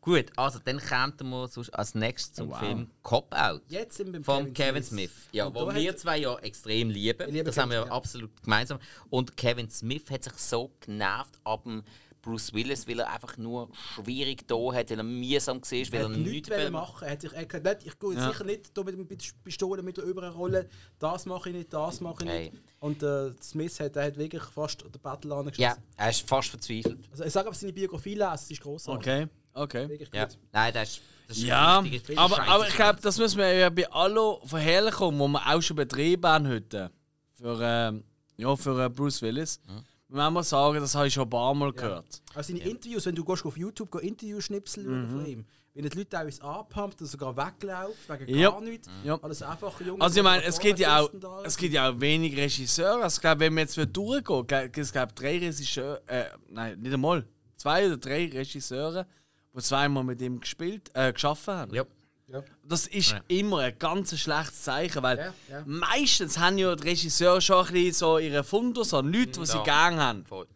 Gut, also dann kämen wir sonst als nächstes zum
Oh, wow.
Film Cop Out.
Jetzt sind wir beim
Vom Kevin Smith. Ja,
Und
wo
da
wir
hat-
zwei ja extrem lieben.
liebe
das
Kevin
haben wir ja
Smith, ja.
absolut gemeinsam. Und Kevin Smith hat sich so genervt ab dem Bruce Willis, weil er einfach nur schwierig da hat, weil er mühsam war, weil
Er
er
hat nichts
nichts
wollen
will.
machen. Er hat sich er hat gesagt, nicht, ich gehe sicher nicht da mit dem Pist- Pistole mit der überen
Hm.
Rolle. Das mache ich nicht, das mache ich
Nein.
nicht. Und äh, Smith hat, er hat wirklich fast den Battle angeschossen.
Ja, er ist fast verzweifelt.
Also ich sage aber seine Biografie lesen, es ist großartig.
Okay, okay.
Wirklich
Ja.
gut.
Nein, das ist, das ist
Ja,
richtig, richtig
aber,
scheiße.
aber ich glaube, das müssen wir ja bei allo verherrlichen, wo wir auch schon betrieben haben heute. Für, ähm, ja, für äh, Bruce Willis. Man muss sagen, das habe ich schon ein paar Mal gehört.
Also seine Interviews, wenn du gehst auf YouTube gehst, Interview-Schnipsel
Mhm.
schauen von ihm, wenn die Leute teilweise anpumpt und sogar weglaufen wegen
Ja.
gar nichts,
Ja.
alles einfach Junge.
Also ich meine,
die
es gibt ja
vorne
auch,
sitzen da.
es gibt ja auch wenig Regisseure. Also, ich glaube, wenn wir jetzt durchgehen, gell, es gab drei Regisseure, äh, nein, nicht einmal, zwei oder drei Regisseure, die zweimal mit ihm gespielt, äh, geschaffen haben.
Ja.
Das ist immer ein ganz schlechtes Zeichen, weil
Ja, ja.
meistens haben ja die Regisseure schon ein bisschen so ihre Fundus an nichts, was sie
Ja.
gerne haben.
Voll.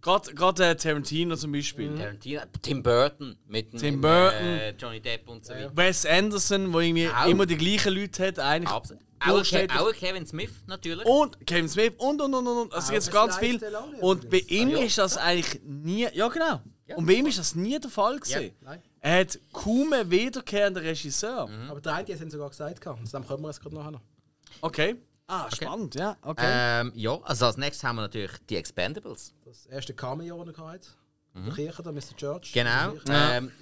Gerade- Gerade äh, Tarantino zum Beispiel.
Mhm.
Tarantino, Tim Burton mit dem-
Tim Burton.
äh, Johnny Depp und so weiter.
Wes Anderson, wo irgendwie
Auch.
immer die gleichen Leute hat, eigentlich.
Absolut. Auch, Ke
durchschnittlich.
auch Kevin Smith natürlich.
Und Kevin Smith und und und und und. Also
Auch
jetzt
ein
ganz
Sly
viel.
Stallone
Und bei
übrigens.
ihm
Ah, ja.
ist das eigentlich nie. Ja, genau. Und bei ihm ist das nie der Fall gewesen.
Nein.
Er hat kaum einen wiederkehrenden Regisseur.
Mhm.
Aber der eine, die haben sogar gesagt, gehabt. und zusammen können wir es gerade nachher noch.
Okay. Ah, spannend, ja. Okay.
Ähm, ja, also als nächstes haben wir natürlich die Expendables.
Das erste Cameo, das er hatte. Der Kirche, der Mr.
Mhm.
Church.
Genau.
Der Kirche.
Ähm,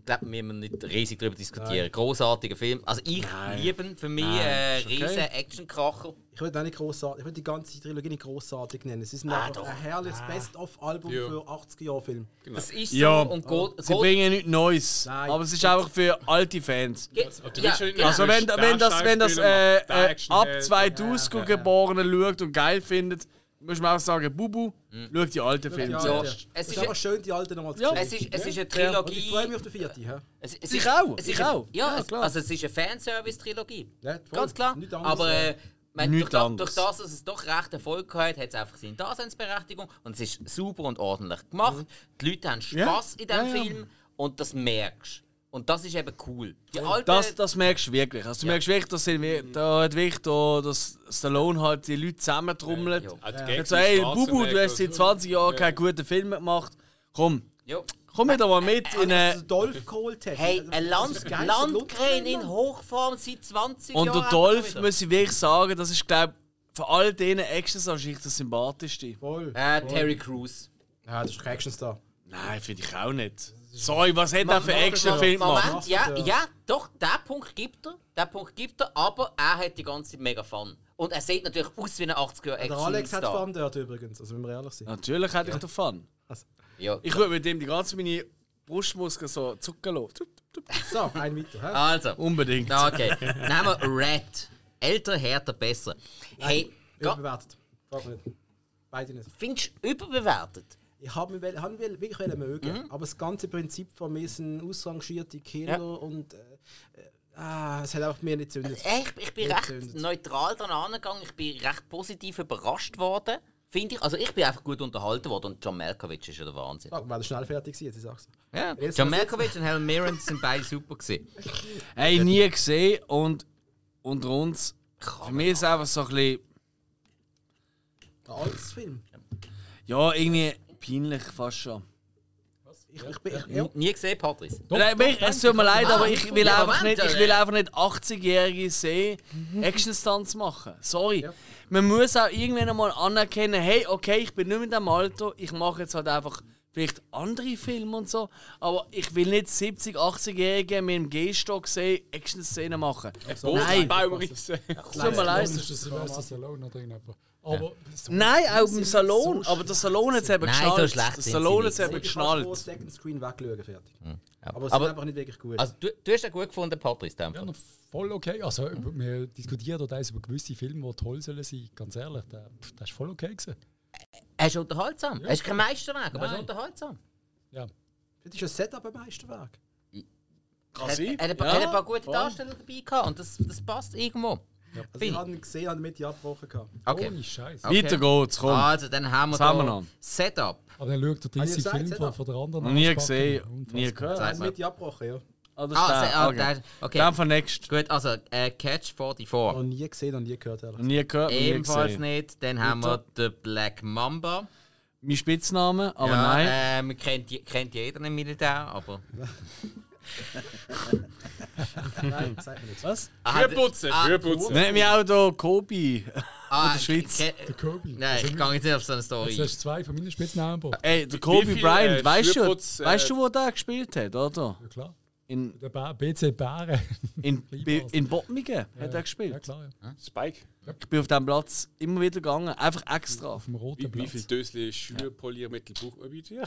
ich glaube, wir müssen nicht riesig darüber diskutieren. Großartiger Film. Also ich liebe ihn. Für mich ein äh,
ist okay.
riesen Actionkracher.
Ich würde auch nicht grossartig, ich würde die ganze Trilogie nicht grossartig nennen. Es ist
Ah,
einfach
doch.
ein herrliches Best-of-Album
Ja.
für 80er-Jahr-Film.
Das ist so
Ja.
und geht,
Sie
geht,
bringen nichts Neues.
Nein.
Aber es ist einfach für alte Fans.
geht, ja,
willst du nicht
genau.
Also wenn, wenn das, wenn das äh,
Der
äh, ab
Actionheld.
2000 Geborene schaut und geil findet, muss man auch sagen, Bubu, Mhm. schau die alten Filme
Ja,
zuerst.
ja.
Es
Es
ist
ist einfach schön, die alten nochmal zu
Ja.
sehen.
es ist, es ist eine
Und ich freue mich
Trilogie.
auf die vierte. hä?
Es, es
Ich
ist-
auch,
es
ich
ist eine-
auch.
Ja,
Ja,
es,
klar.
also es ist eine Fanservice-Trilogie.
Ja, voll.
Ganz klar.
Nichts anderes,
Aber äh, mein,
Nichts
durch, da, durch
anderes.
das, dass es doch recht Erfolg gehabt hat, hat es einfach seine Daseinsberechtigung und es ist super und ordentlich gemacht. Die Leute haben Spaß in diesem
Ja, ja.
Film und das merkst du. Und das ist eben cool. Die alten,
Das, das merkst du wirklich. Also, du merkst wirklich, dass sind wir, da hat wirklich da, dass Stallone halt die Leute zusammentrommelt.
Ja.
Ja,
Also
ja. So, hey, Bubu, du hast seit 20 Jahren keinen guten Film mehr gemacht. Komm,
ja.
komm mit mal mit in
Dass
eine.
es Dolph geholt hat.
Hey,
Das
ein
ist
Land,
geil.
Landgren in Hochform seit 20
Und
Jahren.
der Dolph,
wieder.
muss ich wirklich sagen, das ist, glaube ich, von all diesen Actions wahrscheinlich der sympathischste.
Voll.
Äh, Terry Crews.
Ja, das ist kein Actionstar.
Nein, finde ich auch nicht. Sorry, was hat er für Actionfilm gemacht?
Moment, ja,
Macht er.
ja, doch, diesen Punkt gibt er. Den Punkt gibt er, aber er hat die ganze Zeit mega Fun. Und er sieht natürlich aus wie ein 80 er
Der
action
Alex hat Fun dort übrigens, also wenn wir ehrlich sind.
Natürlich hätte ich davon.
Ja.
Ich würde mit dem die ganze meine Brustmuskeln so zucken lassen.
So, ein weiter. hä?
Also,
Unbedingt.
na, okay. Nehmen wir Red. Älter, härter, besser. Hey, ga-
Überbewertet. Frag mich nicht. Beide nicht.
findest du überbewertet?
Ich habe mich wel- hab mich wel- wirklich wollen mögen, aber das ganze Prinzip von mir sind ausrangierte Killer
Mhm. Ja.
und äh, äh, ah, es hat einfach mir nicht zündet.
Hey, Äh, ich, ich bin
Ja,
recht
zündet.
neutral dran angegangen. Ich bin recht positiv überrascht worden. Finde ich. Also, ich bin einfach gut unterhalten worden. Und John Malkovich ist ja der Wahnsinn.
Sag mal, schnell fertig gewesen, jetzt ich sag's.
Ja.
Jetzt-
John Malkovich und Helen Mirren sind beide super gewesen.
Hey, nie gesehen und unter uns. Für mich ist es einfach so ein bisschen,
Ein altes Film.
ja, irgendwie peinlich fast schon.
Ich, ich bin, ich,
Nie- Nie gesehen, Patrice.
Nein, mich- es tut mir leid, aber ich will,
Ja,
einfach,
Moment, äh,
nicht, ich will einfach nicht 80-Jährige sehen, Actionstunts machen. Sorry. Man muss auch irgendwann einmal anerkennen, hey, okay, ich bin nicht mehr in dem Alter, ich mache jetzt halt einfach vielleicht andere Filme und so, aber ich will nicht 70-, 80-Jährige mit dem Gehstock sehen, Actionszenen machen. Nein, tut mir leid.
Das ist der Sylvester Stallone oder irgendjemand. Aber so
Nein, auch im Salon. Aber der Salon hat es eben
Nein,
geschnallt.
so schlecht
der
sind
Salon
sie
hat es
nicht.
eben
Ich
geschnallt.
Second Screen wegschauen, fertig. Aber es
Mhm. Aber-
ist einfach nicht wirklich gut.
Also, du, du hast ihn gut gefunden, Patrice, in dem
ja,
Fall.
noch voll okay. Also, über- wir diskutieren dort eins über gewisse Filme, die toll sollen sein. Ganz ehrlich, der, pff, der ist voll okay gewesen.
Er ist unterhaltsam. Er ist kein Meisterwerk, aber er ist
Nein.
unterhaltsam.
Ja.
das ist ein Setup am meisten weg.
Er hat, er,
sein.
hat ein paar-
Ja,
er hat ein paar gute
voll.
Darsteller dabei gehabt und das, das passt irgendwo.
Also
Bin
ich
ich.
habe ihn gesehen, habe ihn mit abgebrochen. gehabt.
Okay. Ah.
Ohne Scheiß.
Okay.
Weiter geht's, komm.
Also, dann haben wir
Was haben wir
da
noch?
Setup.
Aber dann schaut er
Habe ich
diese
gesagt,
Filme von,
oder?
von der anderen
Noch nie
an.
gesehen,
Unfassbar.
nie gehört.
Habe ihn mit abgebrochen, ja.
Ah, das
Ah,
ist
se- ah,
der.
der
Okay.
ist- okay.
Dann von nächst.
Gut, also äh, Catch 44.
Noch nie gesehen, noch nie gehört. Ehrlich.
Nie gehört, nie
Ebenfalls
gesehen.
nicht. Dann haben wir den Black Mamba.
Mein Spitzname, aber
ja,
nein.
Ähm, kennt, je- kennt jeder im Militär, aber.
Nein,
Mhm.
sagt mir nichts.
Was?
Schürputzen,
Ah,
Schürputzen.
Nennt mich auch hier Kobi.
Ah,
der Schweiz.
ke-
Der Kobe.
Nein, ich gehe jetzt nicht auf so eine Story.
Jetzt hast du zwei von meinen Spitznamen gebracht.
Ey, der Kobe
viel, äh,
Bryant, weißt du,
Schürputz, äh,
weißt du, wo der gespielt hat, oder?
Ja, klar.
In in,
Der ba BC Bären.
in, in,
Kleinwasser.
in Bottmingen hat er
Ja,
gespielt.
klar, ja.
Spike.
ich bin auf diesem Platz immer wieder gegangen, einfach extra.
Auf dem roten
Wie, wie viel
Platz.
Dösli Schülerpoliermittel braucht man bei dir?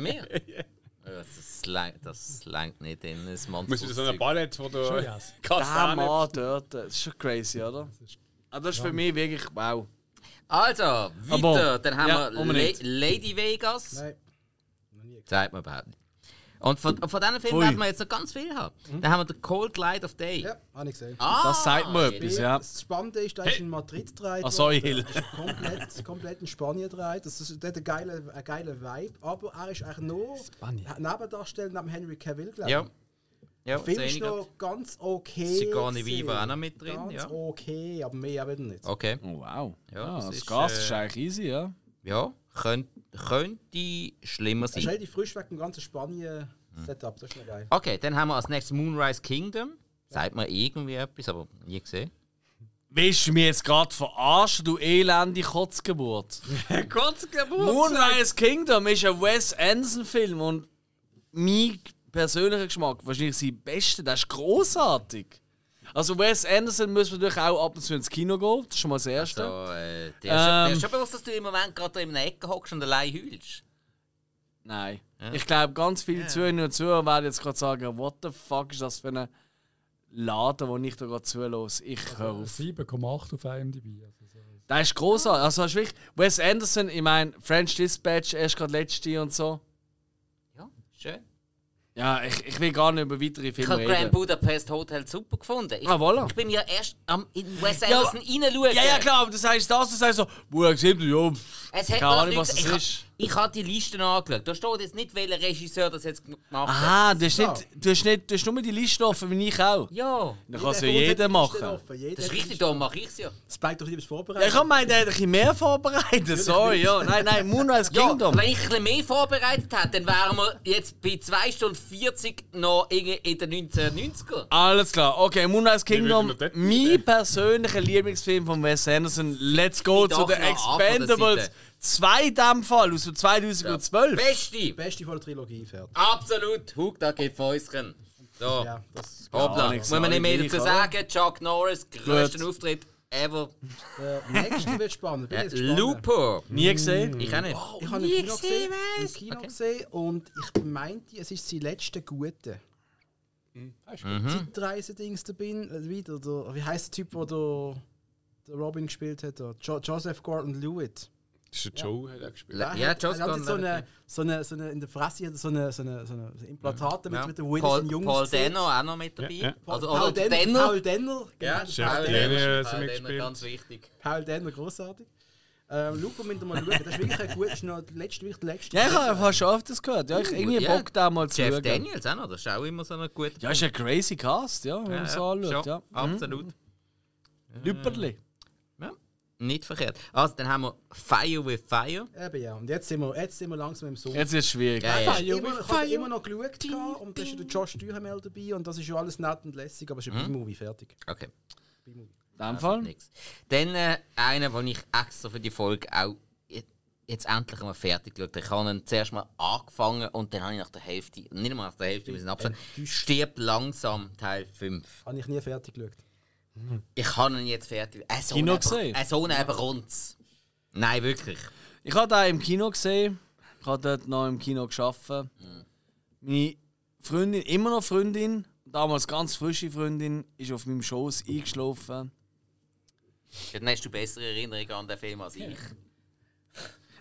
mich? Das langt, das langt nicht in das Monster.
Musst du so eine Ballett von
Schon,
der
yes.
Der
Kastanie?
Mann dort, das ist schon crazy, oder? Aber das ist für mich wirklich wow.
Also, weiter.
Aber-
Dann haben
Ja,
wir La
unbedingt.
Lady Vegas.
Nein.
Sagt man überhaupt nicht. Und von, von diesen Filmen
Pfui. Hm?
werden wir jetzt noch ganz viel haben. Dann haben wir den Cold Light of Day.
Ja, habe ich gesehen.
Ah,
Das sagt mir etwas, ja.
Das Spannende ist, da ist in Madrid gedreht.
Ah, sorry,
worden.
Hill.
Das ist Komplett, komplett in Spanien gedreht. Das ist der geile, ein geiler Vibe. Aber er ist eigentlich nur Nebendarsteller neben Henry Cavill, glaube ich.
Ja. Ja,
Der Film
sehe
ist
ich grad.
noch ganz okay.
Sigourney
gewesen.
Weaver auch noch mit drin,
Ganz
ja.
okay, aber mehr eben nicht.
Okay.
Oh, wow.
Ja,
Ja,
das
das,
ist,
Gas
äh,
ist eigentlich easy, ja.
Ja, könnte, könnte schlimmer
Das ist
sein.
relativ frisch weg dem ganzen Spanien-Setup. Das ist noch geil.
Okay, dann haben wir als nächstes Moonrise Kingdom. Sagt mir irgendwie etwas, aber nie gesehen.
Willst du mich jetzt gerade verarschen, du elende Kotzgeburt?
Kotzgeburt!
Moonrise Kingdom ist ein Wes Anderson-Film und mein persönlicher Geschmack, wahrscheinlich sein bester, das ist großartig. Also Wes Anderson müssen wir natürlich auch ab und zu ins Kino gehen, das ist schon mal das Erste.
So, äh, der, ist schon, der
Ähm.
ist schon bewusst, dass du im Moment gerade in einer Ecke hockst und allein heulst.
Nein. Ich glaube, ganz viele Zuhörer und Zuhörer werden jetzt gerade sagen, what the fuck ist das für ein Laden, wo ich da gerade zuhöre.
Also,
Ich höre auf.
7,8 auf IMDb. Also so.
Das ist großartig. Also hast du wirklich Wes Anderson, ich meine, French Dispatch, er ist gerade letzte und so.
Ja, schön.
Ja, ich, ich will gar nicht über weitere
Ich
Filme
habe Grand
reden.
Budapest Hotel super gefunden. Ich,
Ah, voilà.
ich bin ja erst am, in Wes
Ja,
Anderson reinschauen.
Ja, ja, klar, aber das heißt das, das heißt so, wo er gesehen hat, ja, pff,
Es hat
keine
mir
Ahnung,
noch
was
nichts-
das ist.
Ich, ich habe die Liste angeschaut. Da steht jetzt nicht, welcher Regisseur das jetzt gemacht hat.
Aha, du hast, nicht, du, hast nicht, du hast nur die Liste offen, wie ich auch.
Ja,
Dann kann es ja
Jeder von uns hat die
jeder
Liste
machen.
offen, jeder
das ist
hat die
richtig,
Liste.
da mache ich es ja.
Spike doch lieber
Ja,
vorbereitet.
ich habe meinen, der hat ein bisschen mehr vorbereitet. Sorry, ja. Nein, nein, Moonrise
Ja,
Kingdom.
wenn ich ein bisschen mehr vorbereitet hätte, dann wären wir jetzt bei 2 Stunden 40 noch irgendwie in den 1990er.
Alles klar, okay, Moonrise Kingdom,
würden wir dort
mein persönlicher Lieblingsfilm von Wes Anderson. Let's go
bin
zu
doch
den
noch auf der
Expendables
Seite.
2 in dem Fall aus dem 2012.
Beste!
Beste von der Trilogie fertig.
Absolut! Hug, da geht Fäuschen. So,
Ja, das
hoppla.
Ja,
Muss man nicht mehr dazu
gleich,
sagen. Chuck Norris, größten Auftritt ever.
Der äh, nächste wird spannend. Bin
Äh,
jetzt gespannt.
Looper.
Nie gesehen?
Ich auch nicht.
Ich habe ihn im Kino Mhm. gesehen, im Kino gesehen und ich meinte, es ist sein letzter gute.
Mhm.
Zeitreise-Dings da bin, äh, wieder, der, wie heißt der Typ, der der- der Robin gespielt hat? der Jo Joseph Gordon-Lewitt.
Das ist der Joe, hat er gespielt.
Le- Ja, Joseph
Er hat halt so eine,
Gordon-Levitt.
so eine, so eine, in der Fresse hat er so eine, so eine, so eine Implantate mit,
Ja.
mit dem Willis
Paul,
in Jungs.
Paul
gesehen.
Denner auch noch mit dabei.
ja.
Also,
Paul
oder
Denner.
Denner.
Paul Denner, genau,
Ja,
das
Chef
Paul
Denner
Denner,
hat
Paul Denner
mitgespielt.
ganz wichtig.
Paul Denner, Halt großartig. Ähm, Luca, müssen wir mal schauen. Das ist wirklich ein gutes, noch der letzte, wirklich der letzte.
Ja, ich habe fast schon öfters gehört. Ja, ich irgendwie
ja.
Bock da mal zu
Jeff
schauen.
Daniels auch noch, das ist auch immer so ein guter.
Ja, ist ein crazy Cast, ja, wenn man es so anschaut. Ja.
Absolut.
Lüpperli.
Ja, nicht verkehrt. Also, dann haben wir Fire with Fire.
Eben, ja. Und jetzt sind wir, jetzt sind wir langsam im Sommer.
Jetzt ist es schwierig.
Ja, ja.
Ich habe immer, ich hab immer noch geschaut gehabt, und da ist ja der Josh Duhamel dabei und das ist ja alles nett und lässig, aber es ist ein B-Movie, fertig.
Okay,
In dem Fall.
nix. Dann äh, einer, den ich extra für die Folge auch je- jetzt endlich mal fertig geschaut habe. Ich habe ihn zuerst mal angefangen und dann habe ich nach der Hälfte, nicht mal nach der Hälfte, wir sind abstand, stirb langsam Teil 5.
Habe ich nie fertig geschaut.
Ich habe ihn jetzt fertig. Äh, so
Kino
ein-
gesehen?
Äh, so ein Runz. Nein, wirklich.
Ich habe den im Kino gesehen. Ich habe dort noch im Kino gearbeitet. Meine Freundin, immer noch Freundin, damals ganz frische Freundin, ist auf meinem Schoß eingeschlafen.
Dann hast du bessere Erinnerungen an den Film als ich.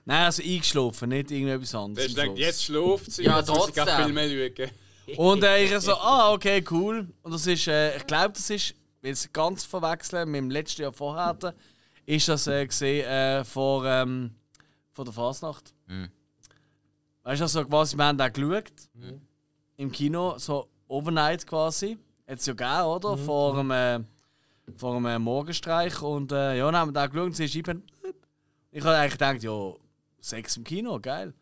Nein, also eingeschlafen, nicht irgendetwas anderes.
Der ist
am Schluss.
gedacht, jetzt schläft sie,
Ja,
jetzt muss ich
trotzdem.
gar viel mehr schauen.
Und äh, ich so, ah, okay, cool. Und das ist, äh, ich glaube, das ist, wenn es ganz verwechseln mit dem letzten Jahr vorher hatten, ist das äh, gesehen äh, vor, ähm, vor der Fasnacht. Weißt du, also quasi, wir haben da geschaut. Im Kino, so overnight quasi. Hat es ja gegeben, oder? Vor dem, äh, vor dem äh, Morgenstreich. Und äh, ja, dann haben wir da geschaut und sie ist eben. Ich habe eigentlich gedacht, ja, Sex im Kino, geil.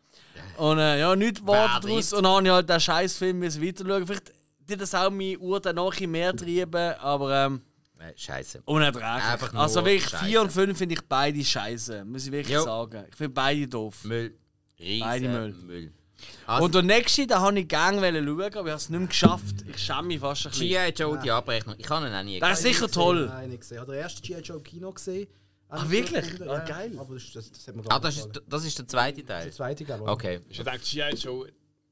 Und äh, ja, nichts war daraus.
nicht?
Und dann habe ich halt den Scheißfilm müssen weiterschauen. Vielleicht hat das auch meine Uhr danach ein mehr treiben, aber ähm,
Äh, Scheiße. Einfach
unerträglich.
nur
Also wirklich
Scheiße.
4 und 5 finde ich beide scheiße, muss ich wirklich
Jo.
sagen. Ich finde beide doof.
Müll. Riesen
Beide Müll.
Müll. Also-
Und der nächste, den wollte ich gerne schauen, aber ich habe es nicht mehr geschafft. Ich schäme mich fast ein bisschen.
G.I. Joe, die Abrechnung. Ich habe ihn auch nie
Das
gesehen.
ist sicher toll.
Nein, nicht gesehen. Ich habe den ersten G.I. Joe Kino gesehen.
Ach, wirklich?
Ja,
Ah, geil.
Aber das, das, das hat mir
Ah,
gar
das
nicht
ist,
gefallen.
das ist der zweite Teil.
Der zweite, glaube ich.
Okay.
Ich denke, G.I. Joe,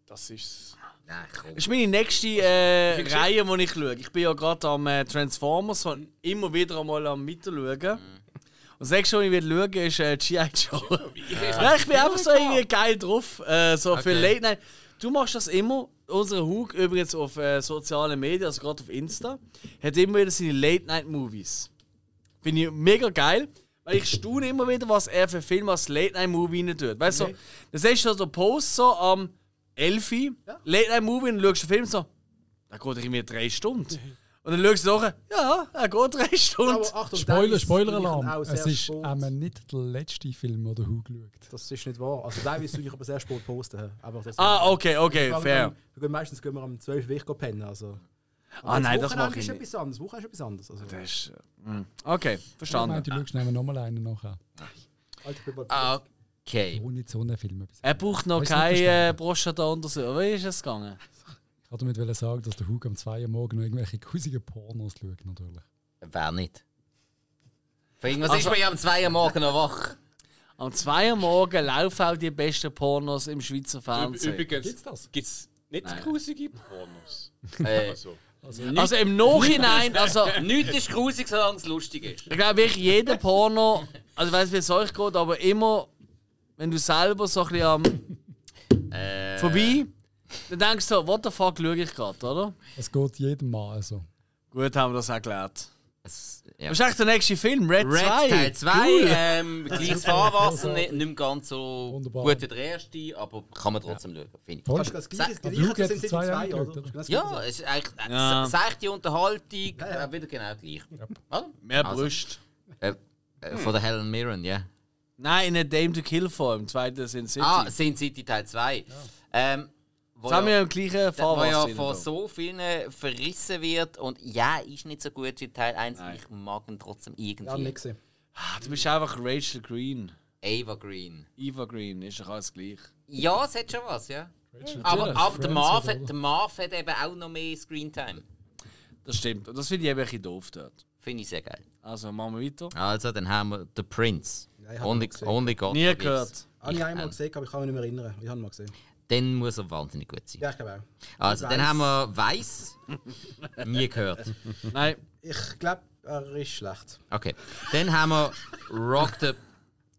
das ist.
Nein, komm.
Das ist meine nächste äh, Reihe, die ich schaue. Ich bin ja gerade am äh, Transformers und immer wieder einmal am Mitschauen. Und das nächste, was ich wieder schauen will, ist äh, G.I. Joe. ja, ich bin einfach so irgendwie geil drauf. Äh, so für
Okay.
Late Night. Du machst das immer. Unser Hug übrigens auf äh, sozialen Medien, also gerade auf Insta, hat immer wieder seine Late Night Movies. Finde ich mega geil. Weil ich staune immer wieder, was er für Filme als Late Night Movie rein tut. Weißt du, so, das ist so der Post so am 11.
Ja.
Late Night Movie und du schaust den Film so, da geht irgendwie drei Stunden. Und dann schaust du nach, ja, er geht drei Stunden.
Aber Achtung,
Spoiler,
Davis finde ich
Spoiler-Alarm.
auch
Es
sehr
ist
spät.
eben nicht der letzte Film, den der Hu geschaut
Das ist nicht wahr. Also, Davis würde ich aber sehr spät posten. Aber das
ah, okay, okay,
Wir
fair.
gehen- Wir gehen meistens gehen wir am 12 Uhr gehen pennen. Also.
Ah nein, das
Wochenende
mache ich
ist
nicht.
etwas anderes. Woche ist etwas anderes. Also,
Das ist, mm. okay,
Ich meine,
verstanden.
du schaust nämlich nochmal einen nachher.
Alter, ich bin mal-
ah,
Okay.
Ohne so einen Film. etwas.
Er braucht noch
Weißt du nicht
keinen äh,
verstanden?
Prostatan oder so. Wie ist es gegangen?
Ich wollte damit sagen, dass der Hug am 2 Uhr morgens noch irgendwelche grusigen Pornos schaut, natürlich.
Wer nicht? Für irgendwas
Also-
ist man ja am 2 Uhr morgen noch wach.
Am 2 Uhr morgen laufen auch die besten Pornos im Schweizer Fernsehen.
Übrigens,
Gibt's das?
gibt es nicht grusige Pornos.
Äh,
Also,
Also im Nachhinein, also
nichts ist grusig, solange es lustig ist.
ich glaube wirklich jeder Porno, also ich weiß nicht, wie es euch geht, aber immer, wenn du selber so ein bisschen am
Äh,
vorbei, dann denkst du so, what the fuck schaue ich gerade, oder?
Es geht jedem Mal also.
Gut, haben wir das auch gelernt.
es- ja.
Was ist echt der nächste Film? Red,
Red
2?
Teil 2,
Cool.
ähm, gleiches Fahrwasser, nicht, nicht mehr ganz so
Wunderbar.
gut wie der erste, aber kann man trotzdem schauen, finde ich.
Voll.
Fast das gleiche, das
Aber
gleiche,
Luke
das
hat
sind
vor
die
zwei Jahren
zwei,
geschaut,
oder?
oder?
Das ist genau
Ja,
das
es ist eigentlich äh,
Ja.
se- seichte Unterhaltung,
Ja, ja.
äh, wieder genau gleich. Oder?
Mehr
Also.
Brust.
Äh, äh, von der Helen Mirren, ja.
Nein, in A Dame to Kill vor, im zweiten Sin City.
Ah, Sin City Teil 2. Ähm, wo
das haben
ja-
wir im gleichen
Der, der ja
Fahrwasser.
von
Ja
so vielen verrissen wird und ja, ist nicht so gut wie Teil 1. Ich mag ihn trotzdem
Ja, hab ich
irgendwie.
nicht gesehen.
du bist einfach Rachel Green.
Ava Green.
Eva Green, ist doch alles gleich.
Ja, es hat schon was, ja.
Rachel
Aber,
Taylor,
aber der,
Friends
Marv,
oder-
der Marv hat eben auch noch mehr Screentime.
Das stimmt. Und das finde ich eben ein bisschen doof dort.
Finde ich sehr geil.
Also, machen wir weiter.
Also, dann haben wir The Prince.
Ja, ich hab ihn
only,
gesehen.
only God
Nie
forgives.
gehört.
Ah, Ich habe
ähm,
einmal gesehen, aber ich kann mich nicht mehr erinnern. Ich habe ihn mal gesehen.
Dann muss er wahnsinnig gut sein.
Ja, ich glaube auch.
also, dann
Weiss.
haben wir Weiß. Nie gehört.
Nein,
Ich glaube, er ist schlecht.
Okay. Dann haben wir Rock the,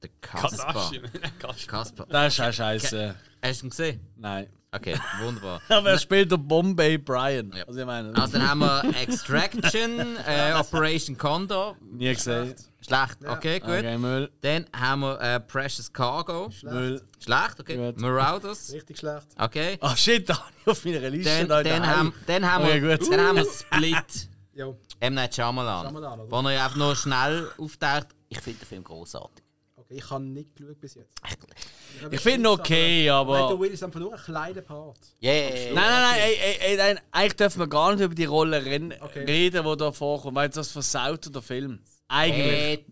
the Casper.
Kardashian. Kardashian.
Casper.
das ist auch scheiße.
Hast du ihn gesehen?
Nein.
Okay, wunderbar.
Aber er spielt der Bombay Brian.
Ja.
Also, ich meine,
Also dann haben wir Extraction, äh, Operation Condor.
nie gesehen.
Schlecht, okay, gut.
Okay, Müll.
Dann haben wir äh, Precious Cargo.
Müll.
Schlecht, okay.
Gut.
Marauders,
Richtig schlecht.
okay.
Oh,
Ah, shit, da habe ich auf meiner Liste.
Dann,
da
dann,
daheim.
haben, dann, haben
Okay,
wir,
gut.
dann haben wir Split,
Ja.
M. Night Shyamalan.
Shyamalan, oder?
wo er ja einfach nur schnell auftaucht. Ich finde den Film großartig.
Okay, ich habe nicht geschaut bis jetzt. hab
Ich finde ihn okay,
Aber der
aber.
Will ist einfach nur ein kleiner Part.
Yeah.
Nein, nein, nein, ey, ey, ey, nein, eigentlich dürfen wir gar nicht über die Rolle ren-
Okay.
reden, die da vorkommt, weil das versaut der Film. Eigentlich.
Äh,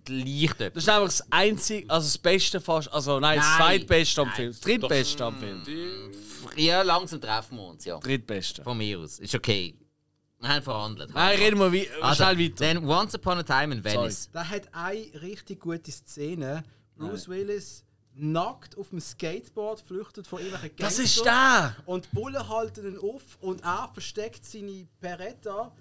leicht etwas.
Das ist einfach das einzige, also das Beste fast, also nein, das
Nein.
zweitbeste am Film, das drittbeste am Film.
Ja, langsam treffen wir uns, ja.
Drittbeste.
Von mir aus. Ist okay. Wir haben verhandelt.
Nein, reden wir wie,
Also,
schnell weiter.
Dann Once Upon a Time in Venice.
Der hat eine richtig gute Szene. Bruce Willis nackt auf dem Skateboard flüchtet vor irgendwelchen
Das
Gangstern.
ist der!
Und die Bullen halten ihn auf und er versteckt seine Beretta.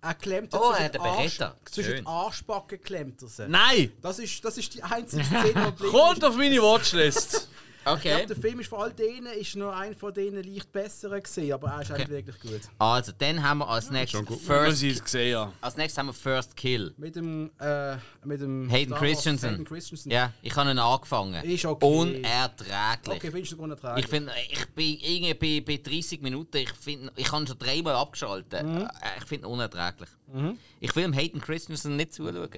Er klemmt
Oh,
zwischen
er hat
die
eine Beretta.
Arsch- Zwischen die
Schön.
Arschbacken klemmt er sie.
Nein!
Das ist, das ist die einzige Szene, die
Kommt auf meine Watchlist!
Okay.
Der Film ist von all denen ist nur ein von denen leicht besseren gesehen, aber er ist eigentlich wirklich gut.
Also, dann haben wir als nächstes
First
First,
ist gesehen, ja.
als nächstes haben wir First Kill.
Mit dem, äh, mit dem
Hayden
Star Wars-
Christensen.
Hayden Christensen.
Ja, ich habe ihn angefangen.
Ist okay.
Unerträglich.
Okay, findest du gut
Ich
ertragen?
finde, ich bin irgendwie bei, bei 30 Minuten, ich finde, ich habe ihn schon dreimal abgeschaltet.
Mhm.
Äh, Ich finde ihn unerträglich. Ich will dem Hayden Christensen nicht zuschauen.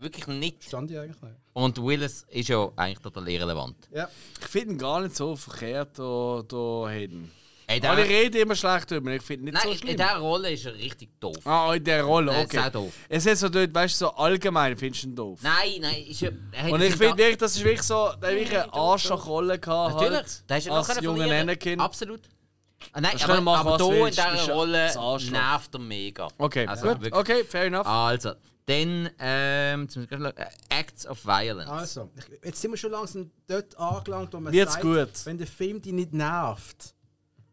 Wirklich nicht.
Stand ich eigentlich nicht?
Und Willis ist ja eigentlich total irrelevant.
Ja.
Ich finde ihn gar nicht so verkehrt, der, der Hayden.
Ey, der,
Aber ich rede immer schlecht über ihn. Ich finde ihn nicht
nein,
so
in- in
schlimm.
dieser Rolle ist er richtig doof.
Ah, in der Rolle,
Äh,
okay.
sehr doof.
es ist so dort, weißt du, so allgemein findest du ihn doof.
Nein, nein, ist er, er hat
Und
sich
ich
da-
finde wirklich, das ist wirklich so, der hat wirklich eine Arschlochrolle gehabt.
Natürlich,
Halt,
da hast du
als
nachher
jungen
verlieren.
Anakin.
Absolut. Ah, nein,
Kannst du
aber,
dann machen,
aber
was
hier in
willst, bist
dieser
ja
Rolle
das Arschloch.
nervt er mega.
Okay,
Also,
gut,
wirklich.
okay, fair enough.
Also, dann, ähm, jetzt muss ich gleich schauen, äh, Acts of Violence.
Also, ich- jetzt sind wir schon langsam dort angelangt, wo man
Wird's gut.
wenn der Film dich nicht nervt,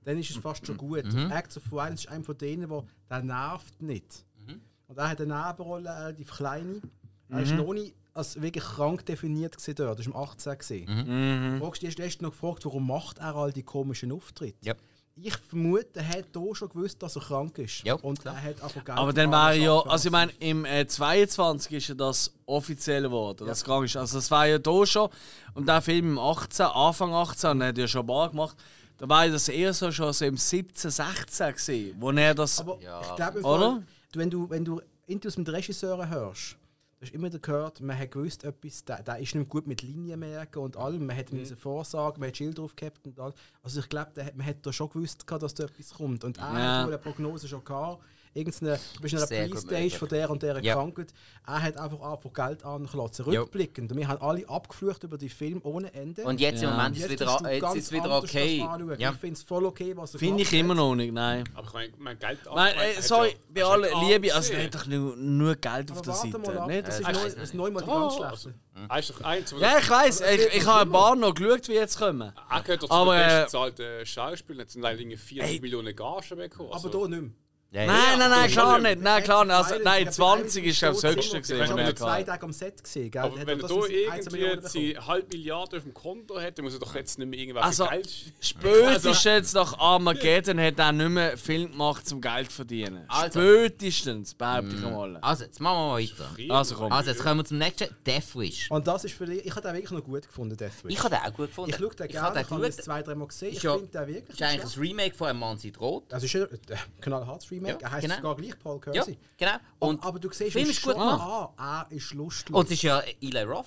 dann ist es fast
Mhm.
schon gut. Und Acts of Violence ist einer von denen, wo, der nervt nicht.
Mhm.
Und er hat eine Nebenrolle, eine relativ kleine. Er
Mhm.
ist noch nicht als wirklich krank definiert gewesen dort, das war im 18. gewesen.
Mhm.
Mhm.
Fragst du dich erst noch gefragt, warum macht er all die komischen Auftritte?
Ja.
Ich vermute, er hat hier schon gewusst, dass er krank ist.
Ja,
und
klar.
er hat aber Geld
Aber dann
für
war
alles
ja,
abgelassen.
also ich meine, im äh, 22 ist ja das offiziell geworden, das krank ist. Also das war ja da schon, und der Film im 18, Anfang 18, und er hat ja schon ein paar gemacht, da war ja das eher so schon so im 17, 16 gewesen, wo er das...
Aber
Ja.
ich glaube, im
Oder?
Fall, du, wenn, du, wenn du Interviews mit Regisseuren hörst, hast du immer gehört, man hat gewusst, etwas, der, der ist nicht gut mit Linienmerken und allem. Man hat mhm. Vorsagen, man hat Schild drauf gehabt und all. Also ich glaube, der hat- man hat da schon gewusst, gehabt, dass da etwas kommt. Und er
Ja.
hat wohl eine Prognose schon gehabt. Irgendeine, du bist in einer
Sehr gut
Pre-Stage
möglich.
von der und der
Ja.
Krankheit. Er hat einfach einfach Geld angeklotzt.
Ja.
Rückblickend. Und wir haben alle abgeflucht über die Film ohne Ende.
Und jetzt im Moment ist es
Jetzt
wieder,
hast du
äh, jetzt
ganz
ist es wieder
anders das
okay.
anschauen.
Ja.
Ich finde es voll okay, was er
Finde ich
gemacht
immer
hat.
noch nicht, nein.
Aber ich meine, mein Geld
Nein,
abgewandt
äh,
hat
sorry,
ja-
bei
hast
aller
ja
Liebe, also der
gesehen.
hat doch nur, nur Geld auf
Aber
der
warte
Seite,
mal ab,
nicht?
das ist
Äh,
neu-
weiss
das ist neunmal die ganz schlechte.
Er ist doch eins, der-
Ja, ich weiß, ich, ich habe ein paar noch geschaut, wie jetzt kommen.
er Ah, gehört doch zu
Aber,
den
äh,
bestbezahlten Schauspielern. Jetzt sind leider irgendwie 40 Millionen Gage weggekommen.
Aber
also.
hier nicht mehr.
Ja, ja.
Nein, nein, nein, klar nicht, nein, klar nicht. Also, nein,
Ich
20 ist glaub ich, das höchste
Ich
gesehen,
habe
was
ihn
er
aber
nur zwei
hatte.
Tage am Set gesehen. Gell?
Aber
Hat
wenn
er
er
das
da
als 13
irgendwie
Millionen
jetzt
bekommen?
die halbe Milliarde auf dem Konto hat, dann muss er doch jetzt nicht mehr irgendwelche
Also,
Geld...
Spätestens
Also-
nach Armageddon hat er nicht mehr viel gemacht, um Geld zu verdienen.
Also.
Spätestens, behaupte ich einmal.
Also, jetzt machen wir weiter.
Also komm.
Also, jetzt kommen wir zum nächsten. Death Wish.
Und das ist für dich, ich habe den wirklich noch gut gefunden, Death Wish.
Ich habe den auch gut gefunden.
Ich schaue den
Ich habe
gerne, ich habe
geschaut.
ihn zwei, drei Mal gesehen. Ich
Ist ja-
finde den wirklich
Das ist eigentlich
nicht
ein Remake von «Ein Mann sieht rot».
Also, es ist ein knallhartes Remake.
Ja,
Er heißt
genau.
sogar gleich Paul
Ja,
Kersey.
genau. Und
Aber du siehst
Film
ihm
ist gut
schon
gemacht.
an, er ist lustig.
Und es ist ja Eli Roth.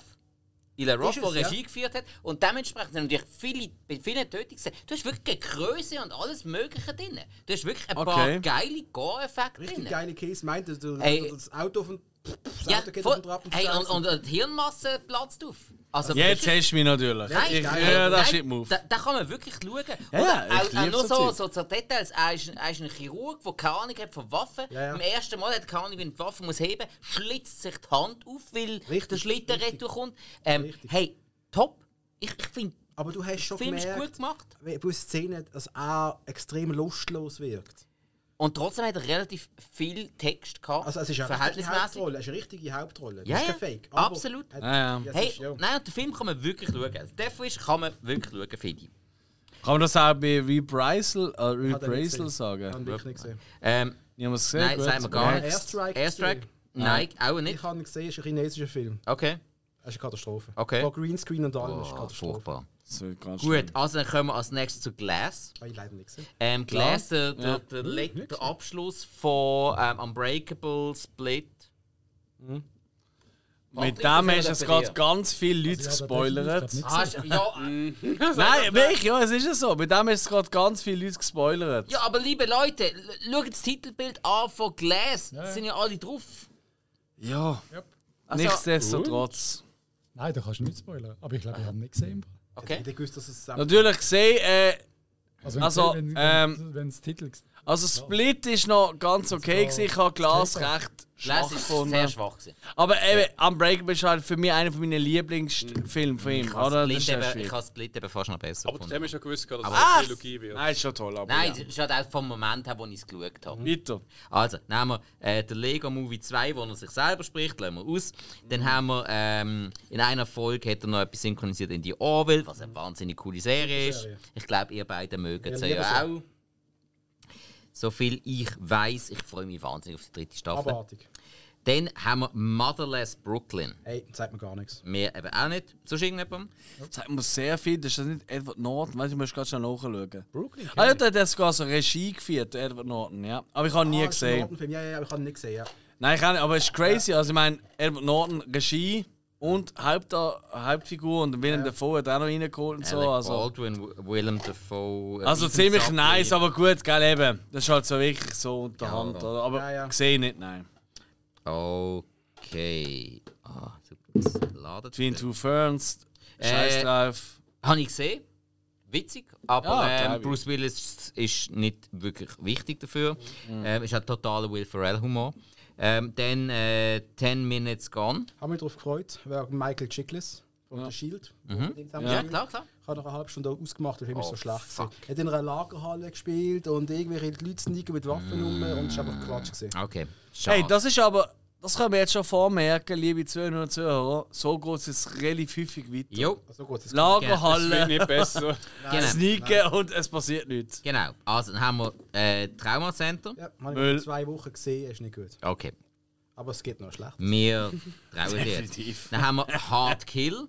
Eli Roth,
es,
der
ja.
Regie geführt hat. Und dementsprechend sind natürlich viele, bei vielen Tötungen. Du hast wirklich eine Größe und alles Mögliche drin. Du hast wirklich ein
Okay.
paar geile Gore-Effekte drin.
Richtig geile Case. Meint, dass du-
Ey.
das Auto von. Das
ja,
Auto Also, geht um auf
voll.
den Trappen.
hey, und, und, und die Hirnmasse platzt auf. Also
Jetzt
wirklich-
hast du mich natürlich.
Nein,
Ich,
nein,
ja, das
nein,
ist nicht Move.
Da, da kann man wirklich schauen.
Ja,
Oder
ja, ich
auch, auch
liebe
nur
so
so,
Zeug.
so zu Details. Er ist, er ist ein Chirurg, der keine Ahnung hat von Waffen.
Ja, ja.
Im ersten Mal hat er keine Ahnung, wie man die Waffe muss heben muss. Schlitzt sich die Hand auf, weil
Richtig,
der Schlitten
richtig.
durchkommt. Ähm,
Richtig.
hey, top. Ich, ich finde,
Aber du hast
der
schon
Film ist
gemerkt,
gut gemacht.
bei bei Szenen, dass er also extrem lustlos wirkt.
Und trotzdem hat er relativ viel Text gehabt.
Also es ist ja eine richtige
verhältnismäßig.
Hauptrolle, es ist eine richtige Hauptrolle.
Ja,
das ist
ja,
der Fake.
absolut.
Hat,
Ja, ja.
es
Hey,
ist, ja.
nein, den Film kann man wirklich schauen. Also, der Film ist, kann man wirklich schauen, finde ich.
Kann man das auch bei Reprisal, äh,
Hat er nicht
Reprisal
gesehen. Hab
sagen?
ich wirklich nicht gesehen.
Ähm,
Niemand gesehen?
nein,
Gut.
sagen wir gar
Ja.
nicht.
Airstrike
Airstrike?
gesehen?
Nein, auch nicht.
Ich habe ihn gesehen, es ist ein chinesischer Film.
Okay.
Es ist eine Katastrophe.
Okay.
Von Greenscreen und allem, es ist eine
Oh,
Katastrophe.
furchtbar.
Das wird ganz schlimm.
Gut, also dann kommen wir als nächstes zu Glass.
Habe ich leider nicht gesehen.
Ähm, Glass, der, der,
Ja.
der, Let- der Abschluss von ähm, Unbreakable Split.
Mit
Warte, ich
dem hast du
sehe
jetzt
den
gerade
Perea.
ganz viele Leute
Ja, das
gespoilert.
darf ich nicht,
Hast, ja,
Mhm. Nein, wirklich, ja, es ist ja so. Bei dem hast du gerade ganz viele Leute gespoilert.
ja, aber liebe Leute, l- schaut das Titelbild an von Glass.
ja.
sind ja alle drauf.
Ja.
Also-
Nichtsdestotrotz.
Nein, da kannst du nicht spoilern. Aber ich glaube, ich habe ihn nicht gesehen.
Ich
Okay.
hätte gewusst, dass es zusammen
Natürlich gesehen, äh,
Also, wenn
Also,
wenn,
ähm,
wenn, wenn das Titel.
also Split ist noch ganz okay. gewesen. Ich habe Glas recht schwach
Glass ist sehr
gefunden.
schwach. Gewesen.
Aber eben, Unbreakable ist halt für mich einer meiner Lieblingsfilme von ihm. Oder? Das
Split
ist
eben,
ja
ich
schwierig.
habe Split eben fast noch besser
Aber
gefunden.
trotzdem hast du ja gewusst, dass es
Ah,
eine Trilogie wird.
Nein, ist schon toll. Aber
Nein,
Ja.
es ist halt auch vom Moment her, wo ich es geschaut
Mhm.
habe.
Weiter.
Also, nehmen wir äh, den Lego Movie 2, wo er sich selber spricht, lassen wir aus.
Mhm.
Dann haben wir ähm, in einer Folge hat er noch etwas synchronisiert in die Orwell, was eine wahnsinnig coole Serie ist. Ich glaube, ihr beide mögt sie
lieben
ja auch. So viel ich weiß, ich freue mich wahnsinnig auf die dritte Staffel.
abartig.
Dann haben wir Motherless Brooklyn.
Ey, sagt mir gar nichts.
Mehr eben auch nicht. Sonst irgendjemand?
Das sagt mir sehr viel. Das ist das nicht Edward Norton? Weißt du, ich muss gerade schon nachschauen. Ah, ja, der hat das sogar so Regie geführt, der Edward Norton, ja. Aber ich habe ihn nie
Ah, es ist ein
gesehen.
Norton-Film. Ja, ja, ja, aber ich habe ihn nicht gesehen. Ja.
Nein, ich auch nicht, aber es ist crazy. Also ich meine, Edward Norton, Regie, und Haupt Hauptfigur und Willem Dafoe hat auch noch reingeholt und so.
Alec
Also,
Baldwin, Willem Dafoe. äh,
also
Vincent
ziemlich
Suplee.
nice, aber gut, gell eben. Das ist halt so wirklich so unter Hand,
Ja.
oder? Aber
Ja, ja.
gesehen nicht, nein.
Okay. Ah, super. Das Ladet.
Twin Two Ferns,
Äh,
Scheiß drauf.
Habe ich gesehen. Witzig, aber
Ja, glaub
ähm,
ich.
Bruce Willis ist nicht wirklich wichtig dafür.
Mhm.
Ähm, ist ein totaler Will Ferrell-Humor. Ähm, dann äh, 10 Minutes Gone.
Haben wir darauf gefreut, wegen Michael Chiklis von The Shield. Mhm.
Ja, klar, klar.
Ich habe nach einer halben Stunde ausgemacht, der Film ist
Oh,
so schlecht.
fuck.
Gewesen. Er hat in einer Lagerhalle gespielt und irgendwelche Leute sneaken mit Waffen rum und es war einfach Quatsch. Gewesen.
Okay. Schade.
Hey, das ist aber, das können wir jetzt schon vormerken, liebe Zuhörer und Zuhörer, so geht es relativ häufig weiter.
jo,
Also gut, das
Bin
Lagerhalle,
nicht besser.
genau.
Sneaken und es passiert nichts.
genau. Also, dann haben wir äh, Trauma Center.
ja, habe ich
Müll.
vor zwei Wochen gesehen, ist nicht gut.
Okay.
Aber es geht noch schlecht.
Wir trauen dir jetzt.
Definitiv.
Dann haben wir Hard Kill.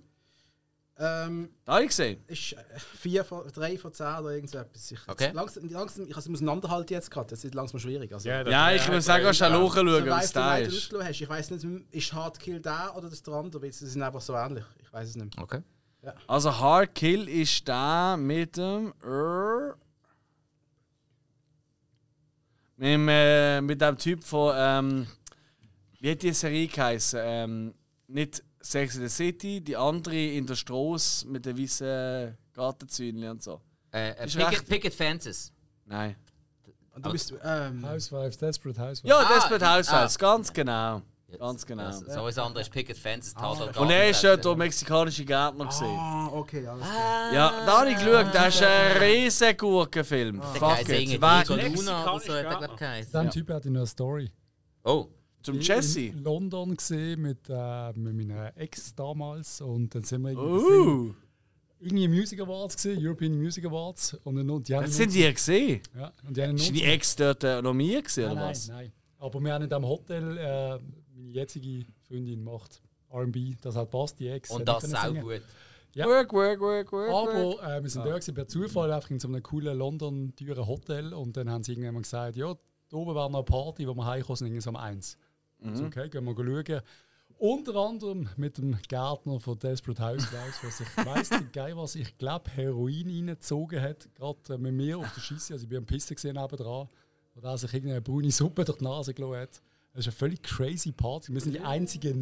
Ähm,
Da habe ich gesehen.
ist äh, vier von, drei von zehn oder irgend so etwas. Ich,
Okay.
langsam, langsam, ich habe es im Auseinanderhalten jetzt gehabt, das ist langsam schwierig. Also,
Ja, ich muss sagen, schon nachschauen,
so
wie es
weißt du,
da
wie du
ist.
ausgelassen hast. Ich weiß nicht, ist Hardkill der oder das der andere, weil sie sind einfach so ähnlich. Ich weiß es nicht. mehr.
Okay.
Also Hard Kill ist da mit dem äh, mit, dem, äh, mit dem Typ von ähm, wie hat die Serie geheißen? Ähm, nicht Sex in the City, die andere in der Straße mit den weißen Gartenzäunchen und so.
Äh, äh,
Ist
Picket,
recht.
Picket Fences.
Nein.
Und
Ah.
du bist, ähm,
Housewives, Desperate Housewives.
Ja,
Ah,
Desperate
ah.
Housewives, ganz genau. Ganz genau. Ah.
Das, Also, so was anderes ist Picket Fences. Tatort
Und er ist ja
Garten.
der mexikanische Gärtner gesehen.
ah, okay, alles klar.
Ja, da habe ich geschaut, das ist ein riesen Gurkenfilm.
Ah.
Fuck
Fuck
it,
it.
weg.
Luna oder so hat er
Mexikanisch,
glaub ich, geheißen.
Dem Typ hat ich noch eine Story.
Oh,
Zum
Ich war
Jesse.
in London gesehen mit, äh, mit meiner Ex damals und dann sind wir irgendwie
Uh,
irgendwie Music Awards gesehen, European Music Awards und dann und die haben
das
uns-
sind die gesehen.
ja, und die haben uns-
Ist die Ex dort äh, noch nie gesehen
nein,
oder
nein,
was?
nein. Aber wir haben in dem Hotel äh, meine jetzige Freundin macht R&B, das hat passt die Ex.
und
hat
das
nicht
ist
können
auch
singen.
gut.
Ja.
Work, work, work, work. work.
Aber äh, wir sind da gewesen, per Zufall einfach in so einem coolen London teuren Hotel und dann haben sie irgendwann mal gesagt, ja, da oben wäre noch eine Party, wo wir heimkommen, sind irgendwie so um eins.
Mhm.
Also, okay, gehen wir mal schauen. Unter anderem mit dem Gärtner von Desperate Housewives, was ich weiss nicht geil was, ich glaube Heroin reingezogen hat, gerade äh, mit mir auf der Schisse, also ich bin am Pissen gesehen nebenan, wo er sich irgendeine braune Suppe durch die Nase gelassen hat. Das ist eine völlig crazy Party, wir sind die einzigen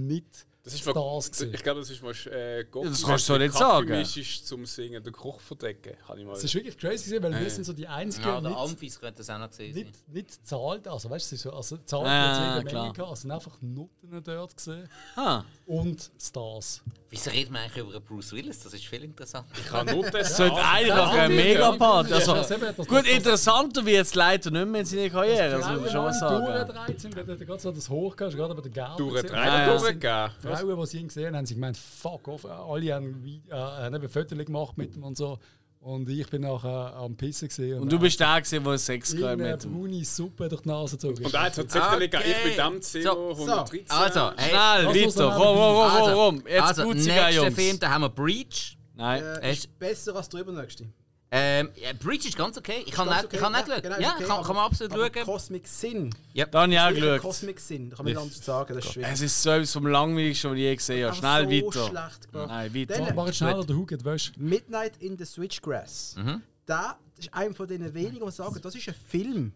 Das ist mal,
Nicht-Stars gewesen.
ich glaube, das ist mal äh, Gott,
Das kannst du so nicht sagen.
Mischst zum Singen, den Koch verdecken, habe ich mal.
Das ist wirklich crazy, gewesen, weil wir sind so die einzigen
Ja, der
nicht-
Amphis könnte das auch noch gesehen sein.
nicht, nicht zahlt, also weißt du, es ist so, also zahlt
Ah,
ah, jetzt jede
klar.
Menge gehabt, es sind einfach Nutten dort gesehen
Ah.
und Stars.
Wieso reden wir eigentlich über Bruce Willis? Das ist viel interessanter.
ich kann nur also das.
Das sollte eigentlich noch ein Megaparty. Also,
Ja, das eben, das-
gut,
das-
interessanter wird es leider nicht mehr in seiner Karriere, das muss man schon sagen.
Durchgedreht sind, wenn du gerade so das Hoch gehst, gerade bei der Geld.
Durch
gesehen-
den
Ja, ja.
Reiter durchgehen.
Frauen, die sie ihn gesehen haben, haben sie gemeint, fuck off, äh, alle haben, wie- äh, haben eben Fotos gemacht mit ihm und so. Und ich bin nachher äh, am Pissen gesehen.
Und du bist der, gewesen, der Sex hatte
irgendeine
mit ihm.
braune Suppe durch die Nase gezogen.
Und er hat tatsächlich
Okay.
ich bin dem Zimmer
So.
113.
Also, hey,
Schnell,
Lass uns
weiter.
mal
Rum, rum, rum,
also,
rum, rum. Jetzt
also,
gut
nächster
sein,
Film,
Jungs.
da haben wir Breach.
Nein.
Äh,
Äh,
ist besser als der übernächste.
Ähm, ja, Breach ist ganz okay. Ich kann
Ganz
nicht
okay.
okay. ja, schauen.
genau, ist
ja,
okay,
kann, kann man absolut
aber
schauen.
Cosmic Sin.
Da habe ich auch
Sicher
geschaut.
Cosmic Sin, da kann man nicht anders sagen, das ist schwierig.
Es ist so etwas vom langweiligsten, was ich je gesehen habe. Schnell
Einfach so
weiter.
Schlecht gemacht.
Nein, weiter.
Dann,
Mach jetzt schneller, der Hug geht wäsch.
Midnight in the Switchgrass.
Mhm.
Da ist einer von den wenigen, die sagen, das ist ein Film.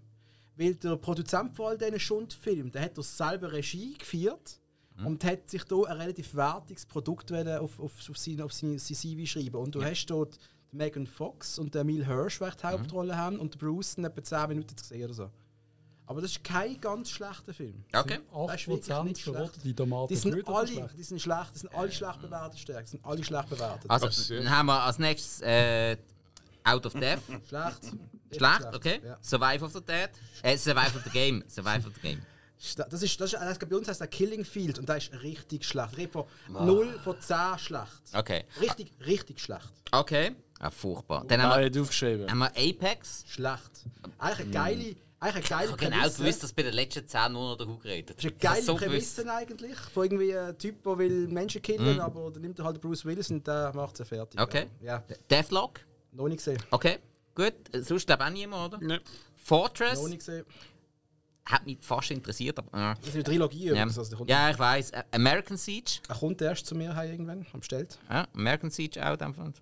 Weil der Produzent von all diesen Schundfilmen, der hat das selber Regie geführt
Mhm.
und hat sich da ein relativ wertiges Produkt wollen auf, auf, auf, sein, auf sein, sein CV schreiben. Und du hast dort Megan Fox und der Emil Hirsch, die
Mhm.
die Hauptrolle haben, und Bruce in etwa 10 Minuten zu sehen oder so. Aber das ist kein ganz schlechter Film.
Okay.
Das ist wirklich
8%
nicht schlecht.
verrottet die Tomaten.
Die sind,
Nicht
alle,
schlecht.
die sind schlecht, die sind alle schlecht bewertet, Stärke, die sind alle schlecht bewertet.
Also,
Absolut.
dann haben wir als nächstes äh, Out of Death.
schlecht.
Schlecht, okay.
Ja.
Survive of the Dead. Äh, Survive of the Game. Survive of the Game.
Sta- Das ist, das ist, das bei uns heißt der Killing Field und der ist richtig schlecht. Ich rede von 0 von 10 schlecht.
Okay.
Richtig, richtig schlecht.
Okay. Ah, furchtbar. Dann haben
Nein,
wir,
nicht aufgeschrieben.
haben wir Apex.
Schlecht. Eigentlich eine geile, eigentlich eine
Hm. Ich
geile
habe genau
Prämisse.
gewusst, dass bei den letzten 10 nur noch der Hug geredet
Das ist eine
Ich habe
geile
so gewusst.
Prämisse eigentlich. Von irgendwie einem Typ, der will Menschen killen, aber dann nimmt er halt Bruce Willis und der macht es fertig.
Hm. Okay.
Ja,
Deathlock.
noch nicht gesehen.
Okay. Gut. Äh, Sonst glaube ich auch niemand, oder?
Nein.
Fortress.
Noch nicht gesehen.
hat mich fast interessiert, aber.
Das ist eine Trilogie
Äh. Ja.
übrigens. Also, der kommt,
ja, ich weiß. Äh, American Siege.
Er kommt erst zu mir heim irgendwann, am Stelt.
Ja, American Siege auch. in dem Fall.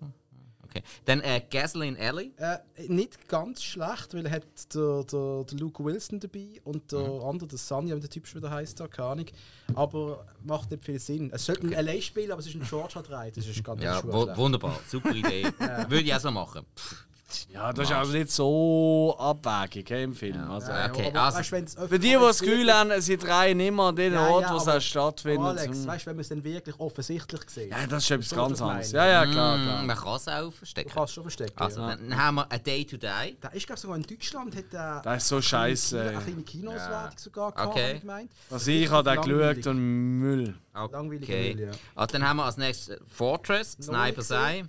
Okay. Dann äh, Gasoline Alley.
Äh, nicht ganz schlecht, weil er hat der, der, der Luke Wilson dabei und der
Mhm.
andere, der Sunny, wie der Typ schon wieder heisst, da, keine Ahnung. Aber macht nicht viel Sinn. Es sollte ein LA spielen, aber es ist ein Georgia 3. Das ist gar nicht
Ja,
schwer
wu-
schlecht.
wunderbar. Super Idee. Würde ich auch so machen. Pff,
Ja, das ist also nicht so abwägig okay, im Film. Also,
Ja. Okay,
aber
also-
weißt, wenn's
Für die, die das Gefühl haben, sie drehen immer an den
Ja,
Ort,
ja,
wo es
aber-
auch stattfindet.
Alex,
hm.
weißt du, wenn man es dann wirklich offensichtlich sieht,
ja, das ist etwas
So,
ganz
das
anderes. Ja,
meine
ja, klar, klar.
Man kann es auch verstecken.
du kannst schon verstecken.
Also,
ja.
dann, dann haben wir A Day to Die.
Da ist glaub ich, sogar in Deutschland hat er
Das ist äh, so
eine
scheiße.
kleine Kinoswertung sogar gehabt,
Okay.
habe ich gemeint.
Was Also ich habe da
Langweilig.
geschaut und Müll.
Langweilig,
Okay.
Müll, ja.
Also, dann haben wir als nächstes Fortress, Sniper
nicht
Sei.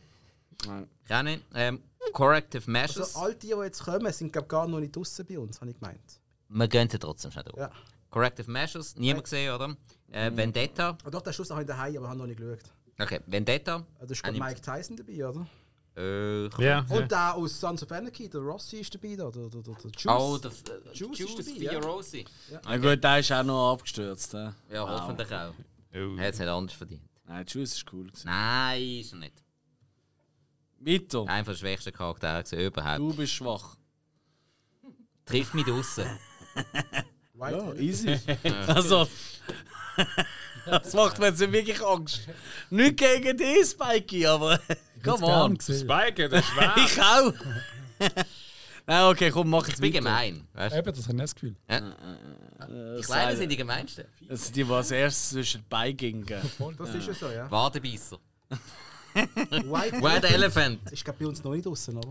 Nein.
Kann ich. Ähm, Corrective Measures.
Also all die, die jetzt kommen, sind glaub, gar noch nicht draußen bei uns, habe ich gemeint.
wir gehen sie trotzdem schnell durch.
Ja.
Corrective Measures, niemand gesehen, oder? Äh, Vendetta.
Und Ah, doch, der Schluss auch in der Hai, aber haben noch nicht geschaut. Also,
Okay, Vendetta.
Da ist gerade
Anime.
Mike Tyson dabei, oder?
Äh,
Ja.
Und der aus Sons of Anarchy, der Rossi ist dabei, da, der, der, der, der Juice.
Oh, der
Juice
Juice,
ist
Juice
dabei,
Via
ja.
Rosi.
Na gut, der ist auch noch abgestürzt. hä?
Ja, hoffentlich auch. Er hat es nicht anders verdient.
Nein, Juice ist cool. gewesen.
Nein, ist er nicht.
Vito,
Einer der schwächsten Charaktere gewesen überhaupt.
du bist schwach.
Trifft mich draußen.
White
Ja,
Elephant.
easy. also, das macht mir jetzt wirklich Angst. Nicht gegen dich, Spikey, aber come on.
Gesehen.
Spike, der Schwert!
Ich auch. Nein, okay, komm, mach
Ich
jetzt
bin
weiter.
gemein. Weißt?
Eben, das habe ich nicht das Gefühl.
du? Die Kleinen sind die gemeinsten.
Also die, die als erstes zwischen die gingen.
Das ist ja so, ja.
Wadebisser.
White
White
Elephant
Elephant.
ist glaub, bei uns noch nicht draußen, oder?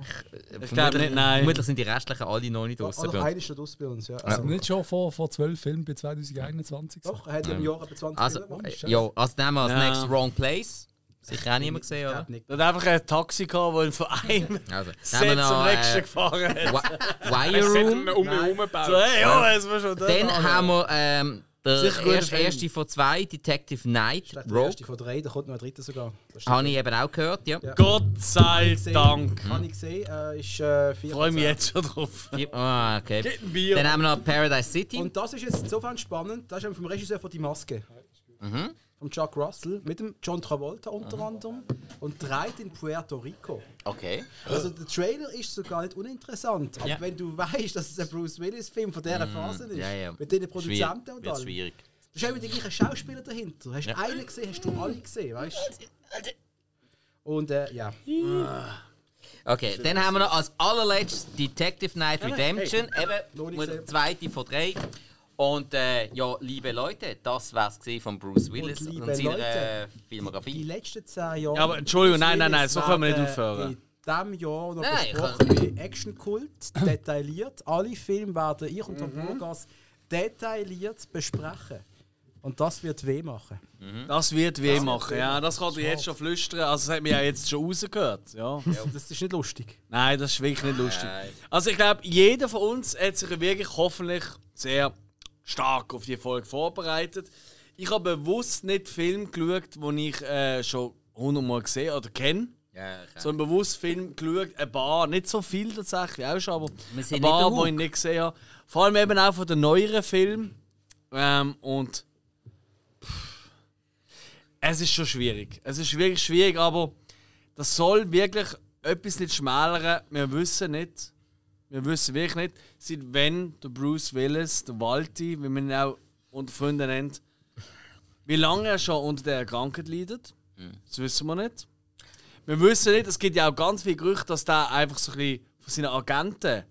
Ich
glaub nicht, nein.
Vermutlich sind die restlichen alle noch nicht draußen.
Oder einer ist schon draußen bei uns, ja. Also,
Also nicht schon vor, vor 12 Filmen bei 2021.
Doch, er hat ja im Jahr etwa 20
Also,
Filme gemacht.
äh, ja, also nehmen wir als
Ja.
nächstes Wrong Place. Sicher auch niemand gesehen, oder?
nicht.
Da hat einfach ein Taxi gehabt, das ihn von einem
Also, nehmen wir
Set zum
noch
nächsten
äh,
gefahren hat.
Wi-
Ich
Wire
hätte ihn
Room.
um
So,
mich
äh.
herumgebaut.
hey, ja, jetzt müssen wir da.
Dann haben wir ähm, der
Sicher guter
erste,
Film.
erste von zwei, Detective Knight,
Das ist der
Rogue.
erste von drei, da kommt noch ein dritter sogar. Das stimmt.
Habe ich eben auch gehört, ja.
Ja.
Gott sei Dank.
Kann ich sehen, äh, ist äh,
Ich
4
freue mich jetzt schon drauf.
Die- Ah, okay.
Geht ein
Dann
Bier.
haben wir noch Paradise City.
Und das ist jetzt insofern spannend, das ist eben vom Regisseur von Die Maske. Vom Chuck Russell, mit dem John Travolta unter anderem und dreht in Puerto Rico.
Okay.
Also
Äh.
der Trailer ist sogar nicht uninteressant, aber
Ja.
wenn du weißt, dass es ein Bruce Willis-Film von
Mm,
dieser Phase ist,
ja, ja.
mit den Produzenten und
Wird
allem.
schwierig.
Du hast immer die gleichen Schauspieler dahinter. Hast du einen gesehen, hast du alle gesehen, weißt du? Und äh, ja,
Okay, dann haben wir noch als allerletztes Detective Knight Redemption.
noch
Eben,
nicht
nur der
gesehen.
zweite von drei. Und äh, ja, liebe Leute, das war's gewesen von Bruce Willis und,
liebe
seiner äh,
Leute, die
Filmografie.
letzten zehn Jahre.
Ja, aber Entschuldigung, nein, nein, nein, so
Willis
können wir nicht
werden
aufhören.
In diesem Jahr noch
Nein,
besprochen bei Action Kult, detailliert. Alle Filme werden ich und der Burgas detailliert besprechen. Und das wird weh machen.
Mhm. Das wird weh machen, ja. Das kann ich jetzt schon flüstern. Also das hat mir ja jetzt schon rausgehört. Ja.
Das ist nicht lustig.
Nein, das ist wirklich nicht lustig.
Nein.
Also ich glaube, jeder von uns hat sich wirklich hoffentlich sehr stark auf die Folge vorbereitet. Ich habe bewusst nicht Filme geschaut, die ich äh, schon hundertmal gesehen oder kenne.
Ja, okay.
sondern bewusst Film geschaut, ein paar, nicht so viel tatsächlich, auch schon, aber
Wir sind
ein
nicht
paar,
der
die ich nicht gesehen habe. Vor allem eben auch von den neueren Filmen. Ähm, und pff, es ist schon schwierig. Es ist wirklich schwierig, aber das soll wirklich etwas nicht schmälern. Wir wissen nicht, wir wissen wirklich nicht, seit wann der Bruce Willis, der Walti, wie man ihn auch unter Freunden nennt, wie lange er schon unter der Krankheit leidet.
Mhm.
Das wissen wir nicht. Wir wissen nicht, es gibt ja auch ganz viele Gerüchte, dass der einfach so ein bisschen von seinen Agenten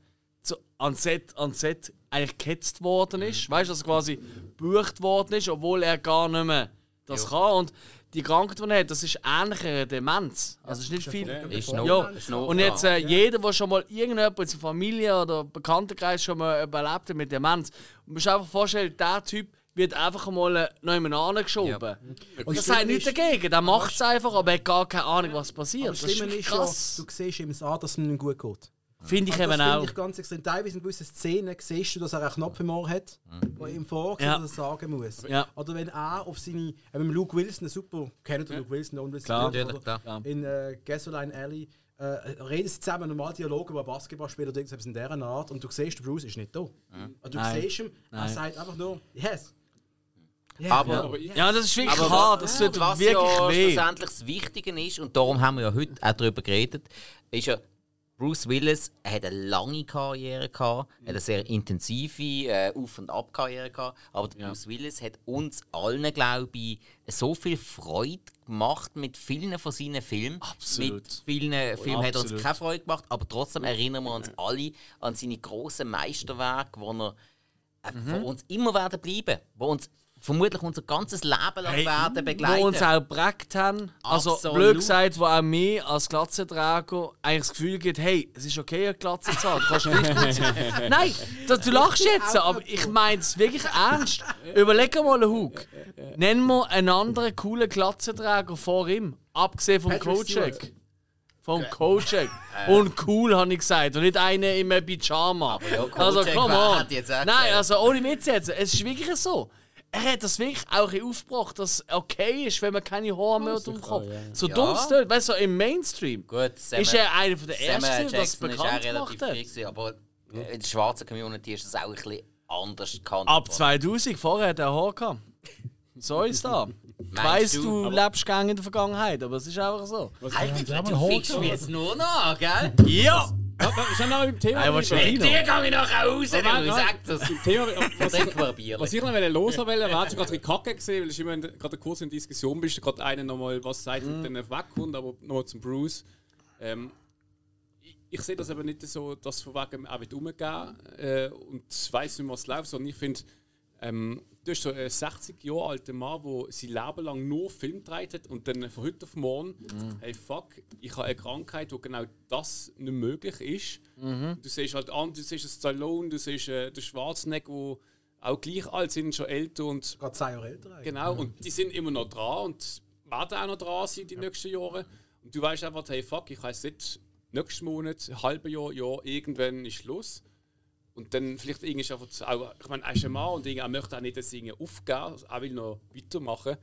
zu, an Set, an Set eigentlich gehetzt worden ist. Weißt du, dass er quasi gebucht worden ist, obwohl er gar nicht mehr das kann. Und die Krankheit, die er hat, das ist ähnlich einer Demenz. Also es ist nicht viel.
Ist noch,
Ja.
ist noch
Und
dran.
jetzt äh, jeder, der schon mal irgendjemand in seiner Familie oder Bekanntenkreis schon mal jemanden erlebt hat mit Demenz, man muss einfach vorstellen, der Typ wird einfach mal äh, noch jemand angeschoben. Und das
das
sei nichts
Schlimme ist-
dagegen, der macht es einfach, aber er hat gar keine Ahnung, was passiert.
Das Schlimme ist ja,
krass.
du siehst ihm an, dass es ihm gut geht. Also,
Finde ich
das
eben
finde
auch.
ich ganz extrem. Teilweise in gewissen Szenen siehst du, dass er einen Knopf im Ohr hat, der ihm vorgeht,
Ja.
dass er sagen muss.
Ja.
Oder wenn er auf seine... Äh, mit Luke Wilson, super, kennt ihr Luke Wilson, der Unwissende
Klar.
Pilot,
Natürlich,
oder?
klar.
Ja.
in äh, Gasoline Alley äh, reden sie zusammen normal Dialog über Basketballspiel oder irgendwas in dieser Art und du siehst, Bruce ist nicht da. Und du
Nein.
siehst ihn, er
Nein.
sagt einfach nur «Yes». Yeah.
Aber,
Aber ich,
Ja, das ist wirklich hart, das tut
was
wirklich
ja
weh.
schlussendlich das Wichtige ist, und darum haben wir ja heute auch darüber geredet, ist ja, Bruce Willis hat eine lange Karriere gehabt, hat eine sehr intensive äh, Auf- und Ab-Karriere gehabt, aber der Bruce Willis hat uns allen, glaube ich, so viel Freude gemacht mit vielen von seinen Filmen.
Absolut.
Mit vielen äh, Filmen hat er uns
Absolut.
keine Freude gemacht, aber trotzdem erinnern wir uns alle an seine grossen Meisterwerke, wo er äh,
Mhm.
wo uns immer werden bleiben, wo uns vermutlich unser ganzes Leben lang
Hey,
werden begleiten.
Wo uns auch geprägt haben. Also,
Absolut.
blöd gesagt, wo auch mir als Glatzenträger eigentlich das Gefühl gibt, hey, es ist okay, eine Glatze zu haben. Du kannst gleich gut sein. Nein, das, du lachst jetzt, aber ich meine es wirklich ernst. Überleg mal, Hug. Nenn mal einen anderen coolen Glatzenträger vor ihm. Abgesehen vom
Patrick Stewart.
Kocek. Vom Kocek.
Äh.
Und cool, habe ich gesagt. Und nicht einen im Pyjama.
ja,
also,
Kocek,
come
wer
on.
hat jetzt auch
Nein,
gesagt?
also ohne Witz jetzt. Es ist wirklich so. Er hat das wirklich auch ein bisschen aufgebracht, dass es okay ist, wenn man keine Haare mehr auf dem Kopf So dumm es nicht, weißt du, so im Mainstream.
Gut, Samuel,
Ist er einer von der Ersten,
Samuel
der das
Jackson ist
bekannt
auch relativ
gemacht hat?
früh gewesen, aber in der schwarzen Community ist das auch ein bisschen anders bekannt.
Ab
worden.
2000, vorher hat er Haare gehabt. So ist da. Ich weiss, du,
du?
lebst gerne in der Vergangenheit, aber es ist einfach so.
Ja,
Alter,
man
du
holt
fickst
schon.
mich jetzt nur noch, gell?
Ja!
wir sind noch im Thema.
Nein, was
bleiben.
schon-
Mit dir gehe ich nachher raus, du,
Moment,
sag das.
Im Thema, äh, was,
Trink mal ein Bier.
was ich noch loswerden wollte, wir hatten schon gerade ein bisschen Kacke gesehen, weil es immer in der- gerade kurz in der Diskussion bist, gerade einer nochmal was sagt und dann wegkommt, aber nochmal zum Bruce. Ähm, ich, ich sehe das aber nicht so, dass von wegen auch wird umgehen äh, und weiß nicht, mehr, was läuft, sondern ich finde, ähm, du hast so einen 60 Jahre alten Mann, der sein Leben lang nur Film gedreht hat und dann von heute auf morgen, hey fuck, ich habe eine Krankheit, wo genau das nicht möglich ist. Du siehst halt an, du siehst einen Stallone, du siehst äh, den Schwarzenegger, wo auch gleich alt sind, schon älter und
Gerade zwei Jahre älter eigentlich.
Genau, und die sind immer noch dran und werden auch noch dran sein die nächsten Jahre. Und du weißt einfach, hey, fuck, ich weiß nicht, nächsten Monat, halben Jahr, Jahr, irgendwann ist Schluss. Und dann vielleicht irgendwie ist einfach auch, ich meine, er ist ein Mann und irgendwie, er möchte auch nicht das Ding aufgeben, also er will noch weitermachen.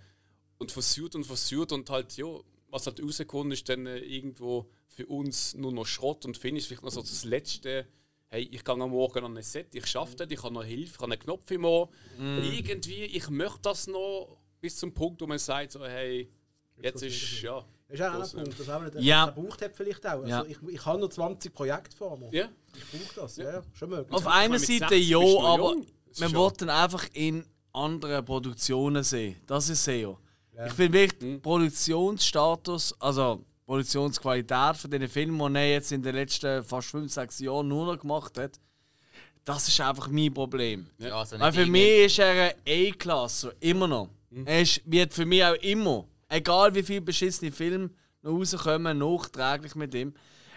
Und versucht und versucht und halt, ja, was halt rausgekommen ist, dann äh, irgendwo für uns nur noch Schrott und Finish, vielleicht noch so das Letzte. Hey, ich gehe am Morgen an ein Set, ich schaffe das, ich habe noch Hilfe, ich habe einen Knopf im Ohr. Irgendwie, ich möchte das noch bis zum Punkt, wo man sagt, so, hey, jetzt ist, ja.
Das ist auch
Das,
ein Punkt, das haben wir
Ja.
ja. braucht hat vielleicht auch. Also
Ja.
ich, ich habe noch 20 Projekte vor mir.
Ja,
Ich brauche das, ja, ja, schon möglich.
Auf einer
mit 60
Seite
bist
ja,
du noch
aber
jung. Das
man
ist
will dann einfach in anderen Produktionen sehen. Das ist SEO. Ich finde wirklich,
Mhm.
der Produktionsstatus, also Produktionsqualität von diesen Filmen, die er jetzt in den letzten fast 5, 6 Jahren nur noch gemacht hat, das ist einfach mein Problem.
Ja, also nicht
Weil für
irgendwie-
mich ist er ein A-Klasser, immer noch. Er ist, wird für mich auch immer, egal wie viele beschissene Filme noch rauskommen, nachträglich mit ihm,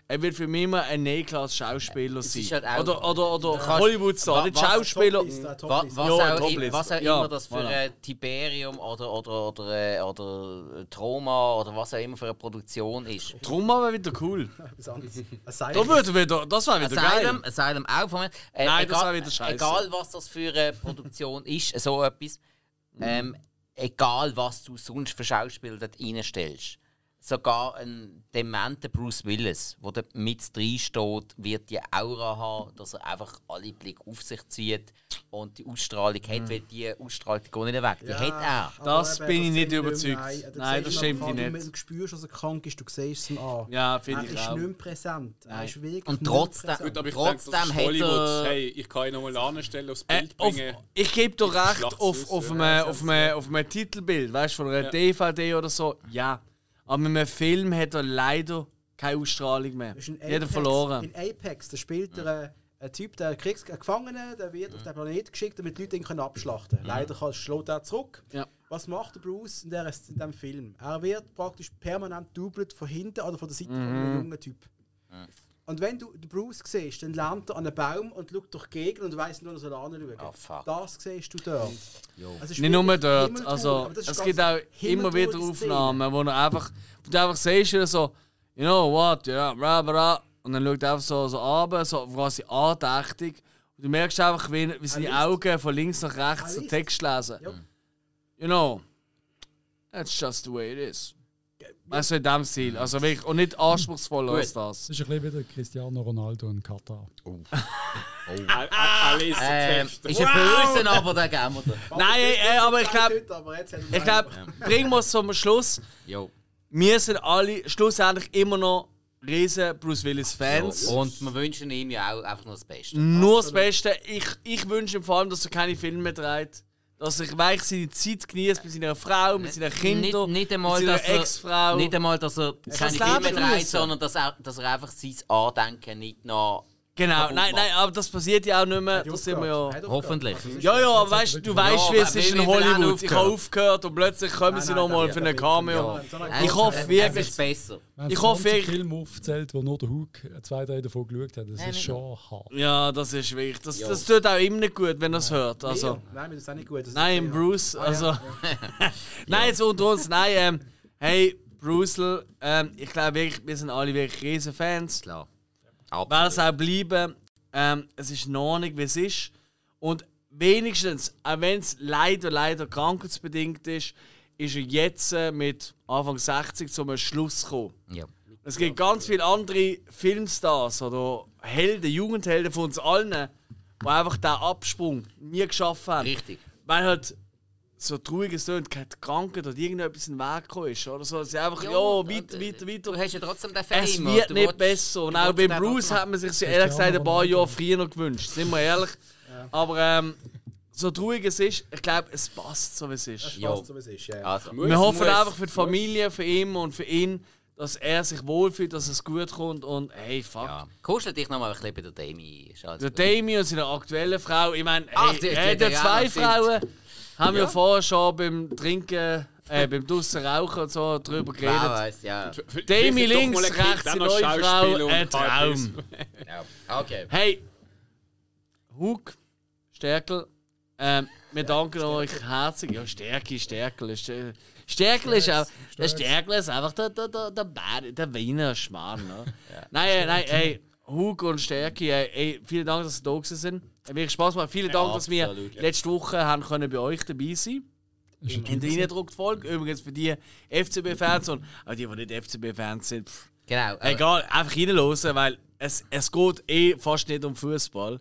er wird für mich immer ein A-Klasse-Schauspieler sein.
ist halt auch-
oder oder, oder
kannst-
Hollywood-Star,
Wa-
nicht
was-
Schauspieler.
Toplist, äh,
Wa-
Toplist.
Was
Ja,
auch,
Toplist.
was auch
Ja,
immer das für
voilà.
ein Tiberium oder, oder, oder, äh, oder Trauma oder was auch immer für eine Produktion ist.
Drum wäre wieder cool.
Etwas anderes. Es sei
Da
denn,
würde wieder, das wäre wieder
Also Asylum,
geil.
Asylum auch von mir. Äh,
Nein, das war
egal,
wieder scheisse.
Egal, was das für eine Produktion ist, so etwas. Ähm, egal, was du sonst für Schauspieler dort reinstellst. Sogar ein dementer Bruce Willis, der dort mit drin steht, wird die Aura haben, dass er einfach alle Blick auf sich zieht und die Ausstrahlung hat, weil die Ausstrahlung geht nicht weg. Die
Ja,
hat er.
aber
Das
eben,
bin ich nicht
sehe mehr.
überzeugt.
dann
Nein,
sehe
das
ihn
stimmt
am Anfang,
nicht.
wenn Du spürst, dass er krank ist, du siehst es ihm an.
Ja, finde
er
ich
ist
auch.
nicht mehr präsent. Er ist wirklich
Und
nicht
trotzdem-
Gut,
präsent.
aber ich
Trotzdem
denke, das ist
hat er-
Hollywood, hey, ich kann ihn nochmal anstellen, aufs
Äh,
Bild
auf,
bringen.
ich gebe dir recht
schlacht's
auf,
aus,
auf,
ja.
einem,
Ja,
auf, einem, auf einem Titelbild, weißt du, von einer
Ja.
DVD oder so. Ja. Aber mit einem Film hat er leider keine Ausstrahlung mehr.
Das ist in
Jeder
Apex-
verloren.
In Apex, da spielt er äh, ein Typ, der kriegt einen Gefangenen, der wird
Mhm.
auf den Planeten geschickt, damit die Leute ihn können abschlachten können. Leider kann- schlägt er zurück.
Ja.
Was macht der Bruce in, der, in diesem Film? Er wird praktisch permanent doublet von hinten oder von der Seite von einem
Mhm.
jungen Typ. Und wenn du den Bruce siehst, dann lernt er an einem Baum und schaut durch die Gegend und weiss nur, dass er anschauen
Ah, fuck.
Das siehst du dort. Also es ist
Nicht nur
wirklich
dort,
himmeltraurig,
also
aber das ist
es
ganz
gibt auch immer
himmeltraurige
wieder
Szene.
Aufnahmen, wo du einfach, wo du einfach siehst, wie er so, you know what, ja, bla bla, und dann schaut er einfach so, so runter, so quasi andächtig, und du merkst einfach, wie, wie seine
liest.
Augen von links nach
Er
rechts den
liest.
Text lesen.
Ja.
You know, that's just the way it is. Also in dem Stil. Also wirklich, und nicht anspruchsvoller als das.
Das ist ein bisschen wieder Cristiano Ronaldo in Katar.
Alles
Ähm,
Text.
ist ein Bösen, aber den geben wir dir.
Nein, ey, ey, aber ich glaube, ich glaube, bringen wir es zum Schluss.
Jo.
Wir sind alle schlussendlich immer noch riesen Bruce Willis Fans.
Und wir wünschen ihm ja auch einfach nur das Beste.
Nur das Beste. Ich, ich wünsche ihm vor allem, dass er keine Filme mehr dreht. Dass er weich seine Zeit genießt mit seiner Frau, mit seinen
Nicht,
Kindern,
nicht, einmal,
mit seiner
dass er,
Ex-Frau.
nicht einmal, dass er keine
das Leben
Filme dreht,
geniessen.
sondern dass er, dass er einfach sein Andenken nicht noch.
Genau,
kaputt
nein, nein,
macht.
aber das passiert ja auch nicht mehr. Das sind wir ja.
Hoffentlich.
Also
Ja, ja, aber weißt, du weißt,
Ja,
wie es
weil
ist
wir
in
haben
Hollywood. Ich habe
aufgehört.
aufgehört und plötzlich kommen
Nein,
sie
nein,
nochmal
da-
für
da-
eine
da-
Cameo. Ich hoffe
Es
wirklich-
ist besser.
Wenn
Ich
es
hoffe,
20
ich-
Filme aufzählt, wo nur der Hug zwei, drei davon geschaut hat, das
Nein,
ist
nicht
schon hart.
Ja, das ist wirklich. Das, das tut auch ihm nicht gut, wenn er es hört. Also,
Nein, mir ist auch nicht gut. Das
nein,
ist-
Bruce, also. nein, jetzt unter uns, nein. Ähm, hey, Brusel, ähm, ich glaube wirklich, wir sind alle wirklich riesen Fans.
Klar.
Weil es
Absolut.
auch bleiben, ähm, es ist noch nicht, wie es ist. Und wenigstens, auch wenn es leider, leider krankheitsbedingt ist, ist er jetzt äh, mit Anfang 60 zum Schluss gekommen.
Ja.
Es gibt ganz viele andere Filmstars oder Helden, Jugendhelden von uns allen, die einfach diesen Absprung nie geschafft haben.
Richtig.
Weil halt so traurig es tönt, keine Krankheit oder irgendetwas in den Weg gekommen ist. Oder so, es ist einfach, ja, weiter, weiter, weiter.
Du hast ja trotzdem den Fame.
Es
oder?
wird
Du
nicht
willst-
besser. Und
du
auch
willst
bei
den
Bruce
trotzdem
hat man sich ehrlich
ist
gesagt
der
ein paar
andere
Jahre früher noch gewünscht, sind wir ehrlich. Aber ähm, so traurig es ist, ich glaube, es passt so wie es ist.
Ja.
Passt, so wie es ist, ja.
Also,
Wir hoffen einfach für die Familie, für ihn und für ihn, dass er sich wohlfühlt, dass es gut kommt und hey, fuck.
ja. Kuschel dich nochmal ein bisschen bei der Demi. ist alles
Der
gut.
Damien und seine aktuelle Frau, ich meine,
Ach,
hey,
die- die-
hey, der
die-
zwei
ja, stimmt.
Frauen haben wir vorher schon beim Trinken, äh, beim draussen Rauchen und so drüber
Wer
geredet.
weiss, ja.
Demi links, rechts die neue Frau, ein Traum.
ja. Okay.
Hey, Hug, Stärkel, ähm, wir danken euch herzlich. Ja, Stärke, Stärkel. ist, äh, Stärkel ist auch. Der Stärkel ist einfach der, der, der, der, Bär, der Wiener Schmarrn. Ne? Nein, äh, nein, ey, Hug und Stärke, ey, ey, vielen Dank, dass ihr da gewesen sind. Hat Wirklich Spaß gemacht. Vielen Dank, dass wir
absolut.
letzte Woche haben können bei euch dabei sein konnten.
Ist ein
In
Typ.
der reingedruckten Folge. Übrigens für die FCB-Fans und auch die, die nicht FCB-Fans sind. Pff.
Genau. aber-
Egal, einfach reinhören, weil es, es geht eh fast nicht um Fußball.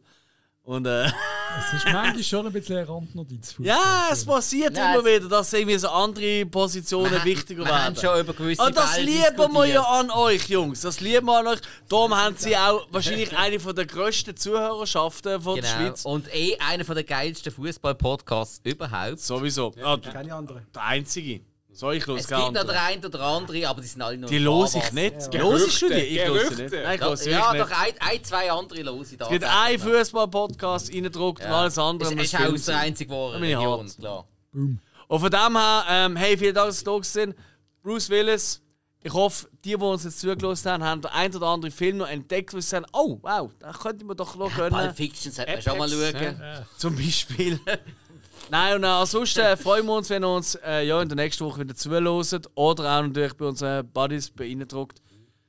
Und äh,
Es ist manchmal schon ein bisschen eine Randnotiz. für
ja, es passiert
Nein,
immer wieder, dass irgendwie so andere Positionen
Wir-
wichtiger
Wir haben
werden.
schon über gewisse
Und das
Fälle
lieben wir
diskutiert.
ja an euch, Jungs. Das lieben wir an euch. Darum haben sie auch wahrscheinlich eine von der grössten Zuhörerschaften von der
Genau.
Schweiz.
Und eh einer der geilsten Fußball-Podcasts überhaupt.
Sowieso. Ah, der
Keine andere.
einzige. So, ich los
Es
gar
gibt noch
nicht.
den einen oder anderen, aber die sind alle noch.
Die
im
los ich
Fahrwasser.
nicht.
Ja.
Los du die?
Gerüchte,
Ich los nicht.
Gerüchte.
Nein, ich
Ja,
los
ja
nicht.
doch, ein, ein, zwei andere lose da.
Es gibt einen Fußball-Podcast reingedruckt und alles andere
Es
muss
ist auch
Film
aus
sein.
der einzigen wahren
Da bin ich
Region,
hart.
klar.
Und von dem her, ähm, hey, vielen Dank, dass ihr da gewesen seid. Bruce Willis, ich hoffe, die, die uns jetzt zugelassen haben, haben den ein oder anderen Film noch entdeckt, wo sie sagen, oh wow, da könnte man doch noch
Pulp
gönnen.
Fiction sollte man schon mal
Apex,
schauen.
Zum Beispiel. Nein, und äh, ansonsten freuen wir uns, wenn ihr uns äh, ja, in der nächsten Woche wieder zuhört oder auch natürlich bei unseren Buddies bei reindruckt.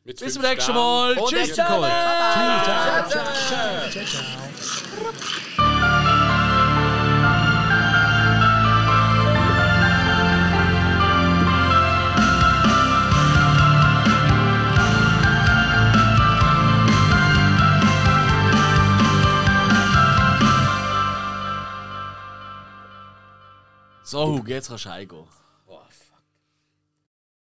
Bis zum nächsten Mal.
Und
Tschüss
Action Cult.
zusammen. So, Hug, jetzt kannst du heimgehen.